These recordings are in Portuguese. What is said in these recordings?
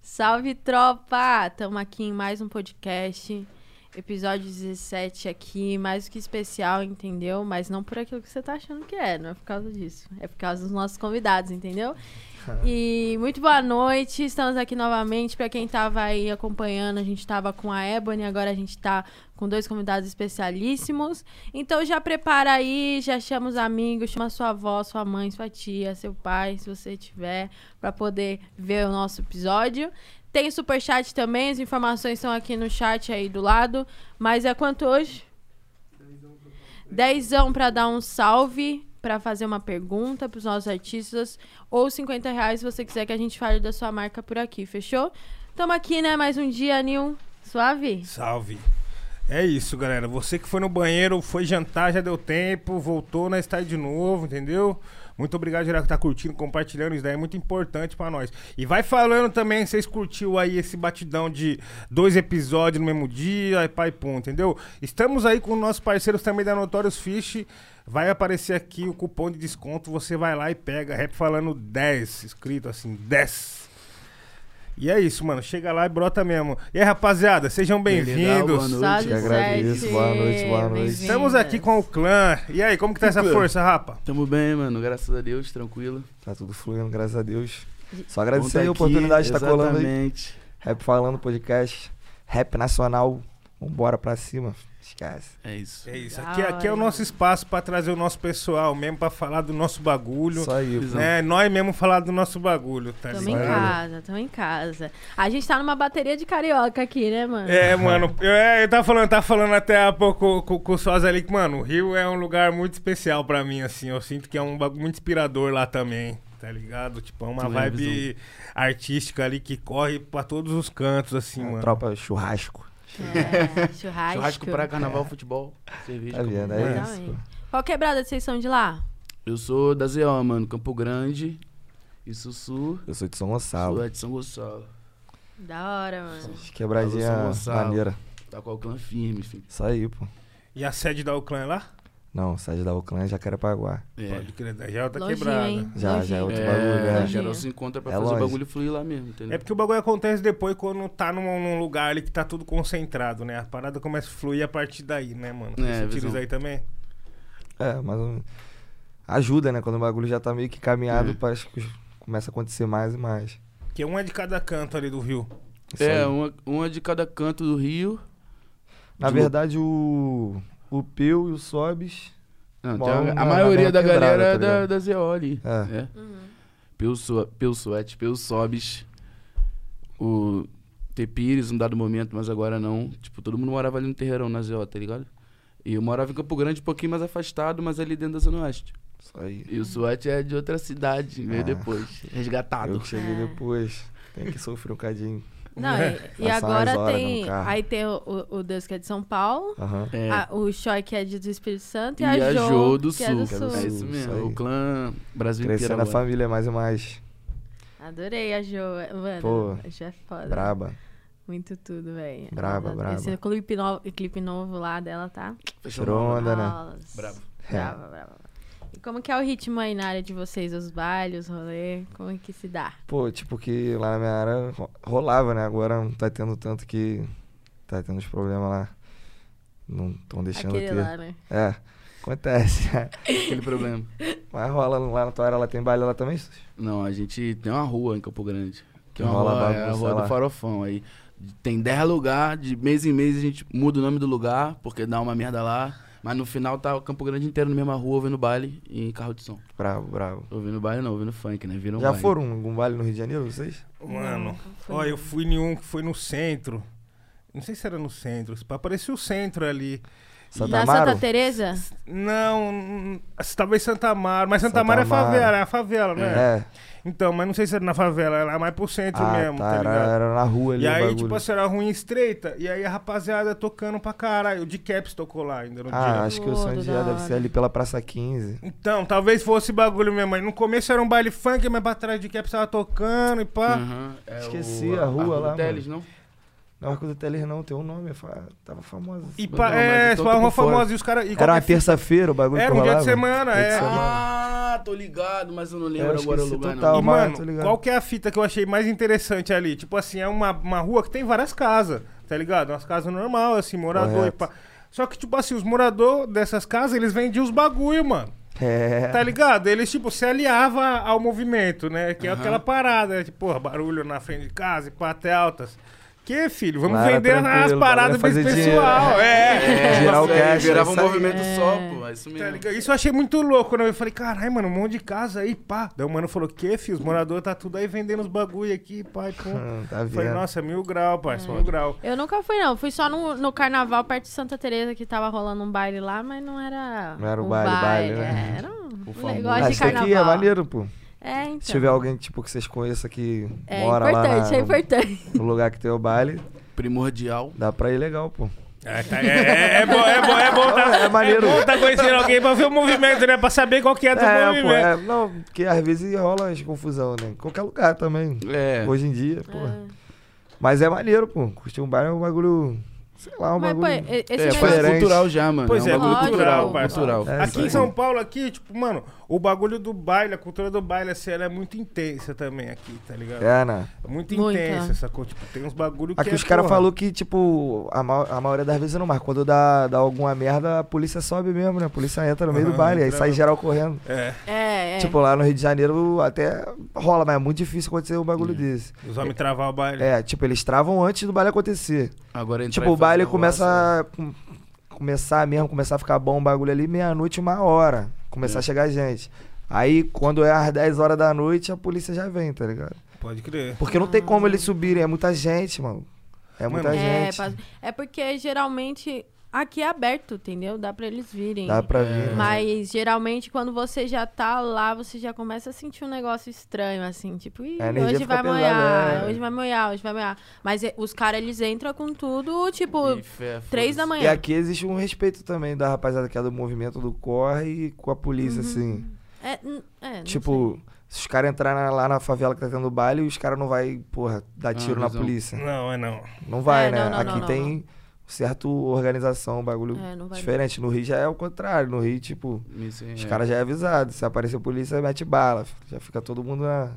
Salve, tropa! Estamos aqui em mais um podcast, episódio 17 aqui, mais do que especial, entendeu? Mas não por aquilo que você tá achando que é, não é por causa disso. É por causa dos nossos convidados, entendeu? E muito boa noite, estamos aqui novamente. Para quem tava aí acompanhando, a gente tava com a Ebony, agora a gente tá com dois convidados especialíssimos. Então já prepara aí, já chama os amigos, chama sua avó, sua mãe, sua tia, seu pai, se você tiver, para poder ver o nosso episódio. Tem super chat também, as informações estão aqui no chat aí do lado. Mas é quanto hoje? Dezão para dar um salve, para fazer uma pergunta para os nossos artistas, ou 50 reais se você quiser que a gente fale da sua marca por aqui, fechou? Tamo aqui, né? Mais um dia, Nil. Suave? Salve. É isso, galera. Você que foi no banheiro, foi jantar, já deu tempo, voltou na estádio de novo, entendeu? Muito obrigado, geral, que tá curtindo, compartilhando. Isso daí é muito importante pra nós. E vai falando também, vocês curtiu aí esse batidão de dois episódios no mesmo dia, aí pai pum, entendeu? Estamos aí com nossos parceiros também da Notorious Fish. Vai aparecer aqui o cupom de desconto, você vai lá e pega. Rap falando 10, escrito assim, 10. E é isso, mano. Chega lá e brota mesmo. E aí, rapaziada, sejam Boa bem-vindos. noite. Salve, Salve, Sete. agradeço. Boa noite, boa noite. Bem-vindas. Estamos aqui com o clã. E aí, como que tá essa Clã. força, rapa? Tamo bem, mano. Graças a Deus, tranquilo. Tá tudo fluindo, graças a Deus. Só Vamos tá agradecer aí aqui, a oportunidade de estar colando aí. Exatamente. Rap Falando Podcast, Rap Nacional. Vambora pra cima. Esquece. É isso. É isso, Da aqui, aqui é o hora. nosso espaço pra trazer o nosso pessoal mesmo, pra falar do nosso bagulho. Só aí. Visão. Né? Nós mesmo falar do nosso bagulho, tá Tamo em Valeu. casa, tamo em casa. A gente tá numa bateria de carioca aqui, né, mano? É, mano, eu, é, eu tava falando, tava falando até há pouco com, com o Sosa ali que, mano, o Rio é um lugar muito especial pra mim, assim. Eu sinto que é um bagulho muito inspirador lá também, tá ligado? Tipo, é uma Tu é, vibe artística ali que corre pra todos os cantos, É, assim, Uma mano. Tropa churrasco. Tá É, churrasco. Churrasco pra carnaval, futebol, cerveja. Tá vendo? comida. É Exatamente. isso. Qual quebrada vocês são de lá? Eu sou da ZO, mano. Campo Grande, isso sul, Eu sou de São sou Gonçalo. é de São Gonçalo. Da hora, mano. Quebradinha Alô, São Gonçalo. maneira. Tá com o clã firme, filho. Isso aí, pô. E a sede da Uclã é lá? Não, sede da Uclã já quero pagar. É. Pode crer, já tá Longinho, quebrada. hein? Já, Longinho. já é outro bagulho, É, é. a geral se encontra pra É fazer longe. o bagulho fluir lá mesmo, entendeu? É porque o bagulho acontece depois quando tá num, num lugar ali que tá tudo concentrado, né? A parada começa a fluir a partir daí, né, mano? É, Você tira visão. isso aí também? É, mas um- ajuda, né? Quando o bagulho já tá meio que caminhado, É. parece que começa a acontecer mais e mais. Que um é de cada canto ali do rio. Isso aí. É, uma, uma de cada canto do Rio. Na de- verdade, o, o Peu e o Sobis Não, Bom, tem uma- na- a na maioria mesma da quebrada, galera é tá da, ligado? da ZO ali. É. É. Uhum. Pelo Su- Pelo Suete, pelo Sobis. O T. Pires, um dado momento, mas agora não. Tipo, todo mundo morava ali no terreirão, na ZO, tá ligado? E eu morava em Campo Grande, um pouquinho mais afastado, mas ali dentro da Zona Oeste. Isso aí. E o Suete é de outra cidade, veio Uhum. Ah. depois. Eu Resgatado. que cheguei É. depois. Tem que sofrer um cadinho. Não, e, e Passar agora umas horas tem. no carro. Aí tem o, o, o Deus que é de São Paulo, Aham. É. a- o Choi que é de, do Espírito Santo e, e a Jo, Jô do que Sul. é do que é do Sul. É isso Sul, mesmo. isso aí. o clã Brasil inteiro. Crescendo a agora. família é mais e mais. Adorei a Jo, mano. Pô, a Jo é foda. Braba. Muito tudo, velho. Braba, braba. Esse clipe novo, clipe novo lá dela, tá? Fechou Tirou uma- onda, né? Nossa. Brabo. É. Brava, brava. E como que é o ritmo aí na área de vocês? Os bailes, os rolê? Como é que se dá? Pô, tipo que lá na minha área ro- rolava, né? Agora não tá tendo tanto que. Tá tendo uns problemas lá. Não tão deixando Aquele aqui. lá, né? É. Acontece. Aquele problema. Mas rola lá na tua área, lá tem baile lá também? Sus? Não, a gente tem uma rua em Campo Grande. Que é uma Rola rua, é a bagunça rua do lá. Farofão. Aí tem 10 lugares, de mês em mês a gente muda o nome do lugar, porque dá uma merda lá. Mas no final tá o Campo Grande inteiro na mesma rua, ouvindo baile e em carro de som. Bravo, bravo. Ouvindo baile não, ouvindo funk, né? Viram Já baile. foram em algum baile no Rio de Janeiro, vocês? Mano, Não, foi ó, eu não. fui em um que foi no centro. Não sei se era no centro, apareceu o centro ali. Santa Na Amaro? Santa Teresa? Não, hum, talvez Santa Amaro, mas Santa Santa Amaro é Amaro. favela, é a favela, né? É. Então, mas não sei se era na favela, era mais pro centro Ah, mesmo, tá, tá era, ligado? era na rua ali E o aí, bagulho. tipo assim, era ruim estreita. E aí a rapaziada tocando pra caralho. O de Caps tocou lá ainda no ah, dia. acho que o Tudo, São da Dia deve hora. ser ali pela Praça 15. Então, talvez fosse bagulho mesmo. Aí no começo era um baile funk, mas pra trás de Caps tava tocando e pá. Hum. Aham, é Esqueci o, a rua Arco do lá, Teles, não? Não, Arco do Teles não, tem um nome, eu fa- tava famosa. E Não, pá, mas é, então foi uma tô por famosa. E os caras. e Era uma qualquer- terça-feira o bagulho Era que um dia de rolava? semana, Dia de é. semana. Ah, Ah, tô ligado, mas eu não lembro Eu agora o esqueci lugar total, E, não. mas- mano, tô tá ligado. qual que é a fita que eu achei mais interessante ali? Tipo assim, é uma, uma rua que tem várias casas, tá ligado? Umas casas normal, assim, morador e Correto. pá. Só que, tipo assim, os moradores dessas casas, eles vendiam os bagulho, mano. É. Tá ligado? Eles, tipo, se aliavam ao movimento, né? Que é Aham. aquela parada, né? tipo, porra, barulho na frente de casa e pá, até altas. Que, filho? Vamos Lá era vender as tranquilo, paradas bagulho é pra esse fazer dinheiro. pessoal. É. É, Girar o isso aí, cash, virava é um isso aí. movimento só, pô. É isso Tá mesmo. ligado? Isso eu achei muito louco, né? Eu falei, caralho, mano, um monte de casa aí, pá. Daí o mano falou, que, filho? Os moradores tá tudo aí vendendo os bagulho aqui, pai, pô. Hum, Tá Eu Falei, vendo? nossa, mil grau, parça, mil grau. Eu nunca fui, não. Fui só no, no carnaval perto de Santa Teresa que tava rolando um baile lá, mas não era. Não era o um baile, baile, né? é, Era um famoso. negócio Ah, de isso aqui é carnaval. maneiro, pô. É, então. Se tiver alguém, tipo, que vocês conheçam que é mora lá importante, é na- importante. no lugar que tem o baile, Primordial. dá pra ir legal, pô. É, tá- é, é, é bom, é bom, é bom. Tá, É maneiro. É bom tá conhecendo alguém pra ver o movimento, né? Pra saber qual que é do É, pô, movimento. é, não, porque às vezes rola as confusão, né? Em qualquer lugar também. É. Hoje em dia, pô. É. Mas é maneiro, pô. Curtir um baile é um bagulho. Sei lá, um Mas, pô, bagulho. e- esse É, negócio- foi diferente. cultural já, mano. Pois é, é, um bagulho lógico. cultural, Lógico. cultural. É, Aqui isso aí. em São Paulo, aqui, tipo, mano, o bagulho do baile, a cultura do baile, assim, ela é muito intensa também aqui, tá ligado? É, né? Muito Muita. intensa, sacou? Tipo, tem uns bagulho que Aqui é, os caras porra, falaram que, tipo, a, ma- a maioria das vezes não marca. Quando dá, dá alguma merda, a polícia sobe mesmo, né? A polícia entra no meio do Aham, baile, aí entra sai na- geral correndo. É, É, é. Tipo, lá no Rio de Janeiro até rola, mas é muito difícil acontecer um bagulho É. desse. os homens travar o baile. É, tipo, eles travam antes do baile acontecer. Agora entrar Tipo, e o baile um fazer um começa roça. a, é. com- começar mesmo, começar a ficar bom o bagulho ali, meia-noite, uma hora. É. Começar a chegar gente. Aí, quando é às 10 horas da noite, a polícia já vem, tá ligado? Pode crer. Porque não tem como eles subirem, é muita gente, mano. É muita Mano, é, gente. pra- é porque geralmente aqui é aberto, entendeu? Dá pra eles virem. Dá É. pra ver. né? Mas geralmente quando você já tá lá, você já começa a sentir um negócio estranho, assim, tipo, "Ih, É, A energia hoje fica vai pesada, moiar, né? hoje vai moiar, hoje vai moiar. Mas eh, os caras, eles entram com tudo, tipo, Ih, fé, três foda-se. da E manhã. aqui existe um respeito também da rapaziada que é do movimento do corre e com a polícia, assim. É, n- é, não sei. Tipo, se os caras entrarem na- lá na favela que tá tendo baile, os caras não vai, porra, dar tiro na Ah, visão. polícia. Não, é não. Não vai, É, né? não, não, Aqui não, não, tem certo organização, um bagulho É, não vai diferente. No Rio já é o contrário. No Rio, tipo, Isso aí, os é. caras já é avisado. Se aparecer polícia, mete bala. Já fica todo mundo na.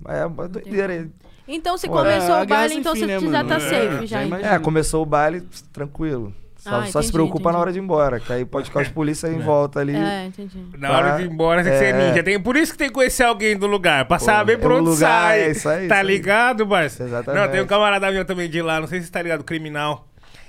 Mas é uma doideira. hein? Então se Pô, é, começou a o guerra baile, sem então fim, você né, já mano? tá É, safe, já. já então. imagina. É, começou o baile, pss, tranquilo. Só, Ah, só se entendi, preocupa na entendi. hora de ir embora, que aí pode ficar os polícia em volta ali. É, entendi. Na hora de ir embora tem que ser Tá? É. ninja. Tem, por isso que tem que conhecer alguém do lugar, pra Pô, saber por é o onde lugar, sai. é isso aí, tá isso aí. ligado, parça? Exatamente. Não, tem um camarada meu também de lá, não sei se você tá ligado, criminal.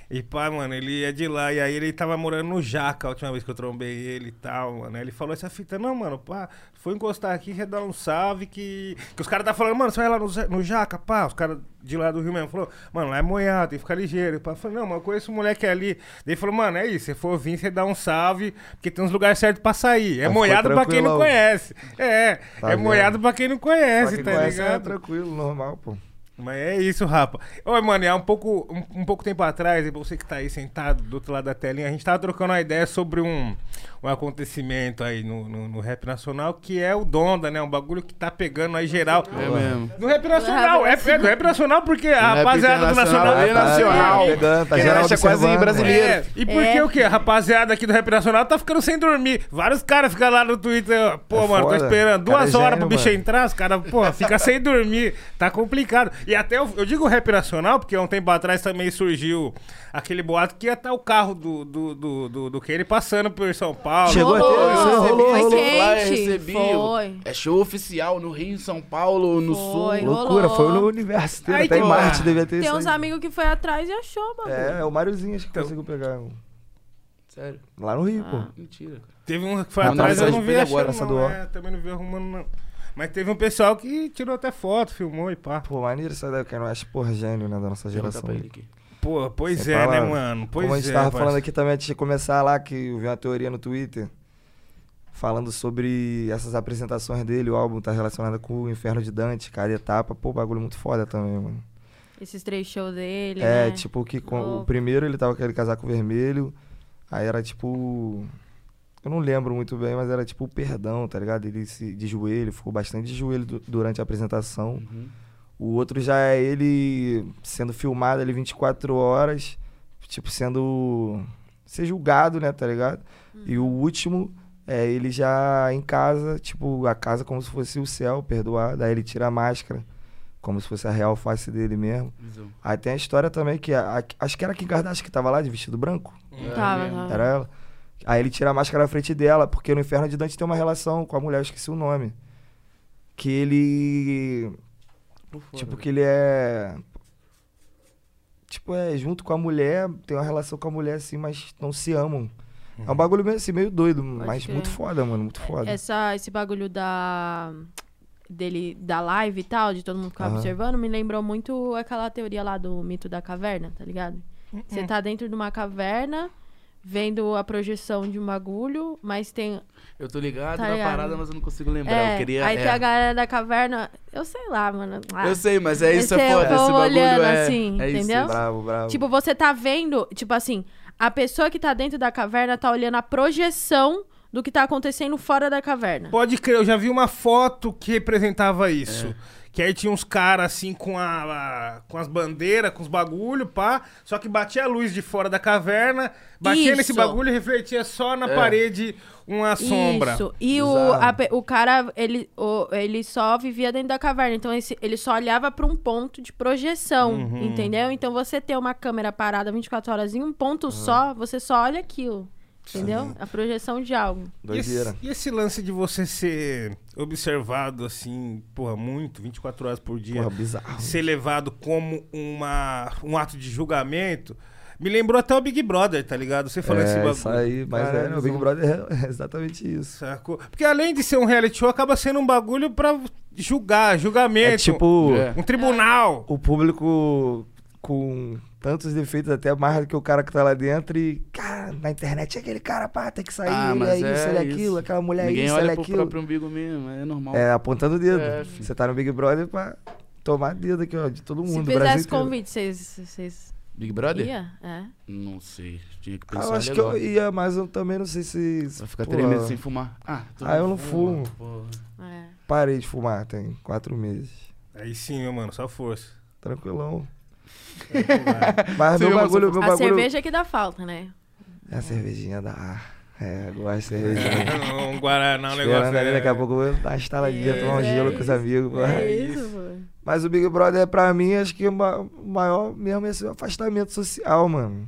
E pá, mano, ele é de lá. E aí ele tava morando no Jaca a última vez que eu trombei ele e tal, mano. Aí ele falou essa fita, não, mano, pá, foi encostar aqui, já dá um salve que. Que os caras tá falando, mano, você vai lá no, Zé- no Jaca, pá. Os caras de lá do Rio mesmo falou, mano, lá é moiado, tem que ficar ligeiro. E pá, eu falei, não, mas eu conheço um moleque ali. Daí ele falou, mano, é isso, se for vir, você dá um salve, porque tem uns lugares certos pra sair. É Aí ficou moiado pra quem não tranquilão. conhece. É, Tá é vendo? moiado pra quem não Pra conhece, quem tá conhece, é ligado? tranquilo, normal, pô. Mas é isso, rapa. Ô, mano, há um pouco, um, um pouco tempo atrás, e você que tá aí sentado do outro lado da telinha, a gente tava trocando uma ideia sobre um, um acontecimento aí no, no, no rap nacional, que é o Donda, né? Um bagulho que tá pegando aí geral. É mesmo. No rap nacional, é, é do rap nacional, porque a rap rapaziada do internacional, nacional... é É, nacional. tá Pegando, tá Que geral acha quase observando. brasileiro. É, e por É. que o quê? A rapaziada aqui do Rap Nacional tá ficando sem dormir. Vários caras ficam lá no Twitter, ó, pô, É mano, foda. tô esperando Cara é duas horas pro gênio, bicho mano. entrar, os caras, pô, fica sem dormir. Tá complicado. E até eu, eu digo Rap Nacional, porque há um tempo atrás também surgiu aquele boato que ia estar o carro do, do, do, do, do Kenny passando por São Paulo. Chegou a ter- Rolou, isso rolou, foi rolou. Lá eu quente, recebi. foi. É show oficial no Rio, em São Paulo, no Foi. Sul. né? Loucura, rolou. foi no universo inteiro. Aí Até em tem- Marte devia ter Tem isso. uns aí. amigos que foi atrás e achou, o bagulho. É, é o Máriozinho acho que Então- Ah. conseguiu pegar. um, Sério, Lá no Rio, pô. mentira. cara. Teve um que foi Ah, atrás, tá, eu não vi espelho agora, agora, essa achando, do não, ó. é, também não vi arrumando, não. Mas teve um pessoal que tirou até foto, filmou e pá. Pô, maneiro isso né? daí, cara. Eu acho, porra, gênio, né, da nossa Pergunta geração. pra ele aqui. Pô, pois Sem é, né, palavras. mano? Pois Como a gente é, tava parça. falando aqui também antes de começar lá, que eu vi uma teoria no Twitter falando sobre essas apresentações dele, o álbum tá relacionado com o Inferno de Dante, cada etapa. Pô, bagulho muito foda também, mano. Esses três shows dele, É, né? tipo, que com- o Louco. primeiro ele tava com aquele casaco vermelho, aí era tipo. Eu não lembro muito bem, mas era tipo o perdão, tá ligado? Ele se, de joelho, ficou bastante de joelho du- durante a apresentação. Uhum. O outro já é ele sendo filmado ali 24 horas, tipo, sendo. ser julgado, né, tá ligado? E o último É, ele já em casa, tipo, a casa como se fosse o céu, perdoar. Daí ele tira a máscara, como se fosse a real face dele mesmo. Visão. Aí tem a história também que a- a- acho que era a Kim Kardashian que tava lá de vestido branco. Tava, É mesmo. tava. é, Era ela. Aí ele tira a máscara na frente dela, porque no Inferno de Dante tem uma relação com a mulher, eu esqueci o nome. Que ele. Tipo, que ele é. Tipo, é junto com a mulher, tem uma relação com a mulher assim, mas não se amam. É um bagulho meio assim, meio doido, mas crer. É, muito foda, mano, muito foda. Essa, esse bagulho da dele da live e tal, de todo mundo ficar Aham. observando, me lembrou muito aquela teoria lá do mito da caverna, tá ligado? Você tá dentro de uma caverna, vendo a projeção de um bagulho, mas tem. Eu tô ligado Tá na ligado. parada, mas eu não consigo lembrar. é, eu queria. aí é. tem a galera da caverna. Eu sei lá, mano. Ah, Eu sei, mas é isso, Esse é é o foda. Esse povo bagulho olhando é. assim, é isso. entendeu? Bravo, bravo. Tipo, você tá vendo, tipo assim, a pessoa que tá dentro da caverna tá olhando a projeção do que tá acontecendo fora da caverna. Pode crer, eu já vi uma foto que representava isso. É. Que aí tinha uns caras assim com, a, a- com as bandeiras, com os bagulho, pá. Só que batia a luz de fora da caverna, batia nesse Isso. bagulho e refletia só na É. parede uma sombra. Isso. E o, Bizarro. a pe- o cara, ele, o- ele só vivia dentro da caverna. Então, esse- ele só olhava pra um ponto de projeção, Uhum. entendeu? Então, você ter uma câmera parada 24 horas em um ponto só, você só olha aquilo, entendeu? A projeção de algo. E esse- Doideira. E esse lance de você ser observado assim, porra, muito, 24 horas por dia, Porra, bizarro. ser levado como uma, um ato de julgamento, me lembrou até o Big Brother, tá ligado? Você falando esse É, bagulho. isso aí, mas Caralho, é, né, o Big não- Brother é exatamente isso. Sacou? Porque além de ser um reality show, acaba sendo um bagulho pra julgar, julgamento. É tipo, É. um tribunal. o público com tantos defeitos, até mais do que o cara que tá lá dentro e, cara, na internet é aquele cara, pá, tem que sair, Ah, ele é mas isso, é ele é isso. aquilo, aquela mulher é Ninguém isso, olha ela é pro aquilo. próprio umbigo mesmo, é normal. É, apontando o dedo. É, filho. Você tá no Big Brother pra tomar dedo aqui, ó, de todo Se mundo, fizesse Brasil convite, vocês- vocês Big Brother? iam? É. Não sei. Tinha que Ah, pensar eu acho que é legal. eu ia, mas eu também não sei se... se Vai ficar pô, três meses sem fumar. Ah, tu Ah, eu não fuma, fumo. porra. é. Parei de fumar, tem quatro meses. Aí sim, meu mano, só força. Tranquilão. É, Mas Você meu viu, mano, bagulho, você- meu A bagulho... cerveja que dá falta, né? É a cervejinha da... É, eu gosto de cerveja. um Guaraná, um negócio. é. Esperando ali, né? daqui a pouco eu vou dar uma estaladinha, É, tomar um gelo é com os amigos. pô. É isso, pô. Mas o Big Brother, é pra mim, acho que o ma- o maior mesmo é esse afastamento social, mano.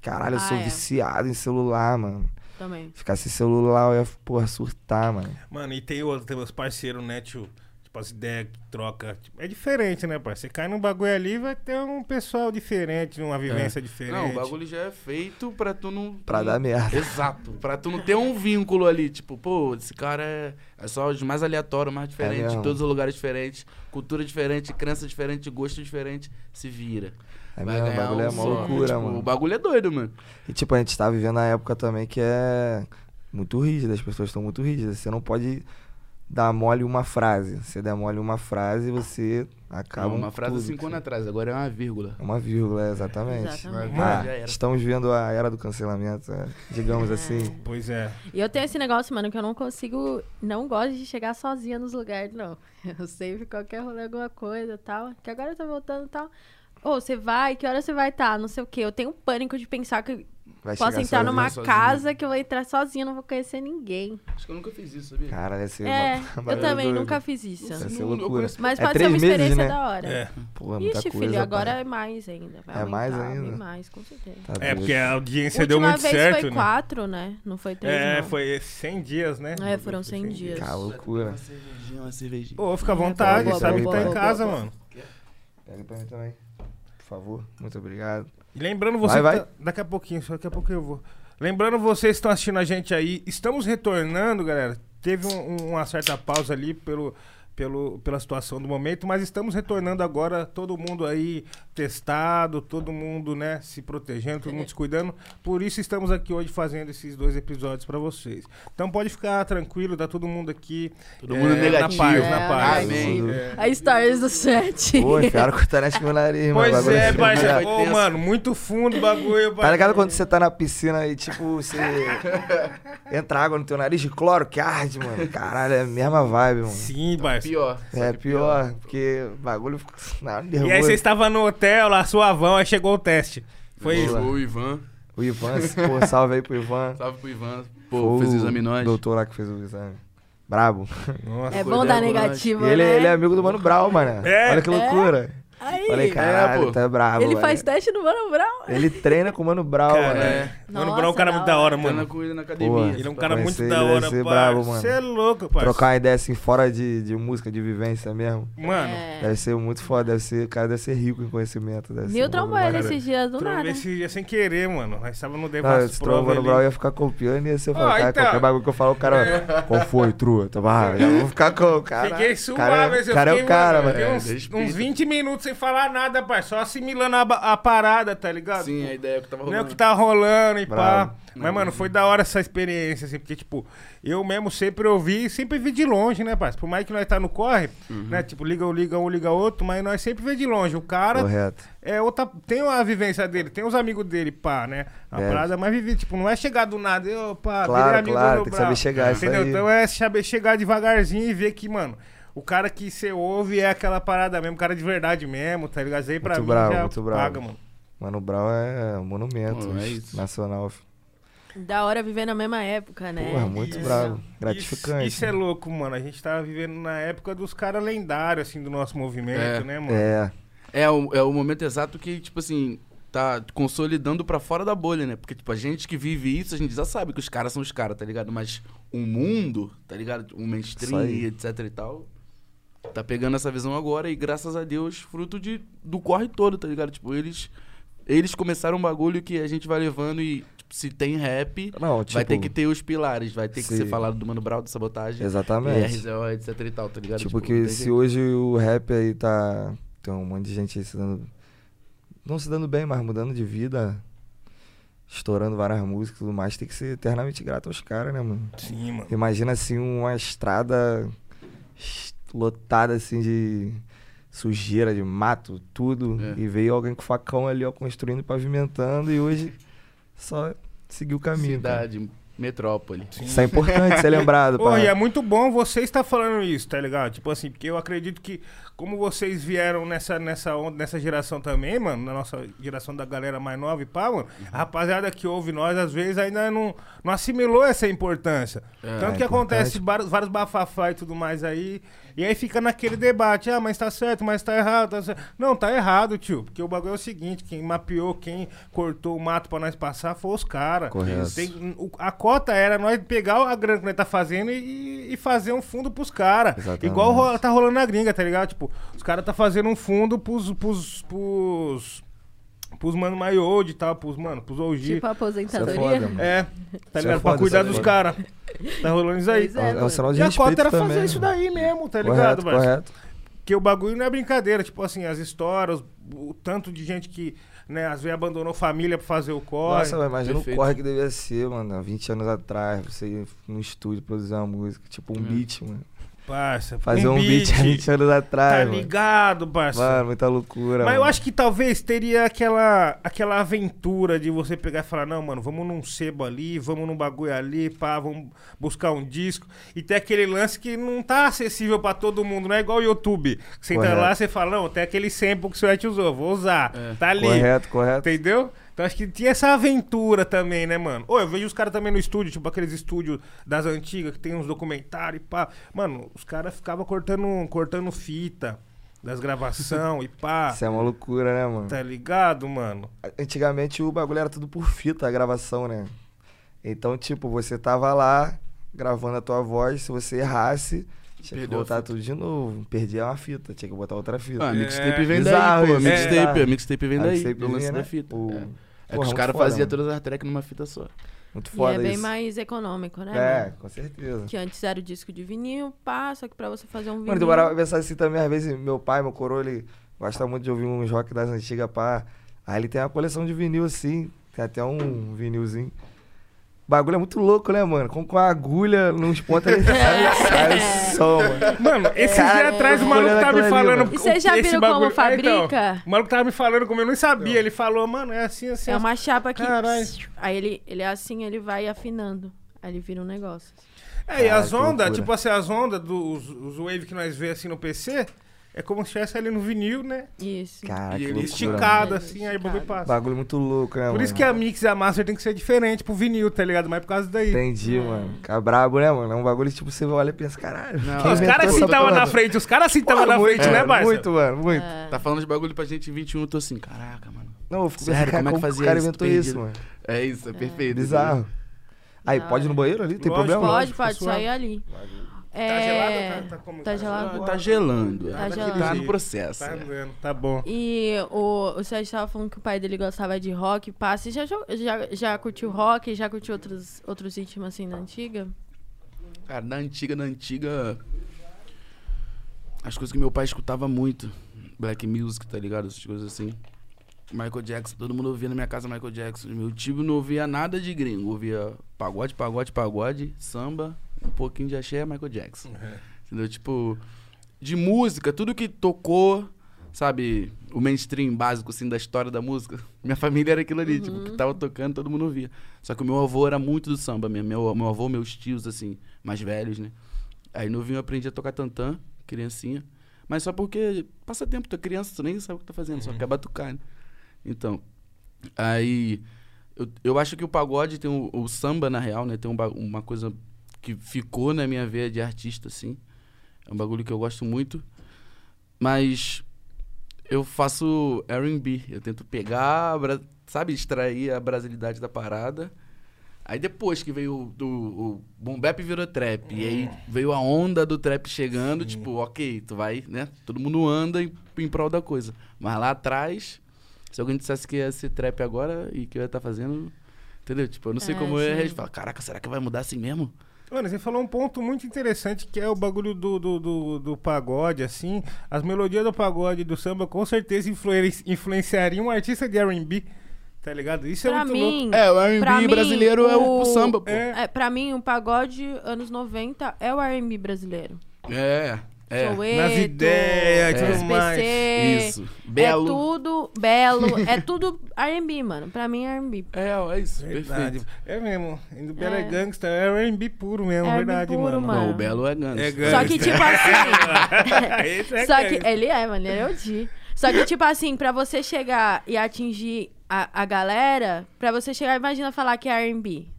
Caralho, eu sou Ah, é. viciado em celular, mano. Também. Ficar sem celular, eu ia, porra, surtar, mano. Mano, e tem, outro, tem meus parceiros, né, tio? Tipo, as ideias que troca. tipo, é diferente, né, parceiro? Você cai num bagulho ali, vai ter um pessoal diferente, É. uma vivência diferente. Não, o bagulho já é feito pra tu não. Pra dar merda. Exato. Pra tu não ter um vínculo ali. Tipo, pô, esse cara é, é só os mais aleatórios, mais diferentes, É mesmo. todos os lugares diferentes, cultura diferente, crença diferente, gosto diferente. Se vira. É Vai mesmo, o ganhar bagulho é um uma som, loucura, tipo, mano. O bagulho é doido, mano. E, tipo, a gente tá vivendo a época também que é muito rígida, as pessoas estão muito rígidas. Você não pode dar mole uma frase. Você der mole uma frase, você acaba. uma com frase há tudo. cinco anos atrás, agora é uma vírgula. É uma vírgula, é, exatamente. Exatamente. Ah, Já era. estamos vendo a era do cancelamento, é, digamos assim. Pois é. E eu tenho esse negócio, mano, que eu não consigo. Não gosto de chegar sozinha nos lugares, não. Eu sempre qualquer rolê, alguma coisa e tal. Que agora eu tô voltando e tal. Ô, você vai? Que hora você vai estar? Não sei o quê. Eu tenho um pânico de pensar que Vai posso chegar entrar sozinho. numa sozinho. casa que eu vou entrar sozinha, não vou conhecer ninguém. Acho que eu nunca fiz isso, sabia? Cara, deve ser é, uma- eu bagulho também doido. nunca fiz isso. Deve Não, ser eu loucura. conheço- Mas É pode ser três uma meses, experiência né? da hora. É, Pô, é muita Ixi, coisa, filho, agora pai. é mais ainda. Vai É mais aumentar, bem ainda? mais, com certeza. Tá é doido. porque a audiência Última deu muito vez certo, foi né? quatro, né? Não foi três, É, não. foi 100 dias, né? É, foram 100 dias. é Cara, Tá loucura. Uma cervejinha, uma cervejinha. Ô, fica à vontade, Boa, boa, sabe boa, que tá em boa, casa, boa. mano. Pega pra mim também. Por favor, muito obrigado. E lembrando você. Vai, que tá- Daqui a pouquinho, só daqui a pouco eu vou. Lembrando vocês que estão assistindo a gente aí, estamos retornando, galera. Teve um- um- uma certa pausa ali pelo, pelo, pela situação do momento, mas estamos retornando agora, todo mundo aí testado, todo mundo, né, se protegendo, todo mundo se cuidando. Por isso estamos aqui hoje fazendo esses dois episódios pra vocês. Então pode ficar tranquilo, tá todo mundo aqui. Todo mundo negativo. Na paz, É, na paz. amém. É. A Stories do chat. Pô, enfiaram com o Tarante no meu nariz, mano. Pois Bagulho é, assim, parceiro. parceiro. né? Foi Ô, tenso. mano, muito fundo o bagulho. Tá ligado quando você tá na piscina e, tipo, você. Entra água no teu nariz de cloro que arde, mano. Caralho, é a mesma vibe, mano. Sim, parceiro. Pior. só É que pior, porque o bagulho fica na E aí nervoso. você estava no hotel lá, suavão, aí chegou o teste. Foi Boa. isso. O Ivan. O Ivan, pô, salve aí pro Ivan. Salve pro Ivan. Pô, fez Foi exame nós. doutor lá que fez o exame. Brabo. Nossa. É Foi bom dar vergonha. negativa, E ele, né? ele é amigo do Mano Brown, mano. É? Olha que É? loucura. Aí, Falei, caralho, pô. tá brabo, ele mano. faz teste no Mano Brown. Ele treina com o Mano Brown, Cara, mano. É. Mano, o Brown é um Nossa, cara da muito da hora, hora. Mano, mano. com ele na Boa. academia. Ele é um cara muito Conhecer ele da deve hora, parça. ser brabo, mano. Você é louco, parça. Trocar uma ideia assim, fora de, de música, de vivência mesmo. Mano, É. Deve ser muito foda, deve ser, o cara deve ser rico em conhecimento. Deve ser Nil um trombou bagulho ele maneiro. esses dias do trombei nada. esse dia sem querer, mano. Nós tava no Não, debate se tromba prova Mano Brown ali. ia ficar copiando e ia ser o Ah, cara, então. É. qualquer bagulho que eu falo, o cara, qual foi, trua? Tá barra, já vou ficar com o cara. Fiquei cara, suave, eu cara é fiquei, o cara, mano, mano. fiquei É, uns, respeita. uns 20 minutos sem falar nada, pai. Só assimilando a, ba- a parada, tá ligado? Sim, a ideia que tava Não é o rolando. que tá rolando e Bravo. pá. Mas, mano, foi da hora essa experiência, assim, porque, tipo, eu mesmo sempre ouvi e sempre vi de longe, né, parceiro? Por mais que nós tá no corre, Uhum. né? Tipo, liga um, liga um, liga outro, mas nós sempre vê de longe. O cara Correto. é outra. Tem a vivência dele, tem os amigos dele, pá, né? A É. parada mais vivida. Tipo, não é chegar do nada, eu, pá, Claro, virei amigo claro, do tem que Brau. saber chegar, isso Entendeu? aí. Então é saber chegar devagarzinho e ver que, mano. O cara que você ouve é aquela parada mesmo, cara de verdade mesmo, tá ligado? Isso aí pra Muito mim bravo, já muito bravo. paga, mano. Mano Brown é um monumento Pô, é isso. nacional. filho. Da hora viver na mesma época, né? Porra, muito Isso. bravo. É, Isso, Gratificante. né? isso é louco, mano. A gente tá vivendo na época dos caras lendários, assim, do nosso movimento, É. né, mano? É, É o, é o momento exato que, tipo assim, tá consolidando pra fora da bolha, né? Porque, tipo, a gente que vive isso, a gente já sabe que os caras são os caras, tá ligado? Mas o mundo, tá ligado? O mainstream, Isso aí. etc e tal, tá pegando essa visão agora e, graças a Deus, fruto de, do corre todo, tá ligado? Tipo, eles, eles começaram um bagulho que a gente vai levando e, tipo, se tem rap, Não, vai tipo- ter que ter os pilares, vai ter que ser Sim. falado do Mano Brown, de sabotagem, exatamente. RZO, etc e tal, tá ligado? Tipo, não que tem se jeito. hoje o rap aí tá. Tem um monte de gente aí se dando. Não se dando bem, mas mudando de vida. Estourando várias músicas e tudo mais, tem que ser eternamente grato aos caras, né, mano? Sim, mano. Imagina assim uma estrada es- lotada assim de sujeira, de mato, tudo. É. E veio alguém com facão ali, ó, construindo, pavimentando, e hoje só seguiu o caminho. cara. Cidade, metrópole. Isso é importante ser lembrado. Porra, pra- e é muito bom você estar falando isso, tá ligado? Tipo assim, porque eu acredito que, como vocês vieram nessa, nessa onda, nessa geração também, mano, na nossa geração da galera mais nova e pá, mano, a rapaziada que ouve nós, às vezes, ainda não, não assimilou essa importância. Tanto É que acontece importante. vários, vários bafafá e tudo mais aí, e aí fica naquele debate, ah, mas tá certo, mas tá errado, tá certo. Não, tá errado, tio, porque o bagulho é o seguinte, quem mapeou, quem cortou o mato pra nós passar foi os caras. Correto. Tem- o- a cota era nós pegar a grana que nós tá fazendo e, e fazer um fundo pros caras. Exatamente. Igual ro- tá rolando na gringa, tá ligado? Tipo, os caras tá fazendo um fundo pros. pros. pros. pros mano maior e tal, pros, mano, pros OG. Tipo Isso é aposentadoria. foda, mano. é, tá Isso ligado? é pra foda, cuidar isso é dos foda. caras. Tá rolando isso aí. Pois É um- é um sinal de E a respeito cota era também, fazer isso mano. daí mesmo, tá ligado, correto, parça? correto. Porque o bagulho não é brincadeira, tipo assim, as histórias, o tanto de gente que, né, às vezes abandonou família pra fazer o corre. Nossa, mas imagina Perfeito. o corre que devia ser, mano, há 20 anos atrás, você ir num estúdio produzir uma música, tipo um Hum. beat, mano. parça, Fazer um, beat, há 20 anos Tá atrás, mano. ligado, parça. Mano, muita loucura, Mas mano. eu acho que talvez teria aquela, aquela aventura de você pegar e falar, não, mano, vamos num sebo ali, vamos num bagulho ali, pá, vamos buscar um disco. E tem aquele lance que não tá acessível pra todo mundo, não é igual o YouTube. Você entra Correto. lá, você fala, não, tem aquele sample que o Suete usou, vou usar. É. Tá ali. Correto, correto. Entendeu? Então acho que tinha essa aventura também, né, mano? Ô, eu vejo os caras também no estúdio, tipo aqueles estúdios das antigas que tem uns documentários e pá. Mano, os caras ficavam cortando, cortando fita das gravação e pá. Isso é uma loucura, né, mano? Ah. Tá ligado, mano? Antigamente o bagulho era tudo por fita, a gravação, né? Então, tipo, você tava lá gravando a tua voz, se você errasse, tinha que Perdeu a voltar fita. tudo de novo. Perdia uma fita, tinha que botar outra fita. Ah, Ah, mixtape vem daí, bizarro pô. isso, Mixtape, bizarro. a mixtape vem daí. mixtape do lance vinha, né? da fita. O- É, É que Porra, os muito caras foda, faziam mano. todas as tracks numa fita só. Muito E é foda bem isso. mais econômico, né? é, mano? com certeza. Que antes era o disco de vinil, pá, só que pra você fazer um vinil. Mano, eu parava pra pensar assim também, às vezes meu pai, meu coroa, ele gosta muito de ouvir uns rock das antigas, pá. Aí ele tem uma coleção de vinil assim, tem até um vinilzinho. O bagulho é muito louco, né, mano? Com, com a agulha nos pontos ele sai, sai o som, mano. Mano, esse dia atrás o maluco É. Olhando tava me aquilo ali, falando. mano. E você já esse viu bagulho- como É, então, fabrica? o maluco tava me falando como eu não Então. sabia. Ele falou, mano, é assim, assim. É assim. uma chapa que. Caralho. Aí ele, ele é assim, ele vai afinando. Aí ele vira um negócio. É, e Cara, as que ondas, loucura. tipo assim, as ondas dos os wave que nós vê assim no PC, É como se estivesse ali no vinil, né? Isso. Caraca, E que ele loucura, esticado. Esticado né? assim, aí o Esticado. bagulho mano. passa. Bagulho muito louco, né, Por mano? isso que é a mix e a master tem que ser diferente pro vinil, tá ligado? Mas por causa daí. Entendi, mano. Fica brabo, né, mano? É um bagulho que, tipo, você olha e pensa, caralho. Não, quem Os inventou caras essa assim tava na parada? frente, os caras assim tava Mano, na muito, frente, né, mano, Barça? Muito, mano, muito. É. Tá falando de bagulho pra gente em 21, eu tô assim, caraca, mano. Não, eu fico Sério, pensando, cara, como é que como que o fazia cara isso? inventou Perdido. isso, mano? É isso, é perfeito. Bizarro. Aí, Da pode hora. ir no banheiro ali? Tem Lógico, problema? Pode, Lógico, tá pode, só suave. ir ali. É... Tá gelado? Tá, tá como? Tá gelado. entendeu? Ah, Tá gelando. Tá Tá, gelando. tá no processo. Tá né? vendo, tá bom. E o, o Sérgio tava falando que o pai dele gostava de rock, pá. Você já, jo- já, já curtiu rock, já curtiu outros, outros ritmos assim na antiga? Cara, na antiga, na antiga. As coisas que meu pai escutava muito. Black music, tá ligado? Essas coisas assim. Michael Jackson, todo mundo ouvia na minha casa Michael Jackson. Meu tio não ouvia nada de gringo. Ouvia pagode, pagode, pagode, samba, um pouquinho de axé, Michael Jackson. Entendeu? Tipo, de música, tudo que tocou, sabe? O mainstream básico, assim, da história da música. Minha família era aquilo ali, tipo, que tava tocando, todo mundo ouvia. Só que o meu avô era muito do samba mesmo. Meu, meu avô, meus tios, assim, mais velhos, né? Aí novinho eu aprendi a tocar tantã, criancinha. Mas só porque passa tempo, tu é criança, tu nem sabe o que tá fazendo, só quer batucar, né? Então, aí... Eu, eu acho que o pagode tem o, o samba, na real, né? Tem um ba- uma coisa que ficou na minha veia de artista, assim. É um bagulho que eu gosto muito. Mas eu faço R&B. Eu tento pegar, a bra- sabe, extrair a brasilidade da parada. Aí depois que veio o, do, o boom bap virou trap. E aí veio a onda do trap chegando. Tipo, ok, tu vai, né? Todo mundo anda em, em prol da coisa. Mas lá atrás, se alguém dissesse que ia ser trap agora e que eu ia estar fazendo... Entendeu? Tipo, eu não sei É, como eu ia... sim. Falar, caraca, será que vai mudar assim mesmo? Mano, você falou um ponto muito interessante que é o bagulho do, do, do, do pagode, assim. As melodias do pagode e do samba com certeza influen- influenciariam um artista de RB, tá ligado? Isso é pra muito louco. mim, É, o Pra mim, R&B brasileiro é o, o- o samba, pô. É. É, é, pra mim, o pagode anos 90 é o R&B brasileiro. é. Soweto, Nas ideias e É. tudo mais. SPC, Isso. Belo. É tudo belo, é tudo R&B, mano. Pra mim é R&B. É, é isso. Verdade. Perfeito. É mesmo. Indo Bela É. é gangsta, é RB puro mesmo, É R&B verdade, puro, mano. mano. Não, o Belo é gangsta. É Só gangsta. que, tipo assim. Esse é só que gangsta. ele é, mano, ele é o Di. Só que, tipo assim, pra você chegar e atingir a, a galera, pra você chegar, imagina falar que é RB.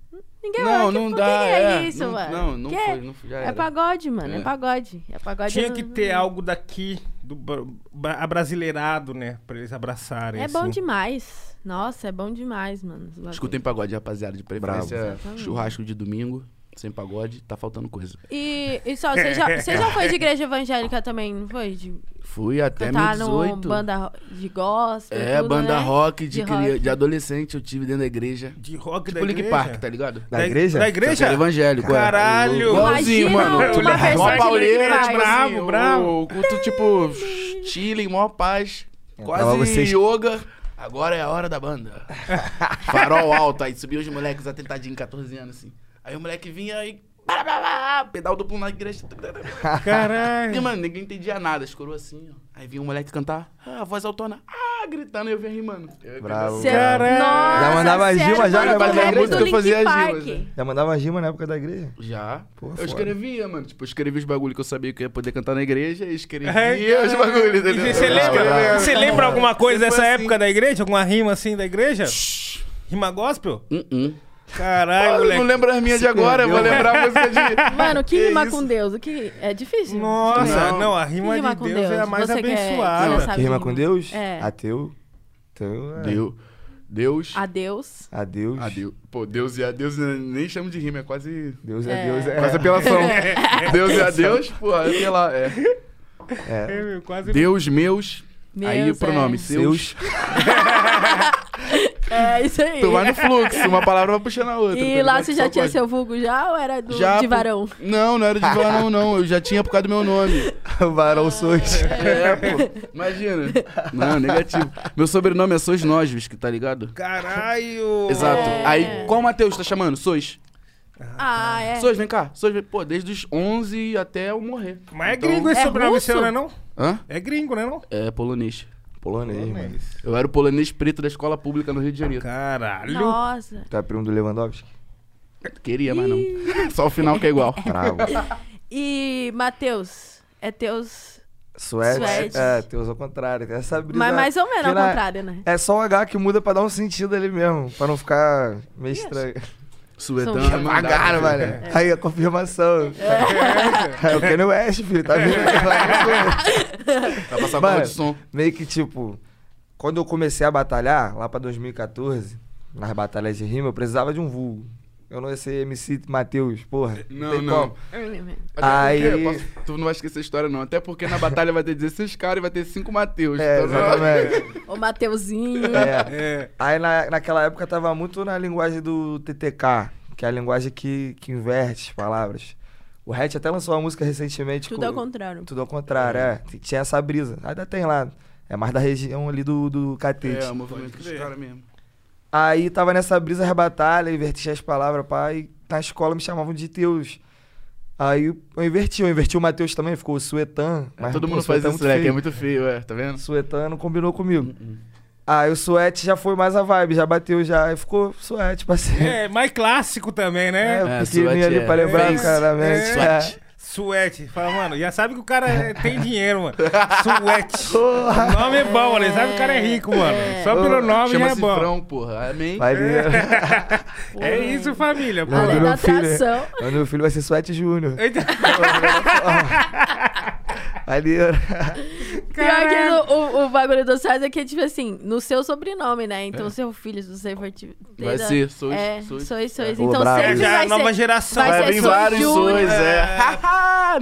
Ninguém olha, Não, que- não que dá. Que é isso, não, mano. Não, não que foi. É? Não foi já É era. pagode, mano. É, É. pagode. É pagode. Tinha no- que ter algo daqui, do bra- bra- abrasileirado, né? Pra eles abraçarem. É bom assim. demais. Nossa, é bom demais, mano. os bagulho. Escutem pagode, rapaziada. De preferência, Bravo. churrasco de domingo, sem pagode, tá faltando coisa. E, e só, você já, você já foi de igreja evangélica também, não foi? De Fui até cantar meus no 18. banda ro- de gospel. é, tudo, banda né? rock de, De cri- rock. de adolescente eu tive dentro da igreja. De rock da Tipo igreja. Link Park, tá ligado? Da igreja? Da Só que igreja? era evangélico, é. Caralho! Igualzinho, Imagina mano. uma Mó versão de pauleira, Linkin Park. Bravo, assim, bravo. O culto, tipo, chilling, mó paz. É, tava Quase vocês- yoga. Agora é a hora da banda. Farol alto. Aí subiu os moleques atentadinho, 14 anos, assim. Aí o moleque vinha e... pá, pá, pá, Pedal duplo na igreja. E, Caralho. mano, ninguém entendia nada. Escorou assim, ó. Aí vinha um moleque cantar. Ah, a voz autona. Ah, gritando. E eu vinha rimando. Eu- Bravo. Cê- Caralho. Nossa, Já mandava cê a Gilma, era já, o né? mano do Fazia rap música, do eu Linkin fazia Park. Gilmas, né? Já mandava gima na época da igreja? Já. é Pô, eu foda. escrevia, mano. Tipo, eu escrevia os bagulho que eu sabia que eu ia poder cantar na igreja e escrevia É, os cara. bagulhos, E entendeu? Você Eu lembra, escrevia. você lembra alguma coisa Sempre dessa assim. época da igreja? Alguma rima assim da igreja? Rima gospel? Uh-uh. Caralho, Eu não moleque. lembro as minhas de agora, eu vou perdeu. lembrar a música de. Mano, que rima isso? com Deus? O que é difícil. Nossa, não, Não. a rima Rima de com Deus, Deus. é a mais Você quer- abençoada. você sabe Que rima rima. com Deus? É. Ateu? Então, é. Deus. Deus. Adeus. Adeus. Adeus. Pô, Deus e adeus eu nem chamo de rima, é quase. Deus É. é Deus. É. Quase apelação. Deus e adeus, pô, é sei lá. É. É. É, meu, quase Deus meus. Meus, aí o pronome, é. seus. É isso aí. Tu vai no fluxo, uma palavra vai puxando a outra. tá E ligado? lá você já Só tinha pode. seu vulgo já ou era do, Já, de pô. varão? Não, não era de varão, não. Eu já tinha por causa do meu nome. Ah. Varão Sois. É, pô. Imagina. Não, negativo. Meu sobrenome é Sois Nojos, que tá ligado? Caralho! Exato. É. Aí, qual Matheus tá chamando? Sois. Ah, é. Sois, vem cá. Sois, vem. Pô, desde os 11 até eu morrer. Mas é Então- gringo esse É sobrenome russo? seu, né não? Hã? É gringo, né não? É É polonês. Polonês, mano. Eu era o polonês preto da escola pública no Rio de Janeiro. Caralho! Nossa. Tu é primo do Lewandowski? Queria, mas não. Só o final que é igual. Bravo. E, Matheus, é teus Suede. Suede. É, teus ao contrário. tem Essa brisa. Mas mais ou menos ao que na- contrário, né? É só o H que muda pra dar um sentido ali mesmo, pra não ficar meio Isso. estranho. Suetão São- é mandado. Pagaram, mano. Aí a confirmação. É o Kanye West, filho, tá vendo? Vai passar Mano. barra de som. Meio que tipo, quando eu comecei a batalhar, lá pra 2014, nas batalhas de rima, eu precisava de um vulgo. Eu não ia ser MC Matheus, porra. Não, tem não. como. Até Aí- porque, posso- tu não vai esquecer a história, não. Até porque na batalha vai ter 16 caras e vai ter 5 Mateus. É, Então, não- exatamente. O Mateuzinho. É. É. Aí na, naquela época tava muito na linguagem do TTK, que é a linguagem que, que inverte as palavras. O Hatch até lançou uma música recentemente. Tudo com- ao contrário. Tudo ao contrário, é. Tinha essa brisa. Ainda tem lá. É mais da região ali do, do Catete. É, o movimento dos crer. caras mesmo. Aí tava nessa brisa as batalhas, invertia as palavras, pá, e na escola me chamavam de Teus. Aí eu inverti, eu inverti o Matheus também, ficou o Suetan. É, mas, todo pô, mundo faz Suetan é isso, muito né? Que é feio. muito Uhum. feio, é. Tá vendo? Suetan não combinou comigo. Aí o Suete já foi mais a vibe, já bateu já, aí ficou Suete, parceiro. É, É, mais clássico também, né? é, É, pequenininho Suete ali é- pra lembrar, é isso, cara, mente. é. É. Suete. Fala, mano, já sabe que o cara é- tem dinheiro, mano. Suete. O nome é bom, mano. Sabe que o cara é rico, mano. Só pelo nome já é Chama-se bom. Frão, porra. Amém. Maneiro. É isso, família. Não, Além Pô. virou da filho, né? atração. Mas meu filho vai ser Suete Júnior. Eita, Maneiro. É, Pior que Caralho. no- o, o bagulho do César é que é tipo assim, no seu sobrenome, né? Então, seu filho, se você for. te- ter É. Vai da- ser, sois, É, sois. sois, sois. Ô, Então, bravo. É sempre já a vai nova ser. geração. vai Vai ser vir sois vários Júnior. sois, é.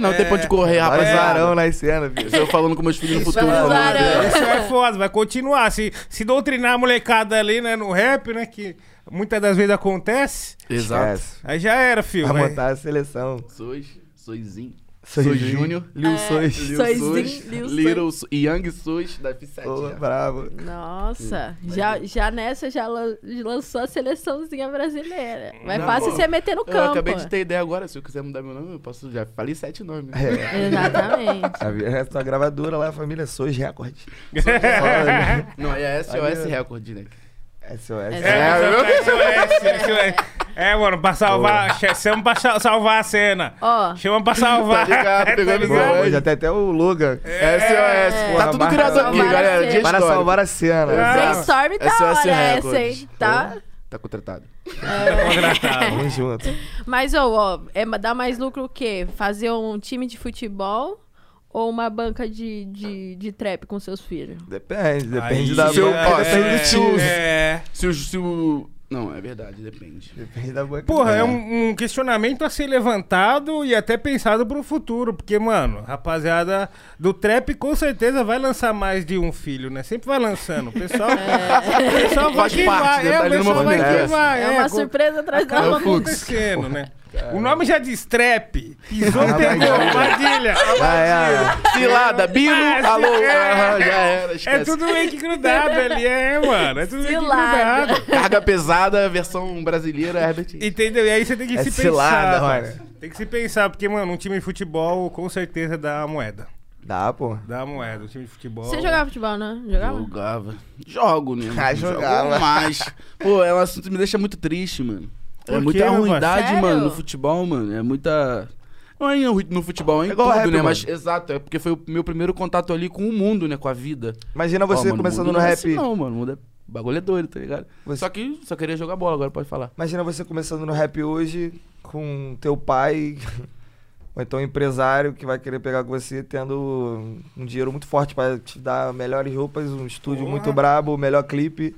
não tem pra onde correr, Vários varão rapaziada. né? nas cenas, filho. Estou falando com meus filhos no futuro. Vários mano. varão. Isso é foda, vai continuar. Se, se doutrinar a molecada ali, né, no rap, né, que muitas das vezes acontece, Exato. Esquece. aí já era, filho. Vai Vai. montar a seleção. Sois, soizinho. Sois Sois Júnior. Júnior. Lil Sois. Sois. Lil Soizinho, Sois. Lil Little Sois. e Young Sois da Pô, F7. já. bravo. Nossa, já, já nessa já lan- lançou a seleçãozinha brasileira. Mas Não, fácil pô, você meter no Eu campo. acabei de ter ideia agora. Se eu quiser mudar meu nome, eu posso. Já falei sete nomes. né? É. Exatamente. A vi- a tua gravadora lá, a família Sois Record. Não, é SOS Maneiro. Record, né? É, SOS. É, isso é, isso é, isso é. É, mano, pra salvar, che- chama pra sa- salvar a cena. Ó, Chama pra salvar. É, Tá ligado, pegou Pô, ligado? hoje até até o Logan. SOS. Porra, Tá tudo marca- criado aqui, Salvar a galera. cena. Dia Para histórico. salvar a cena. Ah. Exato. brainstorm da SOS hora Records. essa, hein? Tá? É. Tá contratado. ligado? Vamos junto. Mas, ó, ó, é ma- dá mais lucro o quê? Fazer um time de futebol ou uma banca de, de, de trap com seus filhos? Depende, depende Aí, da seu- banca, ó, depende do tio. É. Se o, se o. Não, é verdade, depende. Depende da banca. Porra, é um, um questionamento a ser levantado e até pensado pro futuro. Porque, mano, rapaziada do trap com certeza vai lançar mais de um filho, né? Sempre vai lançando. O pessoal, o pessoal vai Faz que parte, vai. né? É, Tá o ali no pessoal vai movimento. que vai. É uma co- surpresa atrás da Acaba outra. fluxo. acontecendo, né? É. O nome já diz trap. Pisou, Ah, pegou, armadilha. armadilha. Ah, é. Cilada, Bino, Ah, alô. é. Aham, já era, É esquece. tudo meio que grudado ali, é, mano. É tudo meio que Cilada. grudado. Carga pesada, versão brasileira, Herbert. Entendeu? E aí você tem que É se pensar. cilada, mano. mano. Tem que se pensar, porque, mano, um time de futebol com certeza dá a moeda. Dá, pô. Dá a moeda. Um time de futebol. Você jogava futebol, né? Jogava? Jogava. Jogo, né? Ah, Jogo jogava. mais. Pô, é um assunto que me deixa muito triste, mano. Por é muita quê, rapaz? ruindade, Sério? mano, no futebol, mano. É muita. Não é em- no futebol, é em É igual tudo, rap, né? mano. Mas, exato, é porque foi o meu primeiro contato ali com o mundo, né? Com a vida. Imagina você Ó, mano, começando mundo no não É rap. assim, não, mano. Mundo é... O bagulho é doido, tá ligado? Você- Só que só queria jogar bola, agora pode falar. Imagina você começando no rap hoje com teu pai, ou então um empresário que vai querer pegar com você, tendo um dinheiro muito forte pra te dar melhores roupas, um estúdio Porra. muito brabo, o melhor clipe.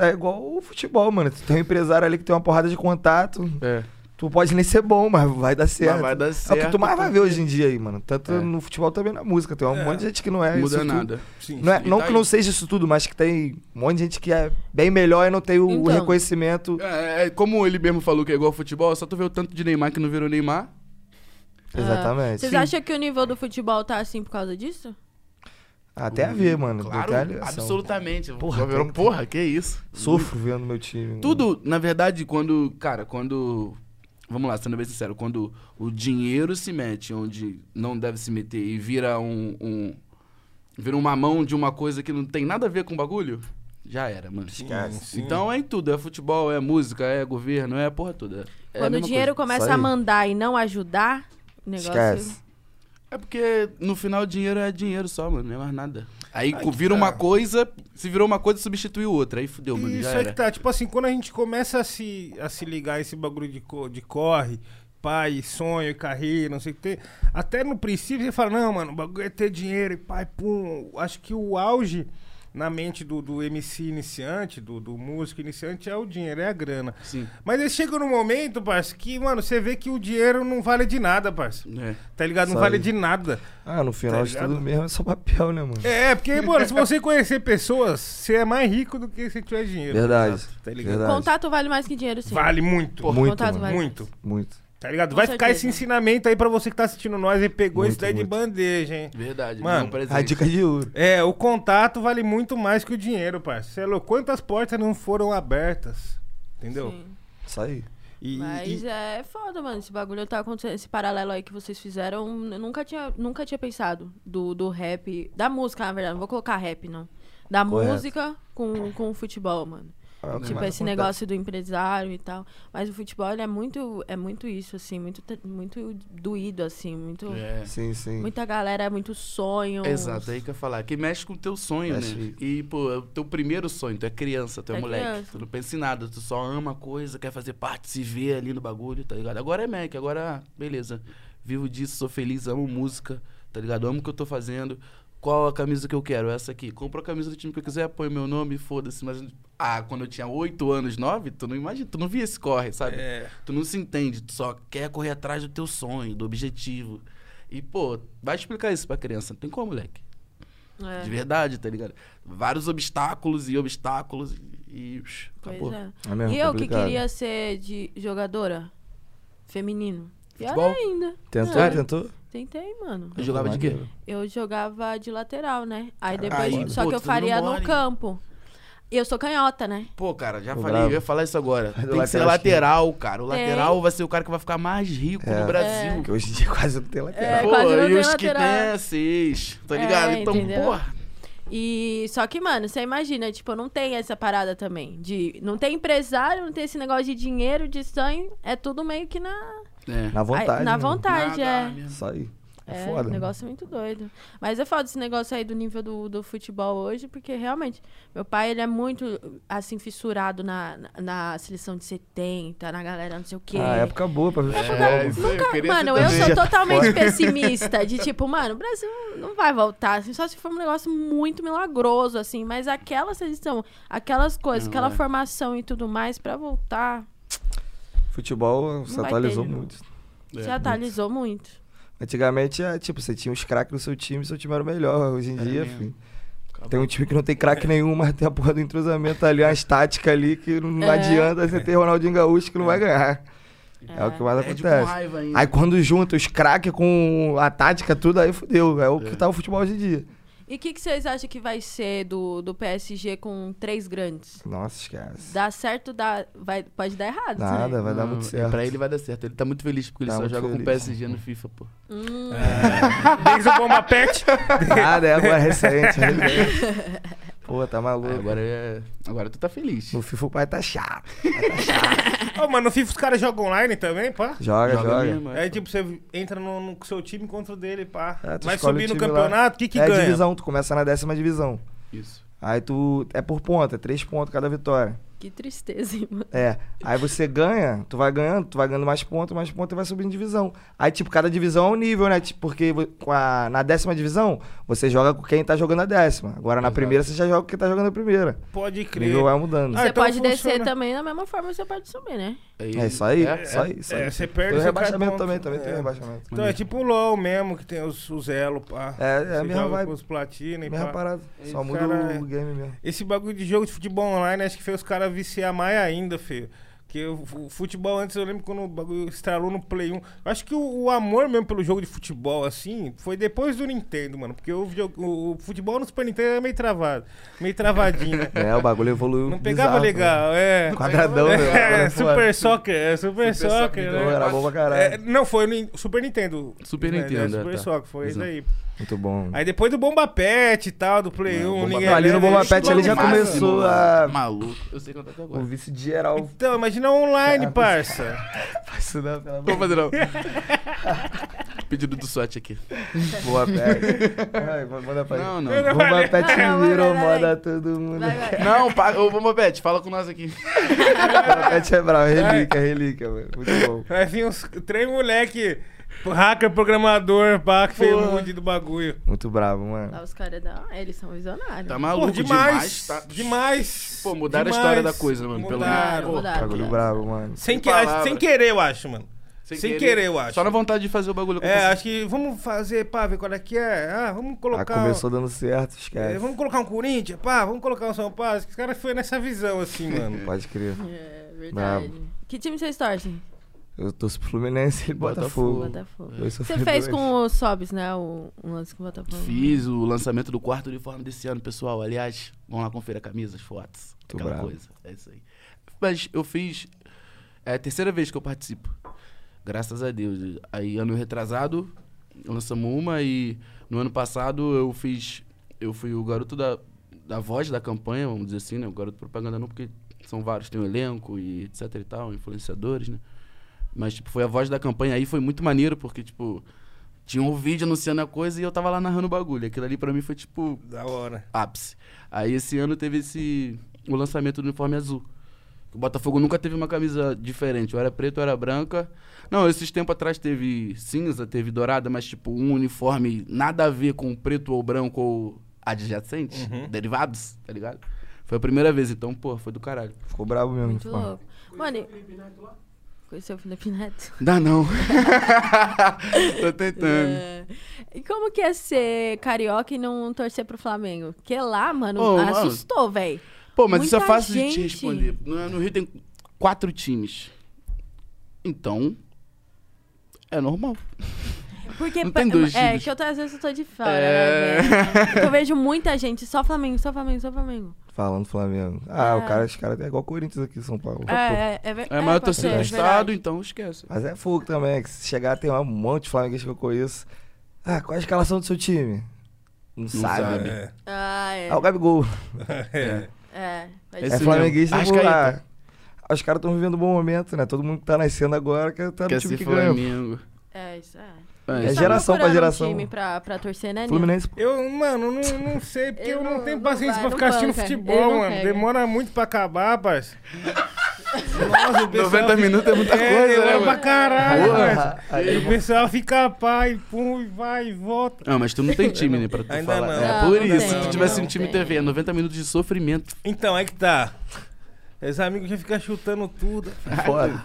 É igual o futebol, mano. Tu tem um empresário ali que tem uma porrada de contato. É. Tu pode nem ser bom, mas vai dar certo. vai dar É o que certo, tu mais vai ver porque- hoje em dia aí, mano. Tanto É. no futebol também na música. Tem um É. monte de gente que não é isso Muda tudo. nada. Sim. Não, é- E não tá que não aí. seja isso tudo, mas que tem um monte de gente que é bem melhor e não tem o, o Então. reconhecimento. É, é, como ele mesmo falou que é igual ao futebol, só tu vê o tanto de Neymar que não virou Neymar. Ah. Exatamente. Vocês Sim. acham que o nível do futebol tá assim por causa disso? Até a ver, mano. Uhum. Claro, Tem até a ligação. absolutamente. Porra, Porra, virou, tem- porra, que isso? Sofro vendo meu time. Tudo, na verdade, quando. Cara, quando. Vamos lá, sendo bem sincero, quando o dinheiro se mete onde não deve se meter e vira um. um- vira uma mão de uma coisa que não tem nada a ver com o bagulho, já era, mano. Esquece. Sim. Então é em tudo, é futebol, é música, é governo, é a porra toda. É a Quando o mesma dinheiro coisa. começa Isso a aí. mandar e não ajudar, o negócio. Esquece. É porque no final dinheiro é dinheiro só, mano, não é mais nada. Aí Ai, co- que vira uma tá. coisa, se virou uma coisa, substituiu outra. Aí fudeu, mano, Isso já é que era. tá, tipo assim, quando a gente começa a se, a se ligar a esse bagulho de, co- de corre, pai, sonho, e carreira, não sei o que tem. Até no princípio você fala, não, mano, o bagulho é ter dinheiro e pai, pum. Acho que o auge na mente do, do MC iniciante, do, do músico iniciante, é o dinheiro, é a grana. Sim. Mas aí chega num momento, parça, que, mano, você vê que o dinheiro não vale de nada, parça. É. Tá ligado? Não Sabe. vale de nada. Ah, no final Tá de ligado? tudo mesmo é só papel, né, mano? É, porque, mano, se você conhecer pessoas, você é mais rico do que se tiver dinheiro. Verdade. Tá ligado? verdade. Contato vale mais que dinheiro, sim. Vale muito. Muito, Contato mano. vale Muito. mais. Muito. Tá ligado? Com Vai ficar certeza. esse ensinamento aí pra você que tá assistindo nós e pegou Muito, isso daí de muito. bandeja, hein? Verdade, Mano, não é um presente. A dica de ouro. É, o contato vale muito mais que o dinheiro, parceiro. Você é louco? Quantas portas não foram abertas? Entendeu? Sim. Isso aí. E, Mas e- é foda, mano. Esse bagulho tá acontecendo. Esse paralelo aí que vocês fizeram, eu nunca tinha, nunca tinha pensado. Do, do rap. Da música, na verdade. Não vou colocar rap, não. Da Correto. música com, com o futebol, mano. É o que Tipo, mais esse acontece. negócio do empresário e tal. Mas o futebol ele é muito, é muito isso, assim, muito, te- muito doído, assim, muito. É. Sim, sim. Muita galera, muito sonho. Exato, é aí que eu ia falar. Que mexe com o teu sonho, Mexe. né? E, pô, é o teu primeiro sonho. Tu é criança, tu é, Tu é moleque. criança. Tu não pensa em nada. Tu só ama a coisa, quer fazer parte, se vê ali no bagulho, tá ligado? Agora é Mac, agora, ah, beleza. Vivo disso, sou feliz, amo música, tá ligado? Amo o que eu tô fazendo. Qual a camisa que eu quero? Essa aqui. Compro a camisa do time que eu quiser, põe o meu nome, foda-se. Mas, ah, quando eu tinha 8 anos, 9, tu não imagina, tu não via esse corre, sabe? é, Tu não se entende, tu só quer correr atrás do teu sonho, do objetivo. E, pô, vai explicar isso pra criança. Não tem como, moleque. É. De verdade, tá ligado? Vários obstáculos e obstáculos e. e ush, Pois acabou. é. É mesmo, e eu que complicado. queria ser de jogadora feminino. Pior Futebol? ainda. Tentou, É, tentou? Tentei, mano. Eu jogava de quê? Maneiro. Eu jogava de lateral, né? Aí depois. Caralho, só pô, que eu tu tá dando faria no mole. campo. E eu sou canhota, né? Pô, cara, já Pô, falei, bravo. eu ia falar isso agora. Tem que lateral ser esquerdo. lateral, cara. O Tem. lateral vai ser o cara que vai ficar mais rico É. do Brasil. Porque hoje em dia quase não tem lateral. É, Pô, quase não e tem os que lateral. tem é seis, tá É, ligado? então, entendeu? porra. E só que, mano, você imagina, tipo, não tem essa parada também. De, não tem empresário, não tem esse negócio de dinheiro, de sangue. É tudo meio que na É. Na vontade. na né, vontade, Nada, é. mesmo. mano? Isso aí. É, É, foda. mano. negócio muito doido. Mas é foda esse negócio aí do nível do, do futebol hoje, porque realmente, meu pai, ele é muito, assim, fissurado na, na, na seleção de 70, na galera não sei o quê. Ah, época boa pra ver futebol. É, mano. isso aí, eu Nunca, queria ser mano, eu também. sou totalmente pessimista. De tipo, mano, o Brasil não vai voltar. Assim, só se for um negócio muito milagroso, assim. Mas aquela seleção, aquelas coisas, Não, aquela é. formação e tudo mais, pra voltar, Futebol se vai ter né? atualizou de novo. muito. É. se atualizou muito. Antigamente, é, tipo, você tinha os craques no seu time, seu time era o melhor. Hoje em Era dia, mesmo. filho, Acabou. tem um time que não tem craque nenhum, mas tem a porra do entrosamento ali, uma estática ali que não É. adianta você ter Ronaldinho Gaúcho que não vai ganhar. É, o que mais Perde com acontece. raiva ainda. Aí quando junta os craques com a tática, tudo, aí fudeu. É o que tá o futebol hoje em dia. E o que, que vocês acham que vai ser do, do PSG com três grandes? Nossa, esquece. Dá certo, dá, vai, pode dar errado. né? Nada, vai dar Não, é muito e certo. Pra ele vai dar certo. Ele tá muito feliz porque ele Tá só muito joga com feliz. PSG no FIFA, pô. Hum, é, desde o Bomba Pet. Nada, é agora recente. Pô, tá Aí maluco. agora é. Agora tu tá feliz. No FIFA o pai tá chato. Ô, mano, no FIFA os caras jogam online também, pá. Joga, joga. mesmo, é. É tipo, você entra no, no seu time contra o dele, pá. É, tu Vai escolhe subir o no time lá. campeonato, o que que é a ganha? divisão, tu começa na décima divisão. Isso. Aí tu. É por ponto, é três pontos cada vitória. que tristeza, hein, mano. É. Aí você ganha, tu vai ganhando, tu vai ganhando mais pontos, mais pontos e vai subindo divisão. Aí, tipo, cada divisão é um nível, né? Tipo, porque vo- com a- na décima divisão, você joga com quem tá jogando a décima. Agora na Exato. primeira você já joga com quem tá jogando a primeira. Pode O crer. nível vai mudando. Ah, você então pode descer funciona. também, da mesma forma você pode subir, né? É isso aí, É, isso aí, isso aí. É, você Tem perde o você cai rebaixamento ponto. também, também É. tem o rebaixamento. Então é tipo o LOL mesmo, que tem os, os elo, pá. É, é a Você mesma joga vibe. com os platina e Mesma pá. parada. Só Esse muda cara o é- game mesmo. Esse bagulho de jogo de futebol online acho que fez os caras viciar mais ainda, feio. Porque o fu- futebol antes, eu lembro quando o bagulho estralou no Play 1. Eu acho que o, o amor mesmo pelo jogo de futebol, assim, foi depois do Nintendo, mano. Porque o, video- o- o futebol no Super Nintendo era meio travado. Meio travadinho, né? É, o bagulho evoluiu. Não pegava bizarro, né? legal, é. Quadradão, né? É, Agora, pô, Super Soccer, é Super, Super Soccer, Soccer, Pô, né? Era bom pra É, caralho. não, foi o Nin- Super Nintendo. Super né, Nintendo, né, é, Super tá. Soccer, foi isso Exato. aí. Muito bom. Aí depois do Bomba Pet e tal, do Play Não, 1. Bomba ninguém Pet. Ali no lembra, Bomba ele Pet ele já explodiu Máximo, começou mano. a- Maluco. Eu sei cantar até agora. O vice de geral Então, imagina online, Cara, parça. vai se dar pela Vou fazer não. pedido do SWAT aqui. Boa, pega. Ai, manda pra ele. Não, não. Não, Bomba Pet Vai, vai, Hero, vai, vai. moda todo mundo. Vai, vai. Não, pa... ô Bomba Pet, fala com nós aqui. Bomba Pet é bravo, relíquia, relíquia, mano. Muito bom. Vai vir uns três moleque, hacker, programador, pá, que fez o Porra. mundo do bagulho. Muito bravo, mano. Lá os caras da. é, Eles são visionários. Tá Pô, maluco demais, demais. tá? demais. Pô, mudaram a demais. história da coisa, mano, pelo Mudaram. menos. Mudaram. Bagulho né? bravo, mano. Sem, Sem que- acho- palavra. sem querer, eu acho, mano. Sem, querer, eu acho. Só na vontade de fazer o bagulho É, acontecer. acho que vamos fazer, pá, ver qual é que é. Ah, vamos Ah, colocar. começou dando certo, É, esquece. vamos colocar um Corinthians, pá, vamos colocar um São Paulo. Os caras foi nessa visão, assim, mano. Pode crer. É, verdade. Que time vocês torcem? Eu torço pro Fluminense e O Botafogo. Botafogo. Eu sou Você fã fez dos dois. com o Sobs, né? O, um lance com o Botafogo. Fiz o lançamento do quarto uniforme desse ano, pessoal. Aliás, vão lá conferir a camisa, as fotos, Tô aquela bravo. coisa. É isso aí. Mas eu fiz. É a terceira vez que eu participo. Graças a Deus. Aí, ano retrasado, lançamos uma e no ano passado eu fiz. Eu fui o garoto da, da voz da campanha, vamos dizer assim, né? O garoto propaganda não, porque são vários, tem o elenco e etc e tal, influenciadores, né? Mas, tipo, foi a voz da campanha aí, foi muito maneiro, porque, tipo, tinha um vídeo anunciando a coisa e eu tava lá narrando o bagulho. Aquilo ali pra mim foi, tipo, Da hora. ápice. Aí esse ano teve esse o lançamento do uniforme azul. O Botafogo nunca teve uma camisa diferente. Ou era preta ou era branca. Não, esses tempos atrás teve cinza, teve dourada, mas tipo um uniforme nada a ver com preto ou branco ou adjacente, derivados, tá ligado? Foi a primeira vez, então, pô, foi do caralho. Ficou bravo mesmo. Muito tipo, pô. louco. Mano, e- conheceu o Felipe Neto? Dá não. Tô tentando. É. E como que é ser carioca e não torcer pro Flamengo? Porque lá, mano, Ô, mano. assustou, velho. Pô, mas isso é Muita fácil de gente. te responder. No no Rio tem quatro times. Então, é normal. Porque Não pa- tem dois é times. que eu tô, às vezes eu tô de fora, né, É. velho? Eu vejo muita gente, só Flamengo, só Flamengo, só Flamengo. Falando Flamengo. Ah, o É. cara, os caras é igual Corinthians aqui em São Paulo. É, é, é, ver- É a maior pode ser, torcida do é estado, verdade. então esquece. Mas é fogo também, que se chegar tem um monte de flamenguista que eu conheço. Ah, qual é a escalação do seu time? Não, sabe. sabe. né? É. Ah, é. Ah, o Gabigol. É. É, pode É Esse ser. flamenguista, mesmo. tá. vou lá. Arrascaeta. Os caras estão vivendo um bom momento, né? Todo mundo que tá nascendo agora quer tá no Quer ser time que ganha. Flamengo. É, isso é. É, É Eles isso. tão geração pra procurando geração. Um time pra, pra torcer, né, Nil? Fluminense, pô. Eu, mano, não, não sei, porque eu, Eu não, não- tenho não paciência vai, pra não ficar assistindo banca. futebol, Ele não mano. pega. Demora muito pra acabar, parça. Nossa, o 90 minutos é muita É, coisa, demora né, pra mano? caralho, Porra. parça. Aí- E o pessoal fica, pá, e pum, e vai, e volta. Ah, mas tu não tem time, né, pra tu Ainda falar. não. É Não, por não tem, isso, se tu tivesse não um time tem. TV, é 90 minutos de sofrimento. Então, é que tá. Esses amigos já ficam chutando tudo. Foda.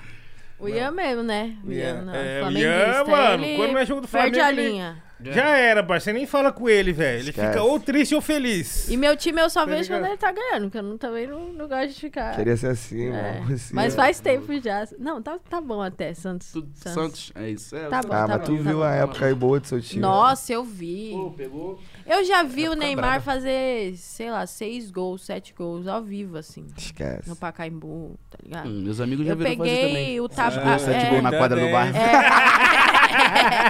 O Ian mesmo, né? O Ian, não. É, o flamenguista, Ian, mano, ele quando não é jogo do perde Flamengo, a ele- linha. É, Já era, parça. Você nem fala com ele, velho. Ele Esquece. fica ou triste ou feliz. E meu time eu só Tá vejo ligado? quando ele tá ganhando, porque eu não- também não, não gosto de ficar. Queria ser assim, É, mano. Você- Mas faz tempo já. Não, tá, tá bom até, Santos. Tu, Santos, é isso. É, Tá tá Ah, bom, mas tu tá viu bom. a época aí boa do seu time. né? Nossa, eu vi. Pô, pegou. Eu já vi o Neymar brava. fazer, sei lá, seis gols, sete gols ao vivo, assim, Esquece. no Pacaembu, tá ligado? Hum, meus amigos já Eu viram fazer também. peguei o tapa. gols, é, Sete gols na Ainda quadra do bem. bairro.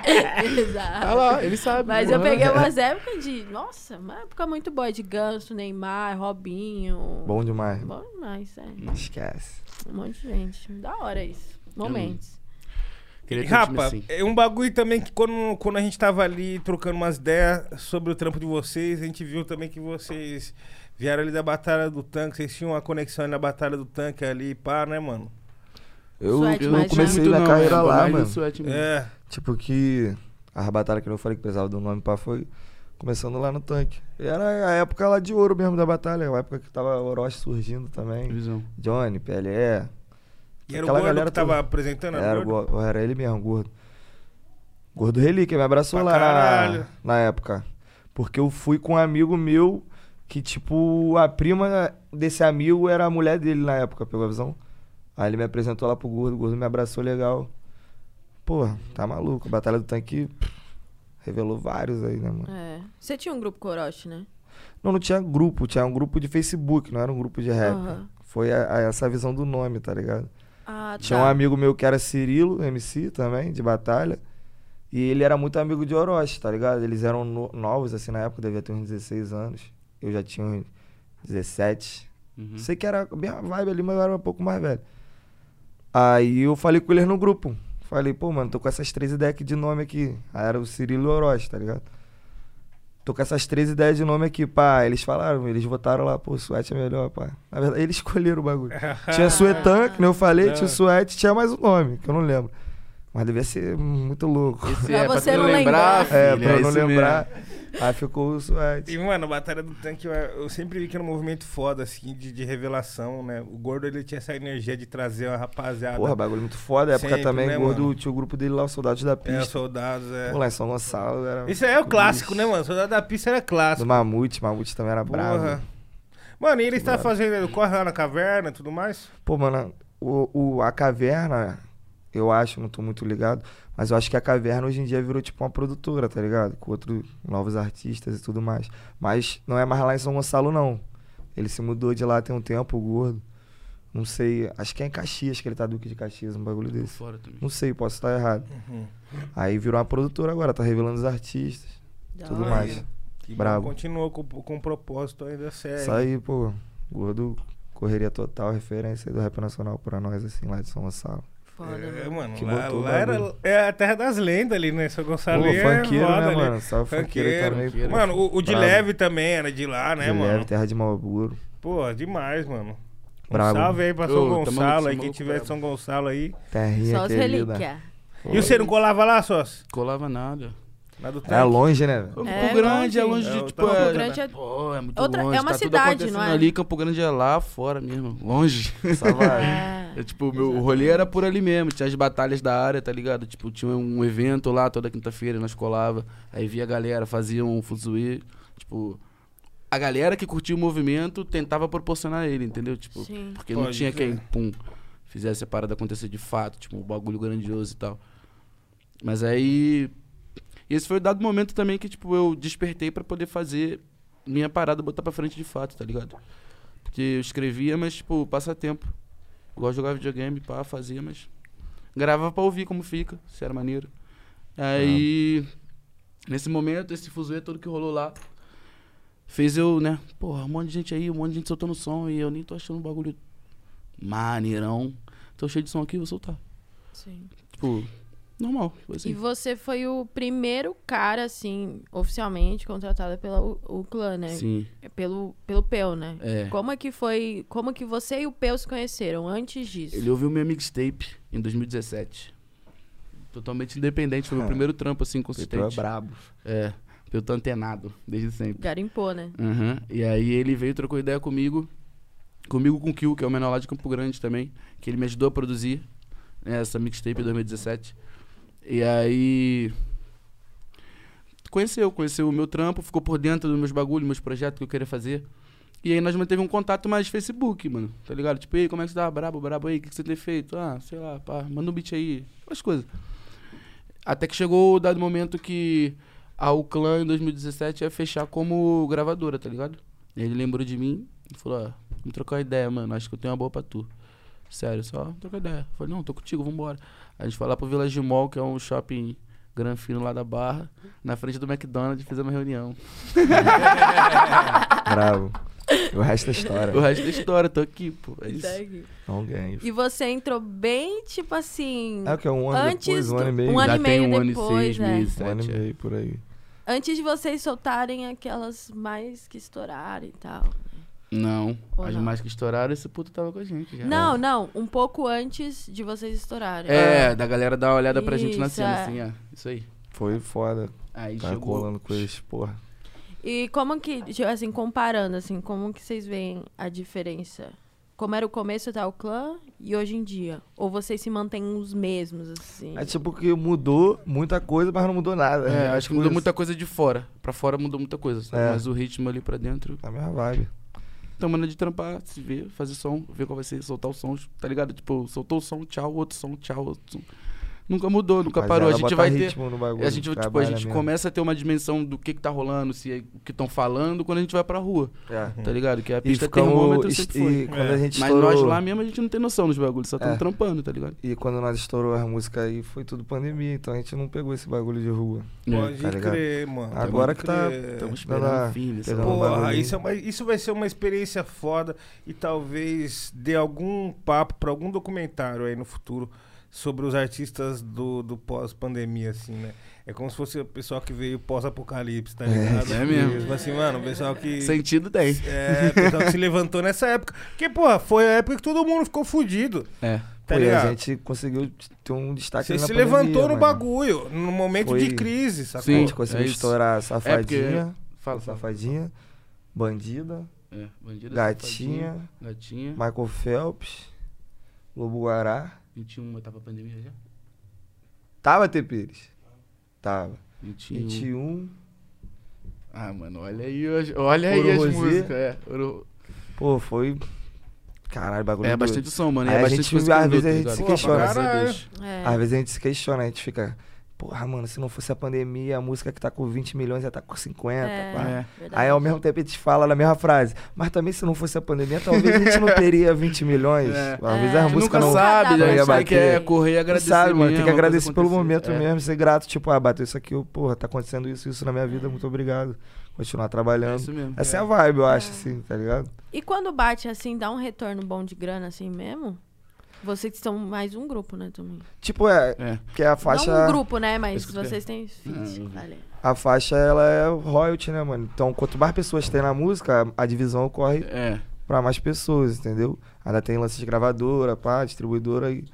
é. Exato. Tá lá, ele sabe. Mas eu Porra. peguei umas épocas de. Nossa, uma época muito boa de Ganso, Neymar, Robinho. Bom demais. Bom demais, é. Esquece. Um monte de gente. Da hora isso. Momentos. Queria ter um time Rapa, assim. é um bagulho também que quando, quando a gente tava ali trocando umas ideias sobre o trampo de vocês, a gente viu também que vocês vieram ali da Batalha do Tanque, vocês tinham uma conexão ali na Batalha do Tanque ali, pá, né, mano? Eu, Suete, eu mas já- comecei muito minha não, carreira né? Foi lá, mais no mano. Suete mesmo. É, Tipo que a batalha que eu falei que precisava do nome pra foi começando lá no tanque. E era a época lá de ouro mesmo da batalha, a época que tava Orochi surgindo também. Visão. Johnny, PLE. Uhum. e era o Aquela gordo galera que tava toda. apresentando era Era, o gordo? go- era ele mesmo, gordo. Gordo Relíquia, me abraçou Pra lá caralho. na, na época. Porque eu fui com um amigo meu que, tipo, a prima desse amigo era a mulher dele na época, pegou a visão? Aí ele me apresentou lá pro gordo, o gordo me abraçou legal. Pô, tá maluco. A Batalha do Tanque pff, revelou vários aí, né, mano? É. Você tinha um grupo Corote, né? Não, não tinha grupo, tinha um grupo de Facebook, não era um grupo de rap. Aham. Foi a- a- essa visão do nome, tá ligado? Ah, tá. Tinha um amigo meu que era Cirilo, MC também, de batalha. E ele era muito amigo de Orochi, tá ligado? Eles eram no- novos, assim, na época, devia ter uns 16 anos. Eu já tinha uns 17. Uhum. Sei que era bem a vibe ali, mas eu era um pouco mais velho. Aí eu falei com eles no grupo. Falei, pô, mano, tô com essas três ideias aqui de nome aqui. Aí era o Cirilo Oroz, tá ligado? Tô com essas três ideias de nome aqui, pá. Eles falaram, eles votaram lá, pô, suéte é melhor, pá. Na verdade, eles escolheram o bagulho. tinha Suetan, que nem eu falei, tinha o suéte, tinha mais um nome, que eu não lembro. Mas devia ser muito louco. Esse Pra você é tu não lembrar. filho, É, pra eu é não isso mesmo. lembrar. Aí ficou o suéte. E, mano, a Batalha do Tanque, eu, eu sempre vi que era um movimento foda, assim, de, de revelação, né? O Gordo, ele tinha essa energia de trazer a rapaziada. Porra, bagulho muito foda. Época Sempre, também, né, gordo, mano? tinha o grupo dele lá, os Soldados da é, Pista. soldados, é. Pô, lá em São Gonçalo era. Isso aí é o clássico, né, mano? Soldado da pista era Do clássico. Mamute, Mamute também era Porra. bravo. Mano, e ele está fazendo corre lá na caverna e tudo mais? Pô, mano, o, o- a caverna, eu acho, não tô muito ligado, mas eu acho que a caverna hoje em dia virou tipo uma produtora, tá ligado? Com outros novos artistas e tudo mais. Mas não é mais lá em São Gonçalo, não. Ele se mudou de lá tem um tempo, o gordo. Não sei, acho que é em Caxias que ele tá Duque de Caxias, um bagulho Tô desse. fora também. Não sei, posso estar errado. Uhum. Aí virou uma produtora agora, tá revelando os artistas, Da tudo hora. mais. Que Brabo. Continuou com, com um propósito ainda sério. Isso aí, pô. Gordo, correria total, referência aí do rap nacional pra nós, assim, lá de São Gonçalo. Foda, É, mano. mano, Que lá, botou o lá era bagulho. é a terra das lendas ali, né? São Gonçalo Pô, é funkeiro, foda né, ali. mano? Salve funkeiro Funkeiro. também. Funkeiro. pô. Mano, o, o de Bravo. leve também era de lá, né, De mano? Leve, terra de Malburo. Pô, demais, mano. Um Brabo. salve aí pra São Ô, tá Gonçalo maluco, aí, tá quem maluco, tiver de brabo. São Gonçalo aí. Terrinha Só os querida. relíquias. E você não colava lá, Sós? Colava nada. Lá do tanque? É longe, né? velho? Campo É Grande é longe. longe É, de, tipo... Campo é- Grande é- Pô, é muito Outra- longe. é uma tá tudo cidade, acontecendo não é? Ali, Campo Grande é lá fora mesmo. Longe. Só vai. É. É, tipo, meu, o rolê era por ali mesmo. Tinha as batalhas da área, tá ligado? Tipo, tinha um evento lá toda quinta-feira, nós colava. Aí via a galera, fazia um fuzuê. Tipo, a galera que curtia o movimento tentava proporcionar ele, entendeu? Tipo, Sim. porque não Pode tinha crer. quem, pum, fizesse a parada acontecer de fato, tipo, um bagulho grandioso e tal. Mas aí. e Esse foi o dado momento também que, tipo, eu despertei pra poder fazer minha parada, botar pra frente de fato, tá ligado? Porque eu escrevia, mas, tipo, passatempo. Igual jogava videogame, pá, fazia, mas. Gravava pra ouvir como fica, se era maneiro. Aí. Ah. Nesse momento, esse fuzuê todo que rolou lá. Fez eu, né? Porra, um monte de gente aí, um monte de gente soltando som e eu nem tô achando o bagulho maneirão. Tô cheio de som aqui, vou soltar. Sim. Tipo, normal. foi E assim. você foi o primeiro cara, assim, oficialmente contratado pela U- UCLA, né? Sim. É Pelo, pelo Peu, né? É. Como é que foi. Como que você e o Peu se conheceram antes disso? Ele ouviu minha mixtape em 2017. Totalmente independente, foi meu Ah. primeiro trampo, assim, Pitu é consistente. brabo. É, eu tô antenado, desde sempre. Garimpou, né? Aham. Uhum. E aí ele veio, trocou ideia comigo. Comigo com o Kill, que é o menor lá de Campo Grande também. Que ele me ajudou a produzir né, essa mixtape em 2017. E aí. Conheceu, conheceu o meu trampo, ficou por dentro dos meus bagulhos, meus projetos que eu queria fazer. E aí nós manteve um contato mais Facebook, mano. Tá ligado? Tipo, ei, como é que você tá? Brabo, brabo aí, o que, que você tem feito? Ah, sei lá, pá, manda um beat aí. As coisas. Até que chegou o dado momento que a Uclan em 2017 ia fechar como gravadora, tá ligado? Ele lembrou de mim e falou, ó, vamos trocar uma ideia, mano. Acho que eu tenho uma boa pra tu. Sério, só trocar ideia. Eu falei, não, tô contigo, vambora. A gente foi lá pro Village Mall, que é um shopping granfino lá da Barra, na frente do McDonald's, fizemos uma reunião. Bravo. E o resto é história. O resto da história, tô aqui, pô. É isso. Segue. Não ganho. E você entrou bem, tipo assim. É o que? Um ano Antes depois? Um do- ano e meio? um ano- Já e tem meio um ano depois, e seis é. meses, Um ano e sete, é. meio por aí. Antes de vocês soltarem aquelas mais que estouraram e tal. Não, Ou as não? mais que estouraram, esse puto tava com a gente É. já. Não, não. Um pouco antes de vocês estourarem. É, da galera dar uma olhada pra gente na Isso, cena, é. assim, é. Isso aí. Foi foda. Aí Tava chegou. colando com eles, porra. E como que, tipo assim, comparando, assim, como que vocês veem a diferença? Como era o começo da clã e hoje em dia? Ou vocês se mantêm os mesmos, assim? É tipo que mudou muita coisa, mas não mudou nada. É, acho que mudou Tipo muita coisa de fora. Pra fora mudou muita coisa. sabe? É. Mas o ritmo ali pra dentro. isso. A mesma vibe. Então, mano, de trampar, se ver, fazer som, ver qual vai ser, soltar o som, tá ligado? Tipo, soltou o som, tchau, outro som, tchau, outro som. Nunca mudou, nunca parou. A Rapaziada, gente bota vai ter. ritmo no bagulho, A gente, tipo, a trabalha gente mesmo. começa a ter uma dimensão do que, que tá rolando, se é, o que estão falando, quando a gente vai pra rua, É. tá ligado? Que a E pista termômetro ficamos. sempre foi. E quando a É. gente Mas estourou. nós lá mesmo a gente não tem noção dos bagulhos, só estamos É. trampando, tá ligado? E quando nós estourou as músicas aí, foi tudo pandemia, então a gente não pegou esse bagulho de rua. Pode tá ligado? crer, mano. pode Agora que tá- crer. Estamos Ela- É. esperando o fim dessa pegando porra. Porra, bagulhinho. isso, é uma- isso vai ser uma experiência foda e talvez dê algum papo pra algum documentário aí no futuro sobre os artistas do, do pós-pandemia, assim, né? É como se fosse o pessoal que veio pós-apocalipse, tá ligado? É mesmo. Tipo assim, mano, o pessoal que. Sentido tem. É, o pessoal que se levantou nessa época. Porque, porra, foi a época que todo mundo ficou fudido. É. Tá Pô, e ligado? a gente conseguiu ter um destaque Você na se pandemia, levantou no mano. bagulho, no momento de Foi- crise, sacou? A Sim. gente conseguiu É isso. estourar É porque- Safadinha, Fala, fala. Safadinha, Bandida, É, bandida, Gatinha, safadinha, Gatinha. Michael Phelps, Lobo Guará. 21, tava a pandemia já? Tava, T. Pires? Tava. 21. 21. Ah, mano, olha aí, as- olha aí Ouro as Rosé. músicas. É, Ouro- Pô, foi... Caralho, bagulho é doido. bastante som, mano. e Aí é a bastante gente, coisa que às mudou, vezes, a gente tá se ligado? questiona. Graças a Deus. É. Às vezes a gente se questiona, a gente fica... Porra, mano, se não fosse a pandemia, a música que tá com 20 milhões ia tá com 50, É. pá. É. verdade. Aí ao mesmo tempo a gente fala na mesma frase. Mas também se não fosse a pandemia, talvez a gente não teria 20 milhões. É. Talvez É. a A gente música nunca não. sabe, não a ia gente sabe que bater. é correr e Não agradecer. sabe, mano. Tem mesmo, que a coisa agradecer pelo acontecer. momento É. mesmo, ser grato. Tipo, ah, bateu isso aqui, eu, porra, tá acontecendo isso, isso na minha vida, muito obrigado. Continuar É trabalhando. isso mesmo. Essa é a vibe, eu acho, É. assim, tá ligado? E quando bate assim, dá um retorno bom de grana assim mesmo? Vocês que são mais um grupo, né, também? Tipo, é. É. Que a Não um faixa. Hum. grupo, né? Mas Isso que eu vocês têm Ah, eu fit. vi. Valeu. A faixa, ela é royalty, né, mano? Então, quanto mais pessoas tem na música, a a divisão ocorre É. pra mais pessoas, entendeu? Ainda tem lance de gravadora, pá, distribuidora aí.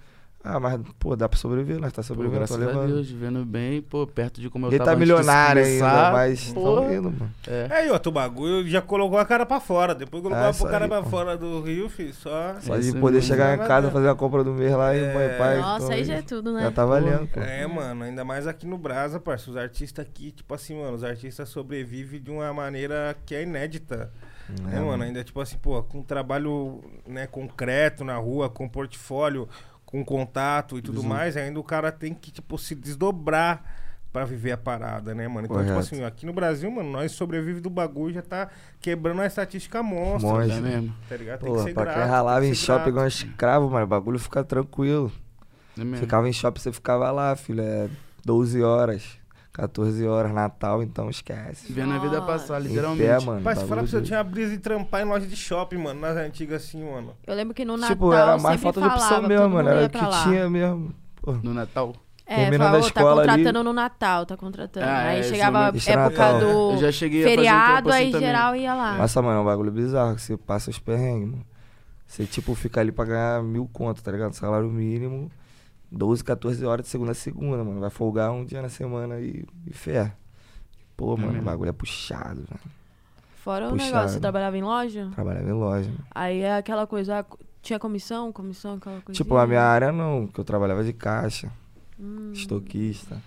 Ah, mas, pô, dá pra sobreviver, nós tá Pô, sobrevivendo, tô graças a levando. Deus, vivendo bem, pô, perto de como eu Ele tava tá antes de milionário ainda, começar. mas tá Porra. tamo indo, mano. É. Aí, ó, tu bagulho já colocou a cara pra fora. Depois colocou Ah, a isso cara aí, pra pô. fora do Rio, filho, só. Só É de isso poder mesmo. chegar em Vai casa, bater. fazer a compra do mês lá e mãe e pai. Nossa, então aí já é tudo, né? Já tá valendo, pô. É, mano, ainda mais aqui no Brasa, parça. Os artistas aqui, tipo assim, mano, os artistas sobrevivem de uma maneira que é inédita. Hum, é, né, mano? Ainda, tipo assim, pô, com trabalho né, concreto na rua, com portfólio, com contato e tudo Visão. mais, ainda o cara tem que, tipo, se desdobrar pra viver a parada, né, mano? Então, Correto. tipo assim, aqui no Brasil, mano, nós sobrevive do bagulho, já tá quebrando a estatística monstra, Monstro. É mesmo. tá ligado? Tem que Pô, ser pra grato. quem ralava tem em que ser shopping grato. igual um escravo, mano, o bagulho fica tranquilo. É mesmo. Ficava em shopping, você ficava lá, filho. É 12 horas, 14 horas, Natal, então esquece. Vendo a vida passar, Em literalmente. pé, mano. Pai, se bagulho falar pra você, eu doido. tinha a brisa de trampar em loja de shopping, mano, nas antigas assim, mano. Eu lembro que no Natal Tipo, era mais sempre falta de falava, opção todo mesmo, mundo mano. Era ia o pra que lá. tinha mesmo. No Natal. É, Terminando falava, a "Ô, escola tá ali- contratando no Natal, tá contratando. Ah, aí é, chegava a isso no época Natal. do Eu já cheguei a fazer um feriado, tempo assim aí também. geral ia lá. Nossa, mano, é um bagulho bizarro que você passa os perrengues, mano. Você, tipo, fica ali pra ganhar mil conto, tá ligado? Salário mínimo, 12, 14 horas de segunda a segunda, mano. Vai folgar um dia na semana e, e fé. Pô, mano, o mesmo. bagulho é puxado, né? Fora o Puxado. negócio, você trabalhava em loja? Trabalhava em loja. mano. Aí é aquela coisa, ah, tinha comissão, comissão, aquela coisa. Tipo, a minha área não, que eu trabalhava de caixa, Hum. estoquista.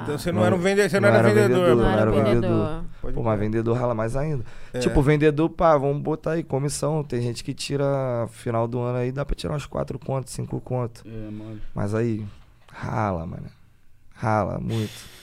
Ah, então você não, Não, era um vendedor, você não, não era, era vendedor, vendedor, não mano. era era vendedor. vendedor. Pode Pô, mas crer. vendedor rala mais ainda. É. Tipo, vendedor, pá, vamos botar aí comissão. Tem gente que tira final do ano aí, dá pra tirar uns 4 contos, 5 contos. É, mano. Mas aí, rala, mano. Rala muito.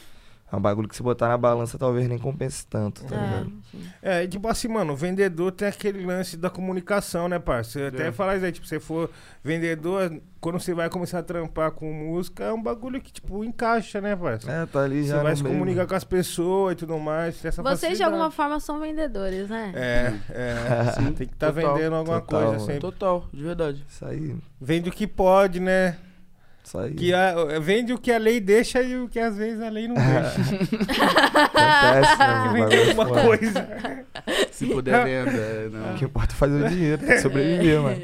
É um bagulho que se botar na balança talvez nem compense tanto, tá É, ligado? sim. É, e tipo assim, mano, o vendedor tem aquele lance da comunicação, né, parça? Eu até É. falar isso aí, tipo, você for vendedor, quando você vai começar a trampar com música, é um bagulho que, tipo, encaixa, né, parça? É, tá ali você já. vai no se meio. comunicar com as pessoas e tudo mais, tem Então, essa Vocês, de facilidade. alguma forma, são vendedores, né? É, é. Sim, tem que estar total. vendendo alguma Total, coisa mano. sempre. Total, de verdade. Isso aí, Vende o que pode, né? isso aí. Que a- vende o que a lei deixa e o que às vezes a lei não deixa. Acontece, né? meu Vende bagulho, alguma pô. coisa. Se puder venda, é, não. O que importa é fazer o dinheiro, tem que sobreviver, mano.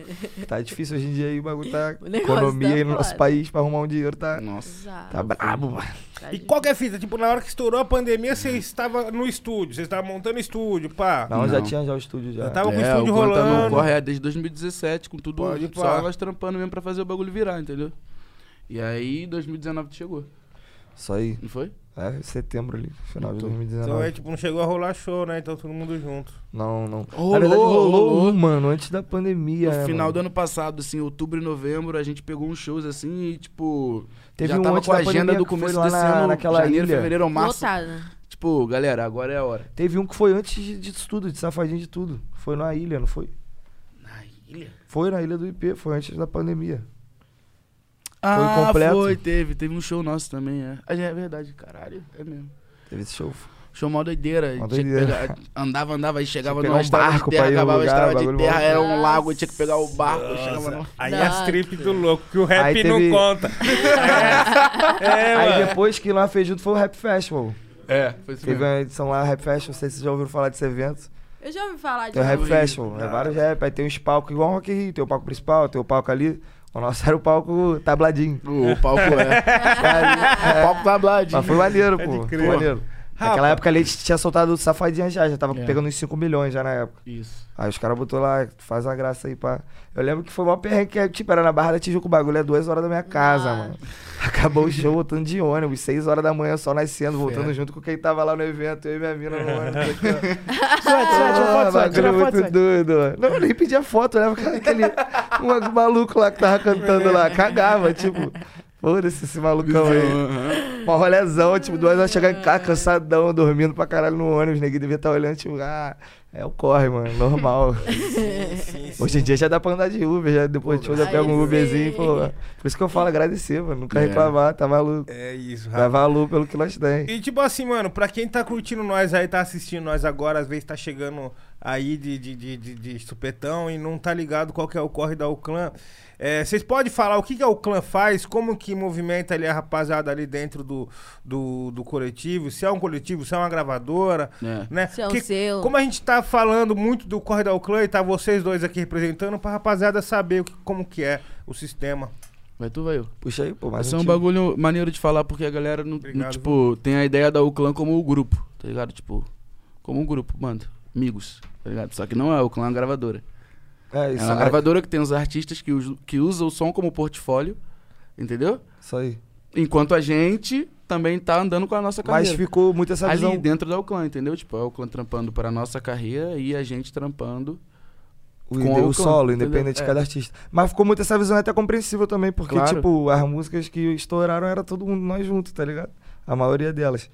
Tá difícil hoje em dia aí, o bagulho tá. O negócio Economia tá aí no nosso foda. país pra arrumar um dinheiro tá. Nossa. Exato. Tá brabo, mano. E qual que é a fita? Tipo, na hora que estourou a pandemia, você estava no estúdio, você estava montando estúdio, pá. Não, já Não. tinha já o estúdio já. Eu tava com o é, estúdio o tá Guanta não rolando. corre é desde 2017, com tudo Pode pá. só nós trampando mesmo pra fazer o bagulho virar, entendeu? E aí, 2019 tu chegou, Isso aí. não foi? É, setembro ali, final de Então, Então 2019. é tipo, não chegou a rolar show, né? Então todo mundo junto. Não, não. Rolou, Na verdade, rolou, rolou. um, mano, antes da No pandemia. né, final mano? do ano passado, assim, outubro e novembro, a gente pegou uns shows assim e, tipo. Teve já um tava antes com a da agenda pandemia do que foi começo lá desse na- ano, naquela janeiro, ilha. é fevereiro, março. Lotada. Tipo, galera, agora é a hora. Teve um que foi antes de- disso tudo, de safadinho de tudo. Foi na ilha, não foi? Na ilha? Foi na ilha do IP, foi antes da pandemia. Ah, completo. Foi, teve. Teve um show nosso também, é. Ah, É verdade, caralho. É mesmo. Teve esse show. Show mó doideira. Mó Tinha que doideira. pegar- andava, andava, aí chegava Tinha que numa pegar um estrada barco de terra, pra ir no acabava lugar, a estrada de bagulho terra, era um maluco. lago, tinha que pegar o barco, chegava Nossa, no... aí Nossa. as trip do louco, que o rap Ah, Aí não teve- conta. é, é, Aí mano. depois que lá fez junto foi o Rap Festival. É, foi isso Teve mesmo. uma edição lá, Rap Festival, não sei se vocês já ouviram falar desse evento. Eu já ouvi falar de um Tem o Rap Ui, Festival, é vários rap, aí tem os palcos igual o Rock in Rio, tem o palco principal, tem o palco ali. O nosso era o palco tabladinho. O palco é. o palco tá tabladinho. Mas foi maneiro, É pô. de crer. foi maneiro. Naquela Rapaz. época ali a gente tinha soltado o safadinha já, já tava É. pegando uns 5 milhões já na época. Isso. Aí os caras botou lá, faz uma graça aí pra. Eu lembro que foi uma perrengue que, tipo, era na Barra da Tijuca, o bagulho é 2 horas da minha casa, Nossa. mano. Acabou o show voltando de ônibus, 6 horas da manhã, só nascendo, voltando junto com quem tava lá no evento, eu e minha mina no ônibus. Suete, suete, uma Ah, foto, suete, tira bagulho uma foto, muito suete. doido, mano. Não, eu nem pedia foto, né? Porque Aquele um maluco lá que tava cantando lá, cagava, tipo. Foda-se esse malucão Então, aí. Uhum. Uma rolezão, tipo, duas horas chegar em casa cansadão, dormindo pra caralho no ônibus, neguinho devia estar olhando, tipo, ah, é o corre, mano, normal. Hoje em dia já dá pra andar de Uber, já depois de show já Aí pega um sim. Uberzinho, pô. Por isso que eu falo agradecer, mano, nunca É. reclamar, tá maluco. É isso, Vai rapaz. valor pelo que nós tem. E tipo assim, mano, pra quem tá curtindo nós aí, tá assistindo nós agora, às vezes tá chegando aí de, de, de, de, de supetão e não tá ligado qual que é o corre da Uclã. É, Vocês podem falar o que, que a Uclã faz, como que movimenta ali a rapaziada ali dentro do, do, do coletivo, se é um coletivo, se é uma gravadora, É. né? Se é um Que- selo. Como a gente tá falando muito do corre da Uclã e tá vocês dois aqui representando, pra rapaziada saber o que- como que é o sistema. Vai tu, vai eu. Puxa aí, pô, mais Isso é um um tiro. bagulho maneiro de falar, porque a galera, não, não, Obrigado, tipo, tem a ideia da Uclã como o grupo, tá ligado? Tipo, como um grupo, mano, amigos, tá ligado? Só que não é o Uclã, é uma gravadora. É É isso, uma aí. gravadora que tem os artistas que, us- que usam o som como portfólio, entendeu? Isso aí. Enquanto a gente também tá andando com a nossa Mas carreira. ficou muito essa ali visão. dentro da Uclã, entendeu? Tipo, é o Uclã trampando para a nossa carreira e a gente trampando. O, com inde- o o canto, solo, independente entendeu? É. de cada artista. Mas ficou muito essa visão é até compreensível também, porque, Claro. tipo, as músicas que estouraram era todo mundo nós juntos, tá ligado? A maioria delas.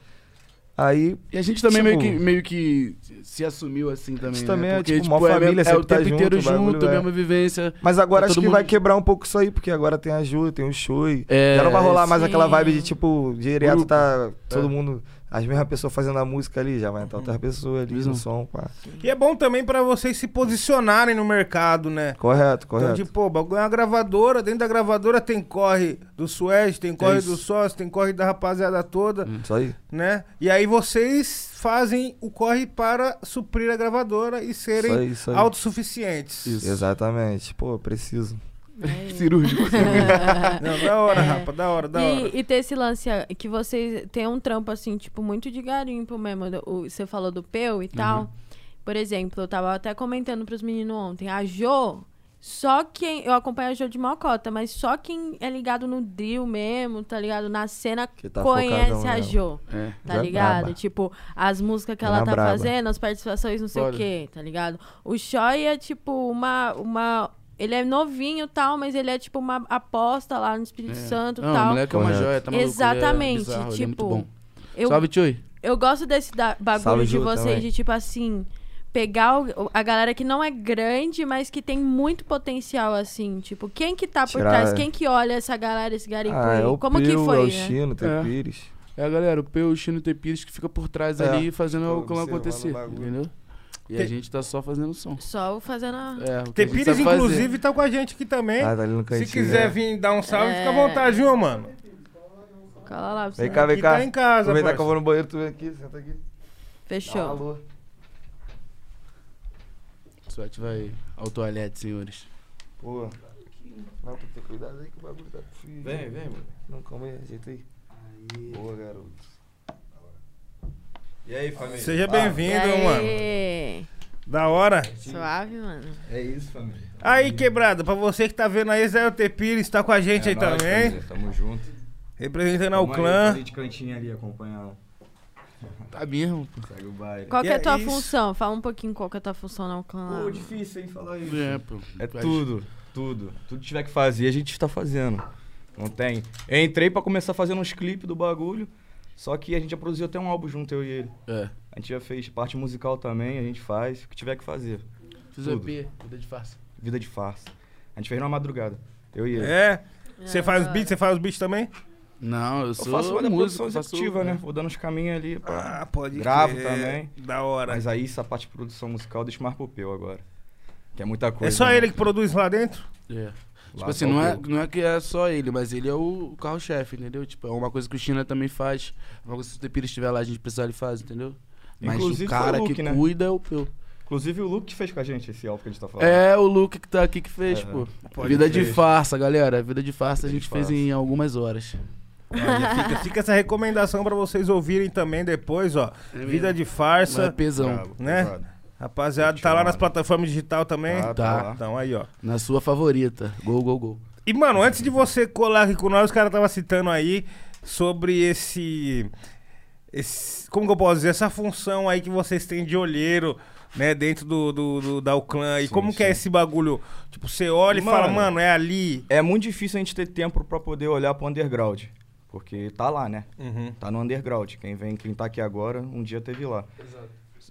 Aí, E a gente também meio, Tipo- que, meio que se assumiu assim também. gente né? também é, Porque, tipo, mó é, família, mesmo- é o sempre tá tempo junto, inteiro o bagulho junto, é. mesma vivência. mas agora Tá acho todo que vai mundo- quebrar um pouco isso aí, porque agora tem a Ju, tem o Shoei. É, Já não vai rolar mais sim. aquela vibe de, tipo, direto Grupo. tá todo É. mundo, as mesmas pessoas fazendo a música ali, já vai entrar outra pessoa ali Visão. no som, pá. E é bom também pra vocês se posicionarem no mercado, né? Correto, correto. Então, tipo, pô, o bagulho é uma gravadora, dentro da gravadora tem corre do Suede, tem corre isso. do sócio, tem corre da rapaziada toda, Isso aí. né? E aí vocês fazem o corre para suprir a gravadora e serem Isso aí, isso aí. autossuficientes. Isso. Exatamente. Pô, preciso. é Cirúrgico. assim. Não, da hora, rapa, da hora, é da hora. É. E, e ter esse lance ah, que vocês têm um trampo, assim, tipo, muito de garimpo mesmo. O- Você falou do Peu e tal. Por exemplo, eu tava até comentando pros meninos ontem, a Jo, só quem. Eu acompanho a Jo de Mocota, mas só quem é ligado no drill mesmo, tá ligado? Na cena Que tá conhece focadão a mesmo. Jo. É. Tá Ela é ligado? braba. Tipo, as músicas que ela, Ela é tá braba. fazendo, as participações, não sei Olha. o quê, tá ligado? O Shoy é tipo uma. uma... Ele é novinho e tal, mas ele é tipo uma aposta lá no Espírito Santo e Não, o tal. moleque é uma Correto. joia, tá maluco. ele é Exatamente, bizarro, ele é muito tipo, bom. Eu, Salve, Tchui. eu gosto desse da- bagulho Salve, de Ju, vocês, também. de tipo assim, pegar o- a galera que não é grande, mas que tem muito potencial, assim. Tipo, quem que tá por Tirar- é. trás? Quem que olha essa galera, esse garimpo Ah, aí? é o Como Pio, que foi? é o né? Chino, tem É. o Pires. É, galera, o Peu, o Chino e o T. Pires que fica por trás É, ali fazendo o clã observando acontecer, o bagulho. entendeu? E a Tem- gente tá só fazendo som. Só fazendo a. É, o que a gente Tepires, sabe fazer. inclusive, tá com a gente aqui também. Ah, tá ali no se cantinho. quiser né? vir dar um salve, É. fica à vontade, viu, mano? Cala lá, pra você. É. Vem cá, vem Aqui cá. tá em casa, Aproveitar parça. que eu vou no banheiro, tu vem aqui, senta aqui. Dá um Fechou. Tá alô. Suete vai ao toalete, senhores. Pô. Não, tem que ter cuidado aí que o bagulho tá frio. Vem, vem, mano. Não, calma aí, ajeita aí. Boa, garoto. E aí, família? Seja bem-vindo, Ah. mano. Aê! Da hora. Suave, mano. É isso, família. Aí, quebrada, pra você que tá vendo aí, Zé T. Pires tá com a É gente aí também. É Tamo junto. Representando Tamo ao aí, clã. ali de cantinho ali, acompanhar. Tá mesmo, pô. Segue o baile. Qual que é a é tua isso. função? Fala um pouquinho qual que é a tua função na Uclã. Pô, difícil, hein, falar isso. É, pô. É tudo, tudo. Tudo que tiver que fazer, a gente tá fazendo. Não tem. Eu entrei pra começar fazendo uns clipes do bagulho, só que a gente já produziu até um álbum junto, eu e ele. É. A gente já fez parte musical também, a gente faz o que tiver que fazer. Fiz o Tudo. EP, vida de farsa. Vida É, de farsa. A gente fez numa madrugada, eu e ele. É. Você faz os beats, você faz os beats também? Não, eu sou Eu faço uma músico, produção faço- executiva, né? Vou dando os caminhos ali. pá. Ah, pode Gravo crer. também. Da hora. Mas aí essa parte de produção musical deixa mais pro Peu agora. Que é muita coisa. É só né? ele que produz lá dentro? É. Lá Tipo assim, só o não é, Peu. não é que é só ele, mas ele é o carro-chefe, entendeu? Tipo, é uma coisa que o China também faz. É Uma coisa que se o Tepira estiver lá, a gente precisar ele faz, entendeu? Mas Inclusive, o foi o cara Luke, que né? cuida é o Peu. Inclusive o Luke que fez com a gente esse álbum que a gente tá falando. É o Luke que tá aqui que fez, É, pô. pode Vida de crer. farsa, galera. Vida de farsa a Vida de gente fez farsa. em algumas horas. Olha, fica, fica essa recomendação pra vocês ouvirem também depois, ó. É Vida mesmo. de Mas é farsa. pesão. Brabo, né? pesado. Rapaziada, tá Chama, lá nas né? plataformas digital também? Tá, Tá. tá. Então aí, ó. Na sua favorita. Gol, gol, gol. E, mano, antes de você colar aqui com nós, os caras estavam citando aí sobre esse, esse. Como que eu posso dizer? Essa função aí que vocês têm de olheiro, né? Dentro do, do, do- da Uclã. E Sim, como que é sim. esse bagulho? Tipo, você olha e Mano. fala, mano, é ali. É muito difícil a gente ter tempo pra poder olhar pro underground. Porque tá lá, né? Tá no underground. Quem vem, quem tá aqui agora, um dia teve lá.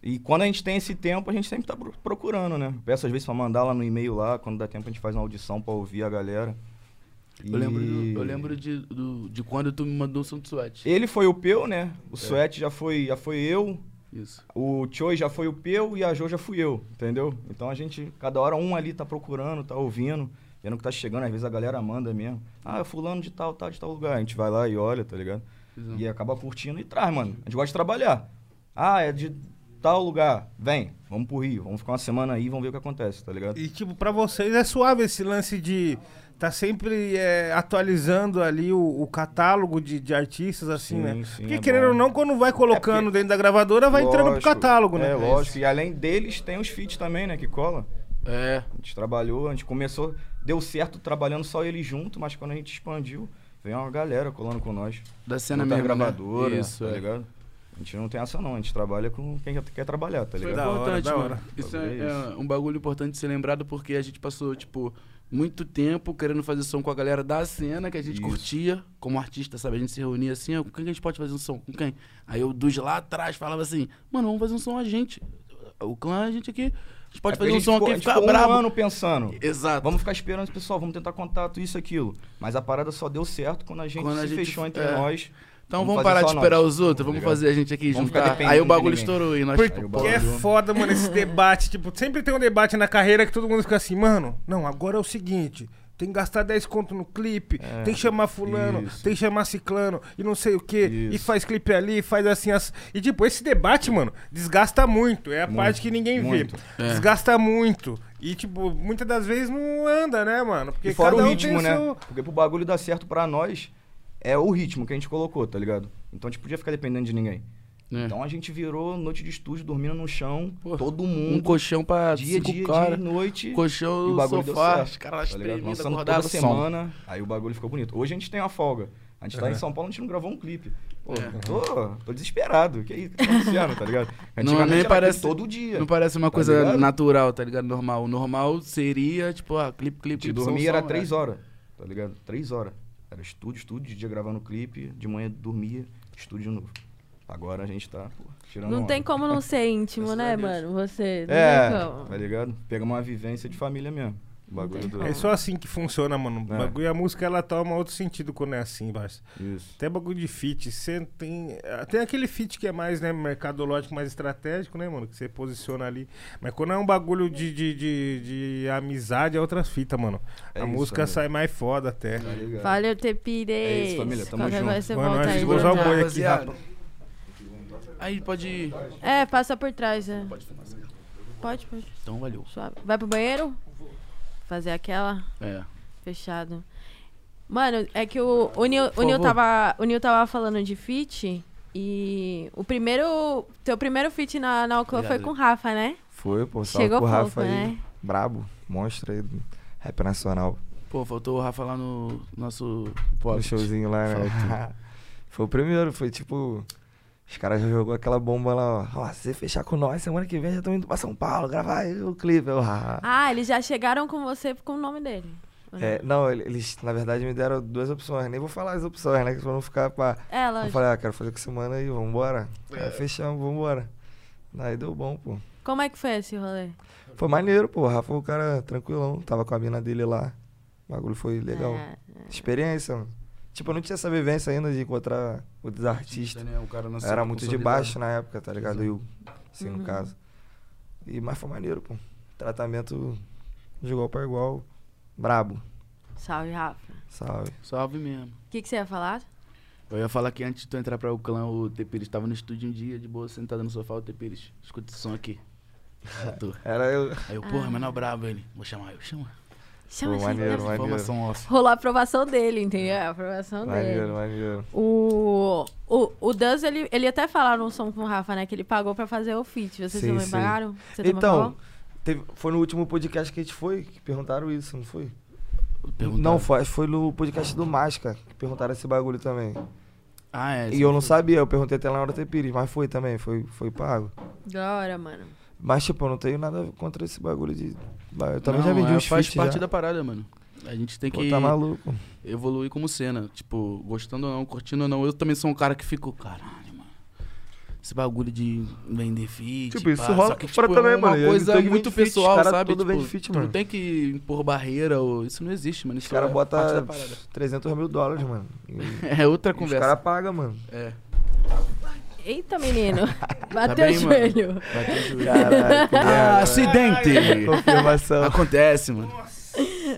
E quando a gente tem esse tempo, a gente sempre tá pro- procurando, né? Peço às vezes pra mandar lá no e-mail lá, quando dá tempo a gente faz uma audição pra ouvir a galera. Eu lembro, E- do- eu lembro de, do- de quando tu me mandou um som de suéte. Ele foi o Peu, né? É. O Suete já foi, já foi eu, Isso. o Choi já foi o Peu e a Jo já fui eu, entendeu? Então a gente, cada hora um ali tá procurando, tá ouvindo, vendo o que tá chegando, às vezes a galera manda mesmo. Ah, fulano de tal, tal, de tal lugar. A gente vai lá e olha, tá ligado? Visão. E acaba curtindo e traz, mano. A gente gosta de trabalhar. Ah, é de tal lugar. Vem, vamos pro Rio, vamos ficar uma semana aí, vamos ver o que acontece, tá ligado? E, tipo, pra vocês é suave esse lance de. Tá sempre é, atualizando ali o, o catálogo de, de artistas, assim, Sim, né? sim, Porque é querendo bom. ou não, quando vai colocando dentro da gravadora, vai entrando pro Lógico. catálogo, né? É, lógico. E além deles, tem os feats também, né, que cola. É. A gente trabalhou, a gente começou, deu certo trabalhando só ele junto, mas quando a gente expandiu, veio uma galera colando com nós. Da cena Outra mesmo. né? gravadora, Isso, tá é. ligado? A gente não tem essa não, a gente trabalha com quem quer trabalhar, tá Foi ligado? Da hora, importante, da mano. hora. Isso Fazer é, é um bagulho importante de ser lembrado porque a gente passou, tipo, muito tempo querendo fazer som com a galera da cena que a gente Isso. curtia como artista, sabe? A gente se reunia assim, ó, com quem que a gente pode fazer um som? Com quem? Aí eu, dos lá atrás, falava assim, mano, vamos fazer um som a gente. O clã, a gente aqui, a gente pode É porque fazer a um gente som ficou- aqui e a gente ficar ficou um brabo. ano pensando. Exato. Vamos ficar esperando esse pessoal, vamos tentar contato, isso, aquilo. Mas a parada só deu certo quando a gente Quando a se gente- fechou entre é. nós. então vamos, vamos fazer parar só de esperar nós. os outros, vamos Tá ligado? fazer a gente aqui Vamos ficar juntar. dependendo Aí o de bagulho ninguém. estourou e nós Aí o Porque bagulho- é foda, mano, esse debate. Tipo, sempre tem um debate na carreira que todo mundo fica assim, mano, não, agora é o seguinte. Tem que gastar 10 conto no clipe, tem que chamar fulano, É, isso. tem que chamar ciclano e não sei o quê. E Isso. faz clipe ali, faz assim, assim. E tipo, esse debate, mano, desgasta muito. É a parte que ninguém muito. É. vê. Desgasta muito. E tipo, muitas das vezes não anda, né, mano? Porque E fora cada o um ritmo, tem né? seu- Porque pro bagulho dar certo pra nós, é o ritmo que a gente colocou, tá ligado? Então a gente podia ficar dependendo de ninguém. É. Então a gente virou noite de estúdio, dormindo no chão, Pô, todo um mundo, colchão pra dia, cinco dia, caras. dia, noite. colchão, e o bagulho sofá, deu os caras certo, tá ligado? espremidos, Lançando toda acordados, som. semana, aí o bagulho ficou bonito. Hoje a gente tem uma folga. A gente tá em São Paulo, a gente não gravou um clipe. Pô, É. tô, tô desesperado. Que isso que tá acontecendo, tá ligado? Não, Antigamente nem era parece- clipe todo dia. Não parece uma Tá coisa ligado? natural, tá ligado? Normal. O normal seria, tipo, ah, clipe, clipe, De clipe. som, dormir era som, três é. horas, tá ligado? Três horas. Era estúdio, estúdio, de dia gravando clipe, de manhã dormia, estúdio de novo. Agora a gente tá, pô, tirando Não onda. tem como não ser íntimo, Graças né, a mano? Deus. Você. Não É, tem como. tá ligado? Pega uma vivência de família mesmo. O bagulho tem do... como. É só assim que funciona, mano. O É. bagulho, a música, ela toma outro sentido quando é assim, parça. Isso. Até bagulho de fit, você tem. eh, Tem aquele fit que é mais, né, mercadológico, mais estratégico, né, mano? Que você posiciona ali. Mas quando é um bagulho de, de, de, de amizade, é outras fitas, mano. É a isso, música amigo. sai mais foda até. Tá ligado? Valeu, É Tepires. isso, família, tamo Qualquer junto. coisa você Boa volta noite, aí. vou usar o Bruno. boi. Rapaziada. Aí pode ir. É, passa por trás. É. Pode, pode. Então valeu. Suave. Vai pro banheiro? Fazer aquela? É. Fechado. Mano, é que o, o, Nil, o, Por Nil favor. tava, o Nil tava falando de feat e o primeiro. Teu primeiro feat na, na Oclã foi Obrigado. com o Rafa, né? Foi, pô, salve Chegou pro pouco, Rafa aí. né? Brabo, monstro aí do rap nacional. Pô, faltou o Rafa lá no nosso no pocket. showzinho lá, né? foi o primeiro, foi tipo. Os caras já jogou aquela bomba lá, ó. Ó, se você fechar com nós, semana que vem já estão indo pra São Paulo gravar aí o clipe. Eu, ah. Ah, eles já chegaram com você com o nome dele. É, não, ele- eles, na verdade, me deram duas opções. Nem vou falar as opções, né? que Pra não ficar pra. É, Eu lógico. falei, ah, quero fazer com semana aí, vambora. Aí fechamos, vambora. Aí deu bom, pô. Como é que foi esse rolê? Foi maneiro, pô. O Rafa é um foi o cara tranquilão. Tava com a mina dele lá. O bagulho foi legal. É, Experiência, mano. Tipo, eu não tinha essa vivência ainda de encontrar outros artistas. né? O cara na cena Era muito de consolidada. baixo na época, tá ligado? Eu, assim, Uhum. no caso. E, mas foi maneiro, pô. Tratamento de igual pra igual. Brabo, Salve, Rafa. salve. Salve mesmo. O que, que você ia falar? Eu ia falar que antes de tu entrar pra o clã, o Tepires tava no estúdio um dia, de boa, sentado no sofá, o Tepires, escuta esse som aqui. Pra tu. Era eu. Aí eu, porra, mas não é brabo ele. Vou chamar, eu chamo. Chama Pô, esse maneiro, negócio. maneiro. Informação off. Rolou a aprovação dele, entendeu? A aprovação dele. Maneiro, maneiro. O, o, o Duz, ele, ele até falaram um som com o Rafa, né? Que ele pagou pra fazer o feat. Vocês Sim, também sim. pagaram? Você também Então, pagou? teve- foi no último podcast que a gente foi que perguntaram isso, não foi? Perguntaram. Não, foi, foi no podcast do Máscara que perguntaram esse bagulho também. Ah, é. E eu não sabia, eu perguntei até lá na hora do Pires, mas foi também, foi, foi pago. Da hora, mano. Mas, tipo, eu não tenho nada contra esse bagulho de. Eu também Não, já vendi é, uns Faz feats parte já. da parada, mano. A gente tem Pô, que tá maluco. evoluir como cena. Tipo, gostando ou não, curtindo ou não. Eu também sou um cara que fico, caralho, mano. Esse bagulho de vender feat. Tipo, isso pá, rola só que, aqui fora tipo, também, é uma mano. Eu coisa tenho que muito vender feat, pessoal, os cara sabe? tudo tipo, vende feat, tu mano. não tem que impor barreira. Ou... Isso não existe, mano. Isso Os caras é parte da botam parada. 300 mil dólares, mano. E- É outra e os conversa. caras pagam, mano. É. Eita, menino. Bateu bem, o mano? joelho. Bateu o joelho. Caralho, que Ah, merda. acidente! Confirmação. Acontece, mano.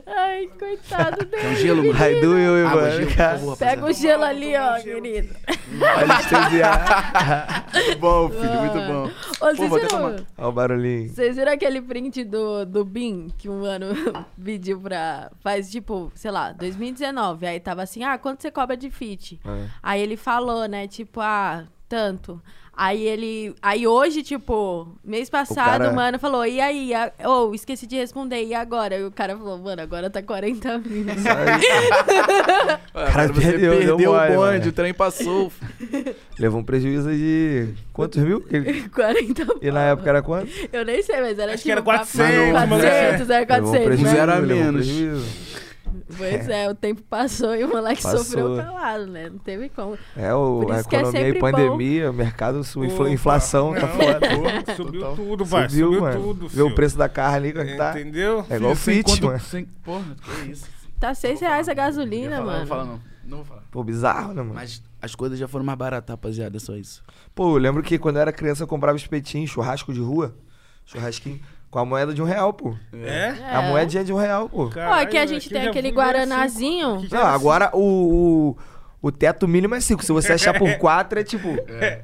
Ai, coitado dele. É um gelo, mano. Aí doeu, hein, Água, gelo, mano. por Cara, favor, Pega o rapaziada. gelo ali, ó, querido. Anestesiar. Muito bom, filho. Muito bom. Ô, Pô, vocês, vou até tomar. viram, Olha o barulhinho. vocês viram aquele print do, do Bin que um ano pediu pra. Faz tipo, sei lá, 2019. Aí tava assim: ah, quanto você cobra de fit? É. Aí ele falou, né? Tipo, ah, tanto. Aí ele. Aí hoje, tipo, mês passado, cara- o mano falou, e aí? A... Ou esqueci de responder, e agora? E o cara falou, mano, agora tá 40 mil. Cara, você perdeu, perdeu, deu o mole, bonde, mano. o trem passou. Levou um prejuízo de. Quantos mil? E- 40 E na época era quanto? Eu nem sei, mas era Acho tipo, que era pra- 400, mano. 400, assim. era Levou um 400. prejuízo, né? Zero a levou um menos. prejuízo. Pois é, o tempo passou e o moleque Passou. sofreu calado, né? Não teve como. É, o, Por a isso que é economia sempre e pandemia, o mercado, sua infla- Opa, inflação tá não, foda. pô, Subiu Total. tudo, vai. Subiu, tudo, Vê o filho. preço da carne ali, como é que tá. Entendeu? É igual o Sem fit, conto- mano. sem- porra, que isso. Tá 6 reais a gasolina, Eu ia mano. falar, Não vou falar, não. Não vou falar. Pô, bizarro, né, mano? Mas as coisas já foram mais baratas, rapaziada. É só isso. Pô, eu lembro que quando eu era criança eu comprava espetinho, churrasco de rua, churrasquinho, com a moeda de um real, pô. É? A moedinha de um real, pô. Ó, aqui a gente tem aquele assim. guaranazinho. Não, agora o, o, o teto mínimo é 5. Se você achar por 4, é tipo.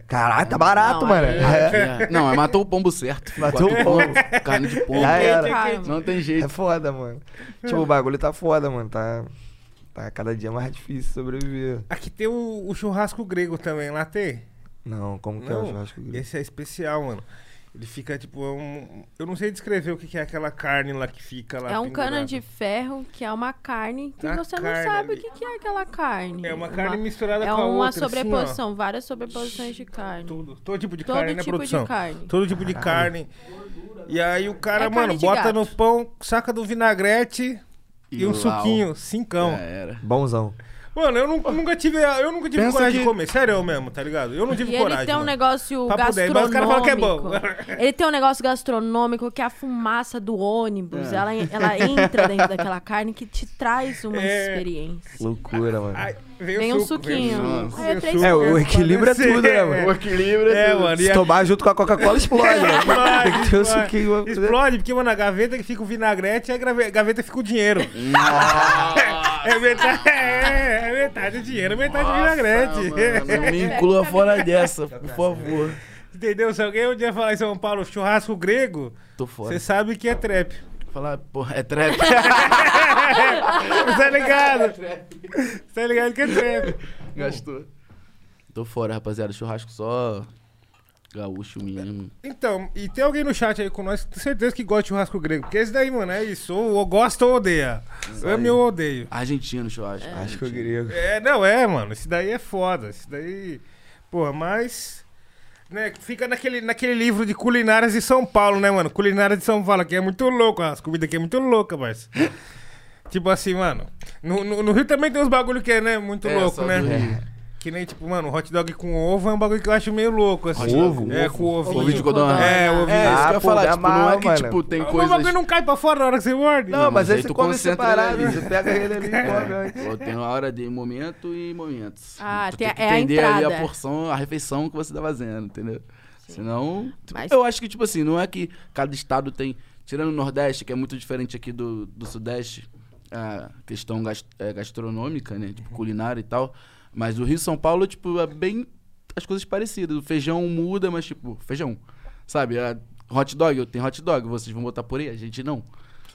Caralho, tá barato, Não, mano. aí- É, É. Não, mas matou o pombo certo. filho. Matou Quatro o pombo. pombos, Carne de pombo. Já era. Cara, Não tem jeito. é foda, mano. Tipo, o bagulho tá foda, mano. Tá, tá cada dia mais difícil sobreviver. Aqui tem o, o churrasco grego também, lá tem? Não, como que é o Não, churrasco grego? esse é especial, mano. Ele fica tipo. é um- eu não sei descrever o que que é aquela carne lá que fica lá. É um cano pendurada. de ferro que é uma carne que A você não carne sabe ali. o que, que é aquela carne. É uma carne misturada É com a uma outra. assim, ó. sobreposição, várias sobreposições de carne. Tudo. Todo tipo de Todo carne, né, tipo produção? de carne. Todo tipo de carne. E aí o cara, É carne mano, de bota gato. no pão, saca do vinagrete e, um uau. suquinho, cincão. É. Já era. Bonzão. Mano, eu nunca, nunca tive, a- eu nunca tive Pensa coragem de que- comer, sério eu mesmo, tá ligado? Eu não tive E coragem. ele tem um mano. negócio Papo dez, mas gastronômico. os caras falam que é bom. Ele tem um negócio gastronômico que é a fumaça do É. ônibus. Ela, ela entra dentro daquela carne que te traz uma É. experiência. Loucura, mano. Ai, veio Vem um suco, suquinho. veio suco, Aí veio é três suco. É, o equilíbrio é tudo, né, mano? É. equilíbrio É, mano, e Se a- tomar junto com a Então, Coca-Cola, explode, mano. Tem que ter um explode. suquinho. pra poder- Explode, porque, mano, a gaveta que fica o vinagrete, aí a grave- gaveta fica o dinheiro. é, metade, é, é metade o dinheiro, metade o vinagrete. Não me inclua fora dessa, por favor. Entendeu? Se alguém um dia falar em São Paulo churrasco grego, Tô fora. você sabe que é trap. Falar, porra, é trap. Você tá ligado? Você tá ligado que é trap. Gastou. Tô fora, rapaziada. Churrasco só gaúcho mesmo. Então, e tem alguém no chat aí com nós, tenho certeza que gosta de churrasco grego. Porque esse daí, mano, é isso. Ou, ou gosta ou odeia. Ame ou odeio. Argentino, churrasco. Acho que eu queria. É, não, é, mano. Esse daí é foda. Esse daí. Porra, mas. Né, fica naquele, naquele livro de culinárias de São Paulo, né, mano? Culinárias de São Paulo, que é muito louco. As comidas aqui é muito louca, parça. tipo assim, mano. No, no- no Rio também tem uns bagulho que é, né? Muito É, louco, só né? do Rio. Que nem, tipo, mano, hot dog com ovo é um bagulho que eu acho meio louco, assim. Ovo? É, com ovo. Ovo de codorna. É, ovo É, isso Ah, que eu ia pô, falar. dá Tipo, não é mal, que, mano. tipo, tem O bagulho coisas... não cai pra fora na hora que você morde. Não, mas mas aí esse tu come concentra separado. ele ali. Você pega ele ali e come É, antes. pô, tem uma hora de momento e momentos. Ah, tu tem tem, a- que é a entender ali entrada. a porção, a refeição que você tá fazendo, entendeu? Senão. tu- Mas- Eu acho que, tipo assim, não é que cada estado tem. Tirando o Nordeste, que é muito diferente aqui do, do Sudeste, a questão gas- é, gastronômica, né? Tipo, culinária e tal. Mas o Rio e São Paulo, tipo, é bem. as coisas parecidas. O feijão muda, mas, tipo, feijão. Sabe? A hot dog, eu tenho hot dog, vocês vão botar por aí, a gente não.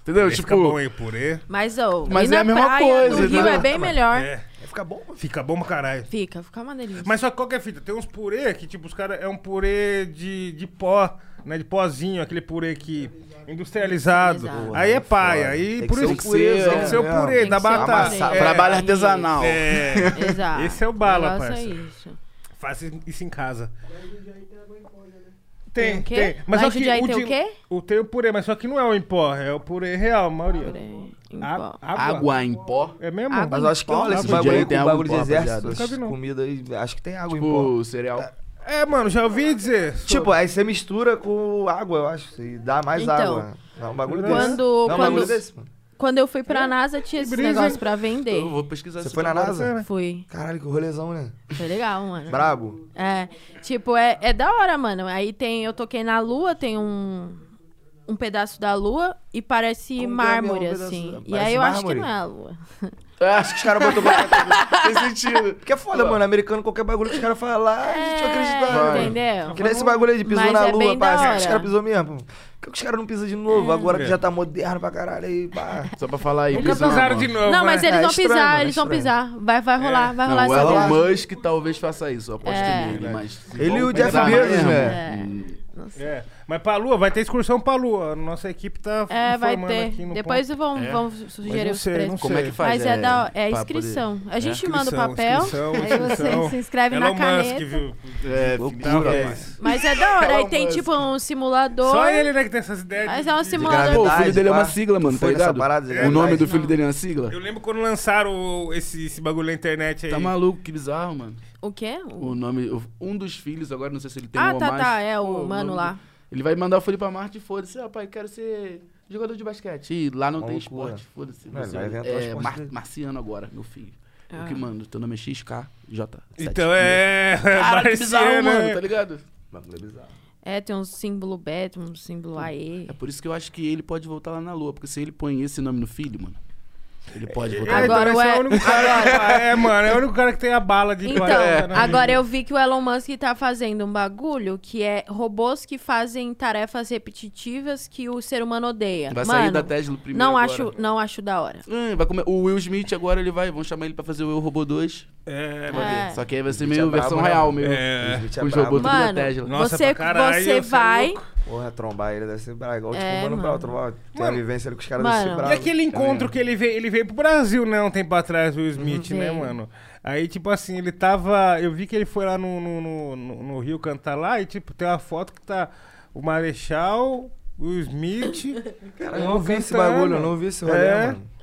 Entendeu? Aí tipo. Fica bom aí, purê. Mas, ô, Mas ir na é a mesma praia, coisa, No Rio né? é bem melhor. É, Fica bom, mano. fica bom pra caralho. Fica, fica uma delícia. Mas só que qual que é a fita? Tem uns purê que, tipo, os caras. É um purê de, de pó, né? De pozinho, aquele purê que. Industrializado. Industrializado. Aí é paia. Tem Aí que por ser isso o que purê, tem que ser o né? purê Tem da que ser o batata. purê. É, Trabalho artesanal. É. Exato. Esse é o bala, negócio parça. É isso. Faça isso em casa. Tem Tem, o quê? tem. Lá Mas só em que Jundiaí o, tem de- o quê? o tem o purê, mas só que não é o em pó, é o purê real, a maioria. Peraí, em Á- um pó. Água em pó. É mesmo? Água. Mas eu acho que olha esse Água em bagulho aí pó, com o água em bagulho de pó, exército, rapaziada. essas Nunca vi, não. comida aí, acho que tem água em pó. Tipo, cereal. É, mano, já ouvi dizer. Tipo, aí você mistura com água, eu acho, e dá mais Então, água. É um bagulho desse. quando- Não, um quando- bagulho desse, mano. Quando eu fui pra NASA, tinha esse É. brisa, negócio hein? pra vender. Eu vou pesquisar Você isso foi na agora. NASA? Fui. Caralho, que rolezão, né? Foi legal, mano. Brabo. É, tipo, é, é da hora, mano. Aí tem, eu toquei na lua, tem um, um pedaço da lua e parece Como que é mármore, mesmo o assim. pedaço? e aí Parece eu acho que mármore? não é a lua. Acho que os caras botam bagulho. Tem sentido. Porque é foda, mano. Americano, qualquer bagulho que os caras falar, a gente vai acreditar. É, né? entendeu? Que nem esse bagulho aí de pisou Mas na é lua, bem da pá. Os hora. É. caras pisou mesmo. Por que os caras não pisam de novo? Agora É. que já tá moderno pra caralho aí, pá. Só pra falar aí. Nunca pisando, pisaram ó. de novo. Não, mas né? É. eles É vão estranho, pisar, mano, eles vão estranho. pisar. Vai, vai rolar, vai rolar Não, o essa Elon viagem. Musk talvez faça isso, eu aposto É. nele, mas... Ele e o Vamos Jeff pensar Hum, Bezos, mesmo. né? É. É, mas pra lua, vai ter excursão pra lua. Nossa equipe tá É, vai formando aqui ter. no Depois vão, É. vão Mas sugerir não os sei, não preços. sei. Como é que faz? Mas é, da, é pra inscrição. A gente Inscrição, manda o papel, inscrição, aí você inscrição. se inscreve Elon na caneta. Musk, viu? poder- É, Loucura, Tá, é mano. isso. Mas é da hora. Aí Elon tem Musk. tipo um simulador. Só ele, né, que tem essas ideias. Mas de- é um de- simulador. gravidade, Pô, o filho dele é uma pá. sigla, mano, tá Foi nessa ligado? parada de O gravidade. nome do Não. filho dele é uma sigla? Eu lembro quando lançaram o- esse, esse bagulho na internet aí. Tá maluco, que bizarro, mano. O quê? O nome... o- Um dos filhos, agora não sei se ele tem Ah, um ou tá, mais. tá. É o Pô, mano nome lá. do- Ele vai mandar o filho pra Marte e foda-se. Ah, pai, quero ser jogador de basquete. E lá não Uma tem loucura. esporte, foda-se. Não, ele Você vai inventar um o É esporte mar- dele. marciano agora, meu filho. Ah. Eu que mando. Teu nome é XKJ. Então é. Cara, que bizarro, marciano, mano, é. tá ligado? Bagulho é bizarro. É, tem um símbolo beta, um símbolo AE. É por isso que eu acho que ele pode voltar lá na lua, porque se ele põe esse nome no filho, mano, ele pode Ele voltar Agora- também ué, é o único cara que- É, mano, é o único cara que tem a bala de Então, 40, né? agora eu vi que o Elon Musk tá fazendo um bagulho que é robôs que fazem tarefas repetitivas que o ser humano odeia. Vai Mano, sair da Tesla primeiro. não agora. acho, não acho da hora. Hum, vai comer- O Will Smith agora ele vai, vão chamar ele pra fazer o Eu Robô 2. É, mano. É. Só que aí vai ser Smith meio é brabo, versão né, real, mano? meio. tá É. Smith Os brabo. robôs tudo Mano, da Tesla. Nossa, você, pra caralho, você você é vai. louco. Porra, trombar ele deve ser brabo. Igual É, tipo o Mano mano. Brown, trombar. Tem a Mano. vivência ali com os caras Mano. desse brabo. Tá, E aquele encontro que ele veio, ele veio pro Brasil, né, um tempo atrás, o Will Smith, né, Veio. mano? Aí, tipo assim, ele tava. Eu vi que ele foi lá no, no, no- no- no Rio cantar lá e, tipo, tem uma foto que tá o Marechal, o Will Smith. Caralho, eu não vi esse bagulho, eu não vi esse rolê, É. mano.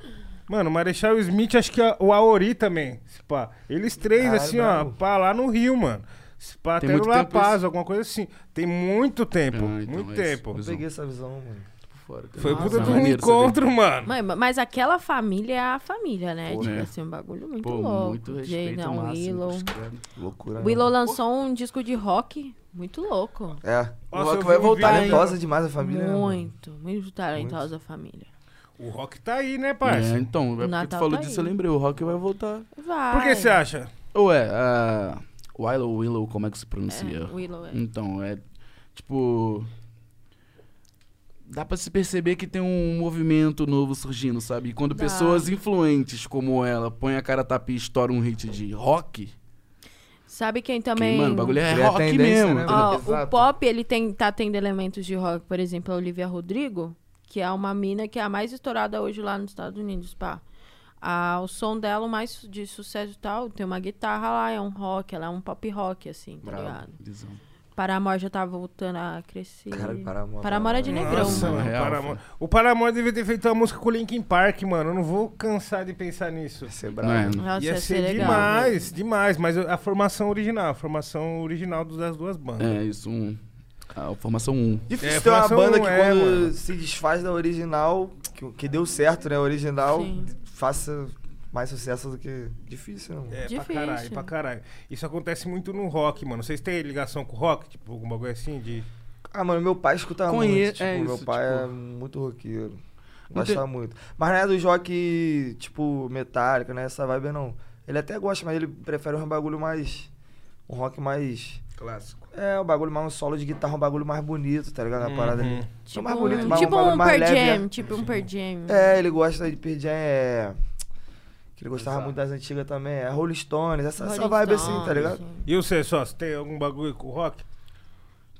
Mano, o Marechal Smith, acho que a- o Aori também. se pá. Eles três, Caralho, assim, ó, brabo. pá, lá no Rio, mano. Se pá, Tem até no muito La tempo Paz, isso? alguma coisa assim. Tem muito tempo, Ah, então muito é isso. tempo. Eu peguei essa visão, mano. Fora, cara. Foi Nossa, puta de um maneiro, você encontro, mano. Mãe, ma- mas aquela família é a família, né? Pô, tipo né? assim, um bagulho muito Pô, louco. muito Jay, respeito não, máximo Willow. pros caras. Loucura. né? Willow lançou um disco de rock muito louco. É. Nossa, o Rock eu vai vi um voltar, vídeo- hein? Talentosa demais a família. né, mano? muito, muito talentosa a família. O Rock tá aí, né, É, parça? então, é porque tu Natal falou tá disso, aí. eu lembrei, o Rock vai voltar. Vai. Por que você acha? Ou é, a. Willow, Willow, como é que se pronuncia? É, Willow, é. Então, é tipo. Dá pra se perceber que tem um movimento novo surgindo, sabe? E quando Dá. pessoas influentes como ela põem a cara a tapa e estouram um hit de rock, Sabe quem que, também. mano, o bagulho é Cria rock tendência, mesmo. né, entendeu? Ó, o Exato. pop, ele tem, tá tendo elementos de rock, por exemplo, a Olivia Rodrigo, que é uma mina que é a mais estourada hoje lá nos Estados Unidos, pá. Ah, o som dela, o mais su- de sucesso e tal, tem uma guitarra lá, é um rock, ela é um pop rock, assim, tá Bravo, ligado? visão. Paramore já tá voltando a crescer. Caralho, Paramore. Paramore é de negrão. Nossa, mano. mano, Real, Paramore. O Paramore devia ter feito uma música com o Linkin Park, mano. Eu não vou cansar de pensar nisso. Vai ser é, brabo. Mano, Nossa, Ia ser, legal. demais, demais. Mas a formação original, a formação original dos- das duas bandas. É, isso um. A formação 1. Um. Difícil É, ter uma formação banda que não é, quando mano. se desfaz da original, que, que deu certo, né? Original, Sim. faça mais sucesso do que. Difícil, né? mano? É, pra Difícil. caralho, pra caralho. Isso acontece muito no rock, mano. Vocês têm ligação com o rock? Tipo, algum bagulho assim de... Ah, mano, meu pai escutava Conhe- muito. Tipo, é meu isso, pai tipo- é muito roqueiro. Não Gostava muito. Mas não é do rock, tipo, metálico, né? Essa vibe não. Ele até gosta, mas ele prefere um bagulho mais. Um rock mais. Clássico. É, um bagulho mais um solo de guitarra, um bagulho mais bonito, tá ligado? Uma parada Uhum. Uhum. ali. Tipo mais bonito, um, mais- tipo um bagulho um mais Per leve, Jam, né? tipo um Per Jam. Uhum. É, ele gosta de Pearl Jam, é. Que ele gostava Exato. muito das antigas também. É Rolling Stones, essa, essa Rolling vibe assim, Stones, tá ligado? gente. E você, sócio, tem algum bagulho com o rock?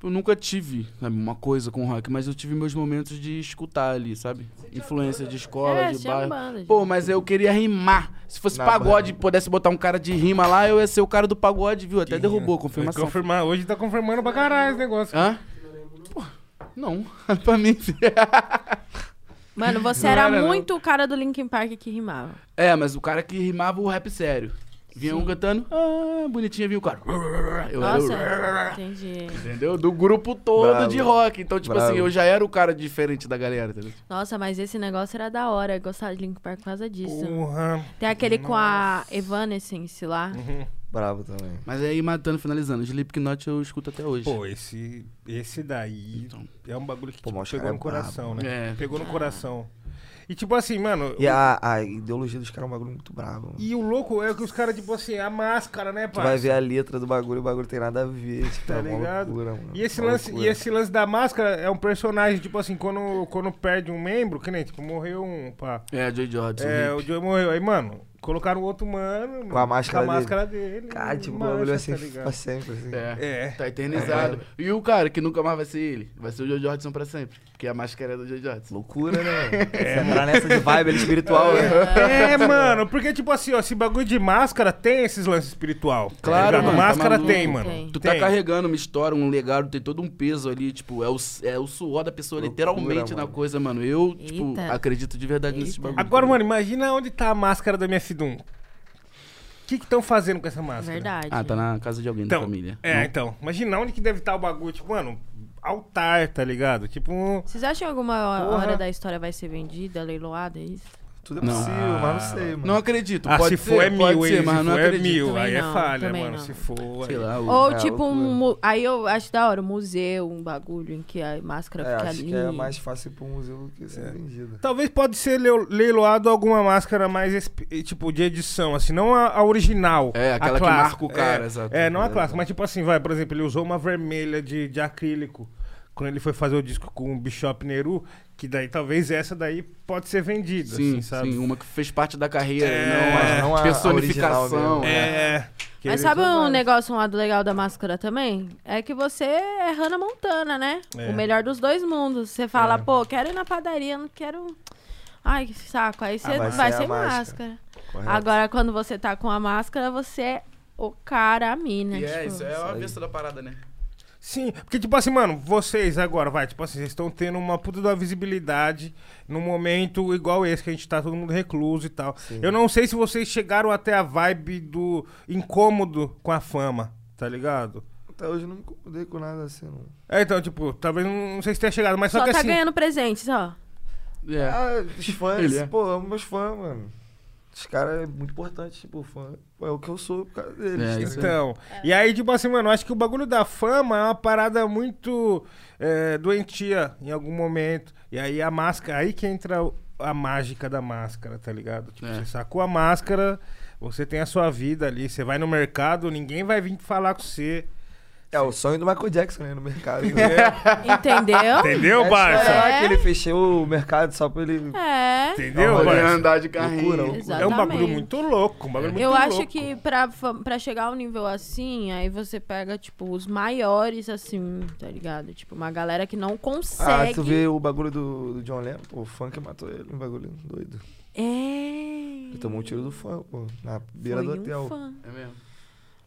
Eu nunca tive sabe, uma coisa com rock, mas eu tive meus momentos de escutar ali, sabe? Influência de escola, É, de tinha bairro. banda, gente. Pô, mas eu queria rimar. Se fosse Na pagode banda. e pudesse botar um cara de rima lá, eu ia ser o cara do pagode, viu? Até derrubou a é? confirmação. Confirmar. Hoje tá confirmando pra caralho esse negócio. Hã? Pô, não. pra mim. Mano, você Não era, era, não. muito o cara do Linkin Park que rimava. é, mas o cara que rimava o rap sério. Vinha um Sim. cantando, ah, bonitinha, vinha o cara. Eu era o- Nossa, entendi. Entendeu? Do grupo todo Bravo. de rock. Então, tipo Bravo. assim, eu já era o cara diferente da galera, entendeu? Nossa, mas esse negócio era da hora. Eu gostava de Linkin Park por causa disso. Porra. Tem aquele com a Evanescence lá. Uhum. Bravo também. Mas aí, matando, finalizando, Slipknot eu escuto até hoje. Pô, esse, esse daí Então. é um bagulho que Pô, tipo, mas o pegou cara é no coração, brabo. né? É. Pegou no coração. E tipo assim, mano... E a, a ideologia dos caras é um bagulho muito bravo. Mano. E o louco é que os caras, tipo assim, a máscara, né, Tu vai pai? ver a letra do bagulho, o bagulho tem nada a ver, tipo, Tá é uma ligado? loucura, mano. E esse, Uma lance, e loucura. esse lance da máscara é um personagem, tipo assim, quando, quando perde um membro, que nem, tipo, morreu um, pá. É, Joy Jordison. É, Hip. o Joey morreu. Aí, mano, colocaram outro mano. Com a máscara com a dele. máscara dele. Cara, tipo, o Marcha, bagulho vai tá ser ligado? pra sempre, assim. É. É. Tá eternizado. E o cara que nunca mais vai ser ele? Vai ser o Joe Jordison pra sempre. Porque a máscara é do Joe Jordison. Loucura, né? mano? Você entrar nessa de vibe ali espiritual, né? É, mano, porque, tipo assim, ó, esse bagulho de máscara tem esses lances espiritual. tá Claro, ligado? mano, tá Máscara maluco. tem, mano. Tem. Tu tá Tem. carregando uma história, um legado, tem todo um peso ali, tipo, é o, é o suor da pessoa Loucura, literalmente na mano. coisa, mano. Eu, tipo, Eita. acredito de verdade nesse Eita. bagulho. Agora, mano, imagina onde tá a máscara do MS Doom. O que que estão fazendo com essa máscara? é Verdade. Ah, tá na casa de alguém Então, da família. É, Não? então. Imagina onde que deve estar o bagulho, tipo, mano, altar, tá ligado? Tipo, um- Vocês acham que alguma Porra. hora da história vai ser vendida, leiloada, é isso? Tudo é Não. possível, mas não sei, mano. Não acredito. ah, pode se ser, for é pode mil, ser, hein? mas Se não for é acredito. mil, Também aí é não, falha, também mano. não. Se for... Sei aí- lá, o- Ou é, tipo loucura. um. mu- Aí eu acho da hora, um museu, um bagulho em que a máscara É, fica acho ali. que é mais fácil ir pra um museu do que ser É. vendido. Talvez pode ser leu- leiloado alguma máscara mais, esp- eh, tipo, de edição, assim, não a, a original. É, a aquela que clássica. marca o cara, é, exato. É, não a É, clássica, mas tipo assim, vai, por exemplo, ele usou uma vermelha de, de acrílico quando ele foi fazer o disco com o Bishop Neru, que daí talvez essa daí pode ser vendida, Sim, assim, sabe? sim, uma que fez parte da carreira, É, mas não não a a personificação. original mesmo. né? É. que Mas ele sabe usou um várias. negócio um lado legal da máscara também? É que você é Hannah Montana, né? É. O melhor dos dois mundos. Você É. fala, pô, quero ir na padaria, não quero. um-" Ai, que saco. Aí você vai vai ser Ah, é a sem máscara. máscara. Correto. Agora, quando você tá com a máscara, você é o cara, a mina. E é, tipo. isso é a besta da parada, né? Sim, porque, tipo assim, mano, vocês agora, vai, tipo assim, vocês estão tendo uma puta da visibilidade num momento igual esse, que a gente tá todo mundo recluso e tal. Eu não sei se vocês chegaram até a vibe do incômodo com a fama, tá ligado? Até hoje eu não me incomodei com nada assim, não. É, então, tipo, talvez não, não sei se tenha chegado, mas só, Só, que tá assim. ganhando presente, só. É. Ah, os fãs, Ele é. pô, amo meus fãs, mano. Os caras é muito importante, tipo, fã. Pô, é o que eu sou por causa deles. É, tá isso ligado? Então, e aí, tipo assim, mano, eu acho que o bagulho da fama é uma parada muito é, doentia em algum momento. E aí a máscara, aí que entra o- a mágica da máscara, tá ligado? Tipo, É. você sacou a máscara, você tem a sua vida ali, você vai no mercado, ninguém vai vir falar com você. é o sonho do Michael Jackson né, no mercado. É, Entendeu? Entendeu, é, Barça? será que ele fechou o mercado só pra ele. É. Entendeu, Olha, Barça? andar de carrinho. Loucura, loucura. É um bagulho Exatamente. muito louco, um bagulho muito Eu louco. acho que pra, fa- pra chegar a um nível assim, aí você pega, tipo, os maiores, assim, tá ligado? Tipo, uma galera que não consegue. Ah, tu vê o bagulho do, do John Lennon, pô, o funk matou ele, um bagulho doido. É. Ele tomou um tiro do fã, pô, na beira Foi do É. um hotel. fã. É mesmo.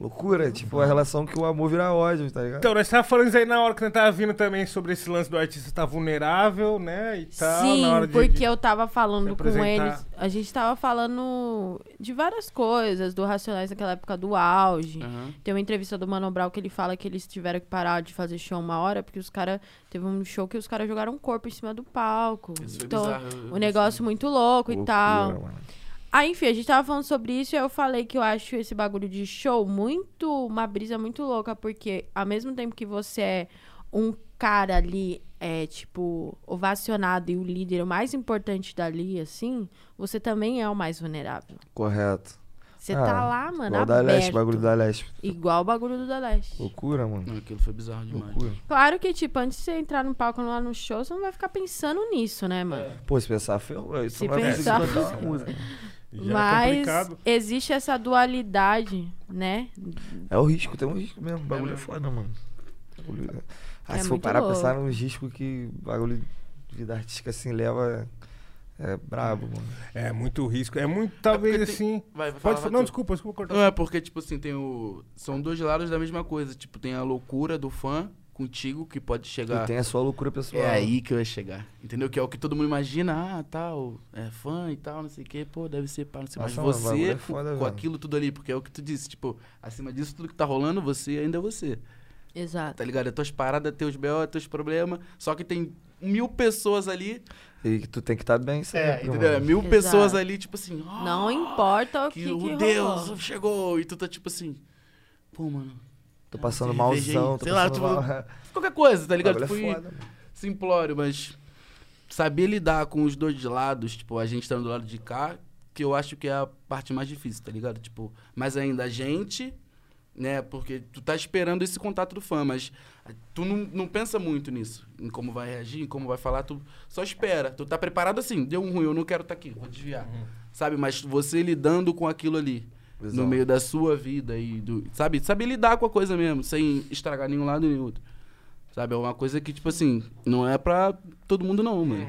O Loucura, tipo, a relação que o amor vira ódio, tá ligado? Então, nós tava falando isso aí na hora que nós tava vindo também sobre esse lance do artista estar vulnerável, né? E tal, Sim, na hora de, porque de... eu tava falando se com apresentar. eles. A gente tava falando de várias coisas, do Racionais naquela época do auge. Aham. Tem uma entrevista do Mano Brown que ele fala que eles tiveram que parar de fazer show uma hora, porque os caras. Teve um show que os caras jogaram um corpo em cima do palco. Isso foi então, bizarro, eu- eu- um negócio muito louco e tal. Loucura, mano. Ah, enfim, a gente tava falando sobre isso e eu falei que eu acho esse bagulho de show muito. uma brisa muito louca, porque ao mesmo tempo que você é um cara ali, é, tipo, ovacionado e o líder o mais importante dali, assim, você também é o mais vulnerável. Correto. Você Ah, tá lá, mano, Igual da Leste, aberto. bagulho da Leste. Igual o bagulho do Da Leste. Loucura, mano. Não, aquilo foi bizarro demais. Loucura. Claro que, tipo, antes de você entrar no palco lá no show, você não vai ficar pensando nisso, né, mano? É, Pô, se pensar, ferrou. Isso é Se não vai conseguir pensar- cantar essa música. Já é Mas complicado. existe essa dualidade, né? É o risco, tem um risco mesmo. O bagulho é, mesmo. foda, mano. O Bagulho... Ah, É se for muito parar pra louco. pensar nos riscos que o bagulho de vida artística assim leva. É brabo, mano. É muito risco. É muito, talvez porque tem- assim. Vai, vai falar, Pode vai falar. Não, tu. desculpa, desculpa cortar. Não, é porque, tipo assim, tem o. São dois lados da mesma coisa. Tipo, tem a loucura do fã contigo, que pode E chegar. tem a sua loucura pessoal. Tá. É aí que eu ia chegar. Entendeu? Que é o que todo mundo imagina, ah, tal, é fã e tal, não sei o quê, pô, deve ser pá, não sei Nossa, Mas mano, o você bagulho é com- foda, com, velho. aquilo tudo ali, porque é o que tu disse, tipo, acima disso tudo que tá rolando, você ainda é você. Exato. Tá ligado? É tuas paradas, é teus B.O., é teus problemas. Só que tem mil pessoas ali. E que tu tem que estar bem É, sempre, entendeu? É, mano. Mil Exato. pessoas ali, tipo assim, ó, Não importa o que, que que o rolou. Deus chegou. E tu tá tipo assim, pô, mano. Tô passando Cerveja malzão, aí, tô sei lá, passando tu- mal. Qualquer coisa, tá O ligado? bagulho é Tipo, e- foda, mano. simplório, mas saber lidar com os dois lados, tipo, a gente estando do lado de cá, que eu acho que é a parte mais difícil, tá ligado? Tipo, mas ainda a gente, né, porque tu tá esperando esse contato do fã, mas tu não, não pensa muito nisso, em como vai reagir, em como vai falar, tu só espera. Tu tá preparado assim, deu um ruim, eu não quero estar aqui, vou desviar. Sabe, mas você lidando com aquilo ali, Visão. no meio da sua vida e do, sabe, saber lidar com a coisa mesmo, sem estragar nenhum lado nem outro. Sabe? É uma coisa que, tipo assim, não é pra todo mundo, não, mano.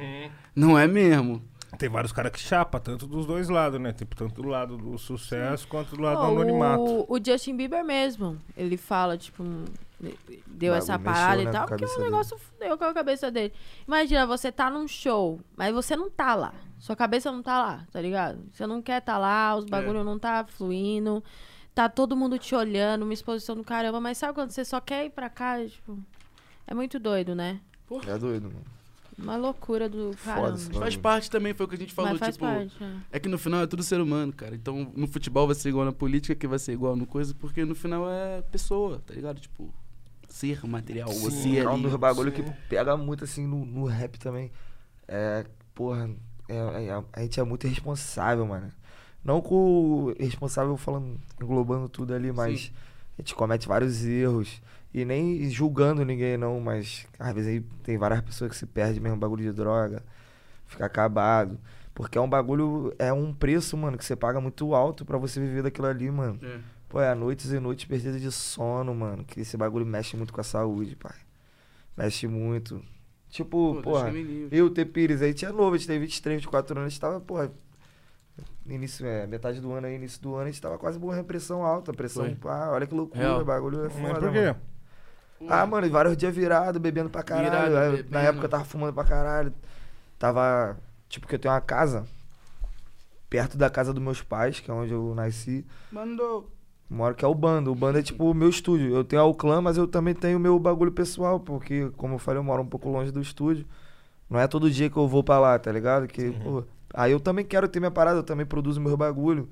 Não é mesmo. Tem vários caras que chapa, tanto dos dois lados, né? Tipo, tanto do lado do sucesso quanto do lado Oh, Ó, do anonimato. o, o Justin Bieber mesmo, ele fala, tipo, um- deu Bagulho essa mexeu, parada né, e tal, com a porque o cabeça dele. negócio fudeu com a cabeça dele. Imagina, você tá num show, mas você não tá lá. Sua cabeça não tá lá, tá ligado? Você não quer tá lá, os bagulho não tá fluindo, tá todo mundo te olhando, uma exposição do caramba, mas sabe quando você só quer ir pra casa, tipo... É muito doido, né? É doido, mano. Uma loucura do caramba. Foda-se, Faz Bagulho. parte também, foi o que a gente falou, mas faz tipo. parte, né? É que no final é tudo ser humano, cara. Então no futebol vai ser igual na política, que vai ser igual no coisa, porque no final é pessoa, tá ligado? Tipo, ser material, você é um dos ali. bagulho que pega muito assim no, no rap também. É, porra, é- é- a, a gente é muito irresponsável, mano. Não com o responsável falando, englobando tudo ali, mas Sim. a gente comete vários erros. E nem julgando ninguém, não, mas às vezes aí tem várias pessoas que se perdem mesmo, bagulho de droga, fica acabado. Porque é um bagulho, é um preço, mano, que você paga muito alto pra você viver daquilo ali, mano. É. Pô, é noites e noites perdidas de sono, mano. Que esse bagulho mexe muito com a saúde, pai. Mexe muito. Tipo, Pô, porra, Deus que me livre. eu, T. Pires, aí tinha novo, a gente tem 23, 24 anos, a gente tava, porra, início, é, metade do ano aí, início do ano, a gente tava quase morrendo pressão alta, pressão, Foi. pá, olha que loucura, Real. bagulho é Mas foda, por quê? mano. Ah, mano, vários dias virado, bebendo pra caralho. Virado, aí, bebendo. Na época eu tava fumando pra caralho. Tava. Tipo, que eu tenho uma casa perto da casa dos meus pais, que é onde eu nasci. Mandou. Moro que é o bando. O bando é tipo o meu estúdio. Eu tenho a Uclã, mas eu também tenho o meu bagulho pessoal, porque, como eu falei, eu moro um pouco longe do estúdio. Não é todo dia que eu vou pra lá, tá ligado? Que, pô, aí eu também quero ter minha parada, eu também produzo meu bagulho.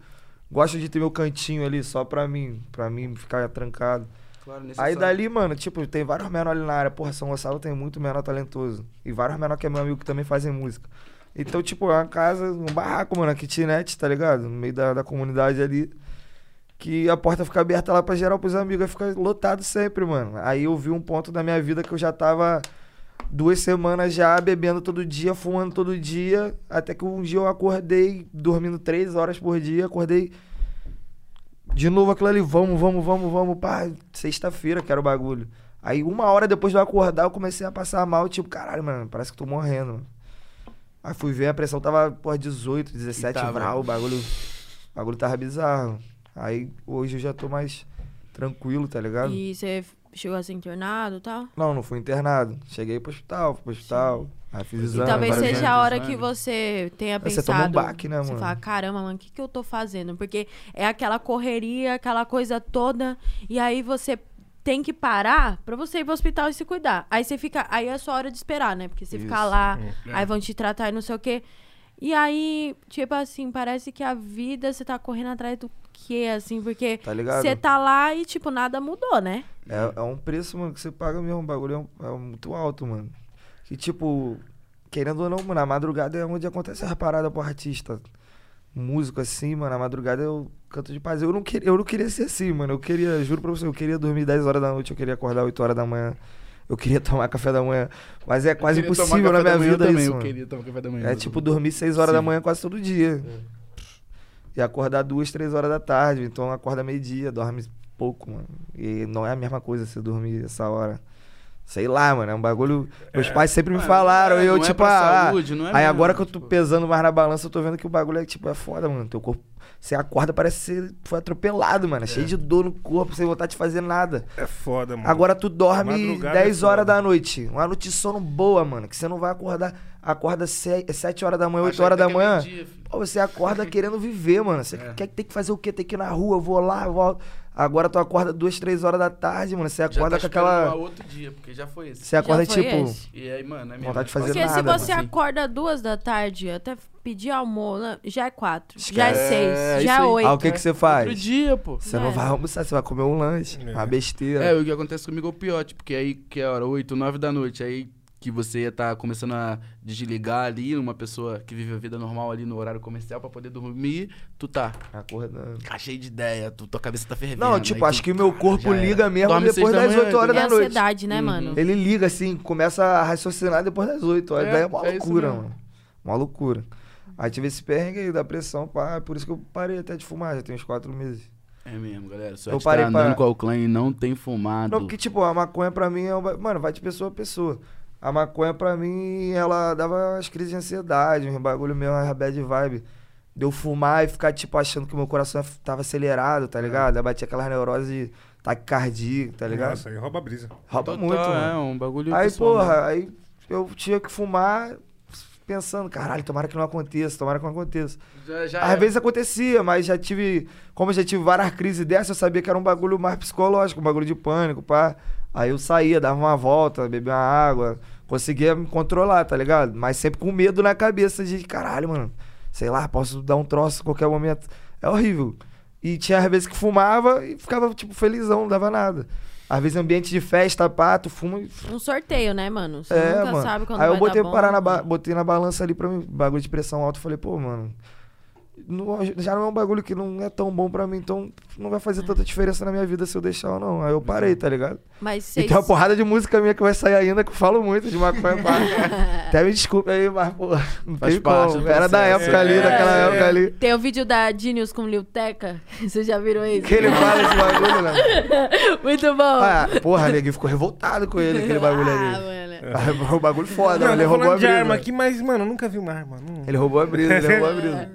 Gosto de ter meu cantinho ali só pra mim, pra mim ficar trancado. Claro, Aí necessário. dali, mano, tipo, tem vários menor ali na área. Porra, São Gonçalo tem muito menor talentoso. E vários menor que é meu amigo que também fazem música. Então, tipo, é uma casa, um barraco, mano, a kitnet, tá ligado? No meio da, da comunidade ali. Que a porta fica aberta lá pra geral pros amigos. Aí fica lotado sempre, mano. Aí eu vi um ponto da minha vida que eu já tava duas semanas já bebendo todo dia, fumando todo dia. Até que um dia eu acordei dormindo três horas por dia. Acordei de novo aquilo ali, vamos, vamos, vamos, vamos, pá, sexta-feira que era o bagulho. Aí uma hora depois de eu acordar, eu comecei a passar mal, tipo, caralho, mano, parece que eu tô morrendo. Mano. Aí fui ver, a pressão tava, porra, 18, 17 E tava. grau, o bagulho, o bagulho tava bizarro. Aí hoje eu já tô mais tranquilo, tá ligado? E você chegou a ser internado e tal? Não, não fui internado. Cheguei pro hospital, fui pro hospital. Aí fiz E exame. talvez vários seja exames. a hora exame. que você tenha Aí pensado. você toma um baque, né, Você mano? fala, caramba, mano, o que, que eu tô fazendo? Porque é aquela correria, aquela coisa toda, e aí você tem que parar pra você ir pro hospital e se cuidar. Aí você fica. Aí é a sua hora de esperar, né? Porque você fica Isso. lá, Hum. É. aí vão te tratar e não sei o quê. E aí, tipo assim, parece que a vida você tá correndo atrás do quê, assim? Porque Tá ligado? você tá lá e, tipo, nada mudou, né? É, é um preço, mano, que você paga mesmo. O bagulho é um- é, um muito alto, mano. Que tipo, querendo ou não, mano, a madrugada é onde acontece as paradas pro artista. Músico assim, mano, a madrugada eu canto de paz. Eu não, queria, eu não queria ser assim, mano. Eu queria, juro pra você, eu queria dormir 10 horas da noite, eu queria acordar 8 horas da manhã. Eu queria tomar café da manhã. Mas é quase Eu queria tomar impossível na café da minha manhã vida também, isso, Eu mano. queria tomar café da manhã. É mas- tipo dormir 6 horas da Sim. manhã quase todo dia. E acordar 2, 3 horas da tarde. Então acorda meio-dia, dorme pouco, mano. E não é a mesma coisa se dormir essa hora. Sei lá, mano. É um bagulho. Meus pais sempre me Ah, falaram. não e é- eu, não é tipo, pra ah, saúde, não é aí mesmo, agora que eu tô tipo. pesando mais na balança, eu tô vendo que o bagulho é, tipo, é foda, mano. Teu corpo. Você acorda, parece que você foi atropelado, mano. É Cheio de dor no corpo, sem vontade de fazer nada. É foda, mano. Agora tu dorme Madrugada é 10 foda. horas da noite. Uma noite de sono boa, mano. Que você não vai acordar. Acorda 7 horas da manhã, 8 Achar horas até da que é manhã. meio-dia, É. filho. Pô, você acorda querendo viver, mano. Você quer, tem que fazer o quê? Tem que ir na rua, eu vou lá, eu volto. Agora tu acorda 2, 3 horas da tarde, mano. Você Já acorda tá com esperando aquela. pra outro dia, porque já foi esse. Você acorda foi tipo. esse. E aí, mano, é minha Vontade de fazer Porque nada, assim. se você mano. acorda duas da tarde, até pedir almoço, já é quatro, já é Esquece. seis, É, já isso é aí. oito. Ah, o que, que você faz? Outro dia, pô. Você não É. vai almoçar, você vai comer um lanche. É. Uma besteira. É, o que acontece comigo é o pior, tipo, que aí que é hora 8, 9 da noite, aí que você ia tá começando a desligar ali, uma pessoa que vive a vida normal ali no horário comercial pra poder dormir, tu tá Acordando. tá cheio de ideia, tu, tua cabeça tá fervendo. Não, tipo, aí acho tu- que o meu Ah, corpo já era. liga mesmo Dorme depois seis da das manhã, 8 horas é da noite. ansiedade, né, Uhum. mano? Ele liga assim, começa a raciocinar depois das 8 horas. É, daí é uma é isso loucura, mesmo. mano. Uma loucura. Aí tive esse perrengue aí da pressão, pá. Por isso que eu parei até de fumar, já tem uns 4 meses. É mesmo, galera. Só Eu eu parei tá pra- andando com o clã e não tem fumado. Não, porque, tipo, a maconha pra mim é. um ba- Mano, vai de pessoa a pessoa. A maconha pra mim, ela dava umas crises de ansiedade, um bagulho meio, uma bad vibe. De eu fumar e ficar, tipo, achando que meu coração f- tava acelerado, tá ligado? Aí batia aquelas neuroses de taquicardia, tá ligado? Nossa, aí rouba a brisa. Rouba Total, muito, mano. É, um bagulho Aí, pessoal, né? porra, aí eu tinha que fumar pensando, caralho, tomara que não aconteça, tomara que não aconteça. Já, já Às era. vezes acontecia, mas já tive, como eu já tive várias crises dessas, eu sabia que era um bagulho mais psicológico, um bagulho de pânico, pá. Aí eu saía, dava uma volta, bebia uma água, conseguia me controlar, tá ligado? Mas sempre com medo na cabeça de, caralho, mano, sei lá, posso dar um troço a qualquer momento. É horrível. E tinha às vezes que fumava e ficava, tipo, felizão, não dava nada. Às vezes ambiente de festa, pá, tu fuma e Um sorteio, né, mano? Você é, nunca mano. sabe quando Aí vai eu botei, dar bom. parar na ba- botei na balança ali pra mim, bagulho de pressão alta. Falei, pô, mano, não- já não é um bagulho que não é tão bom pra mim, então não vai fazer tanta diferença na minha vida se eu deixar ou não. Aí eu parei, tá ligado? Mas E vocês... tem uma porrada de música minha que vai sair ainda, que eu falo muito de maconha. pá. Até me desculpe aí, mas, pô, não Faz tem parte como. do Era da processo. época ali, É, daquela é. época ali. Tem o vídeo da Genius com Lilteca? Vocês já viram isso? Que ele fala esse bagulho, né? Muito bom. Ah, porra, neguinho ficou revoltado com ele, aquele bagulho Ah, ali. mano. O bagulho foda, né? não, ele tô roubou a falando de brisa. arma aqui, mas, mano, eu nunca vi uma arma. Não... Ele roubou a brisa, ele roubou a brisa.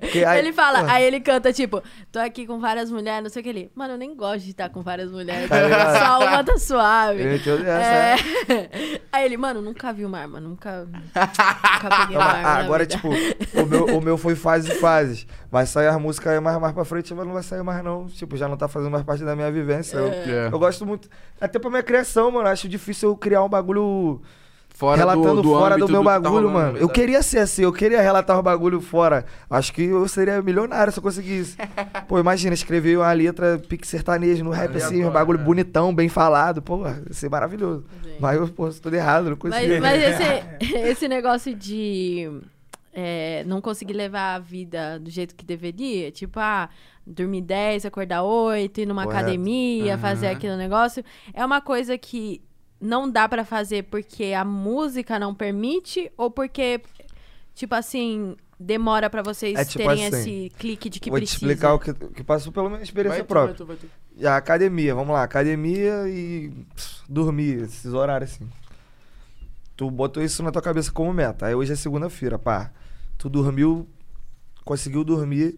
Porque aí- Ah, ele fala, porra. aí ele canta, tipo, tô aqui com várias mulheres, não sei o que ele. Mano, eu nem gosto de estar com várias mulheres. Tá ligado? só uma tá suave. Eu entendo essa, É. é. Aí ele, mano, nunca vi uma arma, nunca. nunca peguei Não, uma mas arma. na agora, vida. tipo, o meu, o meu foi fases e fases. Vai sair as músicas aí mais, mais pra frente, mas não vai sair mais, não. Tipo, já não tá fazendo mais parte da minha vivência. Eu, É. eu gosto muito. Até pra minha criação, mano. Acho difícil eu criar um bagulho Fora relatando fora do âmbito meu que tá bagulho, rolando, mano. na Eu verdade. queria ser assim, eu queria relatar o bagulho fora. Acho que eu seria milionário se eu conseguisse. Pô, imagina, escrever uma letra pique sertanejo no rap, assim, um Aleatório, bagulho é. bonitão, bem falado. Pô, ia ser maravilhoso. Sim. Mas eu, pô, tá tudo errado, não Mas, consegui. mas esse, esse negócio de é, não conseguir levar a vida do jeito que deveria, tipo, ah, dormir 10, acordar 8, ir numa Correto. Uhum. academia, fazer Aham. aquele negócio, é uma coisa que não dá pra fazer porque a música não permite ou porque, tipo assim, demora pra vocês É tipo terem assim, esse clique de que Vou te precisa. explicar o que, o que passou pela minha experiência Vai tu, própria. vai tu, vai tu. E a academia, vamos lá, academia e pss, dormir, esses horários assim. Tu botou isso na tua cabeça como meta. Aí hoje é segunda-feira, pá. Tu dormiu, conseguiu dormir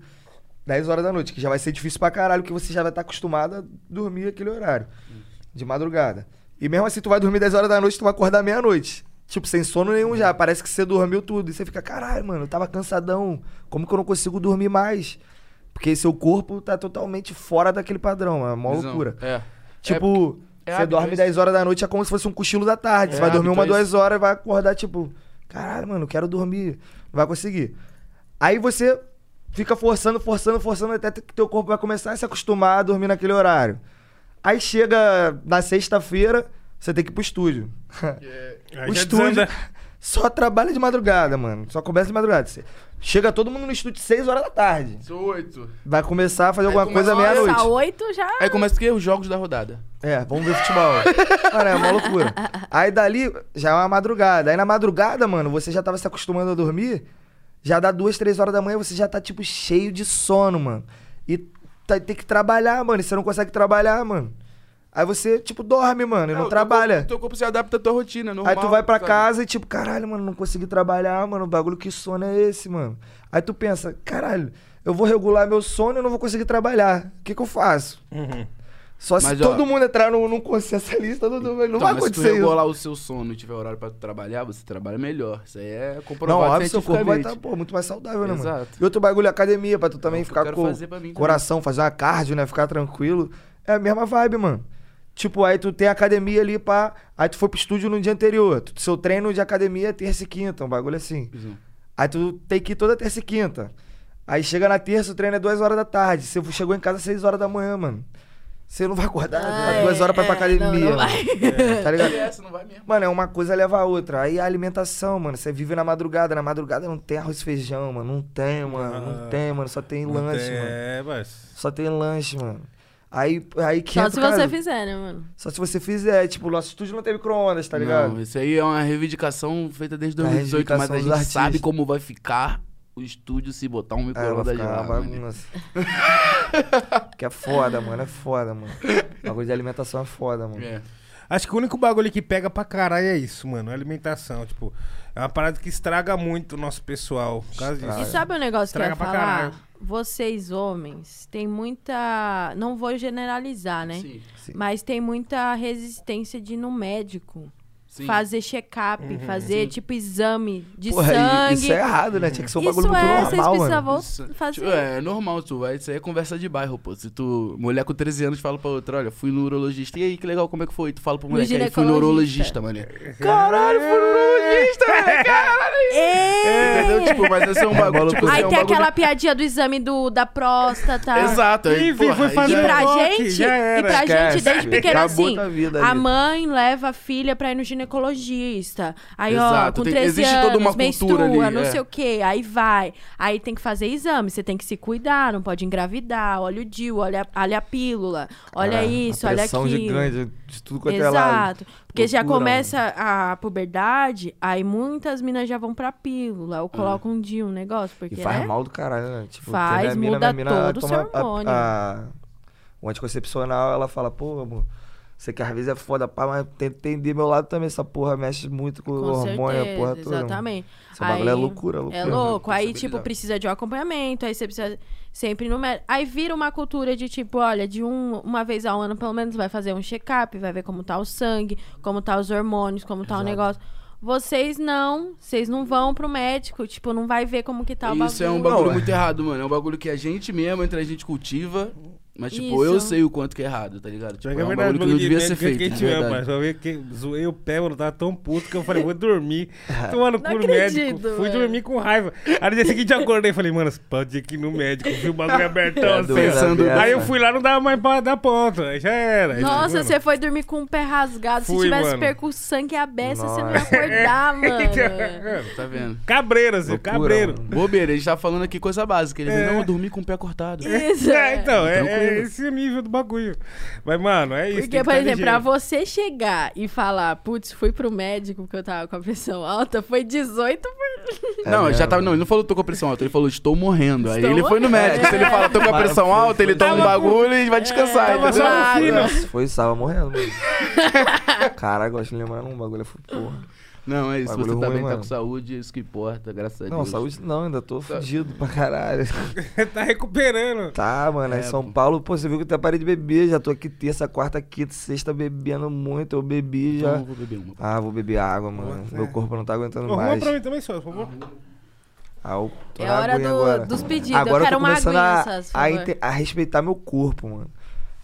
10 horas da noite, que já vai ser difícil pra caralho, porque você já vai estar acostumado a dormir aquele horário. De madrugada. E mesmo assim, tu vai dormir 10 horas da noite, tu vai acordar meia-noite. Tipo, sem sono nenhum já. Parece que você dormiu tudo. E você fica, caralho, mano, eu tava cansadão. Como que eu não consigo dormir mais? Porque seu corpo tá totalmente fora daquele padrão. É uma Visão. loucura. É. Tipo, é você hábito dorme isso. 10 horas da noite, é como se fosse um cochilo da tarde. É você vai dormir hábito uma, isso. duas horas e vai acordar, tipo, caralho, mano, eu quero dormir. Não vai conseguir. Aí você fica forçando, forçando, forçando, até que teu corpo vai começar a se acostumar a dormir naquele horário. Aí chega na sexta-feira, você tem que ir pro estúdio. Aí o já estúdio desanda. só trabalha de madrugada, mano. Só começa de madrugada. Você- Chega todo mundo no estúdio 6 horas da tarde. Sou oito. Vai começar a fazer Aí alguma começa coisa uma hora- meia-noite. Nossa, oito já. Aí começa o quê? Os jogos da rodada. É, vamos ver futebol. mano, é uma loucura. Aí dali já é uma madrugada. Aí na madrugada, mano, você já tava se acostumando a dormir. Já dá duas, três horas da manhã, você já tá, tipo, cheio de sono, mano. E tá- tem que trabalhar, mano. E você não consegue trabalhar, mano. Aí você, tipo, dorme, mano, e não, É, o teu trabalha. corpo- Teu corpo se adapta à tua rotina, é normal. Aí tu vai pra sabe? casa e tipo, caralho, mano, não consegui trabalhar, mano, o bagulho que sono é esse, mano? Aí tu pensa, caralho, eu vou regular meu sono e eu não vou conseguir trabalhar. O que que eu faço? Uhum. Só se Mas, ó- todo mundo entrar num, num consenso ali, todo mundo, não Então, vai mas se tu acontecer isso. regular o seu sono e tiver horário pra tu trabalhar, você trabalha melhor. Isso aí é Não, comprovado óbvio, seu corpo vai tá estar, cientificamente. pô, muito mais saudável, né, mano? Exato. E outro bagulho, academia, pra tu É também o que eu ficar quero com fazer pra mim né? também. coração, fazer uma cardio, né, ficar tranquilo. É a mesma vibe, mano. Tipo, aí tu tem a academia ali, pá, aí tu foi pro estúdio no dia anterior. Tu- Seu treino de academia é terça e quinta, um bagulho assim. Visão. Aí tu tem que ir toda terça e quinta. Aí chega na terça, o treino é 2 horas da tarde. Você chegou em casa às 6 horas da manhã, mano. Você não vai acordar Ah, é, 2 horas pra ir pra é, academia. não, não mano. vai. E Tá ligado? essa não vai mesmo. Mano, é uma coisa leva a outra. Aí a alimentação, mano. Você vive na madrugada. Na madrugada não tem arroz e feijão, mano. Não tem, mano. Não Ah, tem, mano. Só tem lanche, mano. É, mas. Só tem lanche, mano. Aí, aí que Só entra se o cara- você fizer, né, mano? Só se você fizer. Tipo, o nosso estúdio não tem micro-ondas, tá ligado? Tá Não, isso aí é uma reivindicação feita desde 2018, mas a reivindicação gente dos sabe artistas. como vai ficar o estúdio se botar um É, vai micro-ondas ficar lá. uma mano. bagunça. que é foda, mano. É foda, mano. O bagulho de alimentação é foda, mano. É. Acho que o único bagulho que pega pra caralho é isso, mano. A alimentação. Tipo, é uma parada que estraga muito o nosso pessoal. Por causa Estraga. disso. E sabe um negócio Estraga que eu pra ia falar? caralho. Vocês, homens, tem muita. Não vou generalizar, né? Sim, Sim. Mas tem muita resistência de ir no médico. sim. Fazer check-up, fazer, Sim. tipo, exame de Porra, e- sangue. isso é errado, né? Tinha que ser um bagulho Isso é, muito vocês normal, mano. precisavam Isso- fazer. tipo, é, é normal, tu vai. Isso aí é conversa de bairro, pô. Se tu. Mulher com 13 anos fala pra outra, olha, fui no urologista. E aí, que legal, como é que foi? Tu fala pro moleque, aí fui no ginecologista. urologista, mané. Caralho, fui no urologista, mané. Caralho. É, Ei! Entendeu? Tipo, mas esse é um bagulho. tipo, Aí assim, é um tem bagulho- aquela piadinha do exame do, da próstata. Exato. Aí, Ih, vi, porra, fui aí fazer já E é- pra Toque, gente, já era. e pra Esquece. gente desde pequeno Acabou assim, tua vida a ali. mãe leva a filha pra ir no ginecologista. Aí, Exato, ó, com tem- 13 existe anos, toda uma cultura menstrua, ali, não é. sei o quê, aí vai. Aí tem que fazer exame, você tem que se cuidar, não pode engravidar, olha o DIU, olha, olha a pílula, olha Cara, isso, É, a olha pressão aquilo. gigante de tudo quanto é lado. Exato. Porque já Loucura, começa a puberdade, aí muitas minas já vão pra pílula, ou colocam um DIU, um negócio, porque E faz né? mal do caralho, né? Tipo, Faz, teve a mina, muda minha mina todo o toma seu hormônio. a- a- o anticoncepcional, ela fala, pô, amor, você que às vezes é foda, pá, mas tem que entender meu lado também. Essa porra mexe muito com, Com o hormônio, a porra toda. mano. exatamente. Esse bagulho é Aí- loucura, loucura. É louco. Aí, responsabilidade. tipo, precisa de um acompanhamento, aí você precisa sempre no médico. Aí vira uma cultura de, tipo, olha, de um, uma vez ao ano, pelo menos, vai fazer um check-up, vai ver como tá o sangue, como tá os hormônios, como tá o Exato. negócio. Vocês não, vocês não vão pro médico, tipo, não vai ver como que tá o bagulho. Isso é um bagulho Não, é. muito errado, mano. É um bagulho que a gente mesmo, entre a gente cultiva. Mas, tipo, Isso. eu sei o quanto que é errado, tá ligado? Pior Tipo, que é um bagulho que não devia né? ser feito. Quem de te ama, verdade. tipo, mas só ver que zoei o pé, mano, tava tão puto que eu falei, vou dormir. Tomando cu Não no médico. acredito, Fui mano. dormir com raiva. Aí no dia seguinte eu acordei e falei, mano, pode ir aqui no médico, vi o bagulho abertão É, assim. ó. pensando- Aí eu fui lá, não dava mais pra dar ponto. Aí já né? era. Aí, Nossa, mano, você é foi dormir com o pé rasgado. Se Fui, tivesse mano. perco sangue a beça, você não ia Nossa. acordar, mano. mano, Tá vendo? Cabreiro, assim, Loucura, cabreiro. mano. Bobeira, a gente tá falando aqui coisa básica. Ele É. veio, não, eu dormi com o pé cortado. Isso. É, então, é, é Tranquilo. esse o nível do bagulho. Mas, mano, é isso. tem Porque, que por tá exemplo, pra ligeiro. você chegar e falar, putz, fui pro médico porque eu tava com a pressão alta, foi 18%. não, É já tava. mesmo. Não, ele não falou tô com a pressão alta, ele falou estou morrendo. Aí Estou ele foi no morrendo. É, médico. Se ele fala tô com a Mas pressão foi- alta, ele foi- toma um bagulho e tá vai descansar. tava um entendeu? só- Só no fino. Nossa, foi, estava morrendo, mano. Caralho, gosto de lembrar um bagulho. eu falei, Porra. Não, é isso. Bagulho Você ruim, também tá mano. com saúde, isso que importa, graças a Deus. Não, saúde não, ainda tô Tá. fudido pra caralho. tá recuperando. Tá, mano, aí É, São pô. Paulo, pô, você viu que eu até parei de beber, já tô aqui terça, quarta, quinta, sexta bebendo muito, eu bebi Então, já. eu vou beber uma. Ah, vou beber água, né? mano. Nossa, Meu é. corpo não tá aguentando Arruma mais. pra mim também, só, por favor. Ah, eu tô É na hora aguinha do- agora. dos pedidos. eu Agora quero tô uma começando aguinha, a, Sassi, por a, favor. inte- a respeitar meu corpo, mano.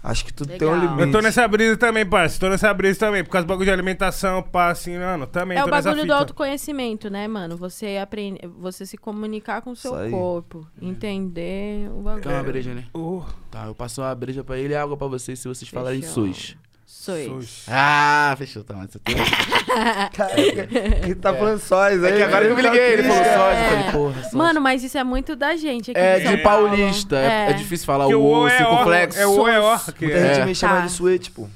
Acho que tudo tem um Legal. limite. Eu tô nessa brisa também, parceiro. Tô nessa brisa também. Por causa do bagulho de alimentação, pá, assim, mano. Também É tô o nessa bagulho do fita. autoconhecimento, né, mano? Você aprende, você se comunicar com o seu Isso aí. corpo, entender o Quer uma bagulho. breja, né? Oh, Tá, eu passo uma breja pra ele e água pra vocês se vocês falarem Fechou. SUS. Sou. sushi. Ah, fechou, tá, mas você tem. Caraca, ele tá falando sóis aí. É que agora eu me tá liguei, ele triste, falou cara. sóis, eu É. falei, porra, sóis. Mano, mas isso é muito da gente aqui é de São de Paulo. paulista, é, é difícil falar Porque o o O, é ó, circunflexo. É o O é ó. que Muita é. gente me chama Tá. de suete, É pô.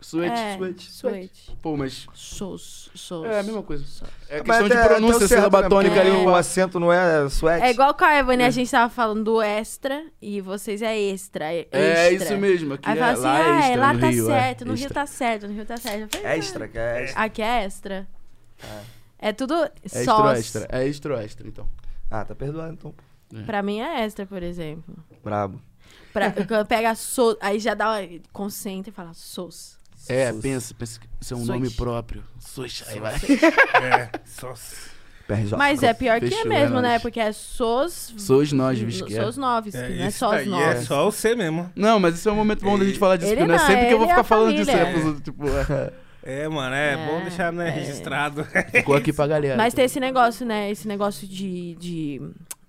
Suete, é. suete. Suete. Pô, mas Sos, sos. é a mesma coisa. Só- É Mas questão de até- até o pronúncia, certo, sílaba né? tônica ali. um- Porque o O ac- acento não é suete. É igual com a Evan, né? A gente tava falando do extra e vocês é extra. É, É extra. isso mesmo, aqui Aí é, fala assim, lá é ah, extra, é, lá no tá Rio, é certo, no Rio extra. tá certo, no Rio tá certo. Eu falei, "Ah, Extra, que é extra. Aqui é extra. É tudo É extra, sós. extra. É extra, extra, então. Ah, tá perdoado então. Pra mim é extra, por exemplo. Brabo. Pra, quando pega sos, aí já dá uma, concentra e fala sos. É, Sus. pensa, pensa que isso é um Sush. nome próprio. Sush, aí vai. É, sócio. PRJ. Mas é pior que é Fechou, mesmo, é né? nóis. Porque é sos... Sois nós, n- Sos Visquer. noves, É, que não é isso só os daí é noves. só você mesmo. Não, mas isso é um momento bom da gente falar disso, Ele porque não é não, sempre que eu vou ele é ficar a falando disso, família. né? pros outros, Tipo, é. É, mano, é, É, bom deixar né, é. registrado. ficou aqui pra galera. Mas tem esse negócio, né? Esse negócio de, de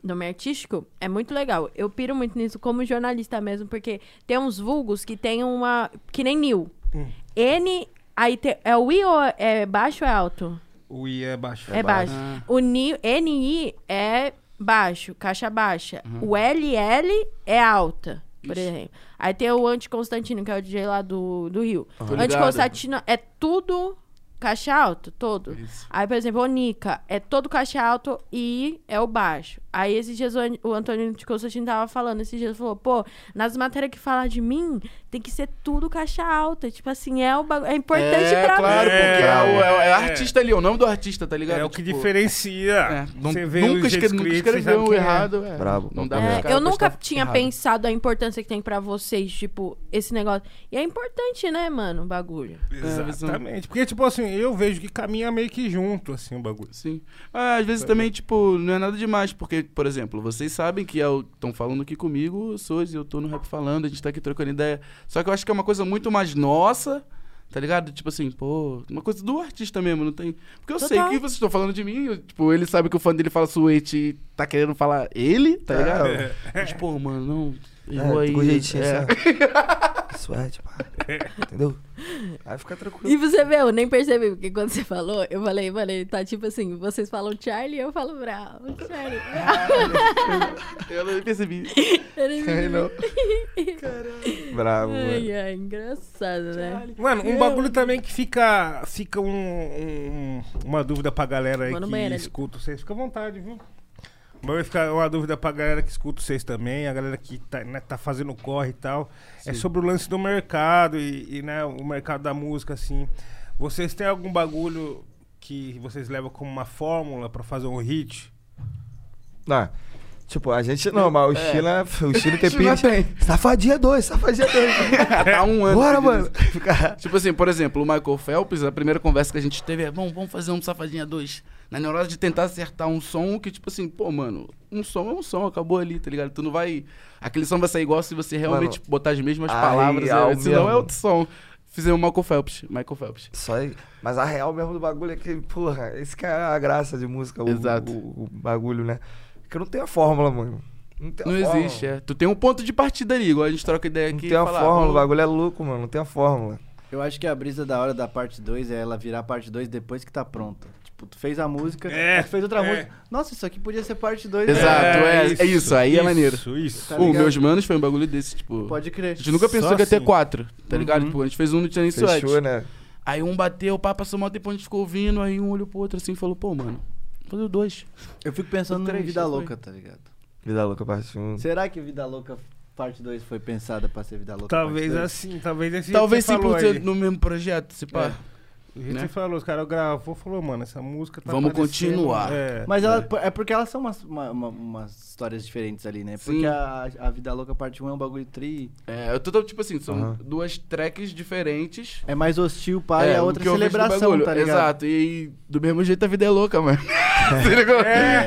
nome artístico é muito legal. Eu piro muito nisso como jornalista mesmo, porque tem uns vulgos que tem uma. Que nem Nil. Hum. N. Aí tem, é o I ou é baixo ou é alto? O I é baixo. É, baixo. Ah. O Ni, NI é baixo, caixa baixa. Uhum. O LL é alta, por Ixi. exemplo. Aí tem o Anticonstantino, que é o DJ lá do, do Rio. ligado. Anticonstantino é tudo caixa alto, todo. Isso. Aí, por exemplo, o Nica é todo caixa alto e é o baixo. Aí, esses dias, o An- o Antônio de Constantino tava falando, esses dias, falou, pô, nas matérias que falar de mim, tem que ser tudo caixa alta. Tipo assim, é, o bagu- é importante é, pra claro, mim. porque é, o, é o- é o É. artista ali, é o nome do artista, tá ligado? É o que Tipo, diferencia. É, não- Você vê nunca, os escre- nunca inscritos, você sabe escreveu o quem é. errado. É. Brabo, Não dá É, pra É, cara eu nunca postar tinha errado. pensado a importância que tem pra vocês, tipo, esse negócio. E é importante, né, mano, o bagulho. Exatamente. Porque, tipo assim, eu vejo que caminha meio que junto, assim, o bagulho. Sim. Ah, às vezes Tá também, tipo, não é nada demais, porque, por exemplo, vocês sabem que estão falando aqui comigo, eu sou e eu tô no rap falando, a gente tá aqui trocando ideia. Só que eu acho que é uma coisa muito mais nossa, tá ligado? Tipo assim, pô, uma coisa do artista mesmo, não tem. Porque eu sei Total. que vocês estão falando de mim, eu- tipo, ele sabe que o fã dele fala suete e tá querendo falar ele, tá ligado? É. Mas, pô, mano, não. É, Errou aí. com jeitinho, é. sabe? Suete, pá. Entendeu? Aí fica E tranquilo. você vê, eu nem percebi, porque quando você falou, eu falei, mano, ele tá tipo assim, vocês falam Charlie, eu falo Brown. Charlie, Eu não percebi. Brown. não. Bravo, mano. Ai, ai, engraçado, né? Mano, um bagulho também que fica, fica um, um- uma dúvida pra galera aí Vou no que banheiro ali. escuta vocês. Fica à vontade, viu? Vai ficar uma dúvida pra galera que escuta vocês também, a galera que tá, né, tá fazendo corre e tal. É sobre o lance do mercado e, e, né, o mercado da música, assim. Vocês têm algum bagulho que vocês levam como uma fórmula pra fazer um hit? Não, tipo, a gente não, mas o Chile, o Chile tem Chile pires. É. tem. Safadinha dois, safadinha dois. tá um ano. Bora, pedindo mano. Fica- Tipo assim, por exemplo, o Michael Phelps, a primeira conversa que a gente teve é, bom, vamos fazer um Safadinha 2. Na neurose de tentar acertar um som que, tipo assim, pô, mano, um som é um som, acabou ali, tá ligado? Tu não vai. Aquele som vai sair igual se você realmente botar as mesmas aí, palavras, ao né? senão é mesmo. outro som. Fizemos o Michael Phelps, Michael Phelps. Só aí. Mas a real mesmo do bagulho é que, porra, esse que é a graça de música, o, Exato. o- o bagulho, né? Porque não tem a fórmula, mano. Não, tem a Não fórmula. existe, é. Tu tem um ponto de partida ali, igual a gente troca ideia Não aqui. tem e a fala, ah, fórmula, o vamos- bagulho é louco, mano. Não tem a fórmula. Eu acho que a brisa da hora da parte 2 é ela virar parte 2 depois que tá pronta. Tipo, tu fez a música, É, aí tu fez outra é. música. Nossa, isso aqui podia ser parte né? 2. Exato, é, é isso, aí é maneiro. Isso, isso. Tá o ligado? Meus Manos foi um bagulho desse, tipo. Pode A crer. gente nunca pensou Só que ia ter assim. quatro, tá ligado? Tipo, a gente fez um no Tchanin Sweat. Fechou, né? Aí um bateu, pá, passou mal tempo, a gente ficou ouvindo, aí um olhou pro outro assim e falou, pô, mano, vou fazer o dois. Eu fico pensando O em três, Vida já foi. Louca, tá ligado? Vida louca, parte 1. Será que Vida Louca parte 2 foi pensada pra ser Vida Louca? parte Talvez dois? assim, talvez esse Talvez que você falou 100% aí. no mesmo projeto, se pá. Do jeito que Né? você falou, os caras gravou, falou, mano, essa música tá Vamos parecendo- continuar. É. Mas ela, é porque elas são umas, uma- uma- umas histórias diferentes ali, né? Porque Sim. a, a Vida Louca Parte 1 é um bagulho tri. É, eu tô, tipo assim, são Aham. duas tracks diferentes. É mais hostil, pai, é, o outra que eu vejo do celebração, bagulho. tá ligado? Exato, e do mesmo jeito a vida é louca, mano. Você ligou?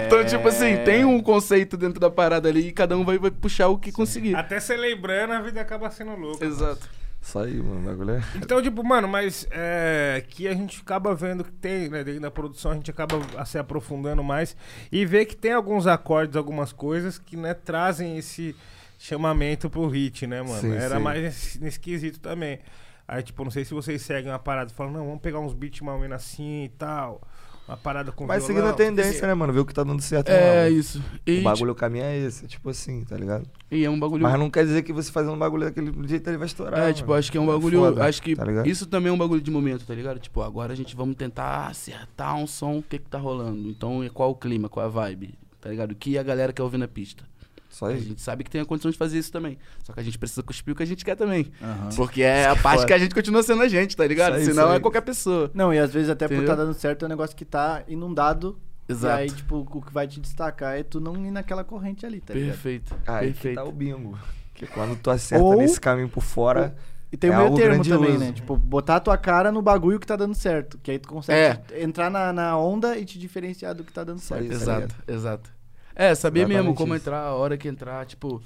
Então, tipo assim, tem um conceito dentro da parada ali e cada um vai, vai puxar o que conseguir. Até você lembrando, a vida acaba sendo louca. Exato. Isso aí, mano. o bagulho é- Então, tipo, mano, mas é, que a gente acaba vendo que tem, né, dentro da produção, a gente acaba a- se aprofundando mais e vê que tem alguns acordes, algumas coisas que, né, trazem esse chamamento pro hit, né, mano? Sim, Era sim. mais nesse, nesse quesito também. Aí, tipo, não sei se vocês seguem uma parada, falam, não, vamos pegar uns beats mais ou menos assim e tal, uma parada com Mas seguindo violão. a tendência, né, mano? Ver o que tá dando certo. É, não, isso. E, O bagulho, o caminho é esse, tipo assim, tá ligado? tipo, e é um bagulho. Mas não quer dizer que você fazendo um bagulho daquele jeito ele vai estourar. É, mano. tipo, acho que é um bagulho. foda, acho que tá ligado? isso também é um bagulho de momento, tá ligado? Tipo, agora a gente vamos tentar acertar um som, o que que tá rolando. Então, e qual o clima, qual a vibe, tá ligado? O que a galera quer ouvir na pista. Só A aí. gente sabe que tem a condição de fazer isso também. Só que a gente precisa cuspir o que a gente quer também. Aham. Porque é a parte Foda. que a gente continua sendo a gente, tá ligado? Isso aí, Senão isso aí. é qualquer pessoa. Não, e às vezes até por Entendeu? tá dando certo é um negócio que tá inundado. Exato. E aí, tipo, o que vai te destacar é tu não ir naquela corrente ali, tá ligado? Perfeito. Aí que perfeito. tá o bingo. Que quando tu acerta Ou- nesse caminho por fora, E tem É o meio algo termo também, grandioso. né? Tipo, botar a tua cara no bagulho que tá dando certo. Que aí tu consegue É. entrar na, na onda e te diferenciar do que tá dando Isso aí, certo. tá isso aí. ligado? Exato, exato. É, saber Exatamente mesmo como isso. entrar, a hora que entrar, tipo.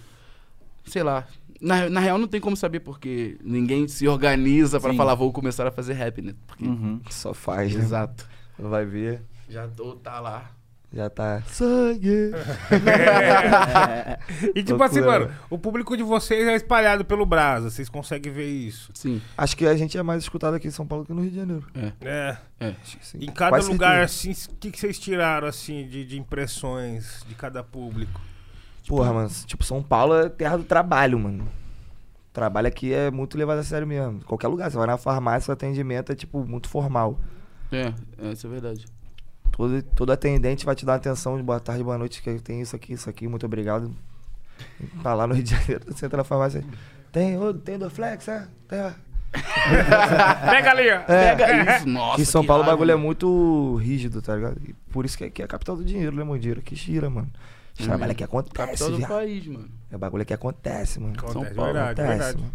Sei lá. Na, na real, não tem como saber porque ninguém se organiza pra Sim. falar, vou começar a fazer rap, né? Porque- Uhum. só faz, né? Exato. Não vai ver, Já tô, tá lá. já tá. Sangue! E, tipo Loucura, né? assim, mano, velho. o público de vocês é espalhado pelo Brasa, vocês conseguem ver isso. Sim. Acho que a gente é mais escutado aqui em São Paulo que no Rio de Janeiro. É. Acho que sim. Em cada Quase lugar, certeza. assim, o que, que vocês tiraram, assim, de, de impressões de cada público? Porra, mano. Tipo, São Paulo é terra do trabalho, mano. Trabalho aqui é muito levado a sério mesmo. Qualquer lugar, você vai na farmácia, o atendimento é, tipo, muito formal. É, essa é verdade. Todo, todo atendente vai te dar atenção de boa tarde, boa noite, que tem isso aqui, isso aqui, muito obrigado. Tá lá no Rio de Janeiro, você entra na farmácia. Tem, ô, tem Dorflex, é? Tem, ó. Ah, Pega ali, É. ó. Pega isso, nossa. Aqui em São que Paulo o raiva, bagulho é mano. muito rígido, tá ligado? E por isso que aqui é a capital do dinheiro, né, Mondiro? Que gira, mano. Os Uhum. É trabalhos mesmo. aqui acontece, Capital do viado. país, mano. É o bagulho que acontece, mano. Acontece, São Paulo, verdade, acontece, verdade. mano.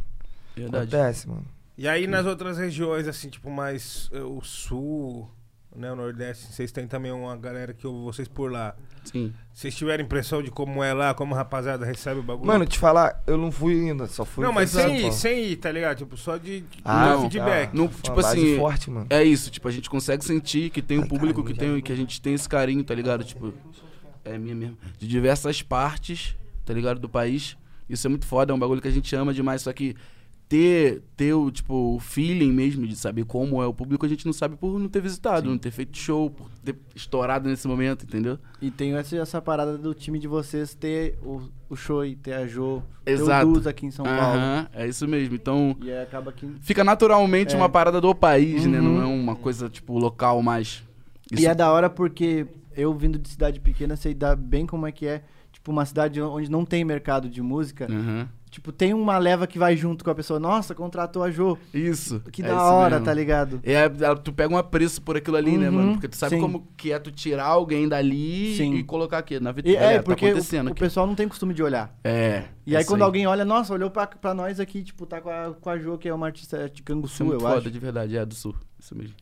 Verdade. Acontece, mano. E aí nas outras regiões, assim, tipo, mais eh, o sul, né, o nordeste, vocês têm também uma galera que ouve vocês por lá. Sim. Vocês tiveram impressão de como é lá, como a rapaziada recebe o bagulho? Mano, te falar, eu não fui ainda, só fui. não, mas pra São sem ir, Paulo. sem ir, tá ligado? Tipo, só de, de Ah, dar feedback. Não, Uma tipo base assim. forte, mano. É isso, tipo, a gente consegue sentir que tem um Ai, público caralho, que já tem, que a gente tem esse carinho, tá ligado? Tipo, é minha mesmo. De diversas partes, tá ligado? Do país. Isso é muito foda, é um bagulho que a gente ama demais, só que ter, ter o, tipo, o feeling mesmo de saber como é o público, a gente não sabe por não ter visitado, não ter feito show, por ter estourado nesse momento, entendeu? E tem essa, essa parada do time de vocês ter o, o Choi, ter a Jo, Exato. ter o Duz aqui em São Paulo. Aham, é isso mesmo. Então, E aí acaba que. fica naturalmente É. uma parada do país, né? Uhum. Não é uma coisa, tipo, local mais. E é da hora porque eu vindo de cidade pequena sei dar bem como é que é. Tipo, uma cidade onde não tem mercado de música. Aham. Tipo, tem uma leva que vai junto com a pessoa. Nossa, contratou a Jo. Isso. Que é da isso hora, mesmo. tá ligado? É, a- tu pega um apreço por aquilo ali, né, Uhum, mano? Porque tu sabe sim. como que é tu tirar alguém dali Sim. e colocar aqui na E vitrine. é, Olha, porque tá o- acontecendo o, aqui. pessoal não tem costume de olhar. É. E aí isso quando alguém olha, nossa, olhou pra, pra nós aqui, tipo, tá com a, com a Jo, que é uma artista de Isso é Canguçu, muito eu foda, acho. de verdade, é do sul. Isso mesmo.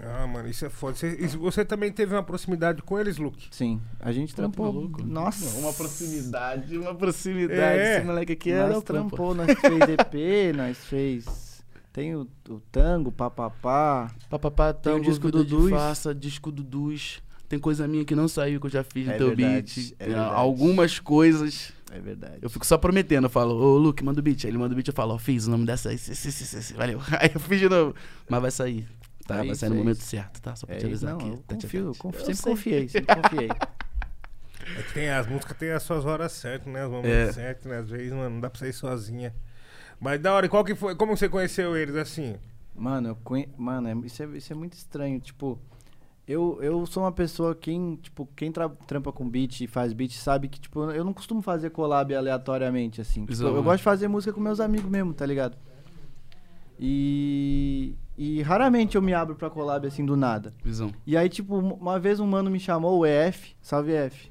Ah, mano, isso é foda. Você, isso- você também teve uma proximidade com eles, Luke? Sim, a gente Pô, tá trampou. maluco? Nossa. Uma proximidade, uma proximidade. É. Esse moleque aqui era nós o trampo. trampou, nós fez EP, nós fez... Tem o, o tango, papapá. Papapá, tem o um tá disco disco do do Duz. Duz. Faça, disco do Duz. Tem coisa minha que não saiu, que eu já fiz É no teu verdade, beat. é Ah, verdade. Algumas coisas. É verdade. Eu fico só prometendo. Eu falo, ô Luke, manda o beat. Aí ele manda o beat, eu falo, ó, fiz o nome dessa. Esse, esse, esse, esse, esse, valeu. Aí eu fiz de novo. Mas vai sair. Tá, É vai isso, sair no é momento isso. certo, tá? Só pra É te isso, avisar não, aqui. eu Tá, tchau, confio, eu tchau. confio, Eu sempre sei. confiei, sempre confiei. É que tem, as músicas têm as suas horas certas, né? Os momentos É. certos, né? Às vezes, mano, não dá pra sair sozinha. Mas da hora, e qual que foi? Como você conheceu eles, assim? Mano, eu conhe... Mano é- isso, é, isso é muito estranho. Tipo, eu, eu sou uma pessoa, quem, tipo, quem tra- trampa com beat e faz beat sabe que, tipo, eu não costumo fazer collab aleatoriamente, assim. Tipo, Isso, eu né? gosto de fazer música com meus amigos mesmo, tá ligado? E. E raramente eu me abro pra collab assim do nada. Visão. E aí, tipo, uma vez um mano me chamou, o EF, salve EF.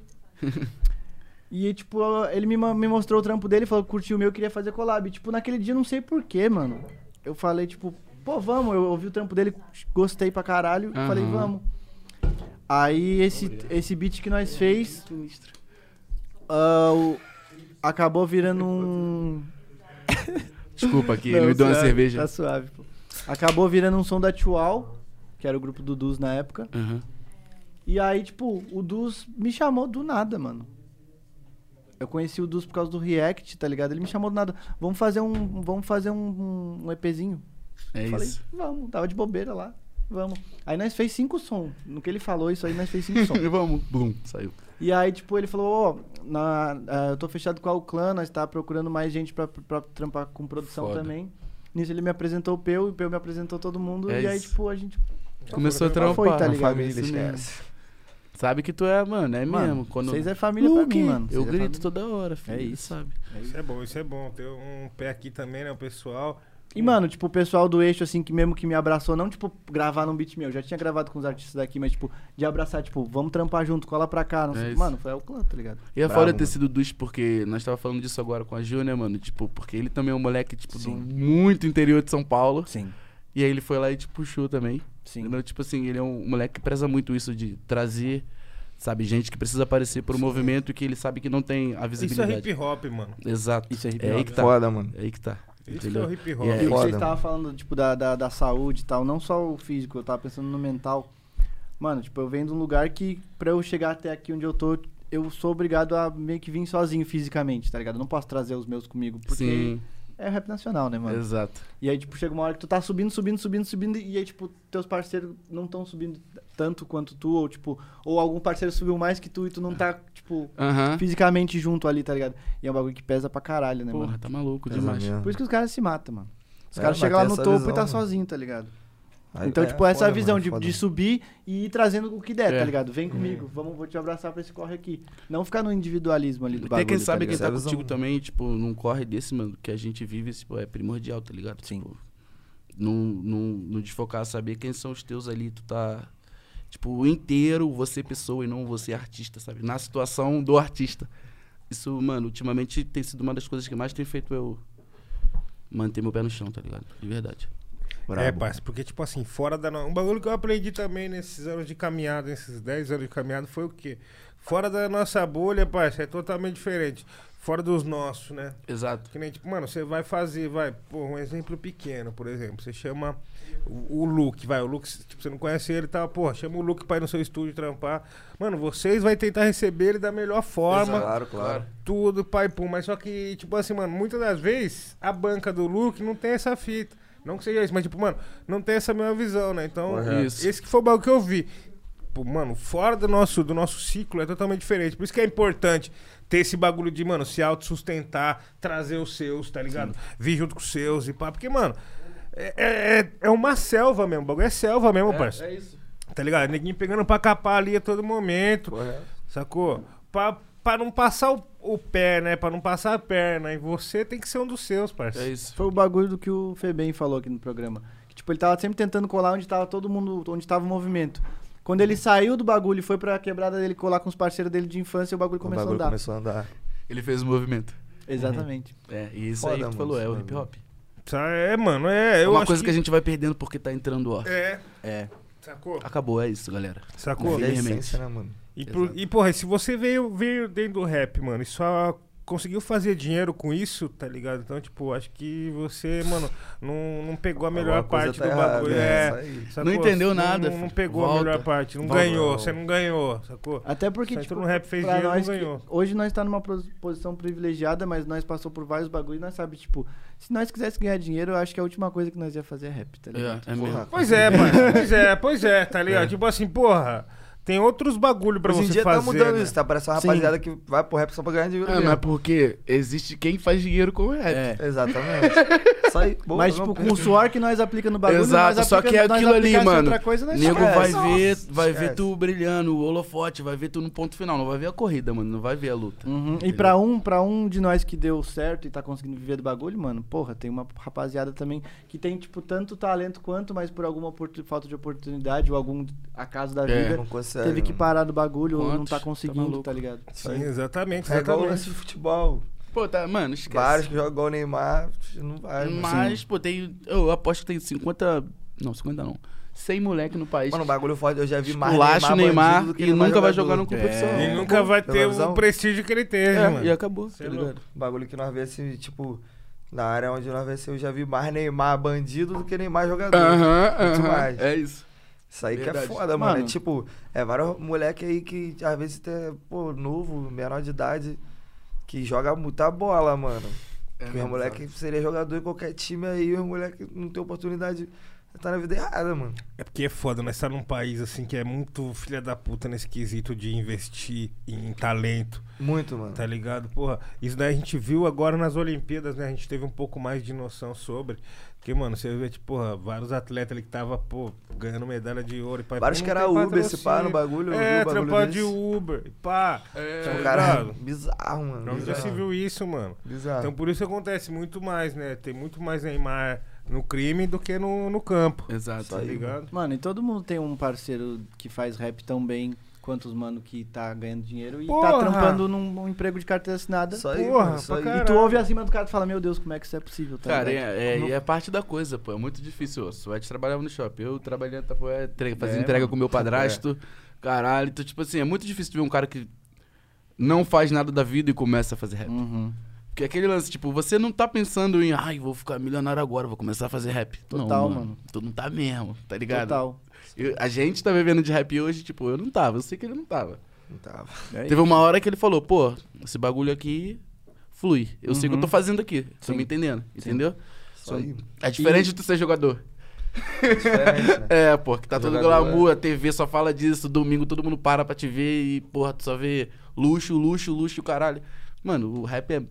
e, tipo, ele me, ma- me mostrou o trampo dele, falou que curtiu o meu, queria fazer collab. E, tipo, naquele dia, não sei porquê, mano. Eu falei, tipo, pô, vamos. Eu ouvi o trampo dele, gostei pra caralho, Aham. falei, vamos. Aí, esse, esse beat que nós fez, ah, o- acabou virando um... Desculpa aqui, ele Não, me deu uma suave, cerveja. Tá suave, pô. Acabou virando um som da Tual, que era o grupo do Dus na época. Aham. E aí, tipo, o Dus me chamou do nada, mano. Eu conheci o Dus por causa do React, tá ligado? Ele me chamou do nada. Vamos fazer um, vamos fazer um, um EPzinho. É Eu Falei, isso. vamos. Tava de bobeira lá. Vamos. Aí nós fez cinco som. No que ele falou isso aí, nós fez cinco som. Vamos. Blum, saiu. E aí, tipo, ele falou, ô, na- ah, eu tô fechado com a Uclan, nós tá procurando mais gente pra, pra trampar com produção Foda. também. Nisso ele me apresentou o Peu, e o Peu me apresentou todo mundo. É e aí, isso. tipo, a gente... Começou a Não trampar. foi, tá A ligado? família, Isso mesmo. esquece. Sabe que tu é, mano, é Mano, mesmo. Quando... Vocês é família pra mim, mano. Eu Vocês é grito família. toda hora, filho. É tu isso. Sabe? Isso é bom, isso é bom. Ter um pé aqui também, né? O pessoal. E, mano, tipo, o pessoal do eixo, assim, que mesmo que me abraçou, não, tipo, gravar num beat meu. Eu já tinha gravado com os artistas daqui, mas, tipo, de abraçar, tipo, vamos trampar junto, cola pra cá, não É sei. isso. Mano, foi o clã, tá ligado? E é Bravo, foda ter mano. sido dos, porque nós tava falando disso agora com a Ju, né, mano? Tipo, porque ele também é um moleque, tipo, do muito interior de São Paulo. Sim. E aí ele foi lá e te puxou também. Sim. Entendeu? Tipo assim, ele é um moleque que preza muito isso de trazer, sabe, gente que precisa aparecer por um movimento e que ele sabe que não tem a Isso é visibilidade. hip hop, mano. Exato. Isso é hip É aí hop. que tá. Foda, mano. É aí que tá. Isso Entendeu? é o hip hop. E E o que Foda, você mano. tava falando, tipo, da, da, da saúde e tal, não só o físico, eu tava pensando no mental. Mano, tipo, eu venho de um lugar que, pra eu chegar até aqui onde eu tô, eu sou obrigado a meio que vir sozinho fisicamente, tá ligado? Eu não posso trazer os meus comigo, porque Sim, é rap nacional, né, mano? exato. E aí, tipo, chega uma hora que tu tá subindo, subindo, subindo, subindo, e aí, tipo, teus parceiros não tão subindo tanto quanto tu, ou, tipo, ou algum parceiro subiu mais que tu e tu não tá, tipo, Aham. fisicamente junto ali, tá ligado? E é um bagulho que pesa pra caralho, né, Porra, mano? tá maluco Pesa demais. mesmo. Por isso que os caras se matam, mano. Os É, caras mas chegam lá tem no essa topo e visão, tá mano. sozinho, tá ligado? Aí- Então, é tipo, essa é a foda, visão mano, de, foda. de subir e ir trazendo o que der, É. tá ligado? Vem comigo, vamos, vou te abraçar pra esse corre aqui. Não ficar no individualismo ali do bagulho, Até quem tá sabe quem ligado? tá Essa é a contigo visão. também, tipo, num corre desse, mano, que a gente vive, tipo, é primordial, tá ligado? Sim. Tipo, não, não, não desfocar, saber quem são os teus ali, tu tá. Tipo, inteiro, você pessoa e não você artista, sabe? Na situação do artista. Isso, mano, ultimamente tem sido uma das coisas que mais tem feito eu manter meu pé no chão, tá ligado? De verdade. É, parceiro, porque, tipo assim, fora da. no- Um bagulho que eu aprendi também nesses anos de caminhada, nesses 10 anos de caminhada, foi o quê? Fora da nossa bolha, parceiro, é totalmente diferente. Fora dos nossos, né? Exato. Que nem, tipo, mano, você vai fazer, vai, pô, um exemplo pequeno, por exemplo. Você chama o, o Luke, vai, o Luke, tipo, você não conhece ele e tal, porra, chama o Luke pra ir no seu estúdio trampar. Mano, vocês vai tentar receber ele da melhor forma Claro, claro. tudo, pai, pum. Mas só que, tipo assim, mano, muitas das vezes a banca do Luke não tem essa fita. Não que seja isso, mas, tipo, mano, não tem essa mesma visão, né? Então, Correto. isso. esse que foi o bagulho que eu vi. Tipo, mano, fora do nosso, do nosso ciclo é totalmente diferente. Por isso que é importante ter esse bagulho de, mano, se autossustentar, trazer os seus, tá ligado? Vir junto com os seus e pá. Porque, mano, é, é, é- é uma selva mesmo. O bagulho é selva mesmo, parceiro. isso. Tá ligado? Ninguém pegando pra capar ali a todo momento. Sacou? Pra, pra não passar o, o pé, né? Pra não passar a perna. E você tem que ser um dos seus, É parceiro. isso. Foi o bagulho do que o Febem falou aqui no programa. Que, tipo, ele tava sempre tentando colar onde tava todo mundo, onde tava o movimento. Quando ele saiu do bagulho e foi pra quebrada dele colar com os parceiros dele de infância, o bagulho O começou a bagulho andar. começou a andar. Ele fez o movimento. Exatamente. É, e isso Foda, aí que tu mano, falou, isso é o mesmo. hip hop. Tá, É, mano, é. É Eu uma acho coisa que... a gente vai perdendo porque tá entrando o off. É. É. Sacou? Acabou, é isso, galera. Sacou? E a Firmemente. essência, né, mano? E, por- é Exato. e, porra, se você veio, veio dentro do rap, mano, e só conseguiu fazer dinheiro com isso, tá ligado? Então, tipo, acho que você, mano, não, não pegou a melhor Alguma coisa parte tá do errada, bagulho. né? é. Isso aí. sacou? Não entendeu Não- nada, Não, não filho. pegou Volta. a melhor parte. Não Volta. ganhou, você não ganhou, sacou? Até porque, Só tipo, entrou no rap, fez pra dinheiro, nós não que- ganhou. hoje nós tá numa pos- posição privilegiada, mas nós passou por vários bagulhos e nós sabe, tipo, se nós quiséssemos ganhar dinheiro, eu acho que a última coisa que nós ia fazer é rap, tá ligado? É, é mesmo. Pois é, mano. Pois é, pois é, tá ligado? Tipo assim, porra. Tem outros bagulho pra Hoje em você dia fazer. tá mudando né? isso, tá? Parece uma Sim. rapaziada que vai pro rap só pra ganhar dinheiro. É, mesmo. mas porque existe quem faz dinheiro com o rap. É. Exatamente. Só É. aí, boa, mas, não tipo, perde. com o suor que nós aplica no bagulho, Exato, nós só aplica- que é nós aquilo ali, aplicasse mano. Outra coisa, nós Nego esquece. vai Nossa, ver, vai ver esquece. tu brilhando, o holofote, vai ver tu no ponto final, não vai ver a corrida, mano, não vai ver a luta. Uhum. E pra um, pra um de nós que deu certo e tá conseguindo viver do bagulho, mano, porra, tem uma rapaziada também que tem, tipo, tanto talento quanto, mas por alguma oportu- falta de oportunidade ou algum acaso da É. vida, Não consegue, teve que mano. parar do bagulho ou não Quantos? tá Tá conseguindo, maluco. tá, ligado? Sim, exatamente. É igual o exatamente. lance de futebol. Pô, tá, mano, esquece. Vários que jogam igual o Neymar, não vai. mano. Mas, pô, tem. Eu aposto que tem 50. Não, 50 não. 100 moleque no país. Mano, o bagulho foda, eu já vi mais Esculacha o Neymar bandido do que e Neymar nunca vai jogador. jogar no clube profissional. Ele É. nunca vai ter né? um Televisão? o prestígio que ele teve, mano. e acabou, Cê tá é ligado? O bagulho que nós vê assim, tipo, na área onde nós vê assim, eu já vi mais Neymar bandido do que Neymar jogador. Aham, Muito aham. mais. É isso. Isso aí Verdade. que é foda, mano. Mano. É tipo, é vários moleque aí que às vezes até, pô, novo, menor de idade, que joga muita bola, mano. É, Porque os moleque seria jogador em qualquer time aí, os moleque não tem oportunidade. Tá na vida errada, mano. É porque é foda, nós tá num país assim que é muito filha da puta nesse quesito de investir em talento, Muito, mano. tá ligado? Porra, isso daí a gente viu agora nas Olimpíadas, né? A gente teve um pouco mais de noção sobre. Porque, mano, você vê, tipo, porra, vários atletas ali que tava, pô, ganhando medalha de ouro e pá. Vários pô, que não era tem um Uber, esse pá, no patrocínio. bagulho. eu vi É, o bagulho trampar desse. de Uber, e pá. É. tá Um cara ligado? um bizarro, mano. Onde já se Bizarro. viu isso, mano? Bizarro. Então por isso acontece muito mais, né? Tem muito mais Neymar no crime do que no, no campo. Exato. Tá ligado? Mano, e todo mundo tem um parceiro que faz rap tão bem quanto os mano que tá ganhando dinheiro e Porra! tá trampando num, num emprego de carteira assinada. Só aí, Porra, mano, só pra aí. caralho. E tu ouve acima do cara e fala, meu Deus, como é que isso é possível, tá Cara, ligado? é, é, e é parte da coisa, pô. É muito difícil. O Suete trabalhava no shopping. Eu tá, trabalhei na Tapoé, É, entre- é fazendo entrega com meu padrasto. Caralho. Então, tipo assim, é muito difícil tu ver um cara que não faz nada da vida e começa a fazer rap. Uhum. Porque é aquele lance, tipo, você não tá pensando em, ai, vou ficar milionário agora, vou começar a fazer rap. não, Total, mano. mano. Tu não tá mesmo, tá ligado? Total. Eu- a gente tá vivendo de rap hoje, tipo, eu não tava, eu sei que ele não tava. Não tava. É Teve uma hora que ele falou, pô, esse bagulho aqui flui. Eu sei o que eu tô fazendo aqui. Tô Uhum. Sim. me entendendo, entendeu? Só aí. É diferente de tu ser jogador. Diferente, né? É, pô, que tá todo Jogador, glamour, a TV só fala disso, domingo todo mundo para pra te ver e, porra, tu só vê luxo, luxo, luxo, caralho. Mano, o rap é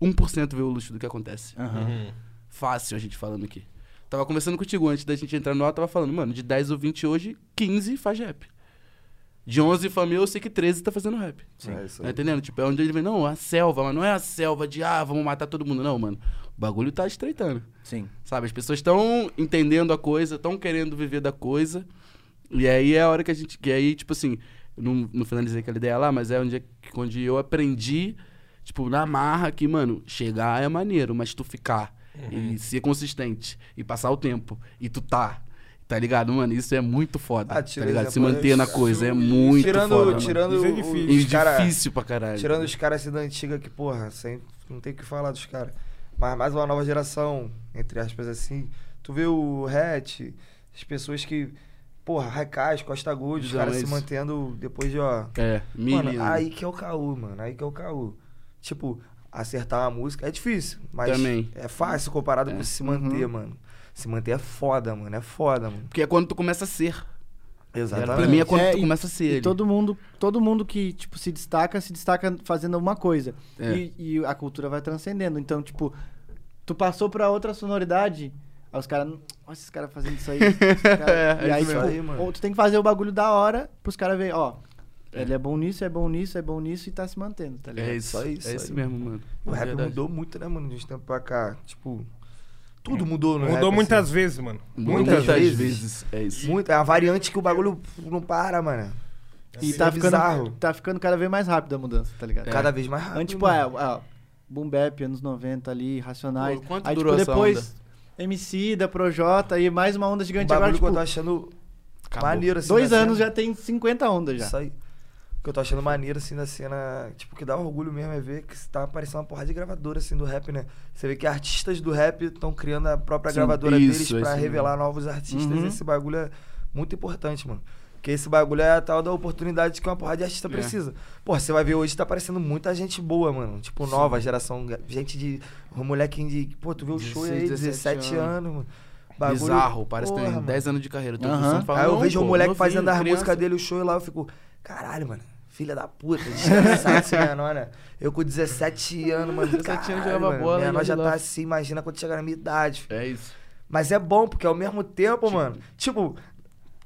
1% ver o luxo do que acontece. Uhum. Fácil a gente falando aqui. Tava conversando contigo antes da gente entrar no ar, tava falando, mano, de 10 ou 20 hoje, 15 faz rap. De 11 família, eu sei que 13 tá fazendo rap. É isso Tá aí. entendendo? Tipo, é onde ele vem, não, a selva, mas não é a selva de, ah, vamos matar todo mundo. Não, mano, o bagulho tá estreitando. Sim. Sabe, as pessoas estão entendendo a coisa, estão querendo viver da coisa. E aí é a hora que a gente. Que aí, tipo assim, eu não, não finalizei aquela ideia lá, mas é onde, é que- onde eu aprendi, tipo, na marra que, mano, chegar é maneiro, mas tu ficar Uhum. e ser consistente e passar o tempo e tu tá. Tá ligado, mano? Isso é muito foda. Ah, tá tira ligado? exemplo, Se manter eu- na coisa é muito tirando foda. mano. tirando Isso é os, difícil. e os cara, difícil pra caralho. tirando os caras assim da antiga que, porra, sem, não tem o que falar dos caras. Mas mais uma nova geração, entre aspas assim. Tu vê o Hatch, as pessoas que, porra, Raikais, Costa Gold, os Não, caras é se isso. mantendo depois de, ó, É, Mano, milhão. aí que é o caô, mano. Aí que é o caô. Tipo, acertar uma música é difícil, mas Também. é fácil comparado É. com se manter, mano. Se manter é foda, mano. É foda, mano. Porque é quando tu começa a ser. Exatamente. Pra mim é quando É, tu e- começa a ser. E ele. todo mundo, todo mundo que, tipo, se destaca, se destaca fazendo alguma coisa. É. E, e a cultura vai transcendendo. Então, tipo, tu passou pra outra sonoridade, aí os caras. Olha esses caras fazendo isso aí. esses cara- É, e é aí, isso tipo, mesmo. Aí, mano. ou tu tem que fazer o bagulho da hora pros caras verem, ó. Ele é bom nisso, é bom nisso, é bom nisso e tá se mantendo, tá ligado? É isso, Só isso é aí, isso mesmo, mano. O rap Verdade. mudou muito, né, mano, de uns tempos pra cá. Tipo, tudo mudou no rap. Mudou assim. muitas vezes, mano. Mudou Muitas muitas vezes. vezes. É isso. Muito. É uma variante que o bagulho não para, mano. E Isso tá é ficando, bizarro. tá ficando cada vez mais rápido a mudança, tá É. ligado? É Cada vez mais rápido. Antes, tipo, mano. ah, ah, Boom Bap, anos 90 ali, Racionais. Pô, quanto aí, durou essa tipo, depois, MC da Projota e mais uma onda um gigante bagulho agora, que eu tô tipo, achando Acabou. maneiro, assim. dois na anos cena. já tem 50 ondas já. Isso aí. O que eu tô achando maneiro, assim, na cena. Tipo, que dá orgulho mesmo é ver que tá aparecendo uma porrada de gravadora, assim, do rap, né? Você vê que artistas do rap estão criando a própria Sim, gravadora isso, deles é isso pra mesmo. revelar novos artistas. Uhum. Esse bagulho é muito importante, mano. Porque esse bagulho é a tal da oportunidade que uma porrada de artista É. precisa. Pô, você vai ver hoje tá aparecendo muita gente boa, mano. Tipo, nova geração. ga- Gente de. Um molequinho de. Pô, tu vê o show 16, aí, 17, 17 anos, mano. Bagulho- Bizarro, parece que Porra, tem 10 anos de carreira. Todo Aham. mundo fala, Aí eu "Não, vejo um pô, moleque novinho, fazendo as criança." músicas dele, o show e lá eu fico, caralho, mano, filha da puta, desgraçado esse menor, né? Eu com 17 anos, mano, 17 anos caralho, jogava mano, bola, né, menor já jogava tá lá. assim, imagina quando chegar na minha idade. É isso. Mas é bom, porque ao mesmo tempo, mano, tipo,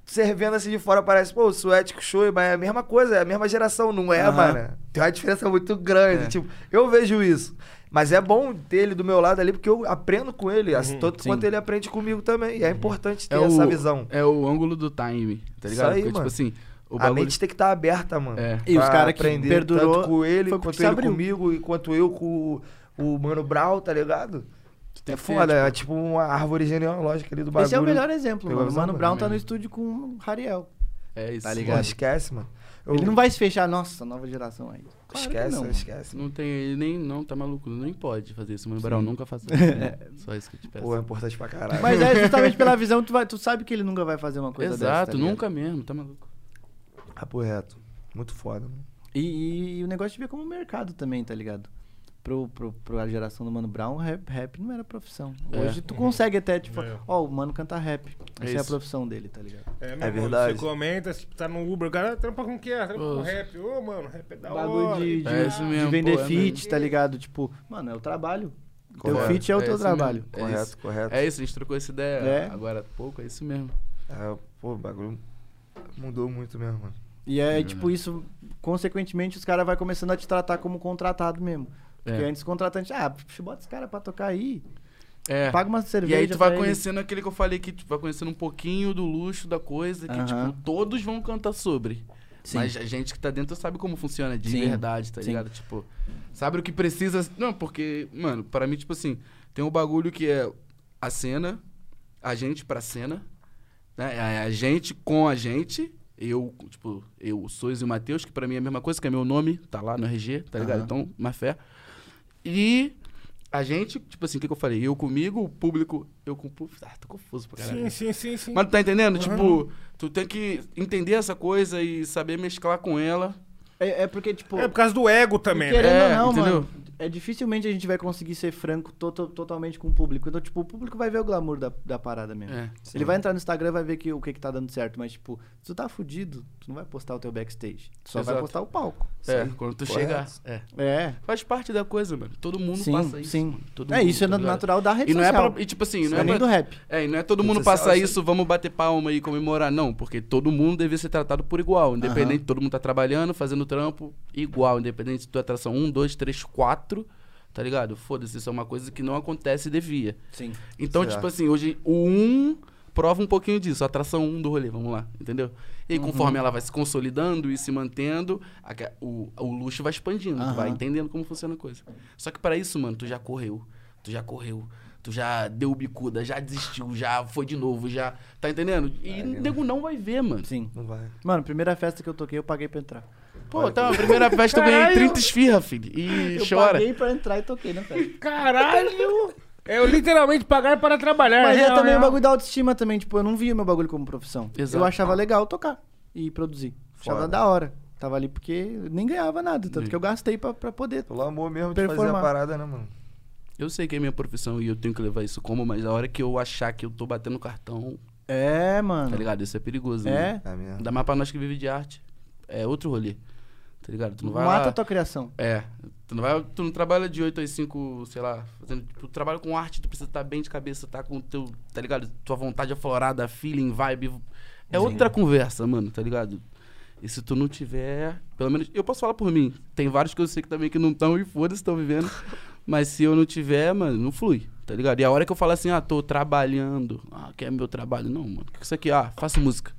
você vendo assim de fora parece, pô, suético, show, mas é a mesma coisa, é a mesma geração, não é, Aham. mano? Tem uma diferença muito grande, É. tipo, eu vejo isso. Mas é bom ter ele do meu lado ali, porque eu aprendo com ele, assim, tanto Uhum, sim. quanto ele aprende comigo também. E é importante ter o- essa visão. É o ângulo do time, tá Isso ligado? aí, Porque, mano. tipo assim, o A bagulho. mente tem que estar aberta, mano. É. E os Pra cara que aprender perdurou tanto com ele, foi porque quanto se ele abriu. comigo, e quanto eu com o, o Mano Brown, tá ligado? tu tem É que ter, foda, é tipo uma árvore genealógica ali do bagulho. Esse é o melhor exemplo, Pegou né? a mano. O visão, Mano mano? Brown tá no Mesmo. estúdio com o Rariel. tipo, É isso. Tá Tá ligado? ligado? esquece, mano. Eu- Ele não vai se fechar, nossa, nova geração aí. Claro que Esquece, não, mano. esquece. Não tem, ele nem, não, tá maluco, nem pode fazer isso, mano. Barão, nunca faça isso. Só isso que eu te peço. Pô, é importante pra caralho. Mas é justamente pela visão, tu, vai, tu sabe que ele nunca vai fazer uma coisa dessa. tá Exato, ligado? nunca mesmo, tá maluco. Papo Ah, reto. Muito foda, mano. E, e o negócio de ver como mercado também, tá ligado? Pro, pro, pra geração do Mano Brown, rap, rap não era profissão. É. Hoje tu consegue até, tipo, ó, É. o Mano canta rap. É Essa é a isso. profissão dele, tá ligado? É, É meu irmão, verdade. Você comenta, se tá no Uber, o cara trampa com o que? Trampa com Ô. rap. Ô, mano, rap é da hora. Bagulho de, e de, É isso mesmo, de vender pô, é fit, mesmo. tá ligado? Tipo, mano, é o trabalho. Teu Correto, fit é o é teu isso trabalho. mesmo. É Correto, isso. correto. É isso, a gente trocou essa ideia É. agora há pouco, é isso mesmo. É, pô, o bagulho mudou muito mesmo, mano. E é, tipo, isso, consequentemente, os caras vão começando a te tratar como contratado mesmo. Porque É. antes o contratante, ah, pf, bota esse cara pra tocar aí, É. paga uma cerveja. E aí tu vai pra ele. conhecendo aquele que eu falei que tu vai conhecendo um pouquinho do luxo da coisa, que Aham. tipo, todos vão cantar sobre. Sim. Mas a gente que tá dentro sabe como funciona de Sim. verdade, tá Sim. ligado? Tipo, sabe o que precisa. Não, porque, mano, pra mim, tipo assim, tem um bagulho que é a cena, a gente pra cena, né? É A gente com a gente. Eu, tipo, eu, o Sois e o Matheus, que pra mim é a mesma coisa, que é meu nome, tá lá no RG, tá ligado? Aham. Então, má fé. E a gente, tipo assim, o que, que eu falei? Eu comigo, o público, eu com o público. Ah, tô confuso pra caralho. Sim, sim, sim, sim. Mas tu tá entendendo? Tipo, tu tem que entender essa coisa e saber mesclar com ela. É, é porque, tipo. É por causa do ego também, E né? querendo É, ou não, entendeu? mano, é dificilmente a gente vai conseguir ser franco to- to- totalmente com o público. Então, tipo, o público vai ver o glamour da, da parada mesmo. É. Ele vai entrar no Instagram e vai ver que, o que que tá dando certo. Mas, tipo, se tu tá fudido, tu não vai postar o teu backstage. Tu só vai Exato. postar o palco. É, quando tu chegar. É. É. Faz parte da coisa, mano. Todo mundo sim, passa isso. sim. mano. Todo é, mundo, isso é tá na- ligado? natural da rede E não é social. pra. E tipo assim, Isso não não é é nem do pra. rap. É, e não é todo Rede mundo social, passar isso isso, vamos bater palma e comemorar. Não, porque todo mundo deve ser tratado por igual. Independente, todo mundo tá trabalhando, fazendo trampo, igual. Independente se tu é atração 1, 2, 3, 4, tá ligado? Foda-se, isso é uma coisa que não acontece e devia. Sim. Então, Certo. tipo assim, hoje o 1 prova um pouquinho disso, a atração 1 do rolê, vamos lá, entendeu? E aí, Uhum. conforme ela vai se consolidando e se mantendo, a ca- o, o luxo vai expandindo, tu Aham. vai entendendo como funciona a coisa. Só que pra isso, mano, tu já correu, tu já correu, tu já deu bicuda, já desistiu, já foi de novo, já. Tá entendendo? E nego não vai ver, mano. Sim. Não vai. Mano, primeira festa que eu toquei, eu paguei pra entrar. Pô, tá, a primeira festa eu ganhei Caralho! 30 esfirra, filho. E eu chora. paguei pra entrar e toquei, né, cara? Caralho! É eu literalmente pagar para trabalhar. Mas é, real, também o real. bagulho da autoestima também, tipo, eu não via meu bagulho como profissão. Exato. Eu achava legal tocar e produzir. Achava Foda. da hora. Tava ali porque eu nem ganhava nada, tanto Sim. que eu gastei pra, pra poder. Pelo amor mesmo de fazer a Performar. parada, né, mano? Eu sei que é minha profissão e eu tenho que levar isso como, mas a hora que eu achar que eu tô batendo cartão, É, mano. Tá ligado? Isso é perigoso, né? É. É mesmo. Ainda mais pra nós que vive de arte. É outro rolê. Tá ligado? Tu não vai Mata lá- a tua criação. É. Tu não, vai, tu não trabalha de 8 às 5, sei lá, fazendo. Tu trabalha com arte, tu precisa estar bem de cabeça, tá com o teu. Tá ligado? Tua vontade aflorada, feeling, vibe. É outra conversa, mano, tá ligado? E se tu não tiver. Pelo menos. Eu posso falar por mim. Tem vários que eu sei que também que não estão e foda-se, estão vivendo. Mas se eu não tiver, mano, não flui, tá ligado? E a hora que eu falo assim, ah, tô trabalhando, ah, que é meu trabalho. Não, mano, o que é isso aqui? Ah, faço música.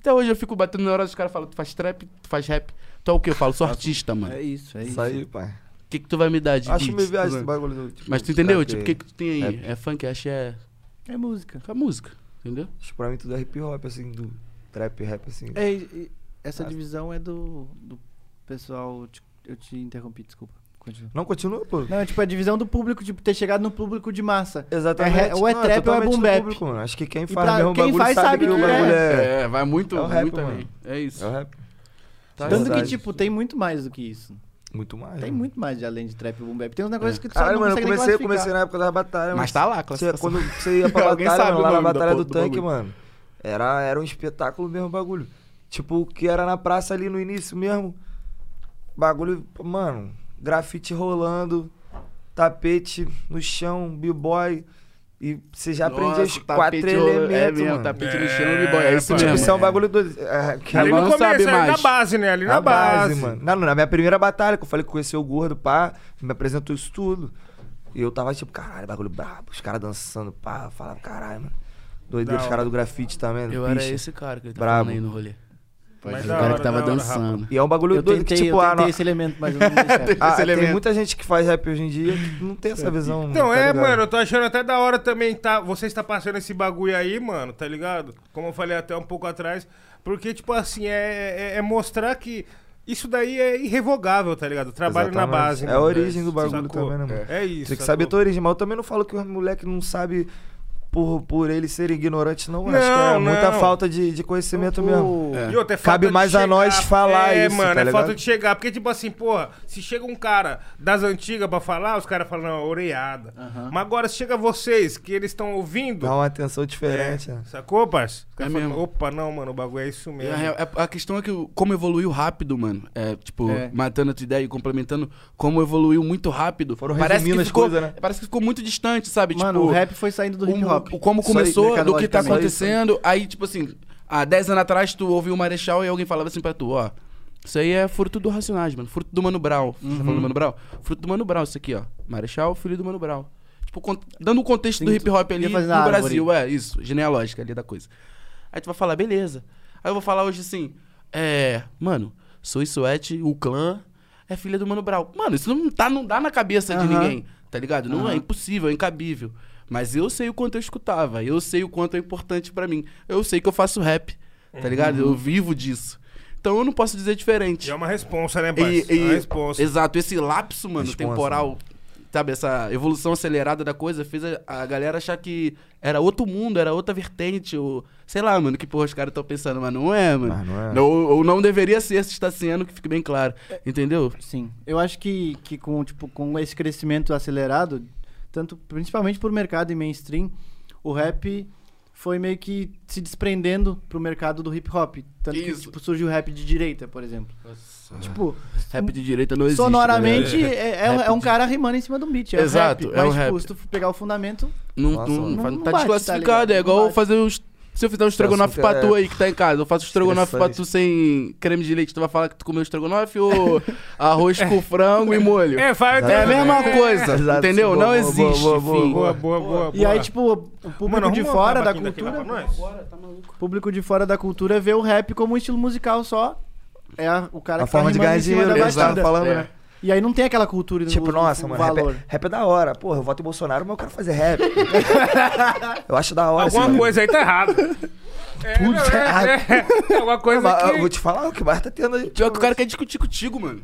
Até hoje eu fico batendo na hora dos caras falam, tu faz trap, tu faz rap. Tu é o quê? Eu falo, sou artista, mano. É isso, é isso. Isso aí, pai. O que, que tu vai me dar de Acho beat? meio viagem esse bagulho do. Tipo, Mas tu entendeu? rap Tipo, o aí. que, que tu tem aí? Rap. É funk, axé, É música. é música, entendeu? Acho que pra mim tudo é hip hop, assim, do trap rap, assim. É, e- e essa Ah. divisão é do, do pessoal. te- Eu te interrompi, desculpa. Continua. Não, continua, pô. Não, é tipo, a divisão do público, tipo, ter chegado no público de massa. Exatamente. É, ou é Não, trap ou é totalmente boom do bap. público, mano. Acho que quem E faz pra- mesmo o quem bagulho faz sabe, sabe que o que bagulho é. É, vai muito, É o vai rap, muito mano. aí. É isso. É o rap. Tá Tanto ligado? que, verdade. tipo, tem muito mais do que isso. Muito mais. Tem mano. muito mais de além de trap e boom bap. Tem uns negócios que tu só Caralho, não mano, eu consegue nem comecei, classificar. comecei na época das batalhas. Mas tá lá, a Você, classificação. um quando você ia pra Alguém batalha, sabe mano, o lá na nome da Batalha porra do do Tanque, bagulho. mano, era, era um espetáculo mesmo o bagulho. Tipo, o que era na praça ali no início mesmo. Bagulho, mano, grafite rolando, tapete no chão, b-boy. E você já aprende os quatro elementos, É mesmo, mano. tapete É, no chão e boy. É isso pai. Tipo, mesmo. isso é um bagulho doido. É, que- né? Ali Agora no não sabe começo, ali na mais. base, né? Ali na, base. mano. Na, na minha primeira batalha, que eu falei que conheci o gordo, pá, me apresentou isso tudo. E eu tava tipo, caralho, bagulho brabo. Os caras dançando, pá, eu falava, caralho, mano. Da Doideira, os hora. caras do grafite também, Eu do era bicho. esse cara que ele tá Brabo. falando aí no rolê. Mas o da cara hora, que tava da hora, dançando. E é um bagulho Eu doido tentei, que, tipo, eu ah, tentei não- esse elemento, mas eu não dei certo. ah, tem elemento. muita gente que faz rap hoje em dia que não tem essa visão. Então, tá é, ligado? mano, eu tô achando até da hora também, tá? Você está passando esse bagulho aí, mano, tá ligado? Como eu falei até um pouco atrás. Porque, tipo assim, é, é- é mostrar que isso daí é irrevogável, tá ligado? Trabalho na Exatamente. base. É mano. a origem do bagulho Sacou? também, né, mano? É isso. Tem que sacou? saber a tua origem, mas eu também não falo que o moleque não sabe por, por ele ser ignorante, não. Acho que é Não, muita não. falta de, de conhecimento mesmo. É. E outra, é falta Cabe de mais a nós falar é, isso, mano, tá é ligado? falta de chegar. Porque, tipo assim, porra, se chega um cara das antigas pra falar, os caras falam, não, oreada. Mas agora se chega vocês, que eles estão ouvindo. Dá uma atenção É. diferente, né? Sacou, parça? Os caras É falam, mesmo. Opa, não, mano, o bagulho é isso É, mesmo. é, A questão é que o- como evoluiu rápido, mano. É, tipo, É. matando a tua ideia e complementando, como evoluiu muito rápido. Foram parece que resumindo as ficou, coisas, né? Parece que ficou muito distante, sabe? Mano, tipo, o rap foi saindo do hip o- hop. o como Só isso, começou, do que tá mercadologicamente. acontecendo. Aí, tipo assim, há 10 anos atrás tu ouviu o Marechal e alguém falava assim pra tu, ó. Isso aí é fruto do Racionais, mano. Fruto do Mano Brown. Você tá Uhum. falando do Mano Brown? Fruto do Mano Brown, isso aqui, ó. Marechal, filho do Mano Brown. Tipo, con- dando o contexto Sim, do tu hip hop ali ia no fazer na árvore. Brasil. É, isso. Genealógica ali da coisa. Aí tu vai falar, beleza. Aí eu vou falar hoje assim, é... Mano, Sui Suete, o clã, é filha do Mano Brown. Mano, isso não, tá, não dá na cabeça de Aham. ninguém, tá ligado? Não é Aham. impossível, é incabível. Mas eu sei o quanto eu escutava, eu sei o quanto é importante pra mim. Eu sei que eu faço rap, Uhum. tá ligado? Eu vivo disso. Então eu não posso dizer diferente. E é uma responsa, né, parça? E- é uma e- responsa. Exato, esse lapso, mano, Responsa, temporal, sabe, essa evolução acelerada da coisa fez a, a galera achar que era outro mundo, era outra vertente, ou sei lá, mano, que porra os caras estão pensando, mas não é, mano. Mas não é. Ou, ou não deveria ser, se está sendo, que fique bem claro, entendeu? Sim. Eu acho que, que com, tipo, com esse crescimento acelerado, tanto principalmente por mercado e mainstream, o rap foi meio que se desprendendo pro mercado do hip hop. Tanto que Isso. tipo, surgiu o rap de direita, por exemplo. Tipo, Rap de direita não existe. sonoramente galera. é, é- Rap é um de- cara rimando em cima de um beat. É Exato, um rap, é um mas, tipo, rap. se tu for pegar o fundamento, Não, Nossa, não- não- faz- não tá bate, desclassificado, tá ligado? é Não igual bate. fazer os. Se eu fizer um estrogonofe Assunto pra é- tu aí que tá em casa, eu faço estrogonofe pra Estressante. tu sem creme de leite, tu vai falar que tu comeu estrogonofe ou arroz com frango e molho? É, vai É a mesma coisa, Exato, entendeu? boa, não boa, existe. boa, boa, fim. Boa, boa, boa. e aí, tipo, o público de fora da cultura. O público de fora da cultura vê o rap como um estilo musical só. É a- o cara A que tá forma de rimando ganhar em cima dinheiro, da que a gente tava batida. falando, É. né? E aí não tem aquela cultura do Tipo, do- nossa, do mano, rap, um valor. é- rap é da hora. Porra, eu voto em Bolsonaro, mas eu quero fazer rap. eu acho da hora. esse Alguma bagulho. coisa aí tá errada. É, Tudo não, tá é, errado. é, é uma coisa Mas, que... Eu vou te falar o que mais tá tendo aí. Pior que o cara quer discutir contigo, mano.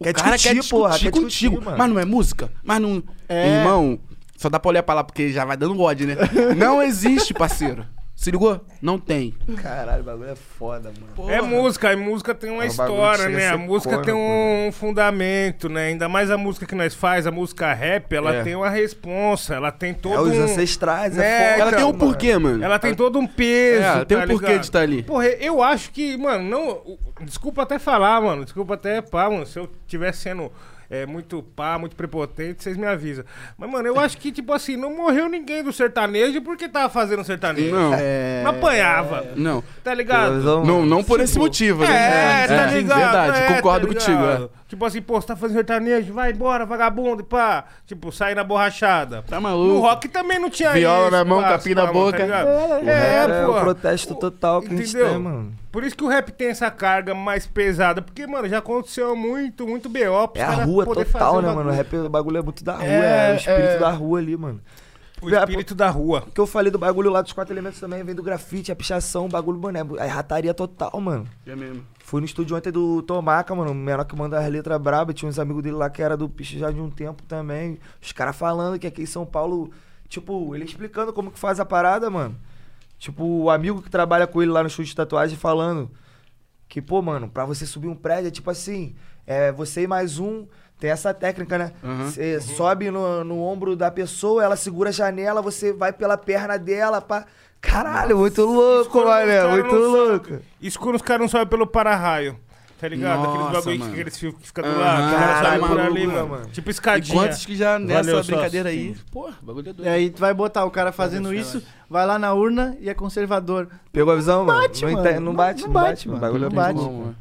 O Quer cara discutir, quer discutir porra, quer contigo. discutir, mano. Mas não é música? Mas não. É. Irmão, só dá pra olhar pra lá porque já vai dando ódio, né? não existe, parceiro. Se ligou? Não tem. Caralho, o bagulho é foda, mano. É música, e música tem uma É um bagulho história, que chega né? a ser A música tem cômico, um, fundamento, né? Ainda mais a música que nós faz, a música rap, ela É. tem uma responsa, ela tem todo É os um... ancestrais, é, É, foda. Ela tem um mano. porquê, mano. Ela tem todo um peso, É, tem tá um porquê ligado? de estar ali. Porra, eu acho que, mano, não... o- Desculpa até falar, mano. Desculpa até pá, mano. Se eu estiver sendo... é, muito pá, muito prepotente, vocês me avisam. Mas, mano, eu acho que, tipo assim, não morreu ninguém do sertanejo porque tava fazendo sertanejo. Não. Não apanhava. Não. Tá ligado? Então, Não, não por esse motivo, né? É, tá ligado? Verdade, é, concordo tá contigo. ligado? É. Tipo assim, pô, você tá fazendo sertanejo, vai embora, vagabundo, e pá. Tipo, sai na borrachada. Tá maluco. No rock também não tinha Viola isso. na mão, parça, capim na tá, mano, boca. tá ligado? É, é, pô. o protesto O- total que a gente entendeu? tem, mano. Por isso que o rap tem essa carga mais pesada. Porque, mano, já aconteceu muito, muito B.O. pros É a caras rua poder total, fazer né, o mano? O bagulho. rap, o bagulho é muito da rua, É, é, o espírito é. da rua ali, mano. O é espírito da rua. O que eu falei do bagulho lá dos quatro elementos também vem do grafite, a pichação, o bagulho, mano, é, é rataria total, mano. É mesmo. Fui no estúdio ontem do Tomaca, mano. O menor que manda as letras braba. Tinha uns amigos dele lá que era do Piche já de um tempo também. Os caras falando que aqui em São Paulo, tipo, ele explicando como que faz a parada, mano. Tipo, o amigo que trabalha com ele lá no estúdio de tatuagem falando Que, pô, mano, pra você subir um prédio é tipo assim: é você e mais um. Tem essa técnica, né? Aham. Você sobe no, no ombro da pessoa, ela segura a janela, você vai pela perna dela. Pá. Caralho, muito Isso quando louco, os mano. caras Muito não sobem. louco. Isso quando os caras não sobem pelo para-raio. Tá ligado? Aqueles Nossa, bagulho que mano. aqueles fios que fica do Aham. lado. que o cara sobe Caralho, por ali, maluco, mano. mano. Tipo E escadinha. quantos que já nessa Valeu, sócio. brincadeira aí. Porra, bagulho é doido. E aí tu vai botar o cara fazendo isso, vai lá na urna e é conservador. Pegou a visão, mano? bate, não, mano. ente- não bate, não bate, mano. O bagulho Não é bate. muito louco.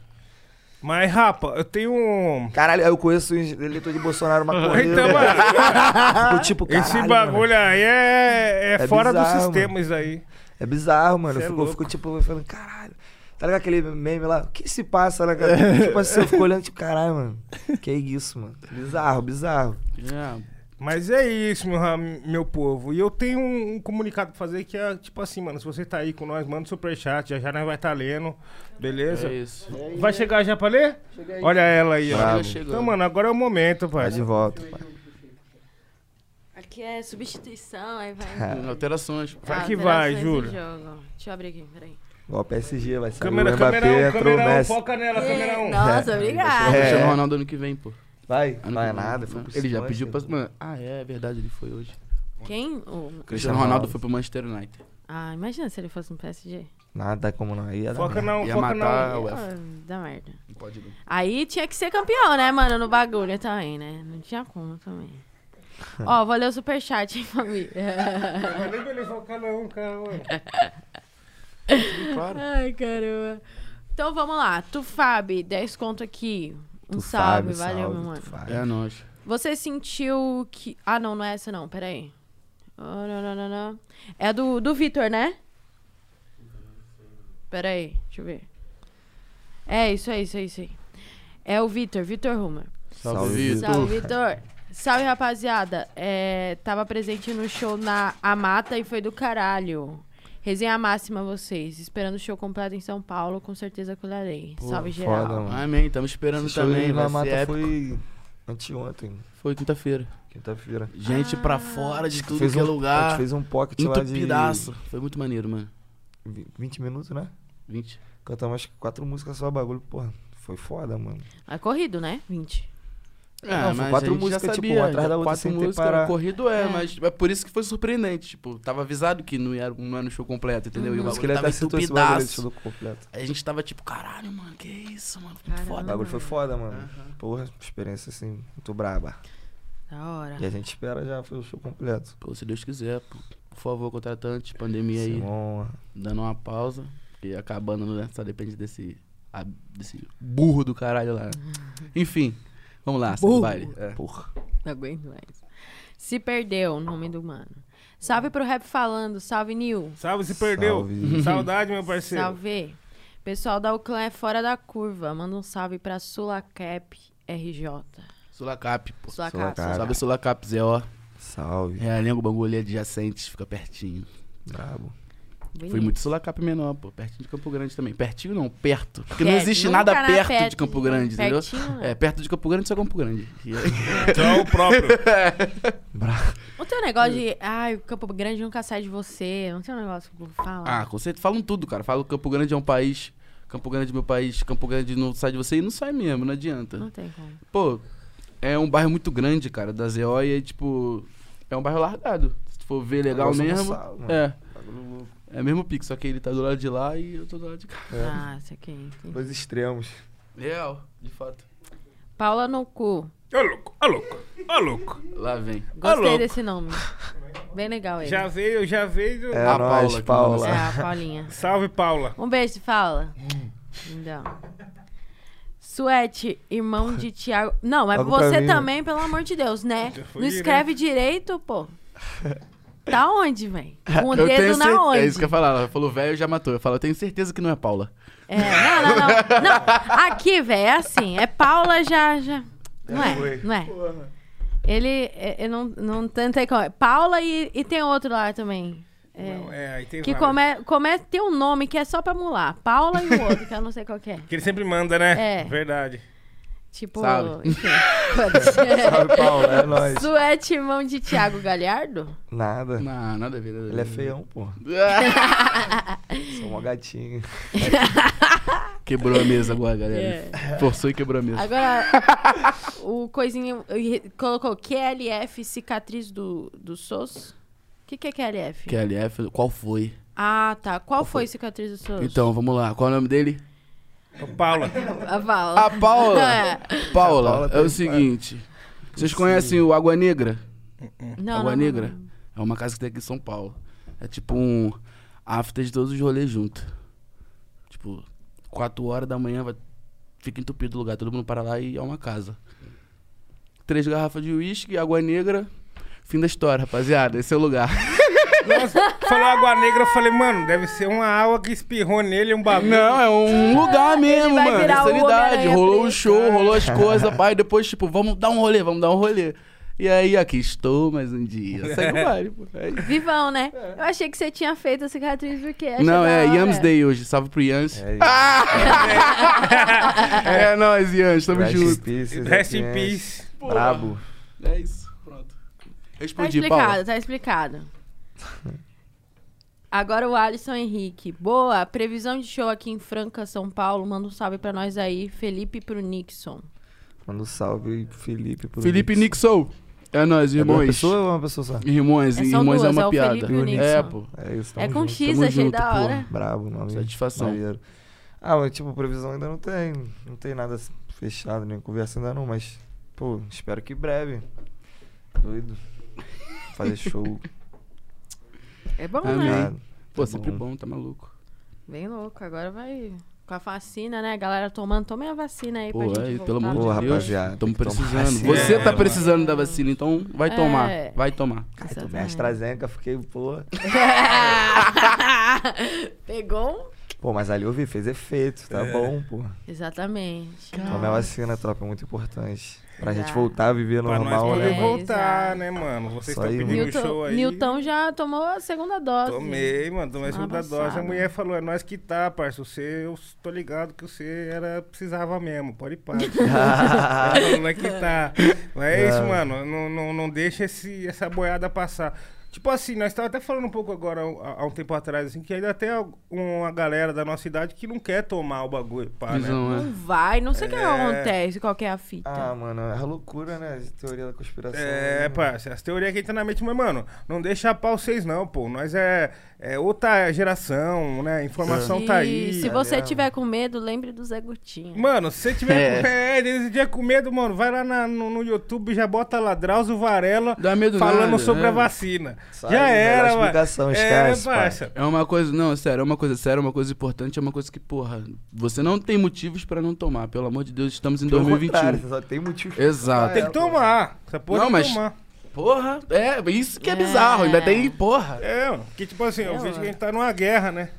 Mas, rapa, eu tenho um. Caralho, eu conheço o eleitor de Bolsonaro maconheiro. Então, mano. tipo, caralho, Esse mano. bagulho aí é, é, É fora do bizarro, sistema, isso aí. É bizarro, mano. Cê é Eu fico, eu louco. fico, tipo, falando, caralho. Tá ligado aquele meme lá? O que se passa, né, cara? tipo assim, eu fico olhando, tipo, caralho, mano. Que isso, mano. Bizarro, bizarro. É. Mas é isso, meu, ra- meu povo. E eu tenho um, um comunicado pra fazer que é tipo assim, mano. Se você tá aí com nós, manda um superchat. Já já nós vai estar tá lendo. Beleza? É isso. né? Vai chegar já pra ler? Olha ela aí, ó. Bravo. Chega, chega. Então, mano, agora é o momento, Vai pai. de volta. Aqui é substituição, aí vai. É. Alterações. Vai Ah, que alterações vai, do Júlio. jogo. Deixa eu abrir aqui, peraí. Ó, PSG, vai sair. Câmera, um, o Mbappé, é câmera, entrou o câmera, Messi. foca nela, câmera 1. Nossa, obrigada. É. Cristiano Ronaldo ano que vem, pô. Vai, Ano vai que vem. nada. Ah, foi um então. Não, pro Ele já Spurs, né? pediu pra. pô. Mano, ah, é, é verdade, ele foi hoje. Quem? O- Cristiano Ronaldo. Ronaldo foi pro Manchester United. Ah, imagina se ele fosse no PSG. Nada como não. Aí ia dar Foca merda. não, Ia foca matar não. o Ah, F. da merda. Não pode não. Aí tinha que ser campeão, né, mano, no bagulho também, né? Não tinha como também. Ó, vou ler o superchat, hein, família. é Nem pra ele focar não, cara. mano. Claro. Ai, caramba. Então vamos lá. Tu, Fábio, 10 conto aqui. Um Tu salve, Fábio, valeu, salve, meu tu mano. Fábio. É nóis. Você sentiu que. Ah, não, não é essa, não. Peraí. Ah, não, não, não, não. É a do, do Vitor, né? Peraí, deixa eu ver. É, isso aí, isso aí, isso aí. É o Vitor, Vitor Rumer. Salve, Salve, Vitor. Salve, Vitor. Salve, rapaziada. É, tava presente no show na Amata e foi do caralho. Resenha máxima vocês. Esperando o show completo em São Paulo, com certeza colarei. Salve, geral. Foda, mano. Amém, tamo esperando Esse show também. do Vai Mata ser épico. Foi, foi anteontem, quinta-feira. quinta-feira. Gente pra fora de tudo Fez que é um- A gente lugar. fez um pocket lá de Entupidaço. Foi muito maneiro, mano. 20 minutos, né? 20. Cantamos acho que quatro músicas só, bagulho, porra. Foi foda, mano. É corrido, né? 20. É, Não, foi quatro músicas, tipo, uma atrás da outra, quatro sem ter músicas, parar. corrido é, É. mas é por isso que foi surpreendente, tipo, tava avisado que não era, não era no show completo, entendeu? E o Por isso que bagulho ele tava até citou Uhum. esse bagulho, ele entupidaço. tirou completo. Aí A gente tava tipo, caralho, mano, que isso, mano, muito Caramba. O foda. bagulho foi foda, mano. Porra, experiência assim, muito braba. Da hora. E a gente espera já, foi o show completo. Pô, se Deus quiser, pô. por favor, contratante, pandemia é aí, Simon, dando uma pausa, e acabando, né, só depende desse, a- desse burro do caralho lá. Enfim, vamos lá, segue o Burro. baile. É. Porra. Não aguento mais. Se perdeu, nome do mano. Salve pro Rap Falando. Salve, Nil. Salve, se perdeu. Salve. Saudade, meu parceiro. Salve. Pessoal da Uclã é fora da curva. Manda um salve pra Sulacap RJ. Sulacap, pô. Sulacap. Sulacap. Salve Sulacap, Zé, ó. salve. É a língua bangolê adjacentes, fica pertinho. Brabo. Bonito. Foi muito Sulacap menor, pô. Pertinho de Campo Grande também. Pertinho não, perto. Porque não É, existe nunca nada na perto, perto de Campo de- Grande, entendeu? pertinho, né? não. É, perto de Campo Grande só Campo Grande. E é aí- Então, o próprio. Não tem um negócio de. Ai, o Campo Grande nunca sai de você. Não tem um negócio que o povo fala. ah, conceito. Falam tudo, cara. Falam que Campo Grande é um país. Campo Grande é meu país. Campo Grande não sai de você e não sai mesmo, não Não adianta. tem como. Pô, é um bairro muito grande, cara, da ZO e aí, tipo, é um bairro largado. Se tu for ver legal Agora São mesmo. Gonçalo, mano. É. Bagulho louco. É mesmo pique, só que ele tá do lado de lá e eu tô do lado de cá. É. Ah, isso aqui. entendi. Dois extremos. Real, de fato. Paula no cu. Ô, louco, ô, louco, ô, louco. Lá vem. Gostei louco. desse nome. Bem legal ele. Já veio, já veio. É A Ah, Paula nóis, que né? Paula. É, a Paulinha. Salve, Paula. Um beijo, fala. Então. Suete, irmão de Tiago. Não, mas Logo pra você mim, né? também, pelo amor de Deus, né? Já foi Não escreve direito, pô. Tá onde, velho? Com o Eu tenho dedo na cer- onde? É isso que eu ia falar. Ela falou, velho, já matou. Eu falo, eu tenho certeza que não é Paula. É, não, não, não. Não, aqui, velho, é assim. É Paula já. já... Não é, foi. não é. Ele. é- Eu não, não tentei. qual é. Paula e, e tem outro lá também. É, Não, é, aí tem que vários. come, come, tem um nome que é só pra mular. Paula e o outro, que eu não sei qual que é. Que ele sempre manda, né? É. Verdade. Tipo. Sabe? Enfim. Foda-se. Salve, Paula. É nóis. Suete, irmão de Thiago Galhardo? Nada. Não, nada a ver, nada a ver. Ele é feião, pô. Sou uma gatinha. Quebrou a mesa agora, galera. Forçou e quebrou a mesa. É. Agora, o coisinho ele colocou QLF cicatriz do, do SOS. O que, que é QLF? QLF, qual foi? Ah, tá. Qual, foi cicatriz do SOS? Então, vamos lá. Qual é o nome dele? Ô, Paula, A Vala. A Paula. É. Paula, Paula é o seguinte. Vocês conhecem o Água Negra? Não, Água não, Negra? não. É uma casa que tem aqui em São Paulo. É tipo um after de todos os rolês junto. Tipo, 4 horas da manhã vai... fica entupido o lugar, todo mundo para lá e é uma casa. Três garrafas de uísque, água negra. Fim da história, rapaziada. Esse é o lugar. nossa, falou água negra, eu falei, mano, deve ser uma água que espirrou nele, um bagulho. Não, é um lugar mesmo, vai mano. virar o Insanidade. Homem-Aranha Rolou o preto. show, rolou as coisas, pai. Depois, tipo, vamos dar um rolê, vamos dar um rolê. E aí, aqui estou mais um dia. Segue o baile, pô. É isso. Vivão, né? Eu achei que você tinha feito a cicatriz porque acha Não, da é hora. Yams Day hoje. Salve pro Yams. É, É, nóis, Yams. Tamo rest in junto. peace, Rest in Zé peace. Piense. Brabo. É isso. Pronto. Eu Tá explodi, explicado, Paulo. tá explicado. Agora o Alisson Henrique. Boa, previsão de show aqui em Franca, São Paulo. Manda um salve pra nós aí, Felipe e pro Nixon. Manda um salve pro Felipe. Pro Felipe Nixon. Nixon. É nóis, É uma irmãos. pessoa ou é uma pessoa só? Irmãos, É, são irmãos é duas, é uma o piada. Felipe e o Nixon. É, pô. É isso, é tamo com né? junto. X, tamo achei junto, da pô. hora. Brabo, nome. Satisfação. Maneiro. Ah, mas tipo, previsão ainda não tem. Não tem nada fechado, nem conversa ainda não, mas, pô, espero que breve. Doido. Fazer show. É bom, Amém. né? cara. Pô, Tá sempre bom. bom, tá maluco. Bem louco. Agora vai com a vacina, né? Galera tomando, tomem a vacina aí Pô, pra gente aí, voltar. pelo amor Pô, de Deus. rapaziada, Então, Tamo tem que tomar precisando. vacina. Você tá É, precisando da vacina, então vai É. tomar. Vai tomar. Ai, tomei Exatamente. AstraZeneca, fiquei, pô. Pegou um? Pô, mas ali eu vi, fez efeito, tá bom, pô. Exatamente. Tomar vacina, tropa, é muito importante. Pra gente Exato. voltar a viver Pra nós normal, poder É, né? mano? voltar, exato. né, mano? Vocês Só estão aí, pedindo mano. show Newton, aí. Newton já tomou a segunda dose. Tomei, mano, tomei a Semana segunda dose. A passada. mulher falou, é nós que tá, parça. Você, eu tô ligado que você era, precisava mesmo, pode parar. Ela falou, não é que tá. Mas é isso, mano. Não, não, não deixa esse, essa boiada passar. Tipo assim, nós estávamos até falando um pouco agora, há há um tempo atrás, assim, que ainda tem al- uma galera da nossa idade que não quer tomar o bagulho, pá, né? Visão, é. Não vai, não sei o que É. acontece, qual que é a fita. Ah, mano, é a loucura, né? A teoria da conspiração. É, né? parça, as teorias que entram na mente, mas, mano, não deixa a pau vocês não, pô. Nós é, é outra geração, né? A Informação tá aí. E se você mesmo. tiver com medo, lembre do Zé Gotinha. Mano, se você tiver com, é, nesse dia com medo, mano, vai lá na- no, no YouTube, já bota lá Drauzio Varela Dá medo falando nada, sobre né? a vacina. Sai, já melhor era, mano. explicação, é, esquece, pai. parça. É uma coisa, não, é sério, é uma coisa séria, é uma coisa importante, é uma coisa que, porra, você não tem motivos pra não tomar, pelo amor de Deus, estamos em Pelo 2021. contrário, você só tem motivo Exato. Tem que tomar. Essa porra Não, tem que mas- tomar. Porra, é, isso que é, É. bizarro, ainda tem, porra. É, mano, que tipo assim, eu vejo mano. que a gente tá numa guerra, né?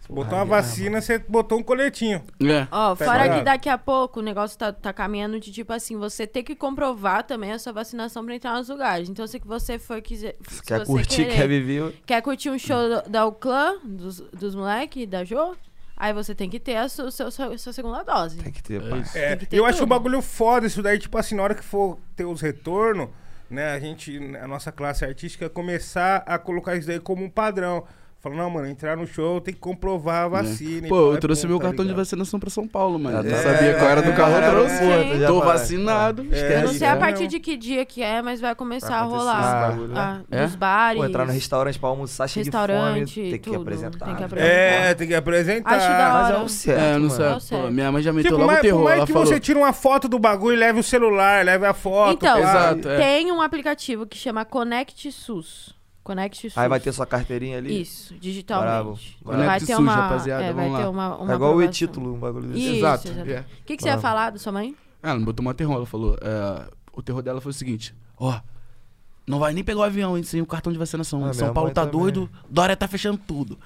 Você botou uma vacina, você botou um coletinho. É. Ó, Tá fora ligado? que daqui a pouco o negócio tá, tá caminhando de tipo assim, você ter que comprovar também a sua vacinação pra entrar nos lugares. Então, se que você for quiser. Se Se quer você curtir, querer- quer viver. Quer curtir um show do- da Uclã, dos, dos moleque, da Jo? Aí você tem que ter a sua, seu- sua- sua segunda dose. Tem que ter, É pai. isso. É, Tem que ter eu acho tudo. um bagulho foda isso daí, tipo assim, na hora que for ter os retornos, né, a gente, a nossa classe artística, começar a colocar isso daí como um padrão. Falar, não, mano, entrar no show tem que comprovar a vacina. e Né. Pô, pá, eu e trouxe pum, meu tá cartão de ligado? vacinação pra São Paulo, mano. Já Eu tá. né, sabia qual era do É, carro, é, eu trouxe. é, já tá Tô vai. vacinado. Eu não É, sei a é partir mesmo. de que dia que é, mas vai começar a acontecer rolar. esse bagulho, né? Ah, É? Nos bares. Pô, entrar no restaurante pra almoçar cheio de Restaurante, fome, tem que tudo. apresentar. Tem que né? apresentar. É, tem que apresentar. Acho da Mas é Hora. o certo, é, não mano. sei. Tá certo. Pô, minha mãe já meteu Tipo, logo o mas terror. por mais Ela que falou. você tira uma foto do bagulho, leve o celular, leve a foto. Então, pá. Exato, é. tem um aplicativo que chama Connect SUS. Connect SUS. Aí vai ter sua carteirinha ali. Isso, digitalmente. Bravo, bravo. Vai Connect ter SUS, uma, rapaziada, é, vai vamos ter lá. uma, uma é igual o aprovação. e-título, um bagulho desse. Isso, Exato, exato. é. O que, que você ia Bravo. falar da sua mãe? Ah, Ela não botou uma terror, ela falou. é, o terror dela foi o seguinte: ó, não vai nem pegar o avião hein, sem o cartão de vacinação. Ah, São minha Paulo mãe tá também. doido, Dória tá fechando tudo.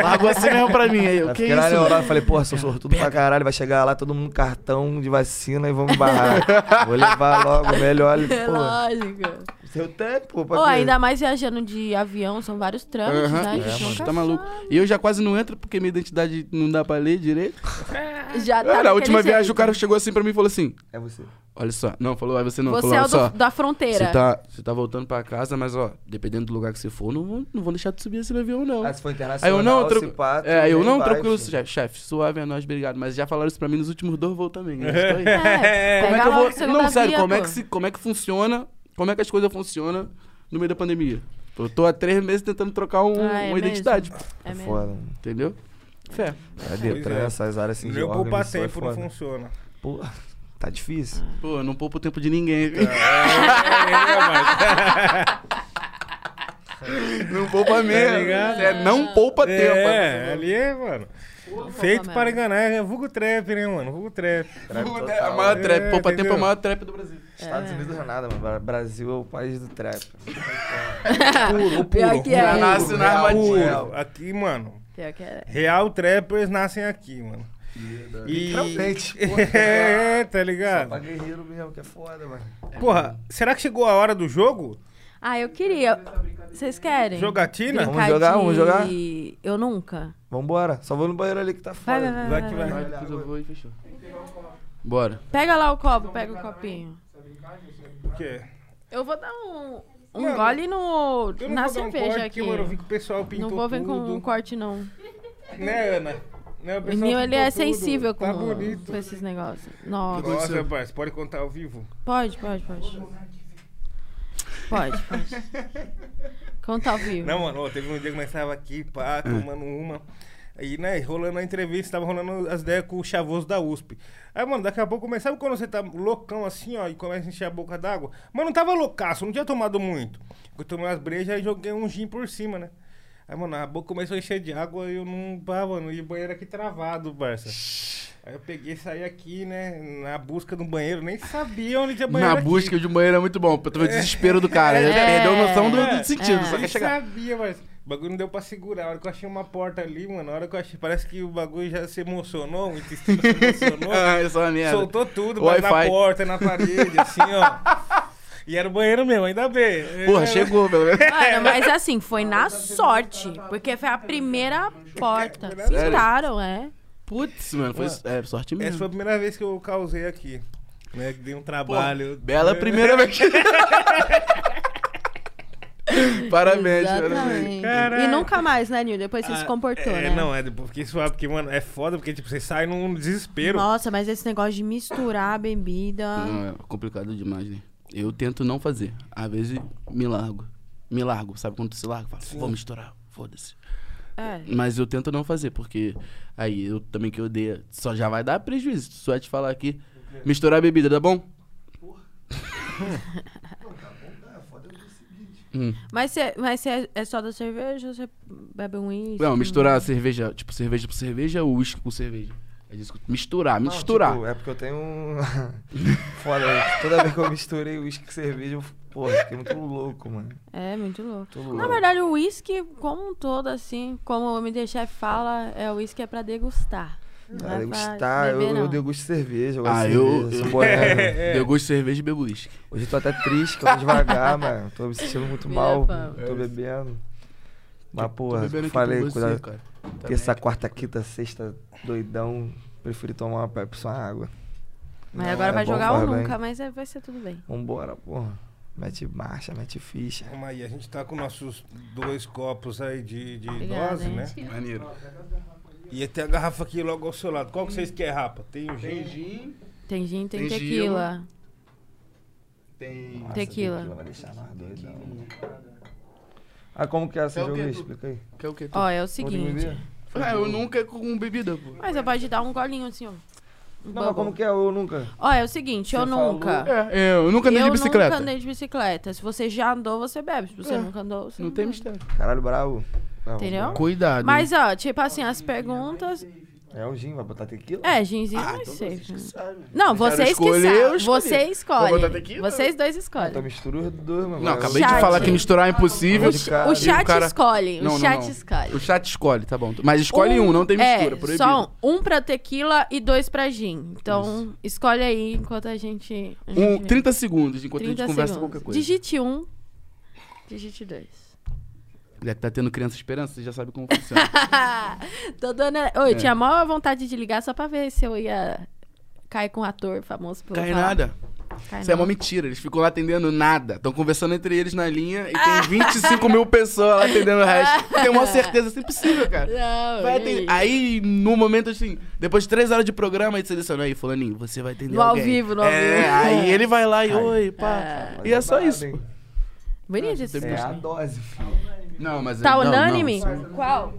Largou assim mesmo pra mim. Aí, eu, Aí que fiquei lá isso? neurado, falei, porra, sou sortudo pra caralho, vai chegar lá todo mundo cartão de vacina e vamos barrar. Vou levar logo, melhor. Pô, lógico. seu tempo, pra Ou quê? ainda mais viajando de avião, são vários trâmites, Aham. né? A gente É, mano, nunca tá maluco. E eu já quase não entro porque minha identidade não dá pra ler direito. Já tá Cara, a daquele última viagem jeito. o cara chegou assim pra mim e falou assim: É você. Olha só. Não, falou, aí você não. Você falou, é olha o só. do, da fronteira. Você tá, você tá voltando pra casa, mas ó, dependendo do lugar que você for, não vão, não vão deixar de subir esse avião, não. Ah, se for Aí internacional, eu não, se tranquilo. pá, tu É, eu nem não, vai, tranquilo, filho. chefe. Chefe, suave é nós, obrigado. Mas já falaram isso pra mim nos últimos dois voos também. né? Isso aí. É, como é pega que eu logo o vou. segundo Não, sério, avião, como é, pô. que se, como é que funciona? Como é que as coisas funcionam no meio da pandemia? Eu tô há três meses tentando trocar um- Ah, é uma identidade, pô, É É mesmo. foda. mano. entendeu? Fé. É Detran, é. essas áreas assim de Meu órgãos, poupar isso é um tempo não foda. funciona. Porra, tá difícil. Pô, eu não poupo o tempo de ninguém. É, não poupa Tá mesmo. ligado? É, não poupa tempo. É, ali é, mano. Feito Porra, para mano. enganar, é vulgo trap, né, mano? Vulgo trap. Puta, é a maior É, trap. Poupa tempo é entendeu? a maior trap do Brasil. Estados Unidos não é nada, mano. Bra- Brasil é o país do trap. Puro, Pior que é. Já nasce na real, armadilha. real. Aqui, mano. Pior que é. Real trappers nascem aqui, mano. E... Literalmente, porra. É, tá Pra é. ligado? guerreiro mesmo, que é foda, mano. Porra, será que chegou a hora do jogo? Ah, eu queria. Vocês querem? Jogatina? Brincar Vamos jogar, de- vamos jogar? Eu nunca. Vambora, só vou no banheiro ali que tá Vai, vai, foda. vai. Vai vai, que vai. vai. Depois eu vou e fechou. Bora. Pega lá o copo, pega o copinho. O quê? Eu vou dar um, um Mano, gole no, Eu não na vou dar um cerveja corte, aqui. porque, mano, eu vi que o pessoal pintou não vou vir com tudo. um corte, não. Né, Ana? Né, o O pessoal Nil, ele pintou é tudo. sensível com, Tá bonito. com esses negócios. Nossa. Nossa, rapaz, pode contar ao vivo? Pode, pode, pode. Pode, pode. Conta ao vivo. Não, mano, ó, teve um dia que nós tava aqui, É. pá, tomando uma. Aí, né, rolando a entrevista, tava rolando as ideias com o chavoso da USP. Aí, mano, daqui a pouco começa. Sabe quando você tá loucão assim, ó, e começa a encher a boca d'água? Mas não tava loucaço, não tinha tomado muito. Eu tomei umas brejas e joguei um gin por cima, né? Aí, mano, a boca começou a encher de água e eu não. Pá, mano, e o banheiro aqui travado, Barça. Aí eu peguei e saí aqui, né, na busca do banheiro, nem sabia onde tinha banheiro. Na aqui. busca de um banheiro é muito bom, pra tu ver o desespero do cara. Ele É. perdeu a noção do, do sentido, É. só quer Nem chegar. sabia, mas o bagulho não deu pra segurar. A hora que eu achei uma porta ali, mano, a hora que eu achei, parece que o bagulho já se emocionou, o intestino se emocionou. Ah, isso é uma merda. soltou tudo, bateu na Wi-Fi. porta, na parede, assim, ó. E era o banheiro mesmo, ainda bem. Porra, chegou, pelo menos. é, Mano, mas assim, foi na sorte. Porque foi a primeira porta. Pintaram, é. Putz, mano, foi é, sorte Essa mesmo. foi a primeira vez que eu causei aqui. Né, que dei um trabalho. Bela primeira vez. parabéns, parabéns. Exatamente. Caraca. E nunca mais, né, Nil? Depois você se comportou, é, né? Não, é depois fiquei suave, porque, mano, é foda, porque, tipo, você sai num desespero. Nossa, mas esse negócio de misturar a bebida. Não, é complicado demais, né? Eu tento não fazer. Às vezes me largo. Me largo, sabe quando tu se larga? Fala, vou misturar, foda-se. É. Mas eu tento não fazer, porque aí eu também que odeio. Só já vai dar prejuízo. Só é te falar aqui. Misturar a bebida, tá bom? Mas você mas cê é só da cerveja ou você bebe um uísque? Não, misturar a cerveja, tipo, cerveja com cerveja ou uísque com cerveja. É isso que- Misturar, Não, misturar. tipo, é porque eu tenho um. foda, toda vez que eu misturei uísque com cerveja, eu. Porra, fiquei muito louco, mano. É, muito louco. Tô Na louco. verdade, o uísque, como um todo, assim, como o MD Chef fala, é o uísque é pra degustar. Não Ah, é degustar, pra beber, eu, eu não. degusto cerveja. Eu Ah, gosto de eu- cerveja, eu- sou boêmio. Eu gosto de cerveja e bebo uísque. Hoje eu tô até triste, que eu tô devagar, mano. Tô me sentindo muito Filha mal, da tô bebendo. Mas, Tô Ah, porra, É. bebendo aqui falei, com você, cuidado. cara. Tá Terça, bem. quarta, quinta, sexta, doidão. Prefiro tomar uma Pepsi uma água. Mas Não, agora é vai bom, jogar ou faz bem. nunca, mas é- vai ser tudo bem. Vambora, porra. Mete marcha, mete ficha. Calma aí, a gente tá com nossos dois copos aí de, de Obrigada, dose, hein? né? Maneiro. E tem a garrafa aqui logo ao seu lado. Qual que vocês querem, rapa? Tem o gin? Tem gin, né? tem, Tem tequila. Tem. Nossa, Tequila. Vai deixar nós doidão. né? Ah, como que é esse É o jogo quê, aí? tu? Explica aí. Quer o quê? Ó, é o Vamos seguinte. beber? Ah, eu nunca com bebida, pô. Mas eu pode dar um golinho assim, ó. Um Não, bubble. mas como que é? Eu nunca. Ó, é o seguinte, eu Você falou- nunca. É, eu nunca andei eu de bicicleta. nunca andei de bicicleta. Se você já andou, você bebe. Se você É. nunca andou, você não, Não tem bebe. mistério. Caralho, bravo. Bravo, Entendeu? bravo. Cuidado. Mas, ó, tipo assim, as perguntas. É o Gin, vai botar tequila? É, ginzinho mais safe. né? Não, vocês que escolher, sabem. eu escolhi. Você Vou botar escolhe. tequila? Vocês dois Então escolhem. mistura os dois, mano. É Não, acabei de Chat. falar que misturar é impossível. O, de ch- cara. o chat E o cara- escolhe. O Não, não, chat não. escolhe. O chat escolhe, tá bom. Mas escolhe um, não tem mistura, é, proibido. Só um, um pra tequila e dois pra gin. Então, escolhe aí enquanto a gente. a Um, gente- 30 segundos, enquanto a 30 gente conversa segundos. qualquer coisa. Digite um, digite dois. Já que tá tendo criança esperança, você já sabe como funciona. Tô dando. Oi, É. tinha a maior vontade de ligar só pra ver se eu ia cair com um ator famoso por Cai falar. nada. Cai Isso é não. uma mentira, eles ficam lá atendendo nada. Estão conversando entre eles na linha e tem 25 mil pessoas lá atendendo o resto. Tem uma certeza, isso é impossível, cara. Não, Vai e atender. aí? Aí, no momento assim, depois de três horas de programa, ele seleciona aí, fulaninho, você vai atender No ao alguém. vivo, no ao é, vivo. Aí ele vai lá e, oi, pá. É. E é só isso. hein? Bonito esse É a filme. dose, filho. Não, mas... Tá não, não, um unânime? isso- Qual?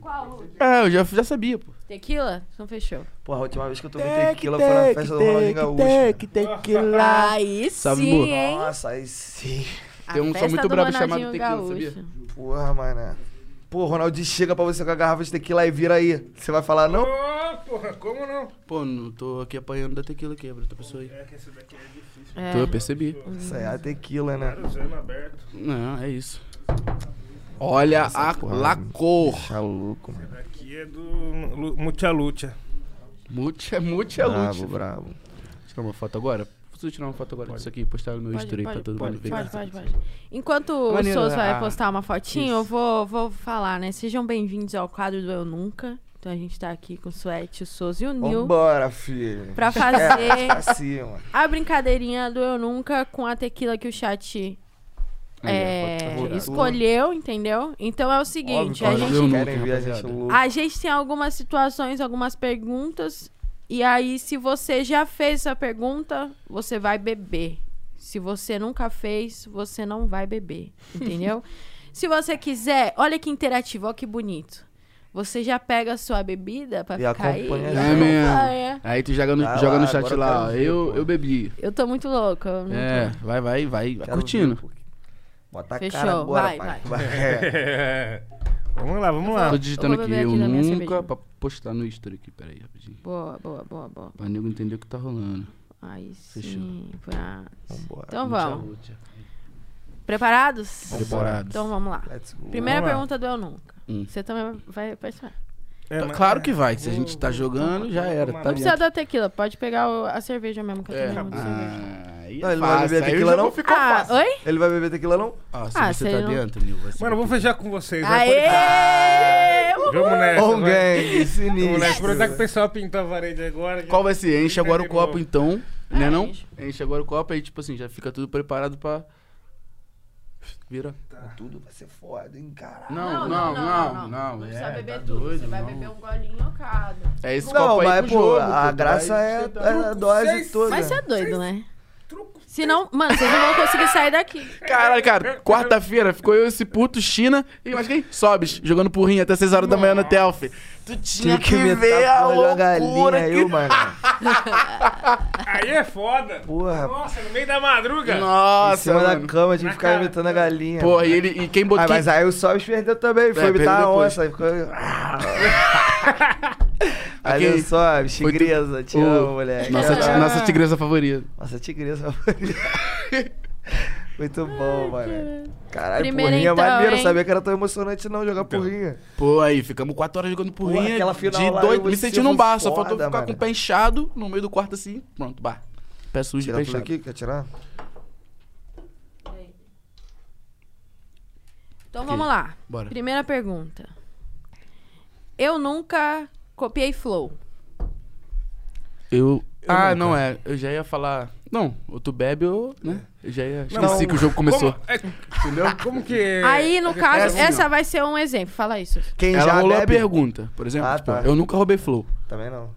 Qual? É, eu já, já sabia, pô. Tequila? Então fechou. Porra, a última vez que eu tomei tequila foi na festa do Ronaldinho Gaúcho. né? tequila. Aí Sabe, sim, amor? hein? Nossa, aí sim. A Tem um som festa muito do brabo chamado Ronaldinho Tequila, sabia? Gaúcho. Porra, mané. Pô, o Ronaldinho chega pra você com a garrafa de tequila e vira aí. Você vai falar não? Ô, porra, como não? Pô, não tô aqui apanhando da tequila aqui, outra pessoa aí. É que esse daqui é difícil. É. Então eu percebi. Isso aí é a tequila, né? Zero é aberto. Não, é isso. Olha a la cor. Tá louco, mano. Aqui é do Lu- Mucha Lucha. Mute é mute é Bravo, lute. bravo. Tirar uma foto agora? Preciso tirar uma foto agora disso aqui e postar no meu Pode, story pode, pra todo pode, mundo ver. Pode, pode, pode. Enquanto Maneiro, o Souza vai ah, postar uma fotinha, isso. eu vou, vou falar, né? Sejam bem-vindos ao quadro do Eu Nunca. Então a gente tá aqui com o Suete, o Souza e o Nil Vambora, filho. pra É, pra fazer cima. a brincadeirinha do Eu Nunca com a tequila que o chat Aí, é, a foto tá escolheu, entendeu? Então é o Óbvio seguinte, que a olha, gente eu eles querem nunca, ver a rapaziada. gente louco. a gente tem algumas situações, algumas perguntas. E aí, se você já fez essa pergunta, você vai beber. Se você nunca fez, você não vai beber. Entendeu? se você quiser, olha que interativo, olha que bonito. Você já pega a sua bebida pra E ficar aí. acompanha. e É mesmo. acompanha. Aí tu joga no, Vai joga lá, no chat agora eu lá, ó. quero ver, Eu, pô. eu bebi. Eu tô muito louca. eu não É, tô- vai, vai, vai. vai Quero curtindo. ver, pô. Bota a Fechou, cara, bora, vai, pai. vai. É. Vamos lá, vamos lá. Tô digitando Eu vou aqui, beber eu aqui na minha nunca, cerveja. pra postar no story aqui, peraí, rapidinho. Boa, boa, boa, boa. Pra nego entender o que tá rolando. Aí Fechou. sim. pra- Vambora. Então vamos. Preparados? Preparados. Então vamos lá. Let's go. Primeira Vamos pergunta lá. do Eu Nunca. Hum. Você também vai participar. É, Tá- mas- claro que vai. Se a gente tá jogando, já era. tomar Tá Não precisa dentro. da tequila, pode pegar o- a cerveja mesmo, que É. eu também amo de cerveja. Ah, aí Não, é ele não vai fácil, beber aí o tequila, jogo não? fica Ah, fácil. oi? Ele vai beber tequila não? Ah, se Ah, você sei tá não. dentro, Nil, você... Mano, eu vou fechar com vocês. vai, pode- Aê! Vamos né? nessa. On vai. gang, Vamos nessa. Aproveitar que o É um sinistro. pessoal pintou a parede agora. Qual vai ser? Enche agora o Entregou. copo, então. Né É, não? enche. Enche agora o copo, aí tipo assim, já fica tudo preparado pra... Vira. Tudo vai ser foda, hein, caralho. Tá. Não, não, não, não. precisa é, beber tá tudo, você doido, vai não. beber um golinho cada. É esse Não, copo aí mas, pro jogo, pô, a pô, graça vai- é você tá- é a dose Vocês- toda. Mas você é doido, né? Truco. Se não, mano, vocês não vão conseguir sair daqui. Caralho, cara, quarta-feira ficou eu, esse puto, China e mais quem? Sobes, jogando porrinha até 6 horas da manhã no Telf. Tu tinha Tinha que, que meter ver a a porra de uma loucura galinha que... eu, mano. Aí é foda. Porra. Nossa, no meio da madruga. Em Nossa, cima da mano. cama, tinha Na que ficar cara. imitando a galinha. Porra, e, ele, e quem botou... Ah, mas aí o Sobs perdeu também, foi É, imitar a perdeu depois. onça. Aí ficou... Aí Ok. o Sobs, Foi tu- tigresa, te o- amo, moleque. Ah. Nossa, ti- nossa tigresa favorita. Nossa, tigresa. Muito bom, mano. Caralho, Primeira porrinha é então, maneiro. hein? Sabia que era tão emocionante não jogar Então, porrinha. Pô, aí ficamos quatro horas jogando porrinha. Porra, aquela final de lá, doido. eu Me vou sentindo ser num bar, só foda, faltou ficar com o mano. pé inchado no meio do quarto assim. Pronto, bar. Pé sujo de Tirar pé tudo inchado. aqui, quer tirar? Então Ok, vamos lá. bora. Primeira pergunta. Eu nunca copiei flow. Eu. ah, não é. Eu já ia falar. Não, ou tu bebe ou. Né? Eu já ia. Não. Esqueci que o jogo começou. Como, é, entendeu? Como que é? Aí, no caso, assim, ó. essa vai ser um exemplo. Fala isso. Quem Ela já rolou bebe? a pergunta, por exemplo. Ah, tipo, tá. eu nunca roubei flow. Também não.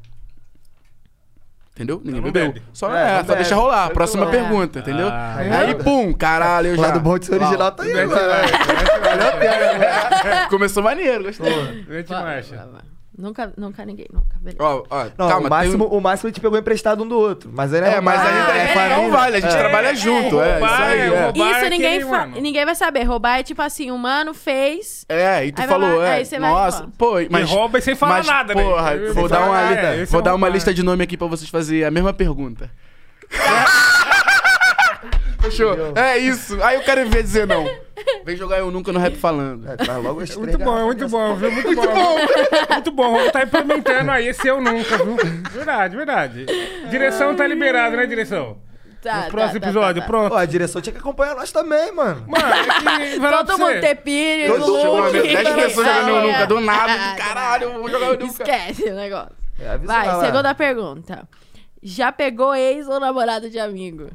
Entendeu? Ninguém não bebeu. bebe. Só, É, é, não só bebe. deixa rolar. Próxima É. pergunta, entendeu? Ah, aí, pum, caralho, eu Lá já. do bom de ser original tá aí, Mete mano. marcha, Valeu a pena, mano. Começou maneiro, gostei. Mete Vai, marcha. vai, vai. Nunca, nunca ninguém, nunca. Beleza. Ó, ó, Não, calma, o, máximo, tem... um- o máximo a gente pegou emprestado um do outro. Mas aí não É, mas roubar, ainda né? é aí não família. vale, a gente É. trabalha junto. É, isso Roubar aí. é é. roubar. Roubar Isso é ninguém, quem, fa- mano? ninguém vai saber. Roubar é tipo assim, o mano fez. É, e tu Aí vai falou, lá, é. aí você vai nossa, embora. pô, mas. e rouba e sem falar mas, nada, né? porra, Sem vou dar falar uma, nada, lista, é, esse vou é dar um uma par. lista de nome aqui pra vocês fazerem a mesma pergunta. Fechou? É isso. Aí eu quero ver dizer não. Vem jogar eu nunca no rap falando. É, tá logo as Muito três bom, garrafas muito dessa. bom, viu? Muito bom. Muito bom, vamos estar implementando aí esse eu nunca, viu? Verdade, verdade. Direção tá liberado, né, direção? Tá, no tá, próximo tá, tá, episódio, tá. pronto. Ó, a direção tinha que acompanhar nós também, mano. Mano, é que vai lá pra Todo mundo você. tem pires, Todo look. mundo, 10 pessoas é. jogando eu nunca, do nada. Ah, Caralho, eu vou jogar eu nunca. Esquece o negócio. É, avisa Vai, lá, lá. segunda pergunta. Já pegou ex ou namorado de amigo?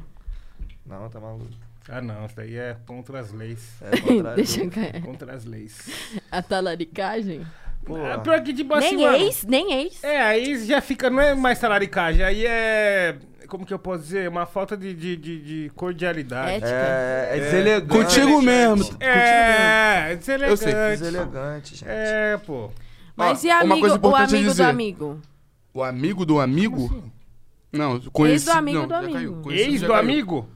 Não, tá maluco. Ah, não, isso daí é contra as leis. É contrário. Deixa eu ganhar. Contra as leis. A talaricagem? Pô, É pior que, tipo assim, Nem mano, ex, nem ex. É, aí já fica, não é mais salaricagem, aí é. Como que eu posso dizer? Uma falta de, de, de, de cordialidade. Ética. É, é deselegante. Contigo mesmo. É, é, Eu sei. deselegante. Deselegante, gente. É, pô. Mas Ó, e uma amigo, coisa o importante amigo do dizer. amigo? O amigo do amigo? Não, conheci... amigo não, do já amigo. caiu. Conhecido assim? Ex já do caiu. amigo?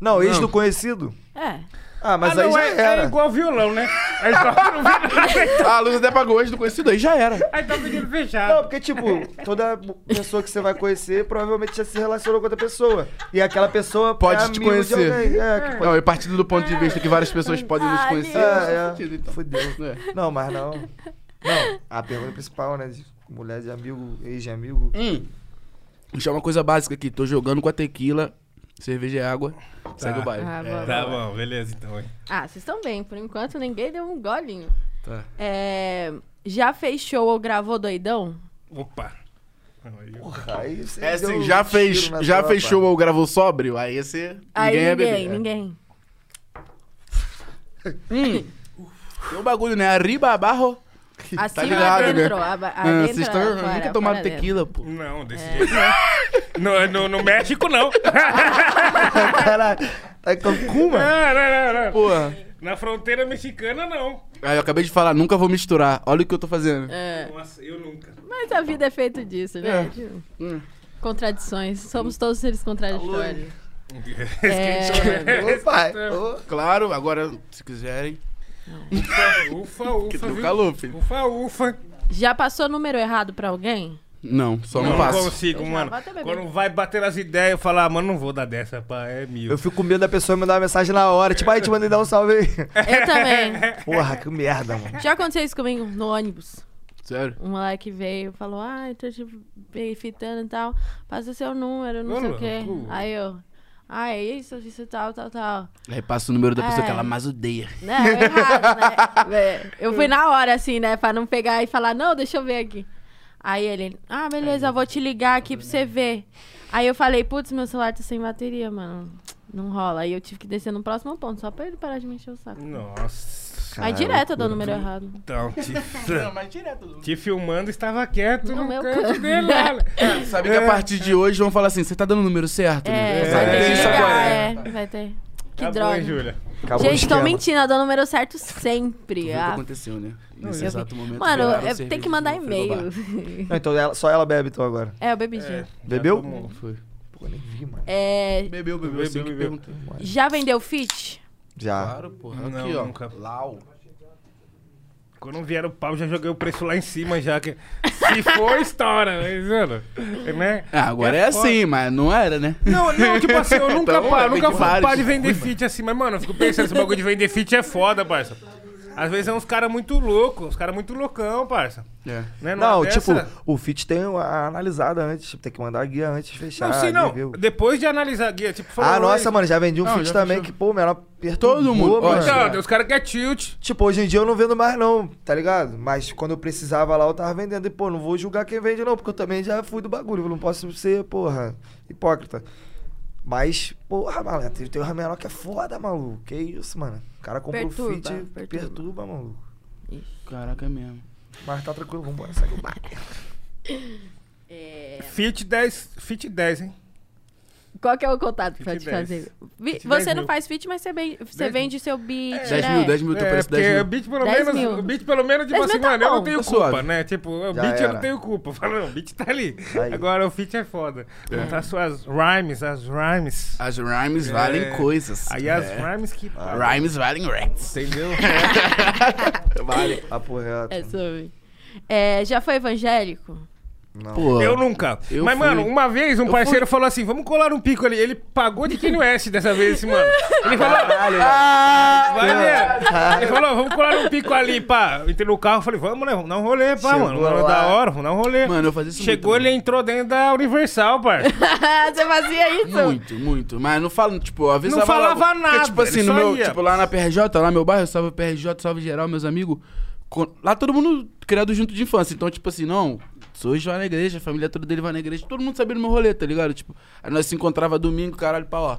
Não, ex Não. do conhecido? É. Ah, mas ah, aí não, já é, é era. igual violão, né? Aí toca no violão, Ah, a luz até apagou ex do conhecido, aí já é. era. aí tá pedindo Não, fechado. porque, tipo, toda pessoa que você vai conhecer provavelmente já se relacionou com outra pessoa. E aquela pessoa Pode é te amigo conhecer. de alguém. É, que pode... Não, e partindo do ponto de vista que várias pessoas podem nos conhecer, É, é. faz sentido, então. Fudeu. É. Não, mas não. Não, a pergunta principal, né? De mulher de amigo, ex de amigo. Hum. Deixa uma coisa básica aqui. Tô jogando com a tequila, cerveja e água. Segue o baile. Ah, bom. Tá bom, beleza então. hein. Ah, vocês estão bem. Por enquanto, ninguém deu um golinho. Tá. É, já fez show ou gravou doidão? Opa. Aí, ó. Aí você É deu assim, um já tiro fez, na já tropa. fechou ou gravou sóbrio, aí esse Aí ninguém é ninguém, bebê. ninguém. Tem um bagulho, né? Arriba, abarro. Assim ligado, né? adentro, aba- Ah, adentro, Vocês estão fora, nunca tomaram fora dentro. tequila, pô. Não, desse jeito. No, no, no México, não. Caralho, tá em Cancún, mano? Não, não, não, não. Porra. Na fronteira mexicana, não. Aí eu acabei de falar, nunca vou misturar. Olha o que eu tô fazendo. É. Nossa, eu nunca. Mas a vida é feita disso, né? É. Tipo, Hum. Contradições. Somos todos seres contraditórios. É, Esquentou, né? Ô, pai. ô. Claro, agora, se quiserem. Ufa, ufa, Que ufa. deu viu? calor, filho. Ufa, ufa. Já passou número errado pra alguém? Não, só não, não um passo. consigo, Eu já mano. vou até beber. Quando vai bater as ideias, eu falo, ah, mano, não vou dar dessa, pá, é mil. Eu fico com medo da pessoa me mandar uma mensagem na hora. Tipo, aí te mandei dar um salve aí. Eu também. Porra, que merda, mano. Já aconteceu isso comigo no ônibus. Sério. Um moleque veio e falou, ah, tô te fitando e tal, passa seu número, não Ô, sei o louco. quê. Aí eu, ah, é isso, isso, tal, tal, tal. Aí passa o número da pessoa É. que ela mais odeia. Né, é errado, né? É, Eu fui na hora, assim, né, pra não pegar e falar, não, deixa eu ver aqui. Aí ele, ah, beleza, eu vou te ligar aqui pra você ver. Aí eu falei, putz, meu celular tá sem bateria, mano, não rola. Aí eu tive que descer no próximo ponto, só pra ele parar de me encher o saco. Nossa. Aí direto eu dou o número errado. Então, te, mas direto. te filmando, estava quieto No no, meu canto, canto. dele É, lá. Sabe que a partir de hoje vão falar assim, você tá dando o número certo? É, né? vai ter que Isso ligar, agora. é, vai ter. Que Tá droga. bom, Júlia. Acabou o Gente, tô esquema. mentindo, eu dou o número certo Tu sempre. viu o que Ah, aconteceu, né? Nesse eu exato vi. momento. Mano, viraram é- tem cerveja que mandar no frigobar. e-mail. Não, então ela- só ela bebe então agora. É, o Baby tá G. Bebeu? Já tomou. Foi. Pô, nem vi, mano. É, Bebeu, bebeu, Bebeu, assim que bebeu. Ah. perguntou. já vendeu fit? Já. Claro, porra. Não, Aqui, ó. nunca. Lau. Quando vieram o pau, já joguei o preço lá em cima, já que... Se for, estoura, mas, mano, né? Ah, agora é, foda. assim, mas não era, né? Não, não, tipo assim, eu nunca, Então, paro, é, vem nunca de fui vários. parar de vender fit assim, mas, mano, eu fico pensando, esse bagulho de vender fit é foda, parça. Às vezes é uns caras muito loucos, uns caras muito loucão, parça. É. Né? Numa Não, dessa- tipo, o fit tem a analisada antes. tipo, Tem que mandar a guia antes de fechar. Não, sim, não. ali, viu? Depois de analisar a guia, tipo, Ah, falou, nossa, "Oi". mano, já vendi um Não, fit já também fechou. que, pô, melhor Todo mundo, ó, Então, Nossa. tem os caras que é tilt. Tipo, hoje em dia eu não vendo mais, não, tá ligado? Mas quando eu precisava lá, eu tava vendendo. E, pô, não vou julgar quem vende, não, porque eu também já fui do bagulho. Eu não posso ser, porra, hipócrita. Mas, porra, maluco, tem, tem um ramelão que é foda, maluco. Que isso, mano. O cara comprou o Perturba, fit, perturba. perturba. maluco. Caraca mesmo. Mas tá tranquilo, vambora, segue o barco. Fit 10, fit 10, hein? Qual que é o contato pra Fit te 10. fazer? Vi- Fit você 10 não mil. faz fit, mas você, ben- você 10 vende seu beat, 10 né? mil, 10 mil, teu É, preço porque 10 o mil. beat pelo 10 menos, mil. o beat pelo menos de 10 uma mil tá semana eu bom. não tenho Tá culpa, suave. né? Tipo, o Já beat eu era. não tenho culpa. Fala, não, o beat tá ali. Aí. Agora o feat é foda. Tá suas rhymes, as rhymes. As rhymes valem É. coisas. Aí as É. rhymes que. Rhymes valem rants. Entendeu? Vale. Papo reto. É sobre. É, já foi evangélico? Não. Pô. Eu nunca. Eu Mas, fui. mano, uma vez um Eu parceiro fui. falou assim: vamos colar um pico ali. Ele pagou de Kanye West dessa vez, esse mano. Ele falou. Caralho, Vai, né? Ele falou, vamos colar um pico ali, pá. Eu Entrei no carro, falei, vamos, né? Vamos dar um rolê, pá, Chegou mano. Mano, lá. da hora, vamos dar um rolê. Mano, eu fazia isso Chegou, muito. ele entrou dentro da Universal, parça. Ah, você fazia isso? Muito, muito. Mas não falo, tipo, avisava. Não falava logo. nada, tipo assim, ele no só meu, ia. tipo, lá na PRJ, lá no meu bairro, salve PRJ, salve geral, meus amigos. co- Lá todo mundo criado junto de infância. Então, tipo assim, não, Hoje vai na igreja, a família toda dele vai na igreja, todo mundo sabia do meu rolê, tá ligado? Tipo, aí nós se encontrava domingo, caralho, pá, ó.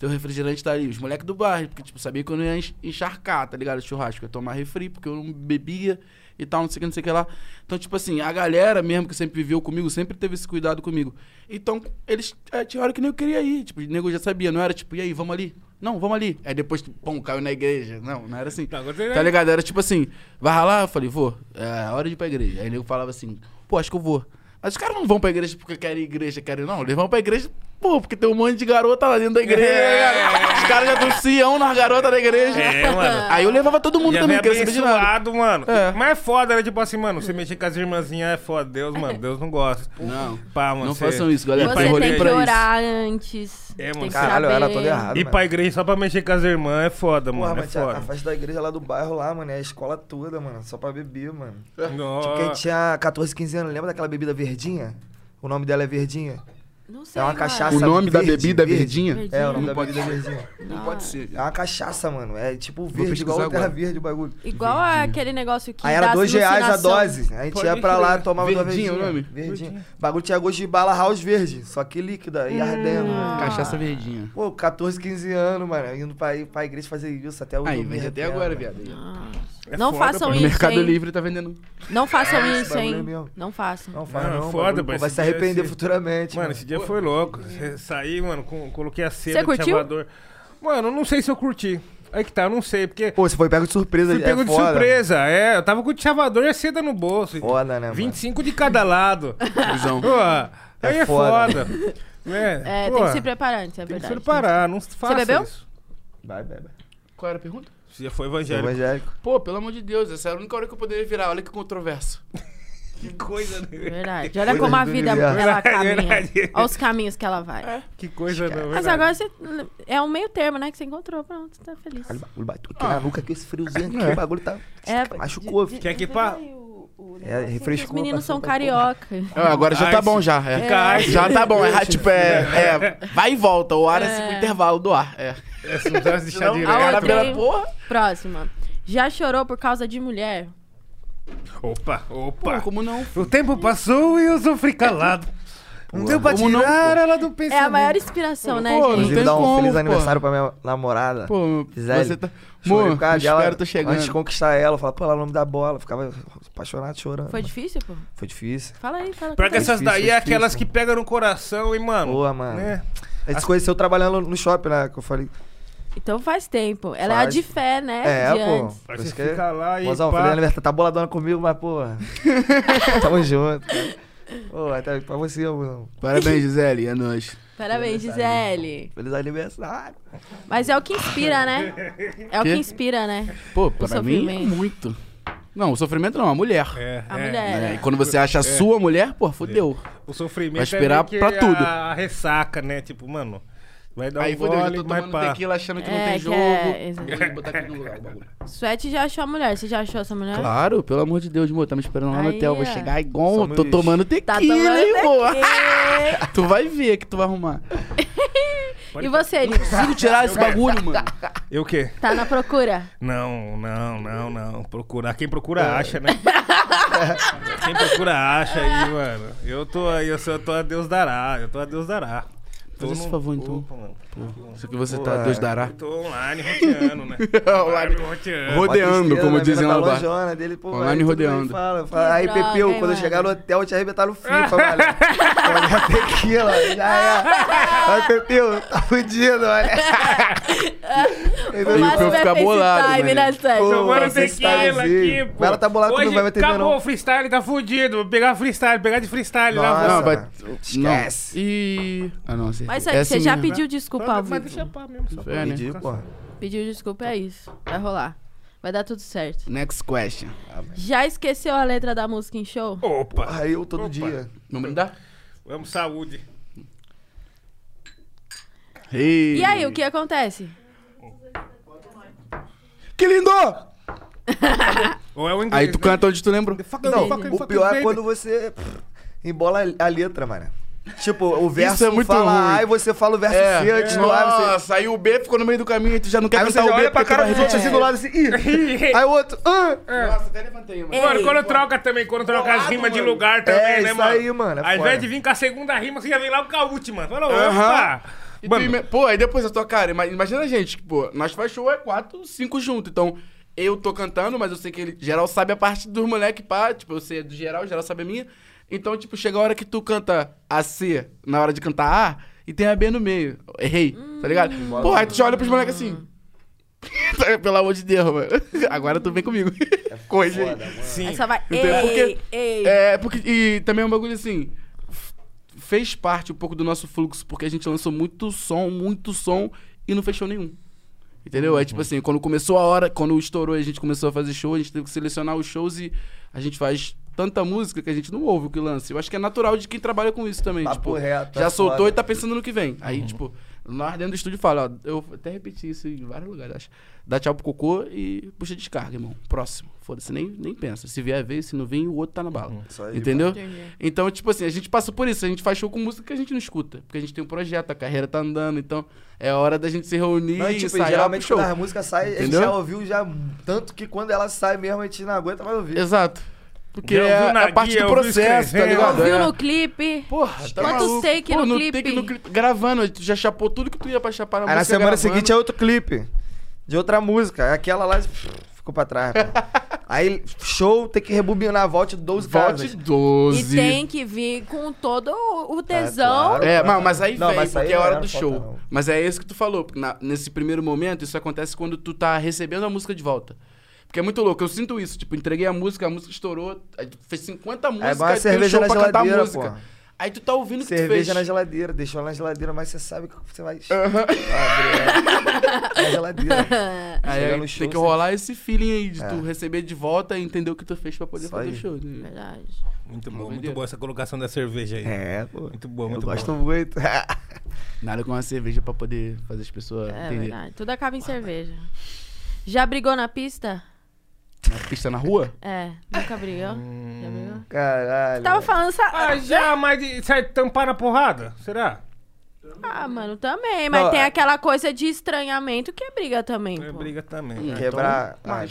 Teu refrigerante tá ali, os moleques do bar, porque, tipo, sabia que eu não ia enx- encharcar, tá ligado? Churrasco, eu ia tomar refri, porque eu não bebia e tal, não sei o que, não sei o que lá. Então, tipo assim, a galera mesmo que sempre viveu comigo, sempre teve esse cuidado comigo. Então, eles é, tinha hora que nem eu queria ir, tipo, o nego já sabia, não era tipo, e aí, vamos ali? Não, vamos ali. Aí depois, pum, caiu na igreja. Não, não era assim. Tá, agora você- Tá ligado? Era tipo assim, vai ralar? Eu falei, vou. É hora de ir pra igreja. Aí o nego falava assim, pô, acho que eu vou. Mas os caras não vão pra igreja porque querem igreja, querem não. Eles vão pra igreja, pô, porque tem um monte de garota lá dentro da igreja. tá ligado? Os caras já estão cião nas garotas da igreja. É, mano. Aí eu levava todo mundo Já vem também, queria saber de nada. abençoado, mano. É. Mas é foda, né? Tipo assim, mano, você mexer com as irmãzinhas é foda. Deus, mano, Deus não gosta. Não. Pá, mano, Não você- façam isso, galera. E pra Você rolê igreja- tem que pra isso. orar antes. É, mano. tem que Caralho, eu saber. era todo errado. Ir pra igreja só pra mexer com as irmãs é foda, Porra, mano. É mas tinha a foda. festa da igreja lá do bairro lá, mano. É a escola toda, mano. Só pra beber, mano. Tipo, quem Nossa. tinha 14, 15 anos, lembra daquela bebida verdinha? O nome dela é Verdinha? Não sei, É uma mano. cachaça. O nome da Verde, bebida verde. verdinha? Verdinha. É, o nome Não da pode bebida é Verdinha. Não pode ser. É uma cachaça, mano. É tipo verde, pesquisar igual terra agora. verde o bagulho. Igual aquele negócio que Aí era dá 2 reais a alucinação. dose. A gente Pode ia pra lá, crer. tomava uma Verdinha verdinha. o nome? Verdinha. O bagulho tinha gosto de bala house verde, só que líquida Hum. e ardendo. Ah. Cachaça verdinha. Pô, 14, 15 anos, mano. Indo pra, pra igreja fazer isso até o Aí, eu me vende até arrependo, agora, mano. viado. aí, ó. É Não foda, façam pô. No isso, Mercado hein? Livre tá vendendo. Não façam esse isso, bagulho é hein? meu. Não façam. Não faz é Mano, não, foda, bagulho, pô, pô, vai esse se dia arrepender esse- futuramente. Mano, esse dia foi louco. Cê- Saí, mano, com- coloquei a Cê seda de curtiu? chavador. Mano, não sei se eu curti. Aí que tá, eu não sei, porque Pô, você foi pego de surpresa. fui é pego de foda. surpresa. É, eu tava com o chavador e a seda no bolso. Foda, né, mano? 25 de cada lado. Visão. Pô, aí é foda. foda. É, É, pô, tem que se preparar antes, é tem que verdade. se preparar, não faça bebeu? isso. Vai, vai, vai. Qual era a pergunta? Você já foi Você é evangélico. evangélico. Pô, pelo amor de Deus, essa era a única hora que eu poderia virar. Olha que controverso. Que coisa, né? É Verdade. Olha como a do vida universo. ela Verdade, caminha. verdade. Olha os caminhos que ela vai. Que coisa, não. Mas verdade. agora você. É um meio termo, né? Que você encontrou. Pronto, você tá feliz. Olha, o bagulho bateu aqui na nuca, aqui esse friozinho aqui, o bagulho tá... É, machucou, de- de- Quer que pá? o- o É, negócio que refrescou, Os meninos passou são pra porra. carioca. Ah, agora já tá Ice. bom, já. É. Fica ice. Já tá bom. É, ra- tipo, é, é. Vai e volta. O ar é, assim, o intervalo do ar. É. É, se não tivesse deixado Senão, direto. o cara Aonde? vira, porra. Próxima. Já chorou por causa de mulher? Opa, Pô, opa. como não? O tempo passou e eu sofri calado. Não deu pra Como não, tirar pô? ela do É a pensamento. maior inspiração, né, Pô, gente? tem Inclusive, dá um como, feliz pô. aniversário pra minha namorada. Pô, Gisele, você tá... Chorei Amor, por causa me dela, espera, tô Antes de chegando. conquistar ela, eu falava, pô, ela é o nome da bola. Eu ficava apaixonado, chorando. Foi difícil, pô? Foi difícil. Fala aí, fala. Pior que conta. essas Difícil, daí é difícil. aquelas que pegam no coração, hein, mano. Boa, mano. Né? A gente se conheceu trabalhando no shopping, né? Que eu falei. Então faz tempo. Ela é a Faz. de fé, né? É, de pô. antes. Aí Por você isso que é fica lá e Mozão, pá. feliz aniversário. Tá boladona comigo, mas, pô. Tamo junto. cara. Pô, até pra você, mozão. Parabéns, Gisele. É nóis. Parabéns, Gisele. Feliz aniversário. Mas é o que inspira, né? É o Quê? que inspira, né? Pô, pra mim é sofrimento. muito. Não, o sofrimento não, a mulher. É, A é. mulher. É, e quando você acha a sua mulher, É. pô, fodeu. O sofrimento Vai esperar é meio que pra tudo. A, a ressaca, né? Tipo, mano, vai dar Aí um fodeu, já gole, tô mas tomando pá. tequila achando que É, não tem que jogo. é, Vou botar aqui no lugar o bagulho. Suete já achou a mulher. Você já achou essa mulher? Claro, pelo amor de Deus, amor. Tá me esperando lá no Aí, hotel. Vou ó. chegar igual. Só Tô me- tomando tequila, Tá tomando hein, boa. tequila. tu vai ver que tu vai arrumar. E você, Liz? Consigo tirar esse bagulho, mano. Eu o quê? Tá na procura? Não, não, não, não. Procurar. Quem procura acha, né? Quem procura acha aí, mano. Eu tô aí, eu, sou, eu tô a Deus dará. Eu tô a Deus dará. Tô Faz esse favor, então. Opa, mano. Isso que você é. tá, Deus dará. Eu tô online roteando, né? Online. É, roteando. Ro- Rodeando, Uma tristeza, como né? dizem Tá lá no bar. longeona dele, pô. Online aí tudo rodeando. bem, Fala, fala, aí, Que droga, Pepeu, hein, quando eu mano? chegar no hotel, eu te arrebentar no FIFA, mano. Olha tequila, já é. Aí, Pepeu, tá fudido, olha. O Ele Márcio vai ficar FaceTime, bolado, né? né, Suete? Ô, Tomando Nossa, esse tequila aqui, stylezinho. pô. Mas ela tá bolada Hoje comigo, não vai meter acabou não. o freestyle, tá fudido. Vou pegar freestyle, pegar de freestyle. lá, Nossa. vou- Não, vai. Esquece. Não. E. Ah, não, acertei. Mas Suete, É você assim já mesmo. pediu desculpa ao Mas vivo. deixa pá mesmo. só pra- É, né? Pedi, pô. Pediu desculpa, é isso. Vai rolar. Vai dar tudo certo. Next question. Já esqueceu a letra da música em show? Opa. Aí eu todo Opa. dia. Vamos brindar? Vamos, saúde. E aí, o que acontece? Que lindo! Ou é o inglês, Aí tu né? canta onde tu lembrou. The fucking- Não, fucking- o fucking pior é baby. quando você pff, embola a letra, mano. Tipo, o verso é muito fala ruim. A e você fala o verso É. C antes do A. Você... Nossa, aí o B ficou no meio do caminho e tu já não quer Aí você cantar já o B olha pra porque tu cara vai dos outros assim do lado assim. Ih. Aí o outro. ah. Nossa, até levantei, mano. Mano, quando troca também, quando troca as Colado, rimas de mano. lugar também, né, É, isso mano? aí, mano, é Ao foda. invés de vir com a segunda rima, você já vem lá com a última. Fala, Aham. opa! E tu Mano, ime- Pô, aí depois a tua cara, ima- imagina a gente, que, pô, nós faz show é quatro, cinco junto, então eu tô cantando, mas eu sei que ele, geral sabe a parte dos moleque, pá, tipo, eu sei do geral, geral sabe a minha, então, tipo, chega a hora que tu canta a C na hora de cantar A e tem a B no meio, errei, tá ligado? Pô, aí tu já olha pros moleques assim, pelo amor de Deus, mano, agora tu vem comigo, coisa aí. Aí só vai. Entendeu? Ei, Porque- ei. É, porque. E também é um bagulho assim. f- Fez parte um pouco do nosso fluxo, porque a gente lançou muito som, muito som e não fechou nenhum. Entendeu? É Uhum. tipo assim, quando começou a hora, quando estourou e a gente começou a fazer show, a gente teve que selecionar os shows e a gente faz tanta música que a gente não ouve o que lança. Eu acho que é natural de quem trabalha com isso também. Papo tipo, reto, é já soltou foda. Uhum. e tá pensando no que vem. Aí, tipo, nós dentro do estúdio fala, ó, eu até repeti isso em vários lugares, acho. Dá tchau pro cocô e puxa descarga, irmão. Próximo. Foda-se, nem, nem pensa. Se vier, veio, se não vir, o outro tá na bala. Uhum. Isso aí, Entendeu? Entendi. Então, tipo assim, a gente passa por isso. A gente faz show com música que a gente não escuta. Porque a gente tem um projeto, a carreira tá andando. Então, é hora da gente se reunir Não, e, e tipo, sair lá pro geralmente show. quando a música sai, a gente Entendeu? já ouviu já tanto que quando ela sai mesmo, a gente não aguenta mais ouvir. Exato. Porque Já é, ouviu na é parte guia, do ouviu processo, tá escrevendo. ligado? Ouviu É. no clipe? Porra, tá é. Quantos maluco. take Pô, no no clipe? take no clipe. Gravando, tu já chapou tudo que tu ia pra chapar na Aí na música. semana gravando. seguinte é outro clipe. De outra música. Aquela lá pff, ficou pra trás. pô. Aí, show, tem que rebobinar, volte 12 Volte casas. 12. E tem que vir com todo o o tesão. claro. É, ma- mas aí Não, vem, mas porque aí é não hora era do falta, show. não. Mas é isso que tu falou. porque na- nesse primeiro momento, isso acontece quando tu tá recebendo a música de volta. Porque é muito louco, eu sinto isso. Tipo, entreguei a música, a música estourou, aí tu fez 50 músicas, igual a aí tem um É cerveja show na pra cantar a geladeira, música. porra. Aí tu tá ouvindo o que tu fez. Cerveja na geladeira, deixou ela na geladeira, mas você sabe que você vai. Aham. Abrir na geladeira. Aí, aí Chega no show, assim. tem que você- rolar esse feeling aí de tu receber de volta e entender o que tu fez pra poder Isso fazer aí. o show. É. né? Verdade. Muito bom, muito doideira. boa essa colocação da cerveja aí. É, pô. Muito boa, Eu muito boa. gosto muito. Nada com uma cerveja pra poder fazer as pessoas É entender. verdade. Tudo acaba Ah, em cerveja. Já brigou na pista? Na pista na rua? É. Nunca brigou? Já Hum. brigou? Caralho. Tava falando. sa- Ah, já, mas de- sai tampar na porrada? Será? Ah, mano, também. Mas Não, tem é- aquela coisa de estranhamento que é briga também, É pô. briga também. É. Quebrar. Então, Ah, mas-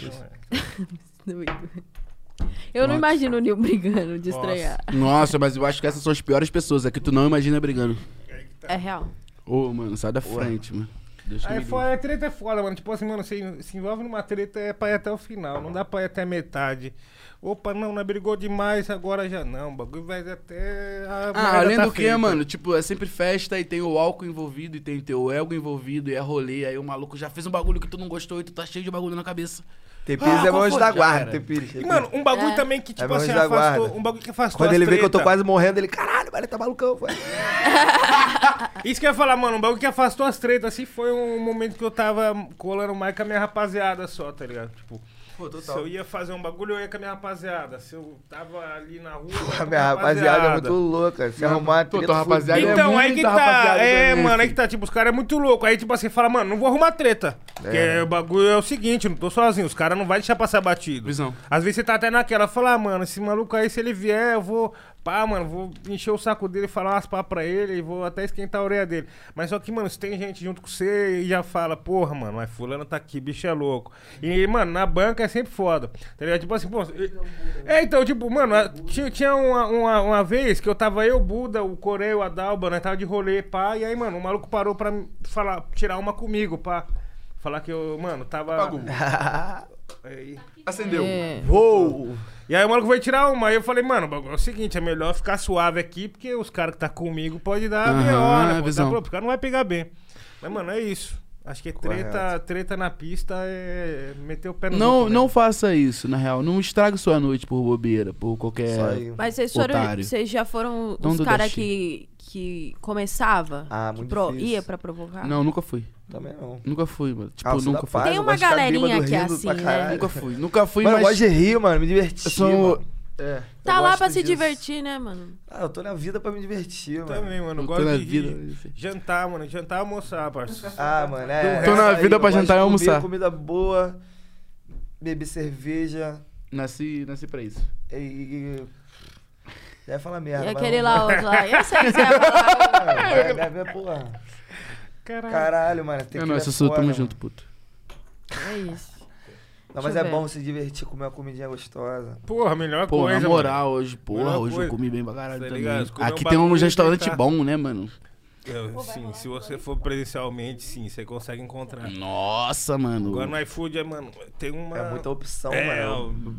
Deus. Eu não Nossa. imagino o Nil brigando de estranhar. Nossa, mas eu acho que essas são as piores pessoas. É que tu não imagina brigando. É real. Ô, mano, sai da frente, mano. Deus que Aí me fo- a treta é foda, mano. Tipo assim, mano, se, se envolve numa treta é pra ir até o final, não dá pra ir até a metade. Opa, não, não brigou demais, agora já não. O bagulho vai até. A merda Ah, além tá do que, feita. mano, tipo, é sempre festa e tem o álcool envolvido e tem teu ego envolvido e é rolê. Aí o maluco já fez um bagulho que tu não gostou e tu tá cheio de bagulho na cabeça. Tem pires Ah, é qual monge foi? da Já guarda. era. Tem pires. tem E, pires. mano, um bagulho É. também que, É tipo meu assim, anjo da afastou. guarda. Um bagulho que afastou. Quando as ele vê que eu tô treta. quase morrendo, ele, caralho, velho, tá malucão, foi. Isso que eu ia falar, mano, um bagulho que afastou as tretas, assim, foi um momento que eu tava colando mais com a minha rapaziada só, tá ligado? Tipo, Pô, se eu ia fazer um bagulho, eu ia com a minha rapaziada. Se eu tava ali na rua. eu ia com A minha rapaziada é muito louca. Se arrumar uma Tô- tô treta, rapaziada, fudeu. é Então, aí que muita tá. rapaziada É, também, mano, aí filho. que tá. Tipo, os caras é muito louco. Aí, tipo assim, fala, mano, não vou arrumar treta. Porque o bagulho é o seguinte, eu não tô sozinho. Os caras não vai deixar passar batido. Visão. Às vezes você tá até naquela, fala, ah, mano, esse maluco aí, se ele vier, eu vou. Pá, mano, vou encher o saco dele, falar umas pá pra ele e vou até esquentar a orelha dele. Mas só que, mano, se tem gente junto com você e já fala, porra, mano, mas fulano tá aqui, bicho é louco. E, mano, na banca é sempre foda. Tá ligado? Tipo assim, pô. e- É, então, tipo, mano, a- tinha, tinha uma, uma, uma vez que eu tava eu, o Buda, o Coreia, o Adalba, né? Tava de rolê, pá. E aí, mano, o maluco parou pra me falar, tirar uma comigo, pá. Falar que eu, mano, tava. Apagou. Aí. Acendeu. É. Uou! E aí o maluco vai tirar uma. Aí eu falei, mano, o bagulho é o seguinte, é melhor ficar suave aqui, porque os caras que tá comigo pode dar Aham, pior, né? é Pô, visão. Tá, pô, o cara não vai pegar bem. Mas, mano, é isso. Acho que treta, Correto. treta na pista é meter o pé no Não, outro, né? não faça isso, na real. Não estrague sua noite por bobeira, por qualquer. Isso É. aí. Mas vocês foram. Otário. Vocês já foram Dono os do caras Dashi. que, que começava? Então, Ah, que muito pro- difícil. Ia pra provocar? Não, nunca fui. Também não. Nunca fui, mano. Tipo, Ah, você nunca dá fui. paz, Tem eu uma gosto de ficar galerinha bêbado que é rindo pra assim, né? caralho. Nunca fui. Nunca fui, Mano, eu gosto mas. de rir, mano, me divertir. Eu sou. mano. É. Tá lá Eu gosto pra se disso. divertir, né, mano? Ah, eu tô na vida pra me divertir, mano. Também, mano. Eu Eu tô gosto na de vida, rir. isso aí. jantar, mano. Jantar e almoçar, parça. Ah, mano, é. Tô na vida é isso aí, pra eu gosto jantar e de comer almoçar. Comida boa, beber cerveja Nasci, nasci pra isso. e. e- Já ia falar E merda. mas aquele não- lá, outro lá. Eu sei que você ia falar. Vai, deve é porra. Caralho, mano. Tem É que nóis, ver Sussu, fora, né? tamo mano. junto, puto. É isso. Não, mas Deixa eu é ver. bom se divertir, comer uma comidinha gostosa. Porra, melhor Pô, coisa. na moral, hoje, porra, Melhor hoje coisa. eu comi bem pra caralho Tá também. ligado? Comer um Aqui tem bagulho um e restaurante deitar. bom, né, mano? mano. Eu- sim, se você for presencialmente, sim, você consegue encontrar. Nossa, mano. Agora no iFood, é, mano, tem uma. É muita opção, É, mano.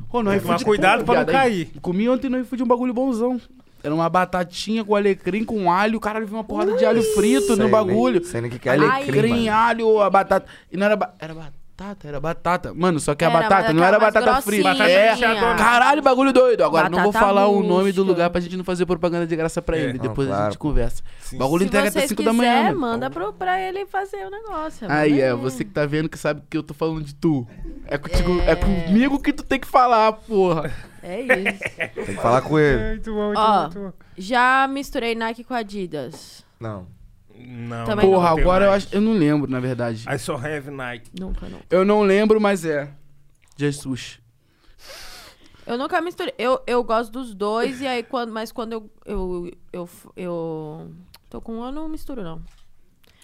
ó, Pô, no Tem que iFood, tomar cuidado pô, pra não viado, aí cair. Comi ontem no iFood um bagulho bonzão. Era uma batatinha com alecrim, com alho. O cara viu uma porrada de alho frito no Sei, bagulho. né? Sei nem o que que é Ai. alecrim, Alecrim, mano. alho, a batata. E não era, ba- era batata, era batata. Mano, só que a Era, batata mas não era aquela mais batata frita. grossinha. É, Batata- caralho, bagulho doido. Agora não vou Batata falar o nome rústica. do lugar pra gente não fazer propaganda de graça pra É. ele. Não, Depois a claro, gente pô. conversa. Sim. bagulho Se entrega até vocês 5 da quiser, manhã. mano. manda pro, pra ele fazer o negócio. manda Aí, é, ele. você que tá vendo que sabe que eu tô falando de tu. É, contigo, é comigo que tu tem que falar, porra. É isso. Tem que falar com ele. Muito bom, muito Ó. bom, muito bom. Já misturei Nike com Adidas. Não. Não, Também não Porra, tem agora eu Nike. acho. Eu não lembro, na verdade. I só have Nike. Nunca, não. Eu não lembro, mas é. Jesus. Eu nunca misturei. Eu, eu gosto dos dois, e aí quando. Mas quando eu. Eu. Eu. eu tô com um, eu não misturo, não.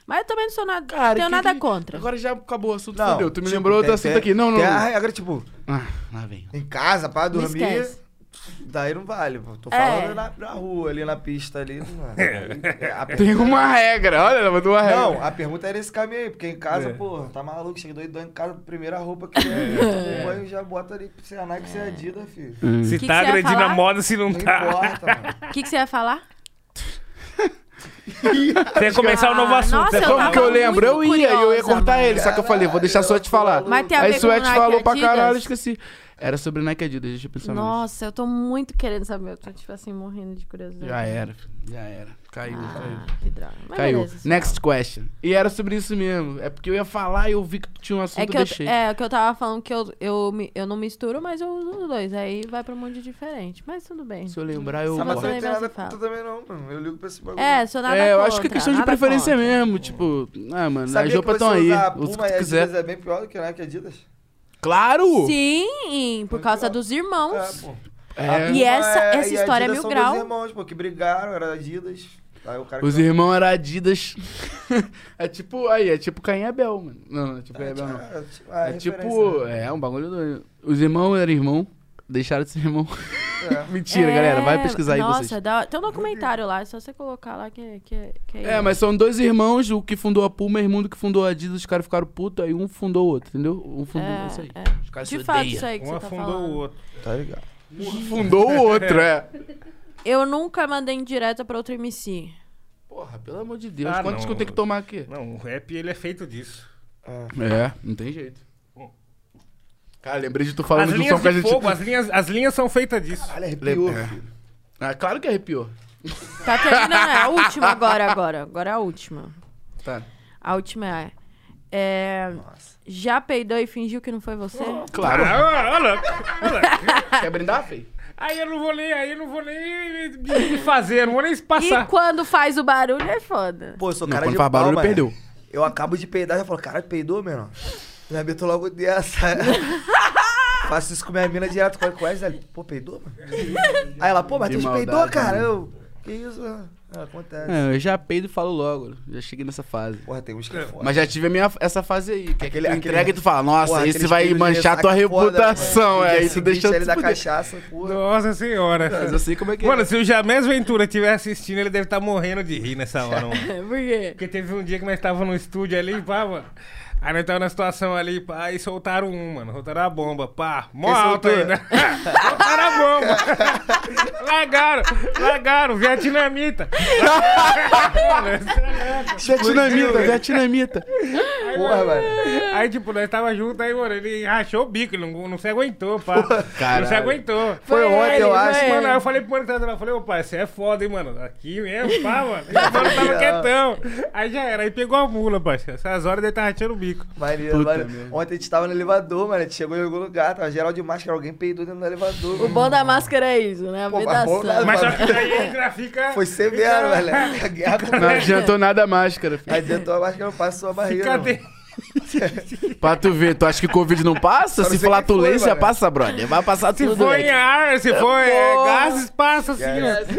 Mas eu também não sou nada. Cara, tenho que- nada que- contra. Agora já acabou o assunto, Não. fodeu. Tu me tipo, lembrou tem- outro assunto tem- aqui. Não, não. tem não. a- Agora, tipo, Ah, lá vem. em casa, pra Não dormir, esquece. daí não vale. pô. Tô É. falando na, na rua, ali na pista, ali. Não, é. A per- Tem um- uma regra, olha, ela mandou uma regra. Não, a pergunta era esse caminho aí, porque em casa, porra, tá maluco, chega doido, em casa, primeira roupa que é, o banho já bota ali, se é Nike, se é Adidas, filho. Hum. Se Hum. Que que você tá ia agredindo a falar? moda, se não Não tá. importa, mano. O que, que você ia falar? Tem que começar um novo Ah, assunto. nossa, tem que eu É Como falar. que eu tava lembro? Eu muito ia, eu ia curiosa, cortar mano. ele, só que eu falei, vou deixar a Suete falar. Mas tem a Aí ver com Suete Nike falou pra Adidas? caralho, eu esqueci. Era sobre Nike Adidas, deixa eu pensar mais. Nossa, eu tô muito querendo saber. Eu tô, tipo assim, morrendo de curiosidade. Já era, já era. Caiu, caiu. Ah, que droga. Mas Caiu. beleza, isso Next question. E era sobre isso mesmo. É porque eu ia falar e eu vi que tu tinha um assunto É que, eu eu, deixei. é que eu tava falando que eu, eu, me- eu não misturo, mas eu uso os dois. Aí vai pra um monte diferente. Mas tudo bem. Se eu lembrar, eu. Ah, mas gosto. eu não tenho nada Você fala. tu também não, mano. Eu ligo pra esse bagulho. É, sou nada é, eu acho contra, que é questão de nada preferência contra. mesmo. Tipo, ah, mano, Sabia as que roupas você estão aí. usar Usa o Puma que e tu quiser. Adidas é bem pior do que Nike e Adidas? Claro! Sim, por causa dos Ah, irmãos. É, pô. A É, E Puma essa- é- essa e história é Adidas mil são grau. dois irmãos, pô, que brigaram, era Adidas. Aí o é- cara... os que- irmãos eram Adidas. é tipo, aí, é tipo Caim e Abel, mano. Não, não é tipo Caim e Abel, não. Ah, tipo, ah, É tipo, referência, né? é um bagulho doido. Os irmãos eram irmão, deixaram de ser irmão. É. Mentira, É, galera, vai pesquisar aí nossa, vocês. dá- tem um documentário lá, é só você colocar lá que, que, que É, mas são dois irmãos, o que fundou a Puma e o irmão do que fundou a Adidas, os caras ficaram putos, aí um fundou o outro, entendeu? Um fundou É, isso aí. é. Os caras De se fato, odeiam. isso aí que Um você tá afundou falando. o outro. é. Tá ligado. Um fundou o outro, é. Eu nunca mandei indireta pra outro MC. Porra, pelo amor de Deus, Ah, quantos não. que eu tenho que tomar aqui? Não, o rap ele é feito disso. É. É, não tem jeito. Cara, lembrei de tu falando as de um som linhas que a de gente. fogo, as linhas, as linhas são feitas disso. Olha, Lem- arrepiou. é. Ah, claro que arrepiou. Tá terminando, é a última agora, agora. Agora é a última. Tá. A última é. é, Nossa. já peidou e fingiu que não foi você? Claro. Ah, olha, olha. Quer brindar, Fê? Aí eu não vou nem, aí eu não vou nem me- me me fazer, eu não vou nem se passar. E quando faz o barulho é foda. Pô, eu sou Não, cara quando de faz pau, barulho, mano. perdeu. Eu acabo de peidar, já falo, caralho, peidou, menor. Me habitou logo dessa. Faço isso com minha mina direto, com conhece, ela, pô, peidou, mano? Aí ela, pô, Matheus, Que peidou, maldade, cara? né? Eu, que isso? mano? Ah, acontece. É, eu já peido e falo logo. Já cheguei nessa fase. Porra, tem uns que é foda. Mas já tive a minha, essa fase aí. Que é que Aquele- tu aquele- entrega e tu fala, nossa, Porra, esse aqueles vai peidos de manchar ressaca tua foda, né, reputação. mano? No é, dia isso seguinte, deixa eu ele te da fuder. cachaça, porra. Nossa senhora. Mas eu sei como é que Mano, é. se o Jamés Ventura estiver assistindo, ele deve estar morrendo de rir nessa hora, mano. Por quê? Porque teve um dia que nós tava no estúdio ali, pá, mano. Aí nós tava na situação ali, pá, e soltaram um, mano. Soltaram a bomba, pá. Mó Quem alto soltou? ainda. soltaram a bomba. lagaram, lagaram, vietnamita. Vietnamita, vietnamita. Porra, mano. aí, tipo, nós tava junto, aí, mano, ele rachou o bico, ele não, não se aguentou, pá. Não se Caralho. aguentou. Foi Foi ontem, ele, eu foi acho. ele. Mano, é aí eu falei pro mano que tava lá, eu falei, ô pai, você é foda, hein, mano. Aqui mesmo, pá, mano. E o mano tava quietão. Aí já era, aí pegou a mula, parceiro. Essas horas ele tava rachando o bico. Maneiro, Puta mano. merda. Ontem a gente tava no elevador, mano. A gente chegou em algum lugar, tava geral de máscara, alguém peidou dentro do elevador. O bom da máscara é isso, né? A Pô, vida mas bom santa. da- Mas só que daí já fica. Foi severo, velho. A guerra Não adiantou nada a máscara. filho. Aí dentro a máscara, passou a barriga. Fica mano. de... pra tu ver, tu acha que Covid não passa? Só não Se sei falar quem foi, tulência, mano. passa, brother. Vai passar Se tudo. for velho. em ar, se for é, Porra. gases, passa assim,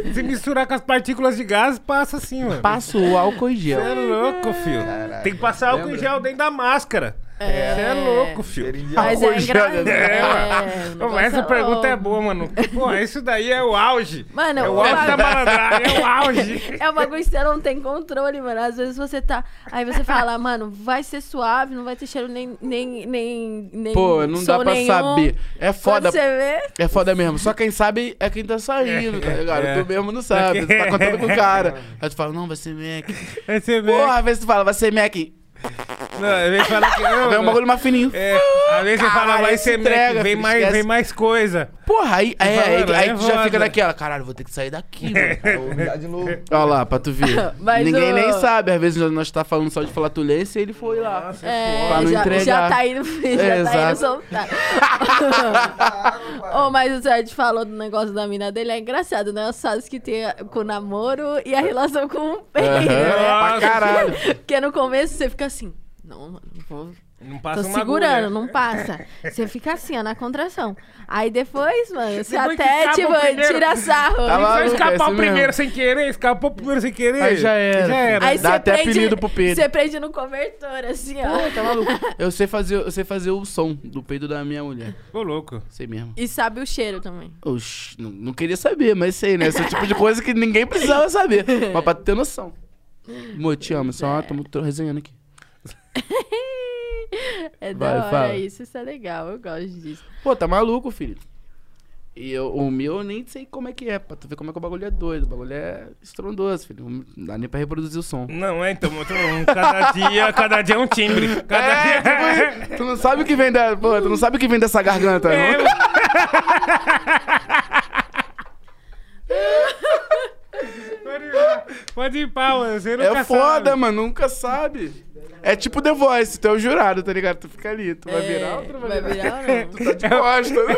ó. Se misturar com as partículas de gás, passa assim, mano. Passa o álcool em Você gel. é louco, filho. Tem que passar álcool em gel dentro da máscara. Você é, louco, filho. Cheirinho de Mas é Arroz, engraçado. né? É, É, Ô, mas essa pergunta é boa, mano. Pô, isso daí é o auge. Mano, é o o auge bagulho- da malandragem, é o auge. É um bagulho que você não tem controle, mano. Às vezes você tá. Aí você fala, mano, vai ser suave, não vai ter cheiro nem. nem, nem, nem Pô, não som dá pra nenhum. saber. É foda. Quando você vê. É foda mesmo. Só quem sabe é quem tá saindo, tá ligado? É. Tu mesmo não sabe. Tu tá contando com o cara. Aí tu fala, não, vai ser Mac. Aí você vê. Porra, às vezes tu fala, vai ser Mac. Vem Não, vem falar que não. né? um bagulho mais fininho. É, às vezes você fala, Caralho, vai se ser entrega, Mac, vem filho, mais, vem esquece. mais coisa. Porra, aí, é, Fala, aí, aí é tu já foda. fica naquela, caralho, vou ter que sair daqui, mano. humilhar de novo. Olha lá, pra tu ver. Mas Ninguém o- nem sabe. Às vezes nós tá falando só de flatulência e ele foi lá. É, Pra não já, entregar. já tá indo. Já É, tá indo exato. soltar. Ô, mas o Zed falou do negócio da mina dele, é engraçado, né? As fases que tem com o namoro e a relação com o peito. Aham, né? pra caralho. Porque no começo você fica assim. Não, mano, não vou Não passa Tô uma segurando, agulha. não passa. Você fica assim, ó, na contração. Aí depois, mano, você Depois que até acaba tipo, o primeiro- tira sarro. Tá lá, Só Maluco, é escapar isso o primeiro mesmo. sem querer, escapou o primeiro sem querer. Aí já era. Já era. Aí Dá você até prende, apelido pro Pedro. Você prende no cobertor, assim, ó. Eu sei fazer, eu sei fazer o som do peido da minha mulher. Ô, louco. Sei mesmo. E sabe o cheiro também. Oxi, não, não queria saber, mas sei, né? Esse é o tipo de coisa que ninguém precisava saber. Mas pra ter noção. Amor, te amo. Só tô, tô resenhando aqui. É Vai, da hora fala. isso, isso é legal, eu gosto disso. Pô, tá maluco, filho. E eu- o meu eu nem sei como é que é, pra tu ver como é que o bagulho é doido. O bagulho é estrondoso, filho. Não dá nem pra reproduzir o som. Não, é então, outro- um, cada dia, cada dia é um timbre. Cada É, dia. tipo isso. tu não sabe o que vem da. Pô, tu não sabe o que vem dessa garganta, é não? um- Pode ir, pá. Pode ir, pau, você nunca É foda, sabe. mano, nunca sabe. É tipo The Voice, tu é o jurado, tá ligado? Tu fica ali, tu vai É, virar ou tu não vai, vai virar? virar ou não? Tu tá de costa, né?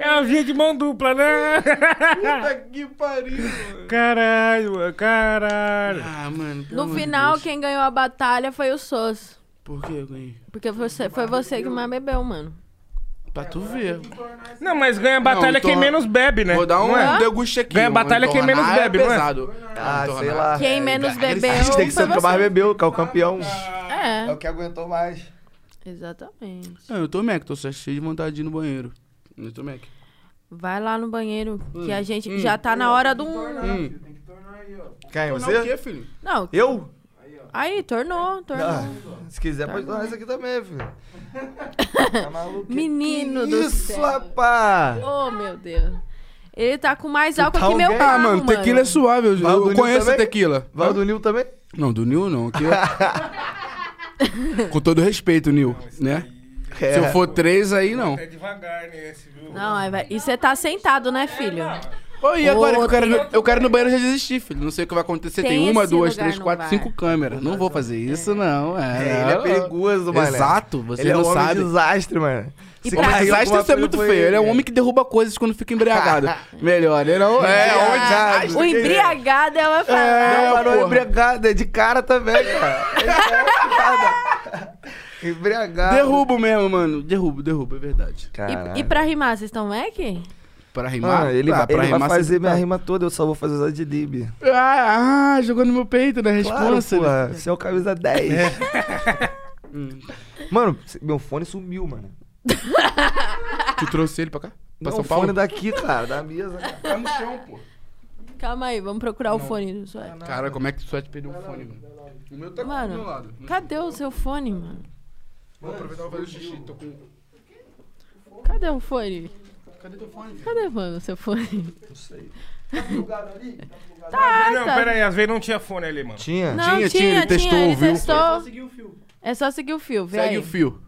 É uma via de mão dupla, né? Puta que pariu, mano. Caralho, mano, caralho. Ah, mano. pelo No amor de final, Deus. quem ganhou a batalha foi o Sos. Por que eu ganhei? Porque você, foi você que mais bebeu, mano. Pra tu ver. Não, mas ganha a batalha Não, então- quem menos bebe, né? Vou dar um Não é? deguste aqui. Ganha um batalha quem menos entornar bebe, é não é? pesado. Ah, Um sei entornar. lá. Quem menos bebeu. A gente tem que ser foi o que mais você. bebeu, que é o campeão. É o É, que aguentou mais. exatamente. Não, Ah, eu tô Mac, tô só cheio de vontade de ir no banheiro. Eu tô Mac. Vai lá no banheiro, que a gente já tá na hora de um. Hum. Quem? é Tornar o Você? quê, filho? Não, Eu? aí, tornou, tornou. Ah, se quiser, Tá pode tornar isso aqui também, filho. Tá maluco? Menino Que do Isso, céu. rapá! Oh, meu Deus. Ele tá com mais álcool tá que meu alguém? carro, Ah, mano, tequila é suave. Eu, Vai o do eu Nil conheço também? tequila. Vai o do Nil também? Não, do Nil não. Aqui eu- Com todo respeito, Nil, né? Se É. eu for três aí, não. É devagar nesse, viu? Não, aí vai- e você tá sentado, né, filho? É, Ô, e agora que eu quero, ir tem- no- eu quero ir no banheiro já desistir, filho. Não sei o que vai acontecer. Tem, Tem uma, esse duas, lugar três, no quatro, bar. cinco câmeras. Não vou fazer isso, não. É, É, ele é não. perigoso, mano. Exato, você ele é não um homem sabe. desastre, mano. Se Homem desastre caiu alguma isso é coisa, muito foi feio. Ele é um homem que derruba coisas quando fica embriagado. Melhor, ele não é Ah, homem desastre. O embriagado é uma Não, parada. mas não porra. é embriagado, é de cara também, cara. Ele é nada. embriagado. Derrubo mesmo, mano. Derrubo, derrubo, é verdade. E, e pra rimar, vocês estão Mac? Pra rimar. Ah, ele, tá, vai, pra ele vai rimar, fazer você- minha rima toda, eu só vou fazer os adlib. Ah, ah, jogou no meu peito na Claro, resposta. né? porra, você é o camisa 10. Hum. Mano, meu fone sumiu, mano. Tu trouxe ele pra cá? Pra Não, São o Paulo? fone daqui, cara, da mesa. cara. Tá no chão, pô. Calma aí, vamos procurar o fone do Sué. Cara, como é que tu só te perdeu um fone, mano? O meu tá aqui do meu Mano, lado. cadê o seu fone, mano? Vou aproveitar e fazer o xixi. Tô com... um- Cadê o fone? Cadê teu fone? filho? Tá Cadê, mano, o seu fone? Não, tá. pera aí, às vezes não tinha fone ali, mano. Tinha? Não, tinha, Tinha, tinha, ele tinha, testou, ele ouviu. testou. É só seguir o fio, vê Segue aí. o fio.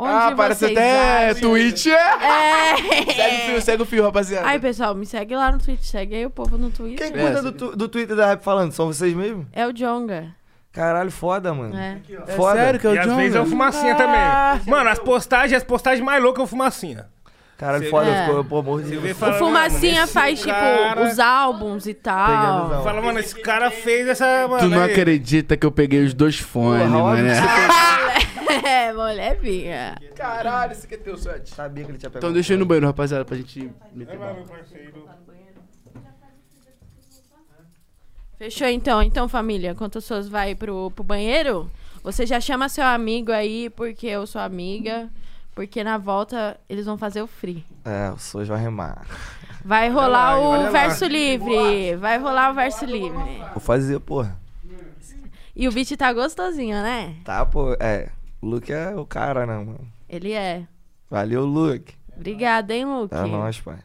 Onde ah, parece vocês até acham? Twitch. É. É. Segue o fio, segue o fio, rapaziada. Aí, pessoal, me segue lá no Twitch. Segue aí o povo no Twitch. Quem cuida do, tu- do Twitter da Rap Falando? São vocês mesmo? É o Jonga. Caralho, foda, mano. É. Foda. Sério que é o E às John? Ah. vezes é o Fumacinha também. Mano, as postagens, as postagens mais loucas é o Fumacinha. Caralho, Cê- foda, É. ficou, pô, morro de Você vê e O fala, Fumacinha "Mano, esse faz, tipo, cara- os álbuns e Pegando os tal. álbuns. Fala, mano, esse cara fez essa. Mano, Tu não aí. acredita que eu peguei os dois fones, Porra, olha mano. que É, molevinha. Caralho, isso aqui é teu set. Sabia que ele tinha pegado. Então deixa eu ir no banheiro, rapaziada, pra gente meter Vai lá, bala. meu parceiro. Fechou então. Então, família, quando as pessoas vai pro, pro banheiro, você já chama seu amigo aí, porque eu sou amiga. Porque na volta eles vão fazer o free. É, o Sojo vai remar. Vai rolar lá, olha o lá. verso livre. Vai rolar o verso livre. Vou fazer, porra. E o beat tá gostosinho, né? Tá, pô. É. O Luke é o cara, né, mano? Ele é. Valeu, Luke. Obrigada, hein, Luke? É nóis, pai.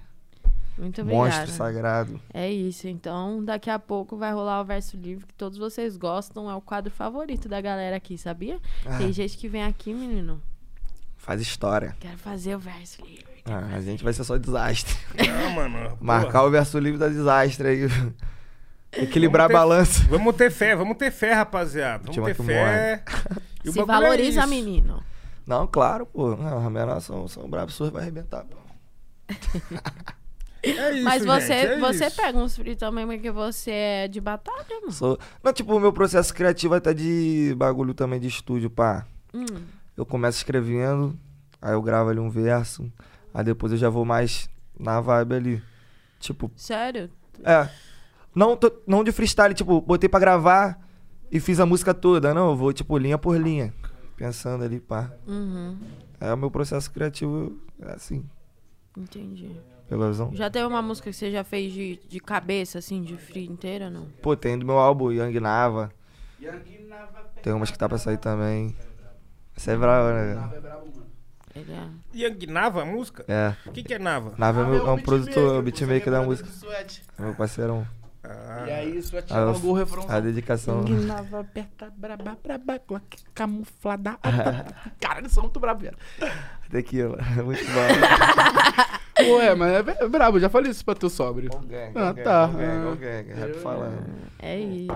Muito Monstro obrigada. sagrado. É isso. Então, daqui a pouco vai rolar o verso livre que todos vocês gostam. É o quadro favorito da galera aqui, sabia? Tem gente que vem aqui, menino. Faz história. Quero fazer o verso livre. Ah, a gente vai ser só desastre. Não, mano. Marcar porra. o verso livre da desastre aí. Equilibrar a balança. Vamos ter fé, vamos ter fé, rapaziada. Vamos Última ter que fé. né? E o Se bagulho é valoriza, isso. menino. Não, claro, pô. Não, as menores são, são bravos, surf vai arrebentar, pô. É isso, Mas você, gente, é você isso. pega uns free também, porque você é de batalha, mano. Sou... Não, tipo, o meu processo criativo é até de bagulho também de estúdio, pá. Hum, Eu começo escrevendo, aí eu gravo ali um verso, aí depois eu já vou mais na vibe ali. Tipo, sério? é. Não, tô- não de freestyle, tipo, botei pra gravar e fiz a música toda. Não, eu vou, tipo, linha por linha. Pensando ali, pá. Uhum, É o meu processo criativo, é assim, entendi. pela visão. Já teve uma música que você já fez de, de cabeça, assim, de free inteira, não? Pô, tem do meu álbum Young Nava. Tem umas que tá pra sair também. Você é brava, né? Ele é... Young Nava, a música? É. O que, que é Nava? Nava é, meu, é um produtor, beatmaker da música. É meu parceirão. Ah, E aí, Sweat Ah, eu- largou o refrão. A dedicação. Guinava aperta, braba, braba, com a camuflada. Caralho, sou muito brabo, velho. Tequila. É Muito bom. Ué, mas é, é brabo, já falei isso pra tu sóbrio. Ah, tá. Ah. Rap falando. é isso.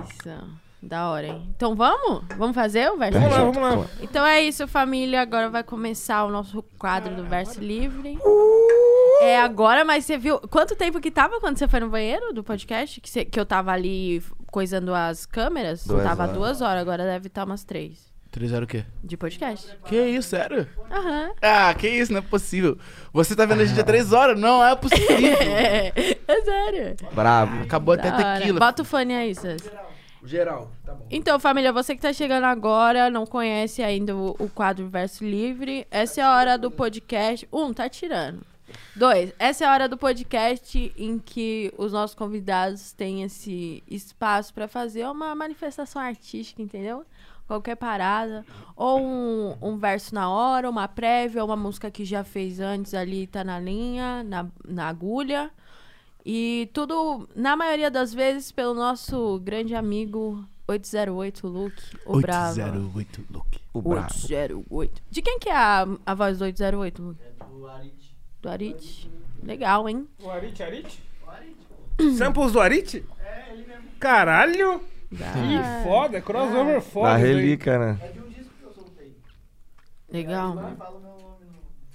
Da hora, hein? Então vamos? Vamos fazer o verso Vamos lá, livre? vamos lá. Então é isso, família. Agora vai começar o nosso quadro do verso livre. Uh! É agora, mas você viu. Quanto tempo que tava quando você foi no banheiro do podcast? Que, você- que eu tava ali coisando as câmeras? Duas tava horas. duas horas, agora deve estar umas três. 3-0 o quê? De podcast. Que isso, sério? Aham. Ah, que isso, não é possível. Você tá vendo a gente há 3 horas? Não é possível. É, é sério. Bravo. Acabou até Da hora. tequila. Bota o fone aí, Sas. Geral, tá bom. Então, família, você que tá chegando agora, não conhece ainda o, o quadro Verso Livre, essa é a hora do podcast. Um, tá tirando. Dois, essa é a hora do podcast em que os nossos convidados têm esse espaço pra fazer uma manifestação artística, entendeu? Qualquer parada. Ou um, um verso na hora, uma prévia, uma música que já fez antes ali, tá na linha, na, na agulha. E tudo, na maioria das vezes, pelo nosso grande amigo 808 Luke, o Bravo. 808, Luke. O bravo. 808. De quem que é a, a voz do 808, Luke? É do Arit. Legal, hein? O Arit, Arit? Samples do Arit? É, ele mesmo. Caralho! Ah. Que foda, crossover foda. Na isso aí. relíquia, né? Legal.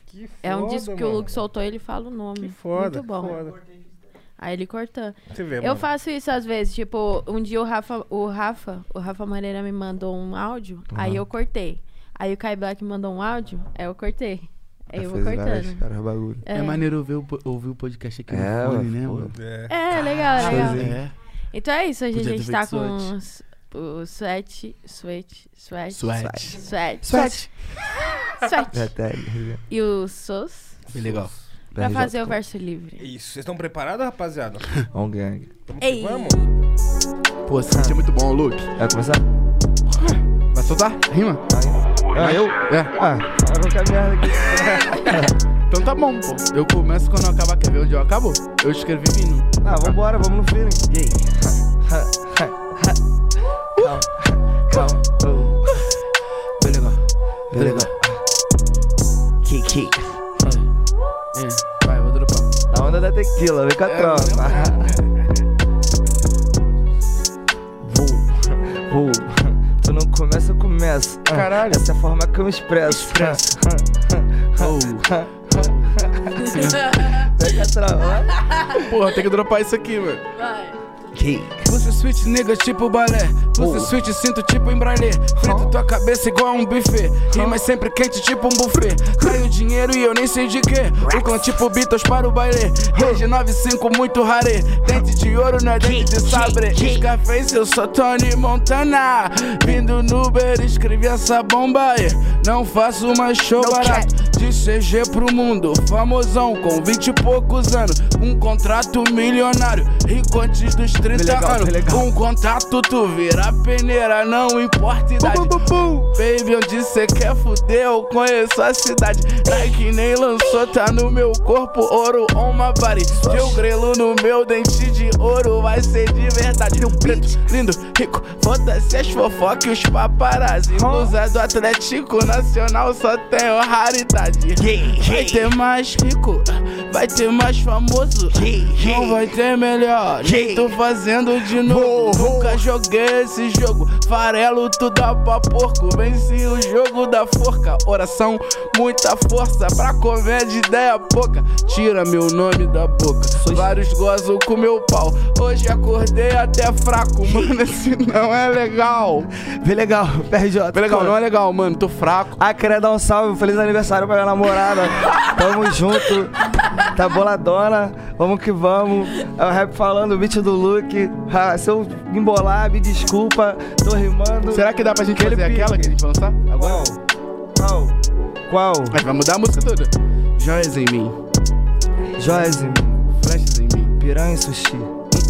Que foda, É um disco que o mano. Luke soltou e ele fala o nome. Que foda, Muito bom. foda. Aí ele cortando. Você vê, Eu mano. faço isso às vezes, tipo, um dia o Rafa, o Rafa, o Rafa Moreira me mandou um áudio, aí eu cortei. Aí o Kai Black mandou um áudio, aí eu cortei. Aí eu vou É, Fez várias- cortando. vários bagulho. É, maneiro ouvir o, po- ouvir o podcast aqui É, no fone, né, pô. mano? É. É, legal, legal. Sozinho. É. Então é isso, hoje a Podia ter gente tá feito com sweat. os- o sweat, sweat, sweat, Sweat. sweat, Sweat. sweat. É tag. e o SOS Bem legal. pra BRJ. fazer o verso livre. Isso, vocês estão preparados, rapaziada? On É um gang. Vamos que Ei. vamos? Pô, esse beat é muito bom, Luke. Vai começar? Vai soltar? Rima? Ah, eu? É. Ah, vai qualquer merda aqui. Então tá bom, pô. Eu começo quando eu acabar, quer ver onde eu acabo? Eu escrevi vindo. Ah, vambora, vamos no feeling. E aí? Calma, calma. Bem legal. Bem Beleza. legal. É. Vai, eu vou dropar. Na onda da tequila, vem com a É, tropa. Vou, vou. Tu não começa, eu começo. Ah, Caralho. Essa é a forma que eu me expresso. Expresso. Ah, ah, ah. Oh. Pega trabalho. Porra, tem que dropar isso aqui, mano. Vai. Você switch nigga tipo balé. Você switch cinto tipo embralê. Frito tua cabeça igual um buffet. Rima sempre quente tipo um buffet. Caiu dinheiro e eu nem sei de quê. O clã tipo Beatles para o baile. Desde 95 muito rare. Dente de ouro não é dente de sabre. Scarface eu sou Tony Montana. Vindo no Uber escrevi essa bomba aí. Não faço mais show barato. De CG pro mundo, famosão com 20 e poucos anos. Um contrato milionário, rico antes dos 30 30 legal, anos. foi legal. Um contato, tu vira peneira, não importa a idade. Baby, onde cê quer fuder, eu conheço a cidade. Nike nem lançou, tá no meu corpo, ouro on my body. Teu grelo no meu dente de ouro vai ser de verdade. um Preto, lindo, rico, foda-se as fofocas e os paparazzi. Blusa do Atlético Nacional, só tenho raridade. Vai ter mais rico, vai ter mais famoso. Não vai ter melhor, nem tô fazendo de novo. Nunca joguei esse jogo, farelo tu dá pra porco. Venci o jogo da forca, oração, muita força. Pra comer de ideia pouca, tira meu nome da boca. Vários gozam com meu pau, hoje acordei até fraco. Mano, esse não é legal. Vê legal, PJ. É legal, não é legal, mano, tô fraco. Ah, queria dar um salve, feliz aniversário pra minha namorada. Tamo junto. Tá boladona, vamos que vamos. É o rap falando, o beat do Luke. Ah, se eu embolar, me desculpa, tô rimando. Será que dá pra gente Aquele fazer aquela pique. que a gente vai lançar? Agora? Qual? Qual? Qual? Mas vai mudar a música toda. Joias em mim, Joias em mim, flechas em mim. piranha e sushi,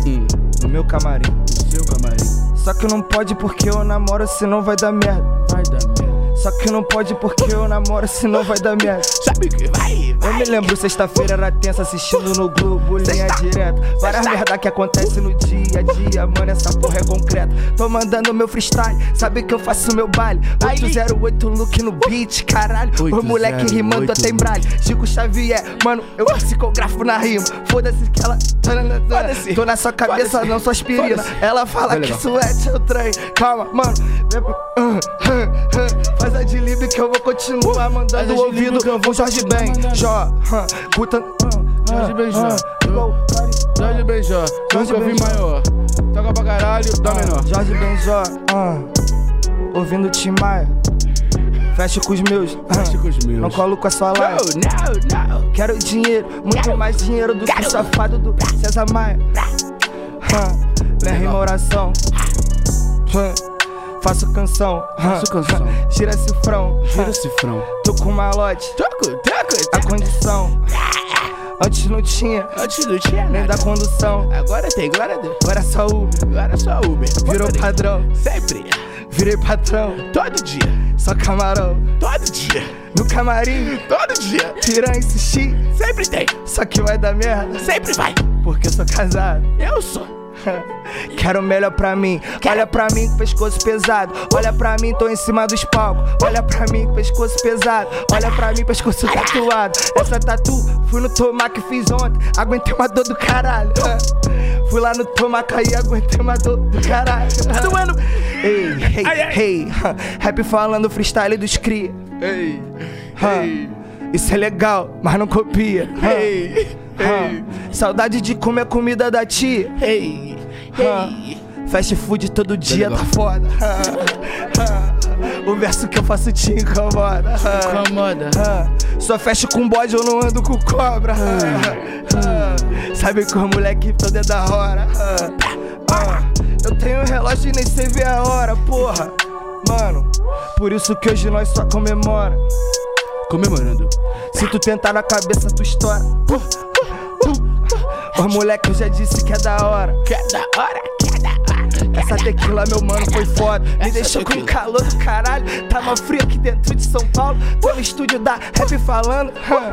Hum, no meu camarim. seu camarim. Só que não pode porque eu namoro, senão vai dar merda. Vai dar merda. Só que não pode porque eu namoro, senão vai dar merda. Sabe que vai, Eu vai. me lembro, sexta-feira era tensa, assistindo no Globo, linha direta. Várias merda que acontece no dia a dia, mano, essa porra é concreta. Tô mandando meu freestyle, sabe que eu faço meu baile. 808 look no beat, caralho. Os 808 moleque rimando até em braille. Chico Xavier, mano, eu psicografo na rima. Foda-se que ela. Foda-se. Tô na sua cabeça, Foda-se. não sou aspirina. Foda-se. Ela fala Foi que legal. suete é o trem. Calma, mano. Vem pra- Hum, hum, hum. Faz a de livre que eu vou continuar faz a mandando o de livre ouvido. que eu O vou Jorge continuar Ben, mandando. Jó, hum, Guta. hum, Jorge hum, Ben, Jó. hum. Go, party, Jorge Benjó, Jorge um nunca vi Benjó. maior. Toca pra caralho, dá menor. Jorge Benjó, hum. ouvindo Tim Maia. Fecho com os meus, hum. Fecho com os meus. Não colo com a sua Não, live. não, não. Quero dinheiro, muito mais dinheiro do que o safado do César Maia. Hum. Minha rima oração. Hum. Faço canção. hum. Faço canção. Gira cifrão. Tira o cifrão. Tô com malote. Toco, A toco. tá condição. Antes não tinha, Antes não tinha nem da nada. condução. né? Agora tem, glória a Deus. Agora é só Uber. Agora é só Uber. Virou Volta, né? padrão, Sempre. virei patrão. Todo dia. Só camarão. Todo dia. No camarim, Todo dia. piranha e sushi. Sempre tem. Só que vai dar merda, Sempre vai. porque eu sou casado. Eu sou. Quero o melhor pra mim. Olha pra mim com o pescoço pesado. Olha pra mim, tô em cima dos palcos. Olha pra mim com o pescoço pesado. Olha pra mim, pescoço tatuado. Essa tatu, fui no tomac que fiz ontem. Aguentei uma dor do caralho. Fui lá no tomac aí, aguentei uma dor do caralho. Tá doendo. Ei, hey, hey. Rap falando freestyle dos cria. Ei. Hã. Isso é legal, mas não copia. Hã. Ei. Hã. Saudade de comer comida da tia. Ei. Hã. Ei. Fast food todo dia legal. tá foda. Hã. Hã. o verso que eu faço te incomoda. Hã. Incomoda. Hã. Só fecho com bode, eu não ando com cobra. Hã. Hã. Sabe que o moleque todo é da hora. Hã. Hã. Eu tenho um relógio e nem sei ver a hora, porra. Mano, por isso que hoje nós só comemora. Comemorando. Se tu tentar na cabeça, tu estoura. Ô moleque, eu já disse que é da hora. Cada hora, cada hora. Essa tequila, meu mano, foi foda. Me Essa deixou com tequila. calor do caralho. Tava frio aqui dentro de São Paulo. Tô no estúdio da rap falando. hã.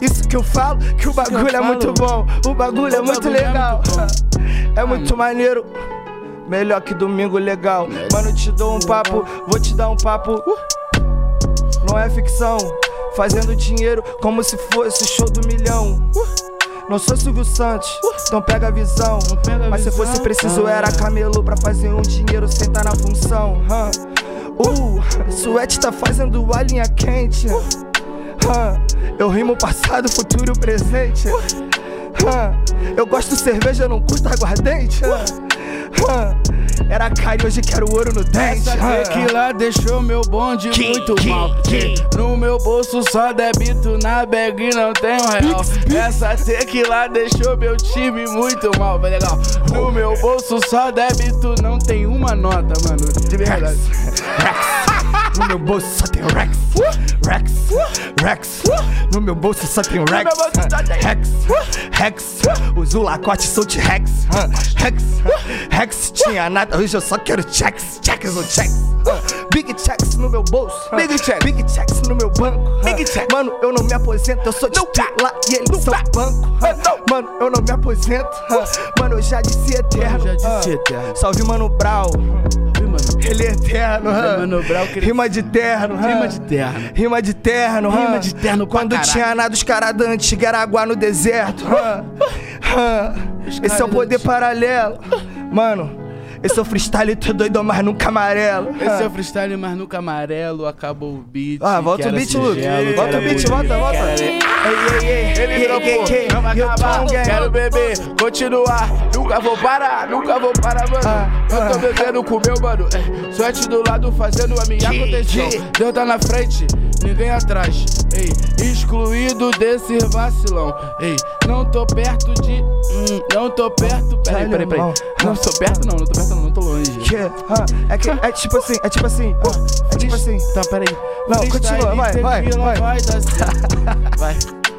Isso que eu falo, que o bagulho é falo. muito bom. O bagulho é muito bagulho é legal. muito bom. hã. É muito maneiro. Melhor que domingo legal. Mano, te dou um papo, vou te dar um papo. Não é ficção. Fazendo dinheiro como se fosse show do milhão. Não sou Silvio Santos, então pega a visão. pega a Mas se visão. Ah. fosse preciso, era camelo pra fazer um dinheiro sem tá na função. hã. Uh, suete tá fazendo a linha quente. Ah, eu rimo o passado, o futuro e o presente. Uh. Ah, eu gosto de cerveja, não custa aguardente. Ah, ah, era caro e hoje quero ouro no dente. Uh. Essa é Ah, tequila deixou meu bonde muito mal. No meu bolso só debito, na bag não tem um real. Essa tequila deixou meu time muito mal, vai legal. No meu bolso só débito, não tem uma nota, mano. De verdade. No meu bolso só tem Rex. Rex. Rex. No meu bolso só tem Rex. meu bolso só tem- Rex. Rex. Uso lacote, sou de Rex. Rex. Rex. Tinha nada, hoje eu só quero checks. Checks no checks. Big checks no meu bolso. Big checks. Big checks no meu banco. Big checks. Mano, eu não me aposento, eu sou de lá e eles são banco. É Mano, eu não me aposento. Mano, eu já disse eterno. Eu já disse eterno. Salve, Mano Brown. Ih, mano. Ele é eterno, hã? Mano Brown queria- Rima de terno, hã? Rima de terno. Rima de terno, hã? Rima de terno pra Quando caralho. tinha nada, os caras da antiga era água no deserto, hã? Hã? Esse é o caras da poder antiga. paralelo. Mano, esse é o freestyle, tu é doido, mas nunca amarelo. hã? Esse é o freestyle, mas nunca amarelo. Acabou o beat. Ah, volta o quero beat, singelo, Luke. quero Volta o beat, bonito, volta, volta. quero- Ei, ei, ei, ei, Ele ei, trampou, ei, não vai ei, eu tô acabar. um gang. Quero beber, continuar. Nunca vou parar, nunca vou parar, Ah, mano. Eu ah. tô bebendo com o meu, mano. É, Sorte do lado fazendo a minha proteção. Deus tá na frente, ninguém atrás. Ei, excluído desse vacilão. Ei, não tô perto de. hum, não tô perto. Peraí, peraí, peraí. Não tô perto, não, não tô perto, não, não tô longe. Que, hã? É que- É tipo assim, é tipo assim, hã? é tipo assim. Tá, peraí. Não, Freestyle continua, vai, vai, tequila vai. vai dar certo. Vai.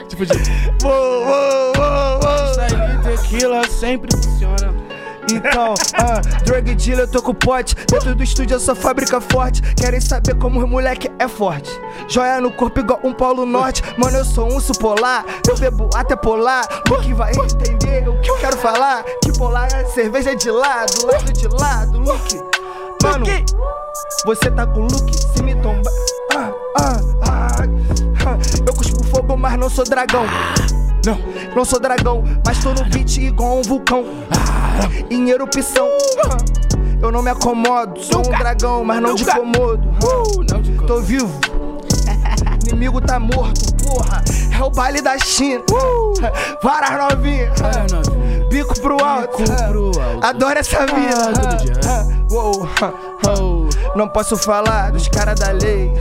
Tipo de. Uou, uou, uou, uou. Freestyle tequila sempre funciona. Então, ah, drug dealer, eu tô com pote. Dentro do estúdio eu sou fábrica forte. Querem saber como o moleque é forte. Joia no corpo igual um Paulo Norte. Mano, eu sou um urso polar. Eu bebo até polar. O que vai entender o que eu quero falar? Que polar é cerveja de lado, lado de lado, Luke. Mano, você tá com look, se me tomba. Ah, ah, ah, ah. Eu cuspo fogo, mas não sou dragão. Não, não sou dragão, mas tô no beat igual um vulcão. Ah, Em erupção. Ah. Eu não me acomodo, sou um dragão, mas não de Nunca. comodo. Uh, não te Tô vivo. Inimigo tá morto, porra. É o baile da China. Uh. Varas novinhas. Varas novinhas. Bico pro alto. Bico pro alto. Adoro essa vida. todo dia. Uou. Oh, Não posso falar dos caras da lei.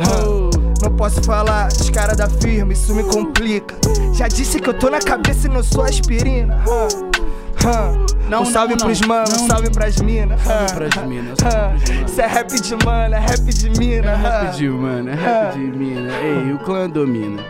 oh. Não posso falar dos caras da firma, isso me complica. Já disse que eu tô na cabeça e não sou aspirina. Não, Não, um salve não, pros não. manos, Não. um salve pras minas. Salve pras minas, salve pras minas. Isso é rap de mano, é rap de mina. É ah. rap de mano, é rap de mina. Ei, o clã domina.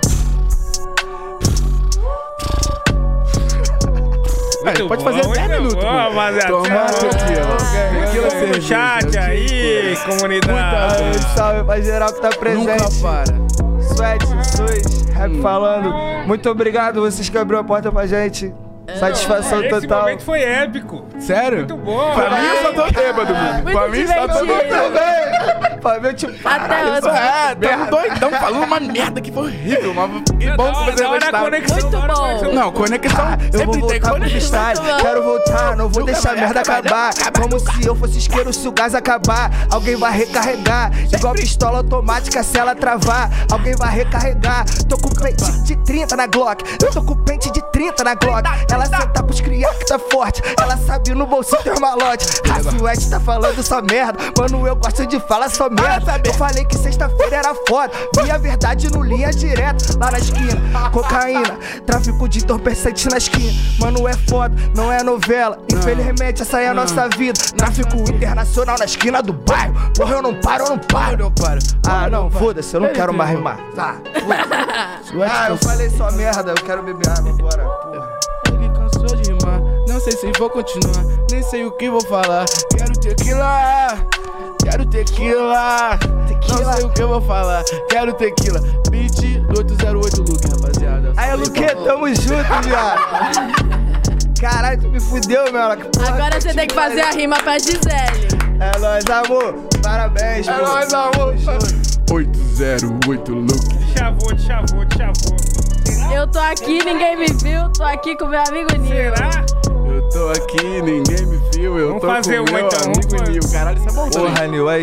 Muito pode fazer bom, 10 muito minutos, bom, mano. rapaziada. Toma tequila. Tequila Vamos no cerveja, chat tequila. aí, comunidade. Salve, Um salve pra geral que tá presente. Nunca para. Sweat, Suits, rap Hum. falando. Muito obrigado, vocês que abriu a porta pra gente. É. Satisfação Esse total. momento foi épico. Sério? Muito bom. Pra mim, eu só tô bêbado, mano. Muito Pra mim, só tô divertido. doidão. também. Pra ver, tipo, Até outra. É, tamo doidão falando uma merda que foi horrível, mas que bom que você Da hora da gostava. conexão. Muito da hora da bom. conexão. Não, conexão Eu vou sempre tem voltar pro conexão. freestyle, Muito bom. quero voltar, não vou Nunca deixar a vai merda acabar, acabar. nunca, Como se eu fosse isqueiro se o gás acabar. Alguém vai recarregar, igual pistola automática se ela travar. Alguém vai recarregar, tô com pente de 30 na Glock. Eu tô com pente de 30 na Glock. Ela senta pros criar que tá forte, ela sabe no bolsinho ter malote. A Suete tá falando só merda, mano, eu gosto de falar só merda. Eu falei que sexta-feira era foda, vi a verdade no linha direto, lá na esquina. Cocaína, tráfico de entorpecente na esquina. Mano, é foda, não é novela. Infelizmente, essa é a nossa vida. Tráfico internacional na esquina do bairro. Porra, eu não paro, eu não paro. Eu paro. Ah, não, foda-se, eu não quero mais entendeu. rimar. Tá. Ah, eu falei só merda, eu quero beber água agora. Porra. Ele cansou de rimar. Não sei se vou continuar, nem sei o que vou falar. Quero tequila, quero tequila. Não sei o que eu vou falar, quero tequila. Beat do 808 Luke, rapaziada. Aí, Luque, tamo junto, viado. Caralho, tu me fudeu, meu. Que porra Agora você tem que fazer a rima pra Gisele. É nóis, amor. Parabéns, É pô. nóis, amor. então. 808 Luke. Te Chavou, te chavou, te chavou. Eu tô aqui, ninguém me viu, tô aqui com meu amigo Nil. Será? Eu tô aqui, ninguém me viu. Eu Vamos tô fazer com uma, meu então, vamos amigo fazer. um. Nil. Caralho, isso é bom. Porra, Nil, aí.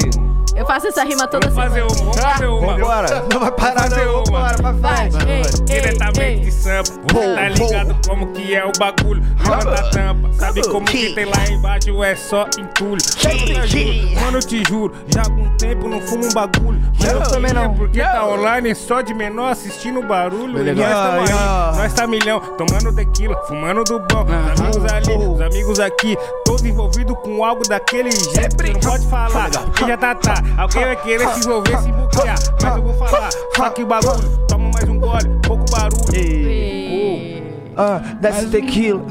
Eu faço essa rima toda Vamos fazer semana. uma, vamos fazer uma. Vambora. Não vai parar, Fazer não. uma, tá agora vai, vai. Diretamente de Sampa, você tá ligado como que é o bagulho. Rola da tampa, sabe como que tem lá embaixo, é só entulho. Mano, eu te juro, Mano, eu te juro, já há algum tempo não fumo um bagulho. Mas eu também não, porque tá online só de menor assistindo o barulho. E nós tamo aí, nós tá milhão, tomando tequila, fumando do bom. Os amigos ali, os amigos aqui, todos envolvidos com algo daquele jeito. Você Não pode falar, que já tá tá. Alguém vai querer se envolver, se bloquear, mas eu vou falar. Só que o bagulho, toma mais um gole, pouco barulho. Ei. Ah, desce tequila,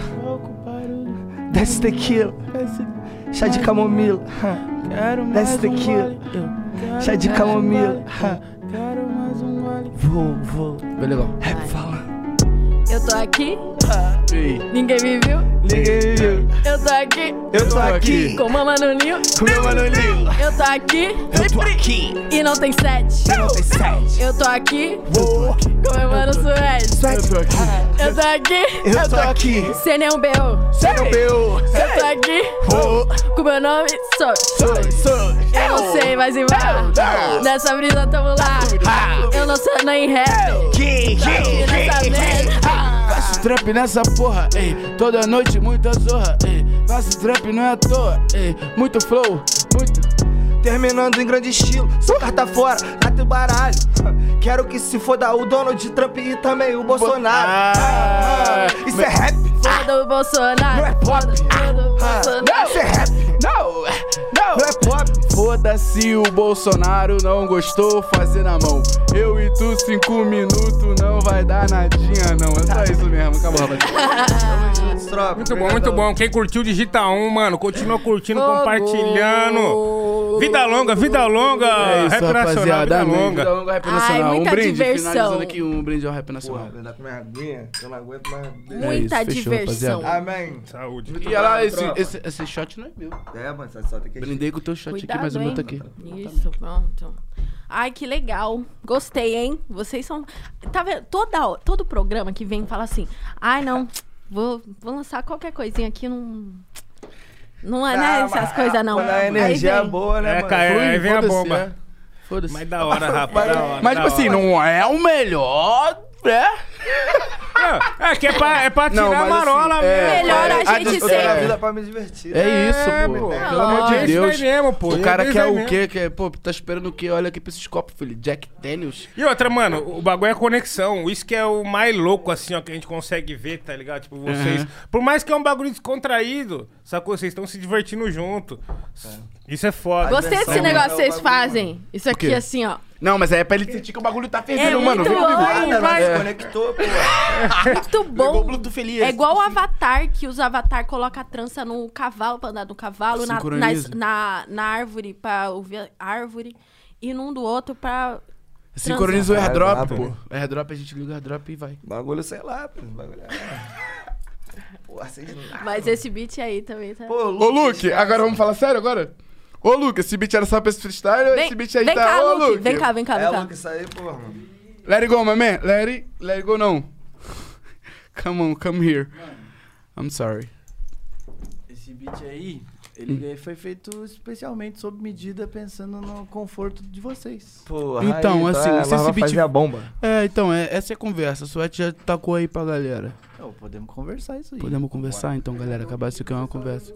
desce tequila, chá de camomila. ah. Quero Desce daqui. Chá de camomila. ah. Quero mais um gole. Vou, vou, Foi legal. rap fala. Eu tô aqui, Ei, ninguém me viu. Liguei, Eu tô aqui, eu tô aqui, com mama no ninho. com meu mano Lil. Eu tô aqui, Eu tô aqui, e não tem sete. eu tô sete. Eu tô aqui, Vou, com meu mano Suede. sete. Eu tô aqui, é Eu tô aqui, sem nenhum B.O. sério meu. um Eu tô aqui, Vou, com meu nome, sou. sou, sou. Eu não sei, mas em vá. Nessa brisa tamo lá. Eu não sou nem rap. Que, E nessa merda. faço trap nessa porra, ei. Toda noite muita zorra, ei. Faço trap não é à toa, ei. Muito flow, muito. Terminando em grande estilo, sou carta fora, gato e baralho. Quero que se foda o Donald Trump e também o Bolsonaro. Ah, Isso é rap, Foda o Bolsonaro. não é pop. Foda o Ah, Bolsonaro. Isso é rap, Não, não é pop. Foda-se o Bolsonaro, não gostou, fazer na mão. Eu e tu, cinco minutos, não vai dar nadinha, não. É só isso mesmo, acabou, rapaziada. Muito bom, muito bom. Quem curtiu, digita um, mano. Continua curtindo, compartilhando. Vida longa, vida longa. É isso, Rap Nacional, rapaziada. vida Amém. longa. Vida longa, rap Ai, nacional. um muita brinde, diversão. finalizando aqui um brinde ao rap nacional. Porra, dá com minha aguinha, eu não aguento mais. aguinha. Muita É isso, fechou, diversão. rapaziada. Ah, Amém. Saúde. E olha lá, esse, tropa. esse, esse shot não é meu. É, mano, só- só tem que Brindei com o teu shot aqui, mas o meu tá aqui. hein? Isso, pronto. Ai, que legal. Gostei, hein? Vocês são. Tá vendo? Toda, hora- todo programa que vem fala assim: ai, não, vou, vou lançar qualquer coisinha aqui. Não, não é né, Ah, essas mas coisas, não. Quando a Aí energia é vem. boa, né, É, mano? cara, Flui, aí vem a foda-se, bomba. é. Foda-se. Mas da hora, rapaz. da hora, Mas, da tipo assim, hora. não é o melhor, né? Não, É que é pra, é pra tirar Não, a mas assim, marola é- mesmo. Melhor a é- gente é- Eu tô na ser. vida pra me divertir. né? É isso, pô. Pelo amor É de isso Deus. daí mesmo, pô. O É cara isso quer daí o mesmo. quê? Quer, pô, tá esperando o quê? Olha aqui pra esses copos, filho. Jack Daniels. E outra, mano, o bagulho é conexão. Isso que é o mais louco, assim, ó, que a gente consegue ver, tá ligado? Tipo, vocês. Uhum. Por mais que é um bagulho descontraído, sacou? Vocês estão se divertindo junto. Isso é foda. Gostei desse Então, Diversão, negócio né? que vocês É o bagulho, fazem. Isso aqui, quê? assim, ó. Não, mas aí é pra ele sentir que o bagulho tá fervendo, mano. É muito Viu? bom. Nada, vai. nós conectou, pô. Muito Pegou o bom. Bluetooth ali. É igual o Avatar, que os Avatar colocam a trança no cavalo pra andar no cavalo, na, nas- Sincroniza. na, na árvore pra ouvir a árvore, e num do outro pra. Sincroniza o airdrop, Vai, vai, pô. Airdrop, a gente liga o airdrop e vai. Bagulho, sei lá, pô. Bagulho é. Porra, vocês não. Mas esse beat aí também tá. Pô, Ô, Luke, agora vamos falar sério agora? Ô, Luke, esse beat era só pra esse freestyle ou Vem, esse beat aí vem tá... cá, Ô, Luke. Vem cá, vem cá, vem É, cá. Luke, isso aí, porra, mano. Let it go, my man. Let it, let it go, não. Come on, come here. I'm sorry. Esse beat aí, ele é- foi feito especialmente sob medida pensando no conforto de vocês. Porra, Então, assim, tá, se esse nós vamos beat- fazer a bomba. É, então, é, essa é a conversa. O Suete já tacou aí pra galera. Então, podemos conversar isso aí. Podemos conversar então, galera? Acabar isso aqui é uma conversa.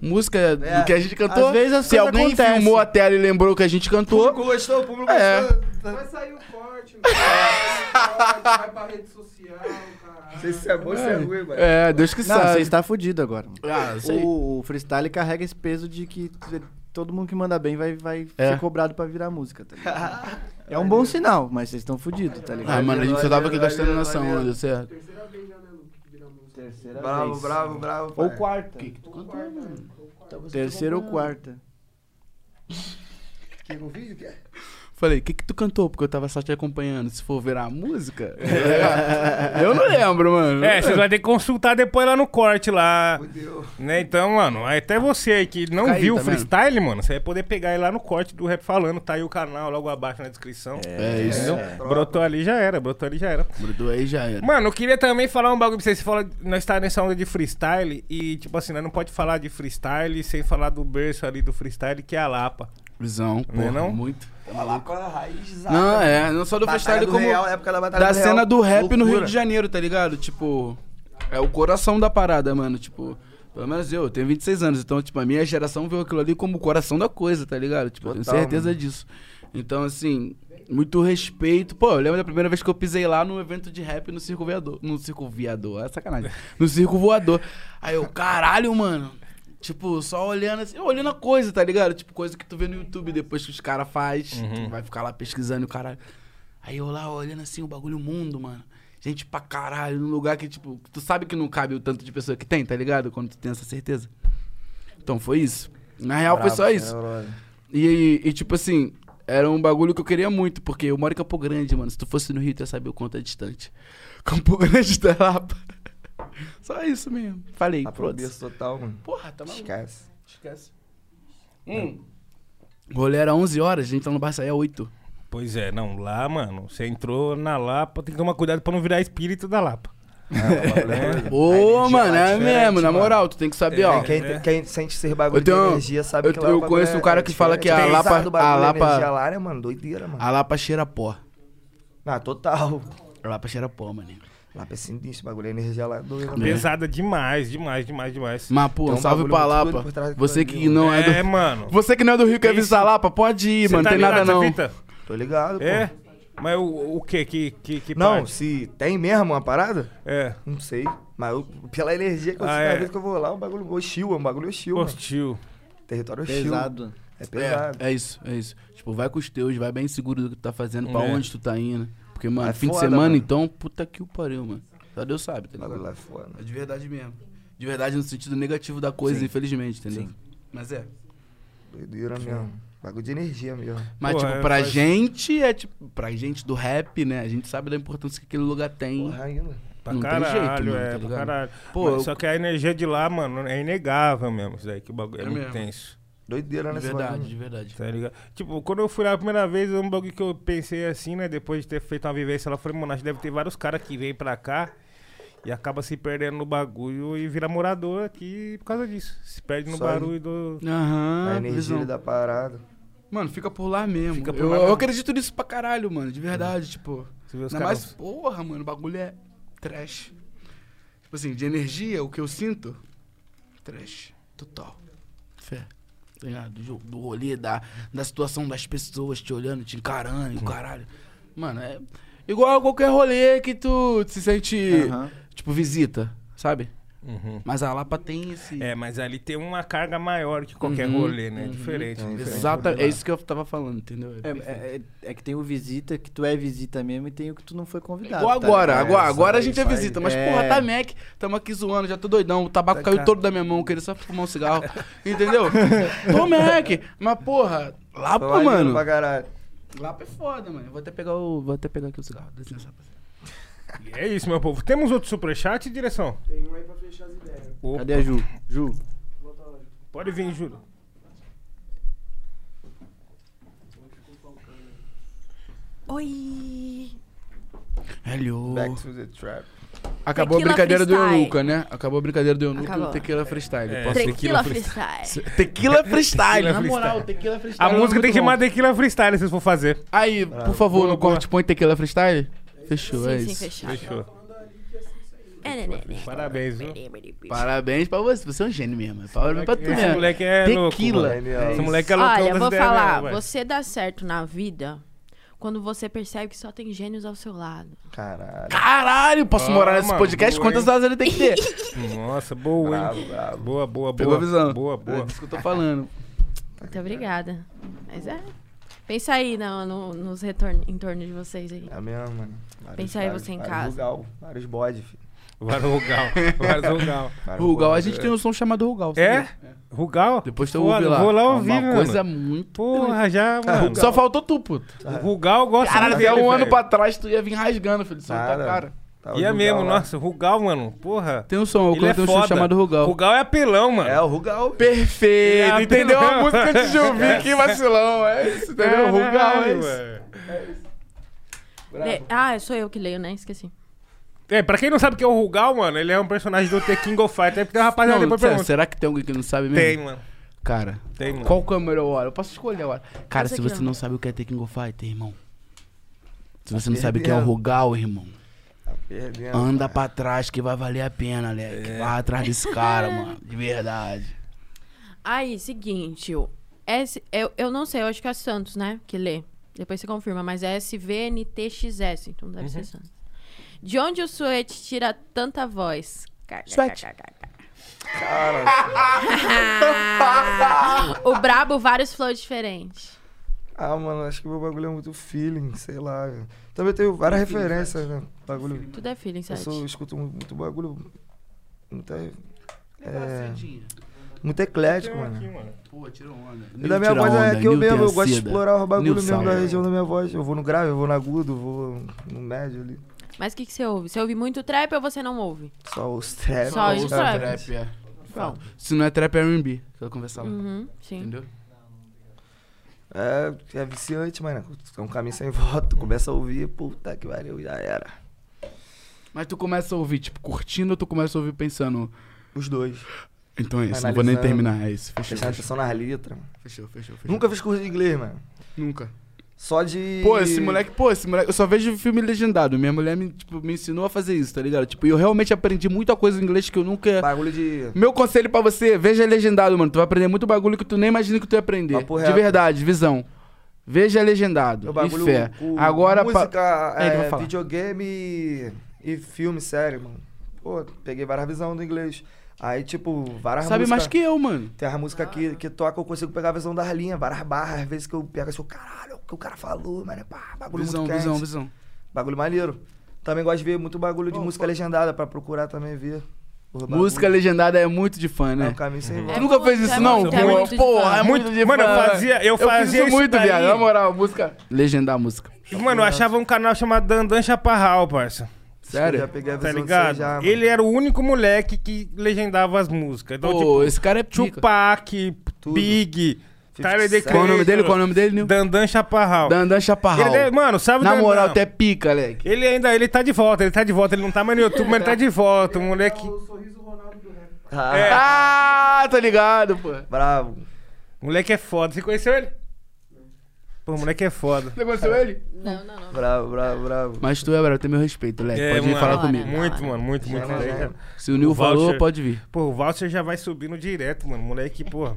Música do que a gente cantou. às vezes as Se coisas alguém acontecem. filmou a tela e lembrou que a gente O cantou. público gostou, o público É. gostou. Vai sair o corte, mano. Vai sair o corte, vai pra rede social, Não caralho. sei se é bom ou se é ruim, mano. É, Deus que Não, sabe. você está fudido agora. Ah, isso aí. O, o freestyle carrega esse peso de que t- todo mundo que manda bem vai, vai É. ser cobrado pra virar música, tá ligado? É um bom sinal, mas vocês estão fudidos, tá ligado? Ah, mano, a gente só tava aqui Valeu, gastando nossa valeu. onda, certo? Terceira vez já, né, Luke, que vira música. Terceira Bravo, vez. bravo, Então bravo. Ou pai. quarta. Terceira ou quarta. Que eu vi, que é? Falei, o que que tu cantou? Porque eu tava só te acompanhando. Se for virar a música... eu não lembro, mano. É, vocês vão ter que consultar depois lá no corte lá. Fudeu. Né? Então, mano, até você aí que não Fica aí, viu o tá vendo? freestyle, mano, você vai poder pegar ele lá no corte do Rap Falando, tá aí o canal logo abaixo na descrição. É isso. Entendeu? Brotou ali já era, brotou ali já era. Grudou aí já é. era. Mano, eu queria também falar um bagulho pra vocês. Você fala, nós tá nessa onda de freestyle e, tipo assim, nós não pode falar de freestyle sem falar do berço ali do freestyle, que é a Lapa. Visão, Não é porra, não? muito. Tava lá é com a raiz. Não, é, não só do freestyle como Real, é época da Batalha da do Real. cena do rap no Rio Loucura. de Janeiro, tá ligado? Tipo, é o coração da parada, mano, tipo, pelo menos eu, eu tenho 26 anos, então tipo, a minha geração viu aquilo ali como o coração da coisa, tá ligado? Tipo, eu tenho Total, certeza disso. Então, assim, muito respeito. Pô, eu lembro da primeira vez que eu pisei lá no evento de rap no Circo Viador. No Circo Viador, é sacanagem. No Circo Voador. Aí eu, caralho, mano. Tipo, só olhando assim, olhando a coisa, tá ligado? Tipo, coisa que tu vê no YouTube depois que os caras fazem. Vai ficar lá pesquisando e o caralho. Aí eu lá olhando assim, o bagulho mundo, mano. Gente pra caralho, num lugar que, tipo, tu sabe que não cabe o tanto de pessoa que tem, tá ligado? Quando tu tem essa certeza. Então foi isso. Na real foi só é, isso. E, e, tipo assim, era um bagulho que eu queria muito, porque eu moro em Campo Grande, mano. Se tu fosse no Rio, tu ia saber o quanto é distante. Campo Grande da Lapa. Só isso mesmo. Falei, A foda-se. probeço total, Tá mano. Porra, tá maluco. Esquece. Esquece. Hum. O rolê era 11 horas, a gente tá no bar saía 8. Pois é, não, lá, mano, você entrou na Lapa, tem que tomar cuidado pra não virar espírito da Lapa. Ô, energia mano, lá é é diferente, mesmo, na mano. moral, tu tem que saber, ó. Né, Quem, né? quem sente esse bagulho Eu tenho- de energia sabe eu- que lá eu o bagulho conheço é- um cara é que fala que a diferente. Lapa- Sabe do bagulho, a Lapa- energia lá, né, mano? Doideira, mano. A Lapa cheira a pó. Ah, total. A Lapa cheira a pó, mano. Lapa é sinistro, esse bagulho. A energia lá é doida, mano. Pesada demais, demais, demais, demais. Mas, pô, Tem um salve bagulho pra muito doido Lapa. por trás né? daquilo Você que ali, não é do. É, mano. Você que não é do Rio quer Isso. visitar a Lapa, pode ir, Cê tá mano. tem tá ligado essa nada não. fita? Tô ligado, pô. É? Mas o, o quê? Que, que, que Não, parte? se tem mesmo uma parada, É. não sei. Mas eu- pela energia que eu Ah, sinto, é. cada vez que eu vou lá, o bagulho hostil, é um bagulho hostil, mano. Hostil. Território hostil. Pesado. É É, pesado. é isso, é isso. Tipo, vai com os teus, vai bem seguro do que tu tá fazendo, pra É. onde tu tá indo. Porque, mano, É fim de foda, semana, mano. então, puta que o pariu, mano. Só Deus sabe, tá O bagulho ligado? lá é foda. É de verdade mesmo. De verdade no sentido negativo da coisa, infelizmente, entendeu? Mas é. Doideira mesmo. Bagulho de energia mesmo. Mas, Porra, tipo, é, pra faz- gente, é tipo, pra gente do rap, né? A gente sabe da importância que aquele lugar tem. Porra ainda. Pra Não tem caralho, jeito, mano, é, tá pra ligado? caralho. Pô, Mas eu- Só que a energia de lá, mano, é inegável mesmo. Isso daí, que o bagulho é, É muito mesmo. tenso. Doideira De nessa verdade, bagulho. de verdade. Tá ligado? Tipo, quando eu fui lá a primeira vez, um bagulho que eu pensei assim, né? Depois de ter feito uma vivência lá, eu falei, mano, acho que deve ter vários caras que vêm pra cá e acaba se perdendo no bagulho e vira morador aqui por causa disso. Se perde no Só barulho do. A É, Aham, energia visão. da parada. Mano, fica por lá mesmo. Fica por eu, lá eu mesmo. acredito nisso pra caralho, mano. De verdade, tipo. Você vê os Ainda caras. mais, porra, mano, o bagulho é trash. Tipo assim, de energia, o que eu sinto, trash. Total. Fé. Tá ligado? Do, jogo, do rolê, da, da situação das pessoas te olhando, te encarando, e o caralho. Mano, é igual a qualquer rolê que tu se sente, Aham. tipo, visita, sabe? Uhum. Mas a Lapa tem esse... É, mas ali tem uma carga maior que qualquer Uhum, rolê, né? É uhum. Diferente. É, diferente. Exatamente, é isso que eu tava falando, entendeu? É, perfeito. é- é- é que tem o visita, que tu é visita mesmo, e tem o que tu não foi convidado. Igual tá agora, ligado? agora, É, agora a isso gente é aí. visita. Mas, É. porra, tá Mac, tamo aqui zoando, já tô doidão. O tabaco Tá caiu cá. todo da minha mão, eu queria só fumar um cigarro. entendeu? Tô Mac, mas, porra, lá, Tô pô, ali mano. Pra caralho. Lá é foda, mano. Eu Vou até pegar o. Vou até pegar aqui o cigarro. Dá licença, rapaziada. E É isso, meu povo. Temos outro superchat, direção? Tem um aí pra fechar as ideias. Opa, Cadê a Ju? Ju, Pode vir, Júlio. Oi! Hello. Back to the trap. Acabou a Tequila brincadeira do freestyle. Eunuca, né? Acabou a brincadeira do Eunuca Acabou. no Tequila Freestyle. É. Posso- Tequila freestyle. Tequila Freestyle, Tequila na moral, freestyle. Tequila Freestyle. A música tem que chamar chamar Tequila Freestyle se vocês for fazer. Aí, por favor, Boa, no boa. corte, põe Tequila Freestyle. Fechou, é Sim, sim, isso. fechado. Fechou. É, né, né, né. Parabéns, viu? Parabéns pra você. Você é um gênio mesmo. Parabéns pra tu Esse mesmo. moleque é louco. Tequila. mano. Genial. Esse moleque é loucão Olha, das vou né, ideias falar, mesmo, velho. você dá certo na vida quando você percebe que só tem gênios ao seu lado. Caralho. Caralho, posso Ah, morar nesse mano, podcast? boa, Quantas hein? horas ele tem que ter? É Nossa, boa, hein? Bravo, bravo. Boa, boa, boa. Pegou a visão. Boa, boa. É disso que eu tô falando. Muito obrigada. Mas é. Pensa aí na- no- nos retornos em torno de vocês aí. É mesmo, mano. Vários- Pensa aí vários- você em vários casa. Rugal, vários bode, filho. Vários Rugal. Vários Rugal. Vários Rugal, a bode. gente tem um som chamado Rugal. É? sabia? Rugal? Depois tu Foda, ouve lá. É Vou lá Uma- ouvir, Uma mano. coisa muito... Porra, já, mano. Só faltou tu, puto. O Rugal gosta Caralho, muito até dele, um ano velho. pra trás tu ia vir rasgando, filho. Só tá Nada. cara. Tá o Ia Rugal é mesmo, lá. nossa. Rugal, mano. Porra. Tem um som, eu Ele é canto um som foda. chamado Rugal. Rugal é apelão, mano. É, o Rugal. Perfeito, Ele é entendeu? apelão. A música de Gilvin, que vacilão. É isso, entendeu? Rugal, é Caralho, isso. mano. Le- Ah, sou eu que leio, né? Esqueci. É, pra quem não sabe o que é o Rugal, mano, ele é um personagem do The King of Fighters. É porque o rapaziada Não, depois sério, pergunta. será que tem alguém que não sabe mesmo? Tem, mano. Cara, Tem, mano. qual que é a melhor hora? Eu posso escolher a hora. Cara, Essa se aqui, você ó. não sabe o que é Tekken Go Fighter, irmão. Se você não Tá sabe o que é o Rugal, irmão. Anda pra trás que vai valer a pena, Alec. É. Vai atrás desse cara, mano. De verdade. Aí, seguinte, o S, eu, eu não sei, eu acho que é Santos, né? Que lê. Depois você confirma, mas é SVNTXS, então deve Uhum. ser Santos. De onde o Suete tira tanta voz? Suete. o brabo, vários flows diferentes. Ah, mano, acho que meu bagulho é muito feeling, sei lá. velho. Também tenho várias referências, né? Bagulho. Tudo é feeling, Eu Suete. sou, um escuto mu- muito bagulho. Muita. É, muito eclético, mano. Pô, tirou onda. E da minha voz é que eu mesmo, eu gosto de explorar o bagulho mesmo da região da minha voz. Eu vou no grave, eu vou no agudo, eu vou no médio ali. Mas o que, que você ouve? Você ouve muito trap ou você não ouve? Só os trap. Só os os É, trap. trap. Bom, é. Se não é trap, é R&B. Que eu conversava. Hum. uhum, sim. Tá Entendeu? É, é viciante, mano. É um caminho sem volta. Tu começa a ouvir, puta que valeu, já era. Mas tu começa a ouvir, tipo, curtindo ou tu começa a ouvir pensando... Os dois. Então é isso, não vou nem Analisando. terminar. É isso, fechou, Prestando fechou, atenção nas letras, mano. fechou, fechou, fechou. Nunca fiz curso de inglês, mano. Nunca. Só de. Pô, esse moleque, pô, esse moleque, eu só vejo filme legendado. Minha mulher me, tipo, me ensinou a fazer isso, tá ligado? Tipo, e eu realmente aprendi muita coisa em inglês que eu nunca. Bagulho de. Meu conselho pra você, veja legendado, mano. Tu vai aprender muito bagulho que tu nem imagina que tu ia aprender. Papo De reto. verdade, visão. Veja Meu legendado. E bagulho fé. com Agora, música, pa... É, ele vai é, falar. videogame e- e filme, sério, mano. Pô, peguei várias visões do inglês. Aí, tipo, várias sabe mais músicas- que eu, mano. Tem as músicas que, que toca, eu consigo pegar a visão das linhas, várias barras, às vezes que eu pego assim, o caralho, o que o cara falou, mano, é pá, bagulho Visão, muito visão, quente. visão. Bagulho maneiro. Também gosto de ver muito bagulho de música legendada, pra procurar também ver. o bagulho. Música legendada é muito de fã, É né? um caminho sem É volta. Tu nunca fez muito, isso, é não? muito, é Pô, muito de Porra, fã. é muito de Mano, fã. eu fazia- eu fiz fazia isso muito, daí. viado. Na moral, música. Legendar a música. E, mano, eu achava um canal chamado Dandan Chaparral, parça. Eu Já Sério? peguei a Tá visão disso aí ligado? já, mano. Ele era o único moleque que legendava as músicas. Então, Pô, esse cara é tipo, pica. Tupac, Tudo. Big, Tyler The Cent. Qual o nome dele? Qual o nome dele, Nil? Dandan Chaparral. Dandan Chaparral. Ele é- mano, sabe o Na Dandan? moral, até pica, Alec. Ele ainda, ele tá de volta, ele tá de volta, ele não tá mais no YouTube, mas ele tá de volta, o É moleque. É, Ah, Ah, tá ligado, pô. Bravo. O moleque é foda. Você conheceu ele? Pô, o moleque é foda. Você conheceu ele? Não, não, não. Bravo, bravo, bravo. Mas tu é brabo, tem meu respeito, Alec. É, pode vir mano. falar Bora. comigo. Muito, mano, muito, muito. Já, já. moleque. Se o Nil O falou, voucher. pode vir. Pô, o Valser já vai subindo direto, mano. Moleque, porra.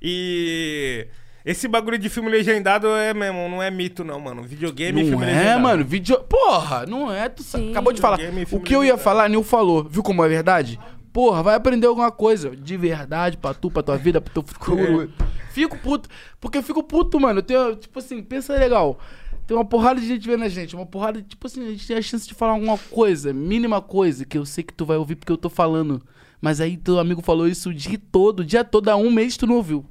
E. Esse bagulho de filme legendado é mesmo, não é mito, não, mano. Videogame e não filme é, legendado. mano. Vídeo... Porra, não é. Tu sa- Sim. acabou de falar. Videogame e O filme que eu ia legendado. falar, Nil falou. Viu como é verdade? Porra, vai aprender alguma coisa de verdade pra tu, pra tua vida, pro teu É. futuro. Fico puto. Porque eu fico puto, mano. Eu tenho, tipo assim, pensa legal. Tem uma porrada de gente vendo a gente. Uma porrada de, tipo assim, a gente tem a chance de falar alguma coisa, mínima coisa, que eu sei que tu vai ouvir porque eu tô falando. Mas aí teu amigo falou isso o dia todo, o dia todo, há um mês tu não ouviu.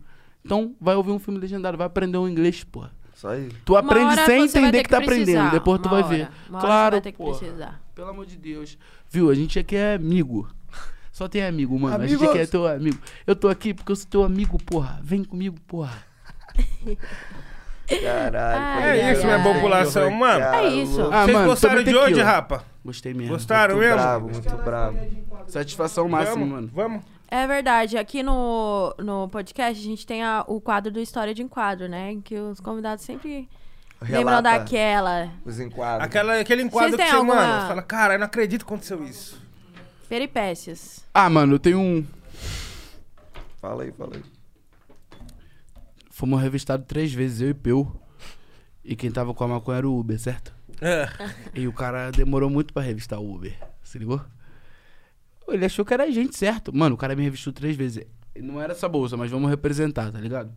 Então, vai ouvir um filme legendado, vai aprender o inglês, porra. Isso aí. Tu aprende hora sem você vai entender ter que, tá precisar, aprendendo. Depois tu uma vai ver. hora. Uma hora claro, você vai ter que porra. precisar. Pelo amor de Deus. Viu? A gente aqui é amigo. Só tem amigo, mano. A gente Amigos. aqui é teu amigo. Eu tô aqui porque eu sou teu amigo, porra. Vem comigo, porra. Caralho. Ai, É isso, ai, né, ai. população, mano? Ah, É isso. Ah, Vocês mano, gostaram sobre de hoje, tequila. rapa? Gostei mesmo. Gostaram Muito mesmo? bravo, muito bravo. Satisfação máxima, vamos, mano. Vamos. É verdade. Aqui no, no podcast a gente tem a- o quadro do História de Enquadro, né? Em que os convidados sempre lembram Relata daquela Os enquadros. Aquela, aquele enquadro Vocês que têm você, alguma- mano, fala, cara, eu não acredito que aconteceu isso. peripécias. Ah, mano, eu tenho um. Fala aí, fala aí. Fomos revistados três vezes, eu e Peu. E quem tava com a maconha era o Uber, certo? E o cara demorou muito pra revistar o Uber. Se ligou? Ele achou que era a gente, certo? Mano, o cara me revistou três vezes. E Não era essa bolsa, mas vamos representar, tá ligado?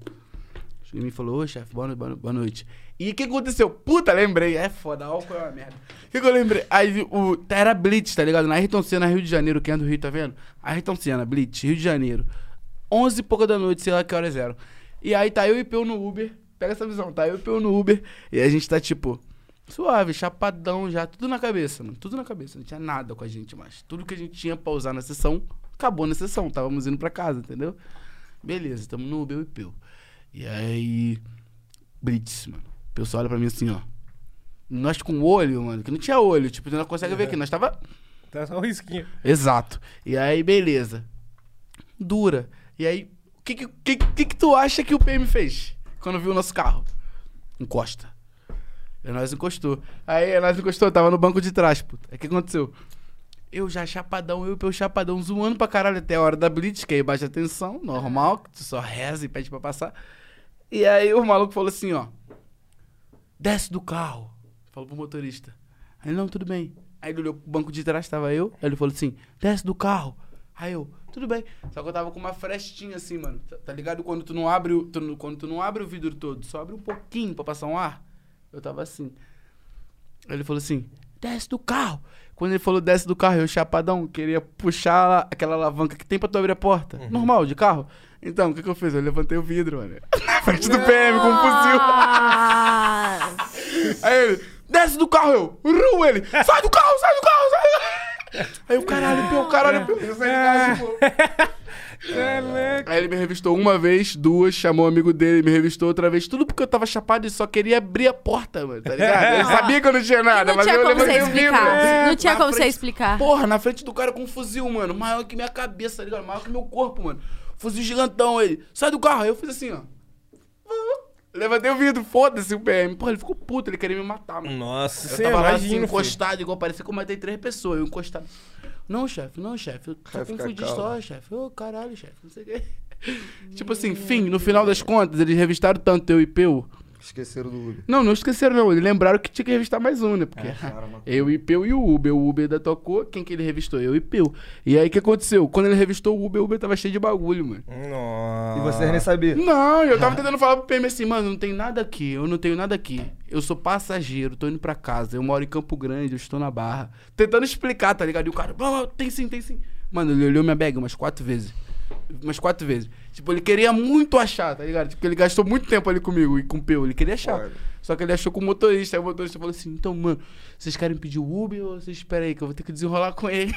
Chegou em mim e falou, ô chefe, boa, no- boa no- boa noite. E o que aconteceu? Puta, lembrei. É foda, álcool é uma merda. O que, que eu lembrei? Aí o. Era Blitz, tá ligado? Na Ayrton Senna, Rio de Janeiro, quem é do Rio, tá vendo? Ayrton Senna, Blitz, Rio de Janeiro. 11 e pouca da noite, sei lá que horas eram. E aí tá eu e Peu no Uber. Pega essa visão, tá eu e Peu no Uber. E a gente tá tipo, suave, chapadão já, tudo na cabeça, mano. Tudo na cabeça. Não tinha nada com a gente mais. Tudo que a gente tinha pra usar na sessão, acabou na sessão. Távamos indo pra casa, entendeu? Beleza, tamo no Uber eu e Peu. E aí. Blitz, mano. O pessoal olha pra mim assim, ó. Nós com olho, mano, que não tinha olho, tipo, tu não consegue ver aqui. Nós tava Tá só um risquinho. Exato. E aí, beleza. Dura. E aí, que, que, que, que que tu acha que o PM fez quando viu o nosso carro? Encosta. E nós encostou. Aí é, nós encostou, tava no banco de trás, puta. Aí o que aconteceu? Eu já chapadão, eu e o chapadão zoando pra caralho até a hora da blitz, que aí baixa a tensão, normal, que tu só reza e pede pra passar. E aí o maluco falou assim, ó. Desce do carro. Falou pro motorista. Aí ele, não, tudo bem. Aí ele olhou pro banco de trás, tava eu. Aí ele falou assim, desce do carro. Aí eu, tudo bem. Só que eu tava com uma frestinha assim, mano. Tá, tá ligado? Quando tu não abre o. tu não- quando tu não abre o vidro todo, só abre um pouquinho pra passar um ar. Eu tava assim. Aí ele falou assim: desce do carro. Quando ele falou desce do carro, eu, chapadão, queria puxar a- aquela alavanca que tem pra tu abrir a porta. Normal, de carro. Então, o que, que eu fiz? Eu levantei o vidro, mano. Na frente do PM com um fuzil. Nossa. Aí ele, desce do carro, eu. Ru, ele, sai do carro, sai do carro, sai do carro. Aí o caralho, pior, caralho, pior. Eu saí de casa, tipo, é Aí ele me revistou uma vez, duas, chamou um amigo dele, me revistou outra vez. Tudo porque eu tava chapado e só queria abrir a porta, mano, tá ligado? Ele sabia que eu não tinha nada, Não mas tinha eu como você levantei o vidro. explicar. Não tinha É, Na como você frente- explicar. Porra, na frente do cara com um fuzil, mano. Maior que minha cabeça, tá ligado? Maior que meu corpo, mano. Fuzil gigantão, ele. Sai do carro. Aí eu fiz assim, ó. Levantei o vidro, foda-se o PM. Porra, ele ficou puto, ele queria me matar, Hum. mano. Nossa, Eu você tava lá imagina, assim, filho. encostado, igual parecia que eu matei três pessoas, eu encostado. Não, chefe, não, chefe. Eu só Vai ficar confundi calmo. só, chefe. Ô, caralho, chefe, não sei o quê. tipo assim, fim, no final das contas, eles revistaram tanto eu e Peu. Esqueceram do Uber. É, Não, não esqueceram, não. Eles lembraram que tinha que revistar mais um, né? Porque eu e Peu e o Uber. O Uber ainda tocou. Quem que ele revistou? Eu e Peu. E aí o que aconteceu? Quando ele revistou o Uber, o Uber tava cheio de bagulho, mano. Nossa. E vocês nem sabiam. Não, eu tava tentando falar pro PM assim, mano, não tem nada aqui, eu não tenho nada aqui. Eu sou passageiro, tô indo pra casa, eu moro em Campo Grande, eu estou na Barra. Tentando explicar, tá ligado? E o cara, blá, blá, tem sim, tem sim. Mano, ele olhou minha bag umas quatro vezes. Umas quatro vezes. Tipo, ele queria muito achar, tá ligado? Tipo, ele gastou muito tempo ali comigo e com o Peu, ele queria achar. Olha. Só que ele achou com o motorista, aí o motorista falou assim, então, mano, vocês querem pedir o Uber ou vocês esperam aí que eu vou ter que desenrolar com ele?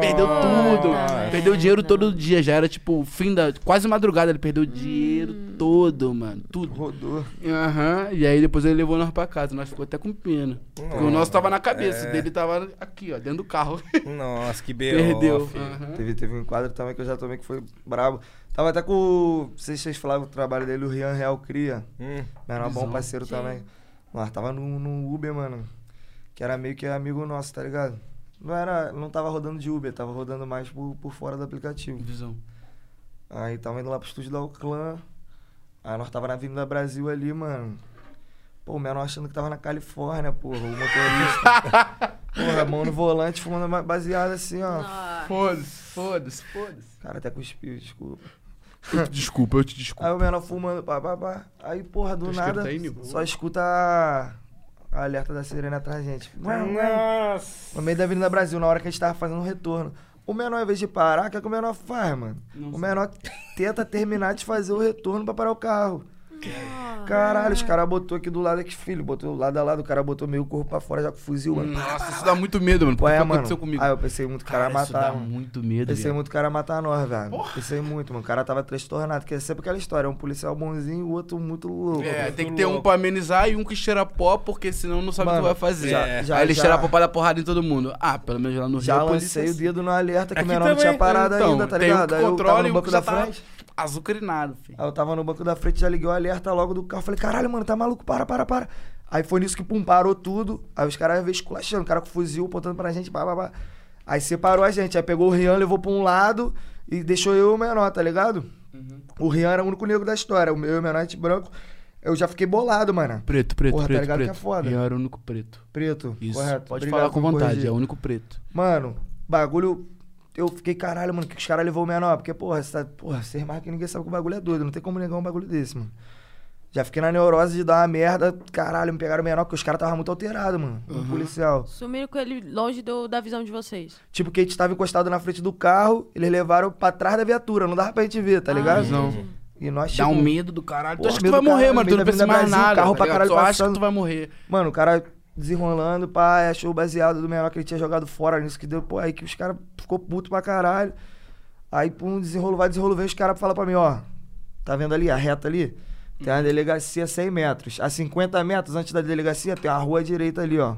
Perdeu tudo. merda. Perdeu o dinheiro todo dia. Já era tipo fim da. Quase madrugada. Ele perdeu o dinheiro todo, mano. Tudo. Rodou. Aham. E aí depois ele levou nós pra casa. Nós ficou até com pena. Porque o nosso tava na cabeça. O dele tava aqui, ó, dentro do carro. Nossa, que B.O. Perdeu. filho. Aham. Teve, teve um quadro também que eu já tomei que foi brabo. Tava até com. o- Vocês, vocês falavam do trabalho dele, o Rian Real Cria. Hum. Mas era um bom Visão. parceiro Sim. também. Nós tava num, num Uber, mano. Que era meio que amigo nosso, tá ligado? Não era. Não tava rodando de Uber, tava rodando mais por, por fora do aplicativo. Visão. Aí tava indo lá pro estúdio da Oclã. Aí nós tava na Avenida Brasil ali, mano. Pô, o menor achando que tava na Califórnia, porra, o motorista. porra, mão no volante, fumando uma baseada assim, ó. Foda-se, foda-se, foda-se. Cara, até cuspiu, desculpa. Desculpa, eu te desculpo. Aí o menor fumando, pá, pá, pá. Aí, porra, do Tá escrito nada, aí, Nil? só escuta a... a alerta da sirene atrás da gente. Nossa. No meio da Avenida Brasil, na hora que a gente tava fazendo o retorno. O menor, ao invés de parar, o que, é que o menor faz, mano? o menor tenta terminar de fazer o retorno pra parar o carro. Caralho, os caras botou aqui do lado aqui, filho. Botou lado a lado, o cara botou meio corpo pra fora já com fuzil, mano. Nossa, isso dá muito medo, mano. Por Ah, Ué, Hum. que mano. aconteceu comigo? Aí eu pensei muito, cara, Cara, isso dá matar. um. é mano. muito medo, Pensei viado. muito cara matar nós, velho. Pensei muito, mano. O cara tava transtornado, porque é sempre aquela história. Um policial bonzinho e o outro muito louco. É, mano. tem que ter um louco. pra amenizar e um que cheira pó, porque senão não sabe o que Mano, vai fazer. já- É. Aí já- ele já- cheira pó pra dar porrada em todo mundo. Ah, pelo menos lá no Já Rio a polícia é lancei o assim. dedo no alerta que o Aqui menor não tinha também. parado Então, ainda, tá tem ligado? um Aí eu tava controle, no um banco que da já tá frente. Ah, azucrinado, filho. Aí eu tava no banco da frente, já liguei o alerta logo do carro. Falei, caralho, mano, tá maluco, para, para, para. Aí foi nisso que, pum, parou tudo. Aí os caras veio esculachando, o cara com fuzil apontando pra gente, pá, pá, pá. Aí separou a gente. Aí pegou o Rian, levou pra um lado e deixou eu e o menor, tá ligado? Uhum. O Rian era o único negro da história. O meu e o menor, a gente branco. Eu já fiquei bolado, mano. Preto, preto, Porra, tá preto, ligado que preto. é foda. E eu era o único preto. Preto, Isso, correto. pode Obrigado falar com por me vontade, corrigir. é o único preto. Mano, bagulho. Eu fiquei, caralho, mano, que os caras levou o menor. Porque, porra, essa, porra, vocês marcam que ninguém sabe que o bagulho é doido. Não tem como negar um bagulho desse, mano. Já fiquei na neurose de dar uma merda. Caralho, me pegaram o menor, porque os caras estavam muito alterados, mano. Um policial. Sumiram com ele longe do- da visão de vocês. Tipo, que a gente tava encostado na frente do carro, eles levaram pra trás da viatura. Não dava pra gente ver, tá ligado? Não. E nós, tipo, Dá um medo do caralho. Porra, tu acha que tu medo vai do morrer, caralho, mano. Tu medo não da pensa em Avenida mais Brasil, nada. carro tá pra ligado? caralho Tu acha que passando. Tipo, tu vai morrer. Mano, o cara desenrolando, pá, achou o baseado do menor que ele tinha jogado fora nisso que deu, pô, aí que os caras ficou puto pra caralho. Aí, pum, desenrolo, vai, desenrolo, vem os caras falam pra mim, ó, tá vendo ali a reta ali? Tem Uhum. uma delegacia a 100 metros. A 50 metros antes da delegacia tem uma rua à direita ali, ó.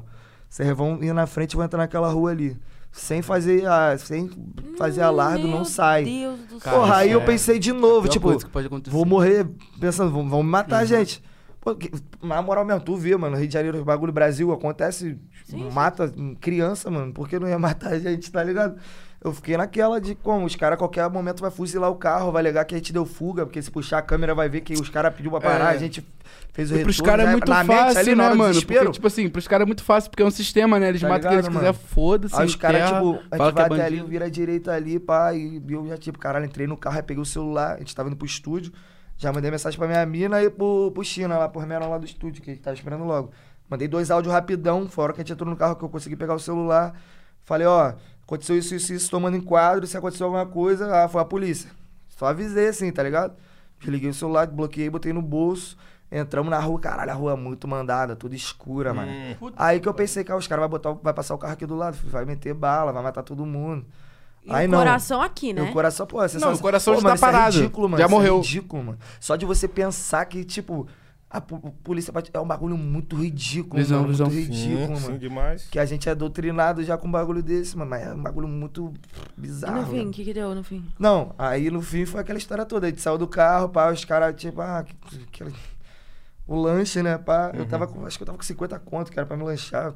Vocês vão ir na frente e vão entrar naquela rua ali. sem fazer, a, sem fazer alardo, não sai. Meu Deus do céu. Cara, Porra, aí isso eu é pensei de Pior novo, tipo, coisa que pode acontecer. vou morrer pensando, vão, vão me Uhum. matar, gente. Pô, que- na moral mesmo, tu vê, mano, Rio de Janeiro, bagulho Brasil, acontece, Sim, mata criança, mano, por que não ia matar a gente, tá ligado? Eu fiquei naquela de como, os caras a qualquer momento vai fuzilar o carro, vai alegar que a gente deu fuga, porque se puxar a câmera vai ver que os caras pediu pra parar, É. a gente fez o E retorno. pros caras é né? muito Na mente, fácil, ali, na né, hora do mano? desespero, Porque, tipo assim, pros caras é muito fácil, porque é um sistema, né? Eles Tá matam quem eles ligado, quiser, mano? foda-se. Aí os caras, enterra, tipo, a assim, fala gente que é vai até ali, bandido. vira a direita ali, pá, e eu já, tipo, caralho, entrei no carro, aí peguei o celular, a gente tava indo pro estúdio, já mandei mensagem pra minha mina e pro, pro China lá, pro Romero lá do estúdio, que a gente tava esperando logo. Mandei dois áudios rapidão, fora que a gente entrou no carro que eu consegui pegar o celular. Falei, ó, aconteceu isso, isso, isso, tomando em quadro, se aconteceu alguma coisa, ah, foi a polícia. Só avisei assim, tá ligado? Desliguei o celular, bloqueei, botei no bolso. Entramos na rua, caralho, a rua é muito mandada, tudo escura, mano. Aí que eu pensei, cara, os caras vai botar, vai passar o carro aqui do lado, vai meter bala, vai matar todo mundo. E Aí o não. coração aqui, né? Meu coração, pô, você Não, só- o coração já pô, tá mano, isso parado. É ridículo, mano. Já isso morreu. É ridículo, mano. Só de você pensar que, tipo, a pu- polícia bate- é um bagulho muito ridículo, Visão, mano, visão. muito ridículo, Hum, sim, sim, mano. demais. Que a gente é doutrinado já com um bagulho desse, mano. Mas é um bagulho muito E bizarro. no fim, mano. o que, que deu no fim? Não, aí no fim foi aquela história toda. A gente saiu do carro, pá, os caras, tipo, ah, que- aquele- o lanche, né, pá. Uhum. Eu tava com, acho que eu tava com 50 conto, que era pra me lanchar.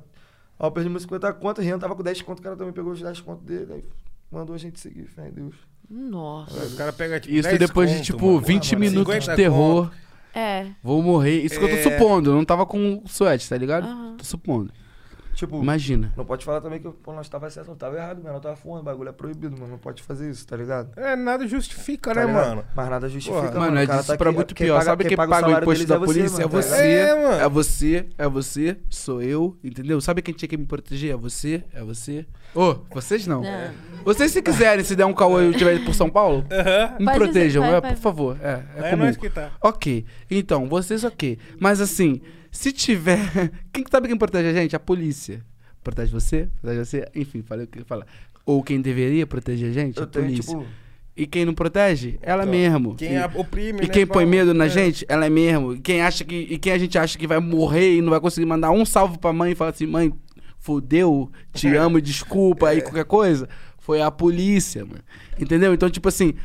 Aí eu perdi meus 50 conto, o Rian tava com 10 conto, o cara também pegou os 10 conto dele, aí mandou a gente seguir, fé em Deus. Nossa. Os caras pegam, tipo, Isso 10 depois de, conto, tipo, mano. 20 Mano, minutos 50 de terror. É. Vou morrer. Isso que eu É. tô supondo. Eu não tava com o suéte, tá ligado? Aham. Tô supondo. Tipo, Imagina. não pode falar também que pô, nós tava certo, não tava errado, mano. Eu tava fumando, o bagulho é proibido, mano. Não pode fazer isso, tá ligado? conto. É, nada justifica, Tá né, ligado? mano? Mas nada justifica, Porra. mano. Mano, é o cara disso tá pra aqui- muito quem pior. paga- Sabe quem paga, o salário imposto deles da polícia? É mano, tá você. ligado? ligado? É, mano. É você, é você, sou eu, entendeu? Sabe quem tinha que me proteger? É você, é você. Ô, vocês não. Vocês se quiserem, se der um call e eu estiver por São Paulo, me Faz isso, protejam, vai, é, vai. por favor. É, é, É comum. nós que tá. Ok. Então, vocês ok. Mas assim, se tiver. Quem que sabe quem protege a gente? A polícia. Protege você? Protege você? Enfim, falei o que eu ia falar. Ou quem deveria proteger a gente? Eu a tenho, é polícia. tipo, E quem não protege? Ela Então, mesmo. Quem E- a- oprime, né, e quem põe fala, medo na é. gente, ela é mesmo. E quem, acha que, e quem a gente acha que vai morrer e não vai conseguir mandar um salve pra mãe e falar assim, mãe, fodeu, te amo, desculpa, aí qualquer coisa, foi a polícia, mano. Entendeu? Então, tipo assim,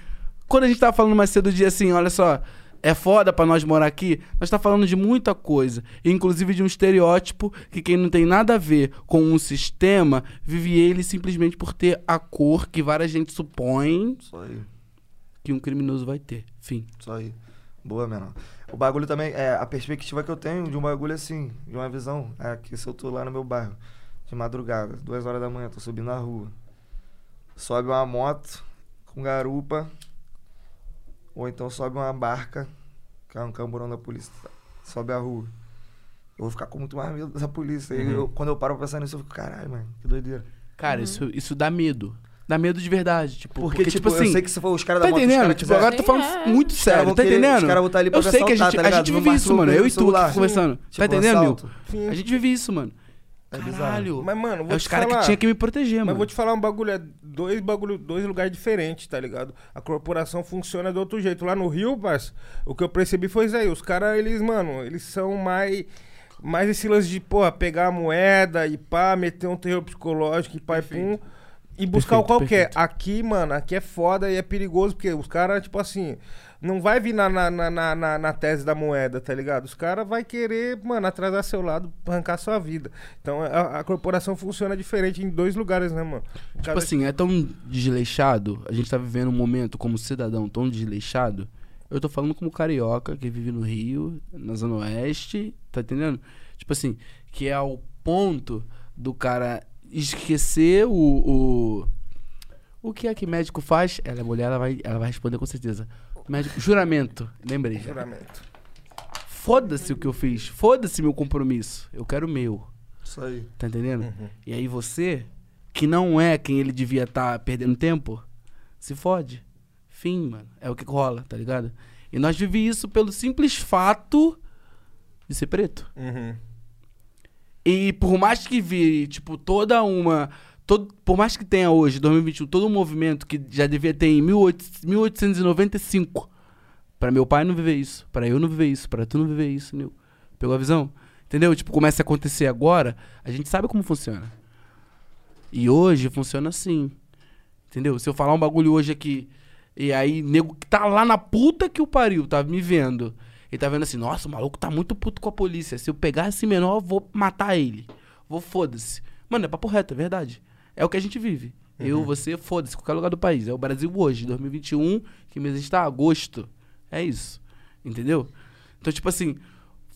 quando a gente tava falando mais cedo do dia assim, olha só, é foda pra nós morar aqui, nós tá falando de muita coisa. Inclusive de um estereótipo que quem não tem nada a ver com um sistema, vive ele simplesmente por ter a cor que várias gente supõe Só aí. que um criminoso vai ter. Fim. Isso aí. Boa, menor. O bagulho também, é, a perspectiva que eu tenho de um bagulho assim, de uma visão, é que se eu tô lá no meu bairro, de madrugada, duas horas da manhã, tô subindo na rua, sobe uma moto com garupa, ou então sobe uma barca, que é um camburão da polícia, sobe a rua. Eu vou ficar com muito mais medo dessa polícia. E Uhum. eu- quando eu paro pra pensar nisso, eu fico, caralho, mano, que doideira. Cara, isso, isso dá medo. Dá medo de verdade. Tipo, Porque, tipo, eu sei que se for os caras da Tá moto, os entendendo? caras Tipo, quiser- agora eu tô falando Sim, é. muito Os caras sério, vão tá querer- entendendo? os caras vão estar ali pra eu me sei que a assaltar, gente, tá a ligado? gente No vive isso, máximo, mano. pelo Eu e tu que celular. tá conversando. Tipo, tá um entendendo, Nil? assalto. Sim. A gente vive isso, mano. É bizarro. Caralho. Mas, mano, vou é os te caras que falar. tinha que me proteger, Mas mano. vou te falar um bagulho, é dois bagulho, dois lugares diferentes, tá ligado? A corporação funciona de outro jeito. Lá no Rio, mas o que eu percebi foi isso aí. Os caras, eles, mano, eles são mais. Mais esse lance de, porra, pegar a moeda e pá, meter um terror psicológico e pá e pum. E buscar o Perfeito, qualquer. perfeito. Aqui, mano, aqui é foda e é perigoso, porque os caras, tipo assim, não vai vir na, na, na, na- na- na tese da moeda, tá ligado? Os caras vai querer, mano, atrasar seu lado, arrancar sua vida. Então a, a corporação funciona diferente em dois lugares, né, mano? Tipo assim, é tão desleixado, a gente tá vivendo um momento como cidadão tão desleixado. Eu tô falando como carioca que vive no Rio, na Zona Oeste, tá entendendo? Tipo assim, que é o ponto do cara esquecer o. O, o que é que médico faz? Ela é mulher, ela vai, ela vai responder com certeza. Médico, juramento, lembrei. Juramento. Foda-se o que eu fiz, foda-se meu compromisso, eu quero o meu. Isso aí. Tá entendendo? E aí você, que não é quem ele devia estar perdendo tempo, se fode. Fim, mano. É o que rola, tá ligado? E nós vivemos isso pelo simples fato de ser preto. Uhum. E por mais que vire, tipo, toda uma. Todo, por mais que tenha hoje, 2021, todo um movimento que já devia ter em 18, 1895. Pra meu pai não viver isso, pra eu não viver isso, pra tu não viver isso, Nil. Pegou a visão? Entendeu? Tipo, começa a acontecer agora, a gente sabe como funciona. E hoje funciona assim. Entendeu? Se eu falar um bagulho hoje aqui, e aí nego que tá lá na puta que o pariu, tá me vendo. Ele tá vendo assim, nossa, o maluco tá muito puto com a polícia. Se eu pegar esse menor, eu vou matar ele. Vou foda-se. Mano, é papo reto, é verdade. É o que a gente vive. Eu, você, foda-se, qualquer lugar do país. É o Brasil hoje, 2021, que mês a gente tá? Agosto. É isso. Entendeu? Então, tipo assim,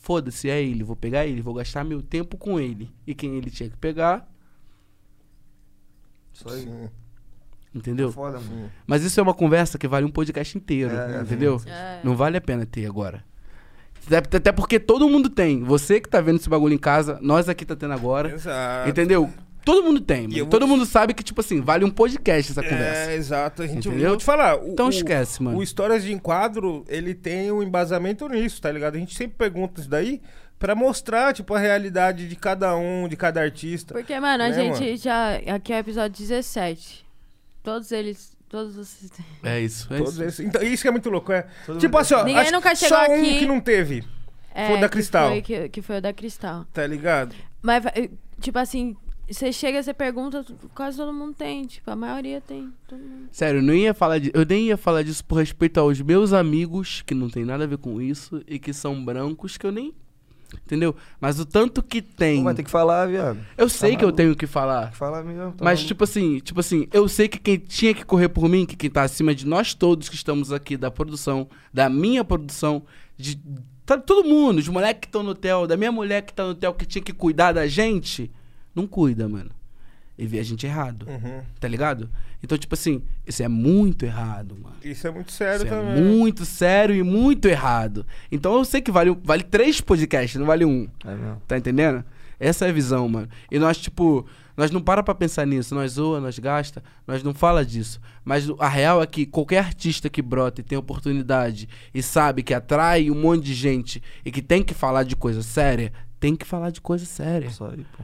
foda-se, é ele, vou pegar ele, vou gastar meu tempo com ele. E quem ele tinha que pegar, Sim. entendeu? Foda, mano. Mas isso é uma conversa que vale um podcast inteiro, É, é, entendeu? É. Não vale a pena ter agora. Até até porque todo mundo tem. Você que tá vendo esse bagulho em casa, nós aqui tá tendo agora. Exato. Entendeu? Todo mundo eu tem, mano. vou Todo te- mundo sabe que, tipo assim, vale um podcast essa conversa. É, exato. A gente Entendeu? eu vou te falar. o- Então o- esquece, mano. O Histórias de Enquadro, ele tem um embasamento nisso, tá ligado? A gente sempre pergunta isso daí pra mostrar, tipo, a realidade de cada um, de cada artista. Porque, mano, a Né, gente mano? já. Aqui é o episódio 17. Todos eles. Todos vocês. É isso, é Todos isso. esses- Então, isso que é muito louco, é. Todo tipo mundo- assim, ó. Ninguém acho que nunca chegou só um aqui. que não teve, É, Foi o da que Cristal. Foi, que, que foi o da Cristal. tá ligado? Mas, vai- tipo assim, você chega, você pergunta, quase todo mundo tem. Tipo, a maioria tem. Todo mundo. Sério, eu, não ia falar de, eu nem ia falar disso por respeito aos meus amigos, que não tem nada a ver com isso, e que são brancos, que eu nem. Entendeu? Mas o tanto que tem. Pô, Mas tem que falar, viado. Eu sei tá que eu maluco. tenho que falar. Tem que falar mesmo. tá Então- Mas, maluco. tipo assim, tipo assim, eu sei que quem tinha que correr por mim, que quem tá acima de nós todos que estamos aqui, da produção, da minha produção, de tá, todo mundo, os moleques que estão no hotel, da minha mulher que tá no hotel, que tinha que cuidar da gente, não cuida, mano. E vê a gente errado, Uhum. tá ligado? Então, tipo assim, isso é muito errado, mano. Isso é muito sério Isso é também. muito sério e muito errado. Então eu sei que vale, vale três podcasts, não vale um. É mesmo. Tá entendendo? Essa é a visão, mano. E nós, tipo, nós não para pra pensar nisso. Nós zoa, nós gasta, nós não fala disso. Mas o- a real é que qualquer artista que brota e tem oportunidade e sabe que atrai um monte de gente e que tem que falar de coisa séria, tem que falar de coisa séria. Só aí, pô.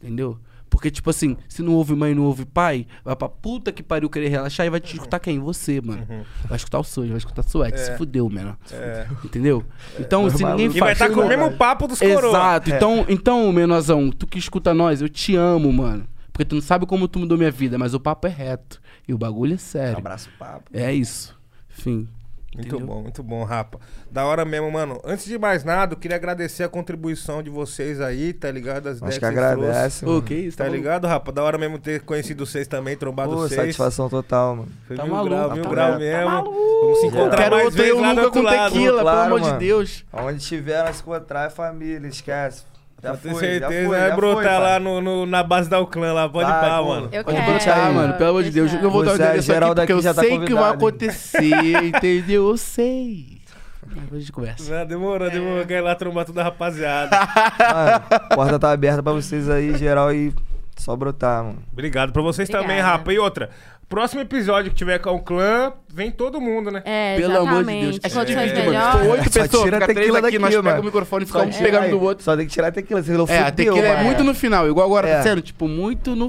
Entendeu? Porque, tipo assim, se não houve mãe, não houve pai, vai pra puta que pariu querer relaxar e vai Uhum. te escutar quem? Você, mano. Vai escutar o sonho, vai escutar a suete. Se fudeu, mano. É. Entendeu? Então, se maluco. ninguém E faz. vai estar com o Verdade. mesmo papo dos É. coroas. Exato. Então, então, menorzão, tu que escuta nós, eu te amo, mano. Porque tu não sabe como tu mudou minha vida, mas o papo é reto. E o bagulho é sério. Abraço, papo. É isso. Fim. Muito Entendeu? bom, muito bom, rapa. Da hora mesmo, mano. Antes de mais nada, eu queria agradecer a contribuição de vocês aí, tá ligado? As ideias Acho que vocês trouxeram. agradece, Ô, mano. que isso, Tá maluco? ligado, rapa? Da hora mesmo ter conhecido vocês também, trombado Pô, vocês. satisfação total, mano. Foi Tá mil maluco, grau, tá mil maluco. grau Tá mesmo. Vamos se Eu encontrar quero mais outro vezes eu lá do nunca outro com lado. tequila, pelo Claro, amor de mano. Deus. Aonde tiver, nós encontrar é família, esquece. Já Pode ter foi, já certeza, foi, vai já brotar foi, lá pai. no, no- na base da Uclã lá, pode Vai, ir pá, pô. mano. Eu Pode quero. botar, mano. Pelo amor de Deus. Eu vou dar o É. Você, endereço aqui Geraldo porque aqui eu já tá sei que vai convidado. acontecer, entendeu? Eu sei. Mas Depois a gente conversa. Ah, demorou, demorou. Eu quero ir lá trombar toda a rapaziada. Mano, a porta tá aberta pra vocês aí, geral, e só brotar, mano. Obrigado pra vocês Obrigada. também, rapa. E outra, próximo episódio que tiver com o clã, vem todo mundo, né? É, Pelo exatamente. amor de Deus. As condições mano. melhores. Ficou oito Só pessoas, tira fica a três tequila aqui, nós daqui, pegamos o mano. microfone e Só ficamos um tirar pegando aí. do outro. Só tem que tirar a tequila, senão É, a fudeu, tequila é mano. muito no final, igual agora, tá É. sendo, tipo, muito no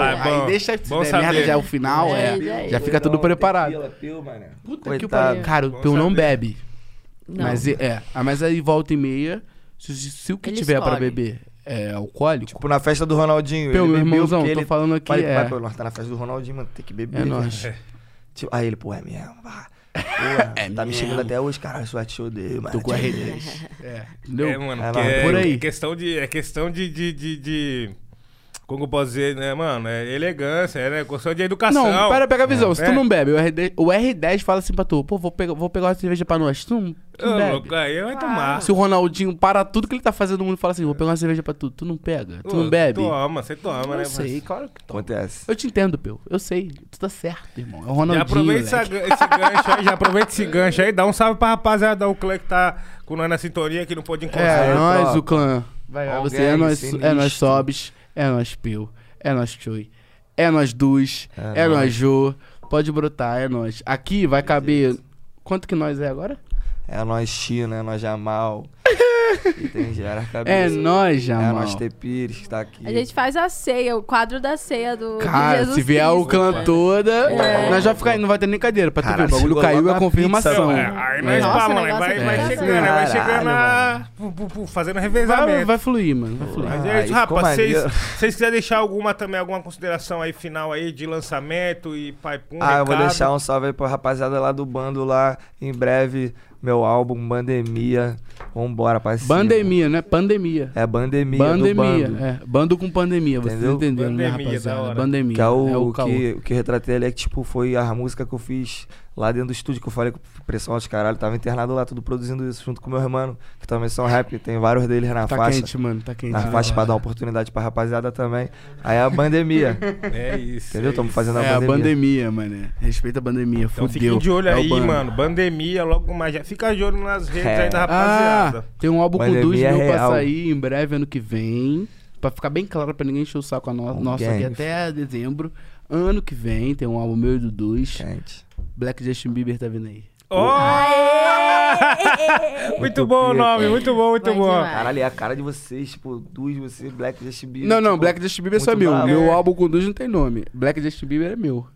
Ah, é Aí bom. deixa Bom se der merda, saber. já é o final, é. É, já é. Já fica tudo preparado. então, Tequila, pio, mano. Puta Coitado. que pariu. Cara, o Bom Peu não saber. bebe. Não. Mas é, é. Ah, mas aí volta e meia, se, se o que Ele tiver pra escolhe. beber é alcoólico, Tipo, na festa do Ronaldinho. Pio, ele meu bebeu irmãozão, porque tô ele- falando aqui, Vai, é. vai, pô, nós tá na festa do Ronaldinho, mano, tem que beber. é cara. nóis. Tipo, aí ele, pô, é mesmo, pá. Porra, É tá mesmo. me xingando até hoje, caralho, sua te odeio, mano. Tô com Te R10. É, entendeu? É, mano, É, porque mano, é, por aí. questão de. É questão de. de, de, de- como eu posso dizer, né, mano? É elegância, é né? questão de educação. Não, pera, pega a visão. Se É. tu não bebe, o R10, o R10 fala assim pra tu, pô, vou pegar, vou pegar uma cerveja pra nós. Tu não, tu Ô, não bebe. Ah, louco, aí vai tomar. Se o Ronaldinho para tudo que ele tá fazendo, o mundo fala assim, vou pegar uma cerveja pra tu. Tu não pega, tu não Ô, bebe. Toma, você toma, né? Eu mas- sei, claro que toma. Acontece. Eu te entendo, Peu. Eu sei. Tu tá certo, irmão. É o Já Ronaldinho, aproveita moleque. essa gan- esse gancho aí, já aproveita esse gancho aí, dá um salve pra rapaziada da Uclã que tá com nós na sintonia, que não pôde É, encontrar. Aí, nós, tropa. o clã. Vai, Alguém você é nós, sinistro. é nós Sobes, é nós Peu, é nós Choi, é nós Duz, é, É nós nós. Jô. Pode brotar, é nós. Aqui vai caber... Quanto que nós é agora? É nós China, é nós Jamal. Entendiaram a cabeça. É nóis, É Jamal. nós T. Pires que tá aqui. A gente faz a ceia, o quadro da ceia do. de Cara, Jesus se vier o Cristo. cantor, né, nós já fica aí, não vai ter nem cadeira pra tu ver. É. Caralho, O bagulho chegou caiu logo é a a confirmação. pizza, É, aí nós É. Nossa, tá, o mano. aí Vai, negócio vai é chegando, aí vai Caralho, chegando a. mano. pu- pu- pu- Fazendo Vai, revezamento. vai fluir, mano. Vai fluir. Mas Ah, é isso, isso rapaz. ficou Vocês maneiro. vocês quiserem deixar alguma também, alguma consideração aí final aí de lançamento e pai pum, Ah, eu vou recado? deixar um salve aí pra rapaziada lá do bando lá. Em breve, meu álbum, Bandemia. Vambora, parceiro. Pandemia, né? Pandemia. É Bandemia Pandemia. do bando. É, bando com pandemia, vocês Entendeu? entenderam, né, Pandemia, da rapaziada? hora. Pandemia. Que é o, caô. que, o que retratei ali, é que tipo, foi a música que eu fiz lá dentro do estúdio, que eu falei com pressão aos caralho. Tava internado lá, tudo produzindo isso junto com meu irmão, que também são rap, tem vários deles na Tá faixa. quente, mano. Tá quente. Na faixa pra dar oportunidade pra rapaziada também. Aí a Bandemia. É isso. Entendeu? é Tamo isso. fazendo a é, a Bandemia. pandemia, mano. Respeita a pandemia, Então fudeu. fiquem de olho É o aí, bando. mano. Pandemia, logo mais. Já fica de olho nas redes É. aí da Ah, rapaziada. tem um álbum com Pandemia é 2 mil pra real. sair em breve, ano que vem. Pra ficar bem claro, pra ninguém encher o saco a no- Um nossa aqui gang. até dezembro. Ano que vem tem um álbum meu e do Dois. Gente. Black Justin Bieber tá vindo aí. Oh! muito bom o nome, muito bom, muito Bom bom. demais. Caralho, é a cara de vocês, tipo, duas, você, Black Justin Bieber. Não, não, tipo, Black Justin Bieber é só muito meu. brabo. Meu É. álbum com Dois não tem nome. Black Justin Bieber é meu.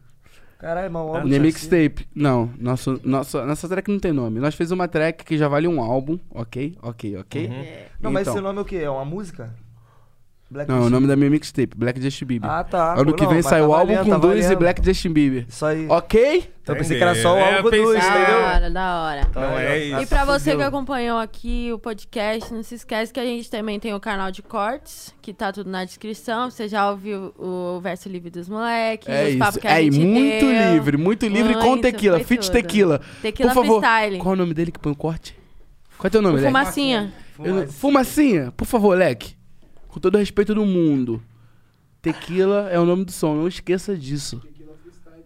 Caralho, mal Minha mixtape. Não, nosso, nosso, nossa track não tem nome. Nós fez uma track que já vale um álbum, ok? Ok, ok. Não, mas Então. esse nome é o quê? É uma música? Black Não, é Justin- o nome da minha mixtape, Black Justin Bieber. tá Ah, tá. ano Pô, que não, vem mas sai tá o álbum valendo, com tá Dois e valendo. Black Justin Bieber. Isso aí. Ok? Então Eu pensei que era só o É, álbum pensei- do Da Isso, entendeu? Tá hora, da hora. Não é isso. E pra você que Fudeu. acompanhou aqui o podcast, não se esquece que a gente também tem o canal de cortes, que tá tudo na descrição. Você já ouviu o verso livre dos moleques, É os papos isso. que a É, e gente muito deu. livre, muito livre com Muito, tequila, foi fit tudo. tequila. Tequila Por favor. freestyle. Qual é o nome dele que põe o corte? Qual é teu nome, O Leque? fumacinha. Eu não- Fumacinha, por favor, Leque. Com todo o respeito do mundo. Tequila é o nome do som, não esqueça disso.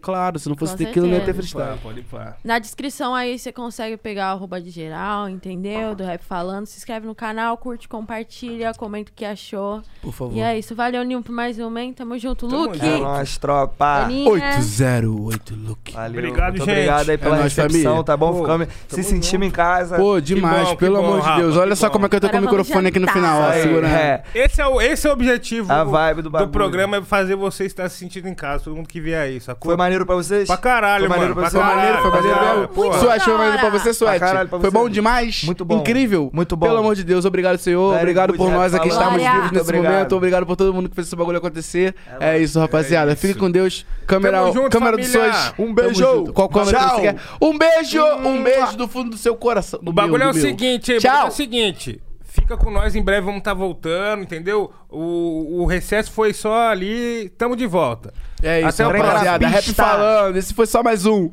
Claro, se não fosse Com tequila, não ia ter certeza. freestyle. Pode pá. Na descrição aí você consegue pegar a arroba de geral, entendeu? Do Rap Falando. Se inscreve no canal, curte, compartilha, comenta o que achou. Por favor. E é isso. Valeu, Ninho, por mais uma, hein? Tamo junto. Tamo Luke, É nóis, tropa. Aninha. 808 Ah, Luke. Valeu. Obrigado, Muito gente. Obrigado aí pela É nóis, recepção, família. tá bom? Pô, Ficamos, se sentimos em casa. Pô, demais, bom, tá. que pelo bom, amor de Rafa, Deus. que Olha só bom. como é que eu tô com o Agora vamos microfone aqui no jantar. final, ó, Aí, segurando. é. Esse é o, esse é o objetivo A vibe do bagulho. programa, é fazer você estar se sentindo em casa, todo mundo que vier aí, sacou? Foi maneiro pra vocês? Pra caralho, Foi maneiro mano. Pra pra você? Foi caralho, maneiro, Foi maneiro, rapaziada. foi Porra. maneiro. Sué, foi maneiro pra você, Sué. é, Pra caralho, pra Foi você. bom demais. Muito bom. Incrível. Muito bom. Pelo amor de Deus, obrigado, Senhor. Very obrigado good, por nós Rafa. aqui estamos Glória. vivos nesse Muito obrigado. momento. Obrigado por todo mundo que fez esse bagulho acontecer. É, isso, rapaziada. Fique com Deus. Câmera, Tamo junto, câmera do família. Sois. Um beijo. Tamo junto. Qual câmera que Tchau. você quer? Um beijo. Um beijo do fundo do seu coração. Do O bagulho meu, é o do meu. seguinte, o bagulho é Tchau. o seguinte. Fica com nós, em breve vamos estar voltando, entendeu? O, o recesso foi só ali, tamo de volta. É isso, Até o próximo. rapaziada. Rap falando. Esse foi só mais um.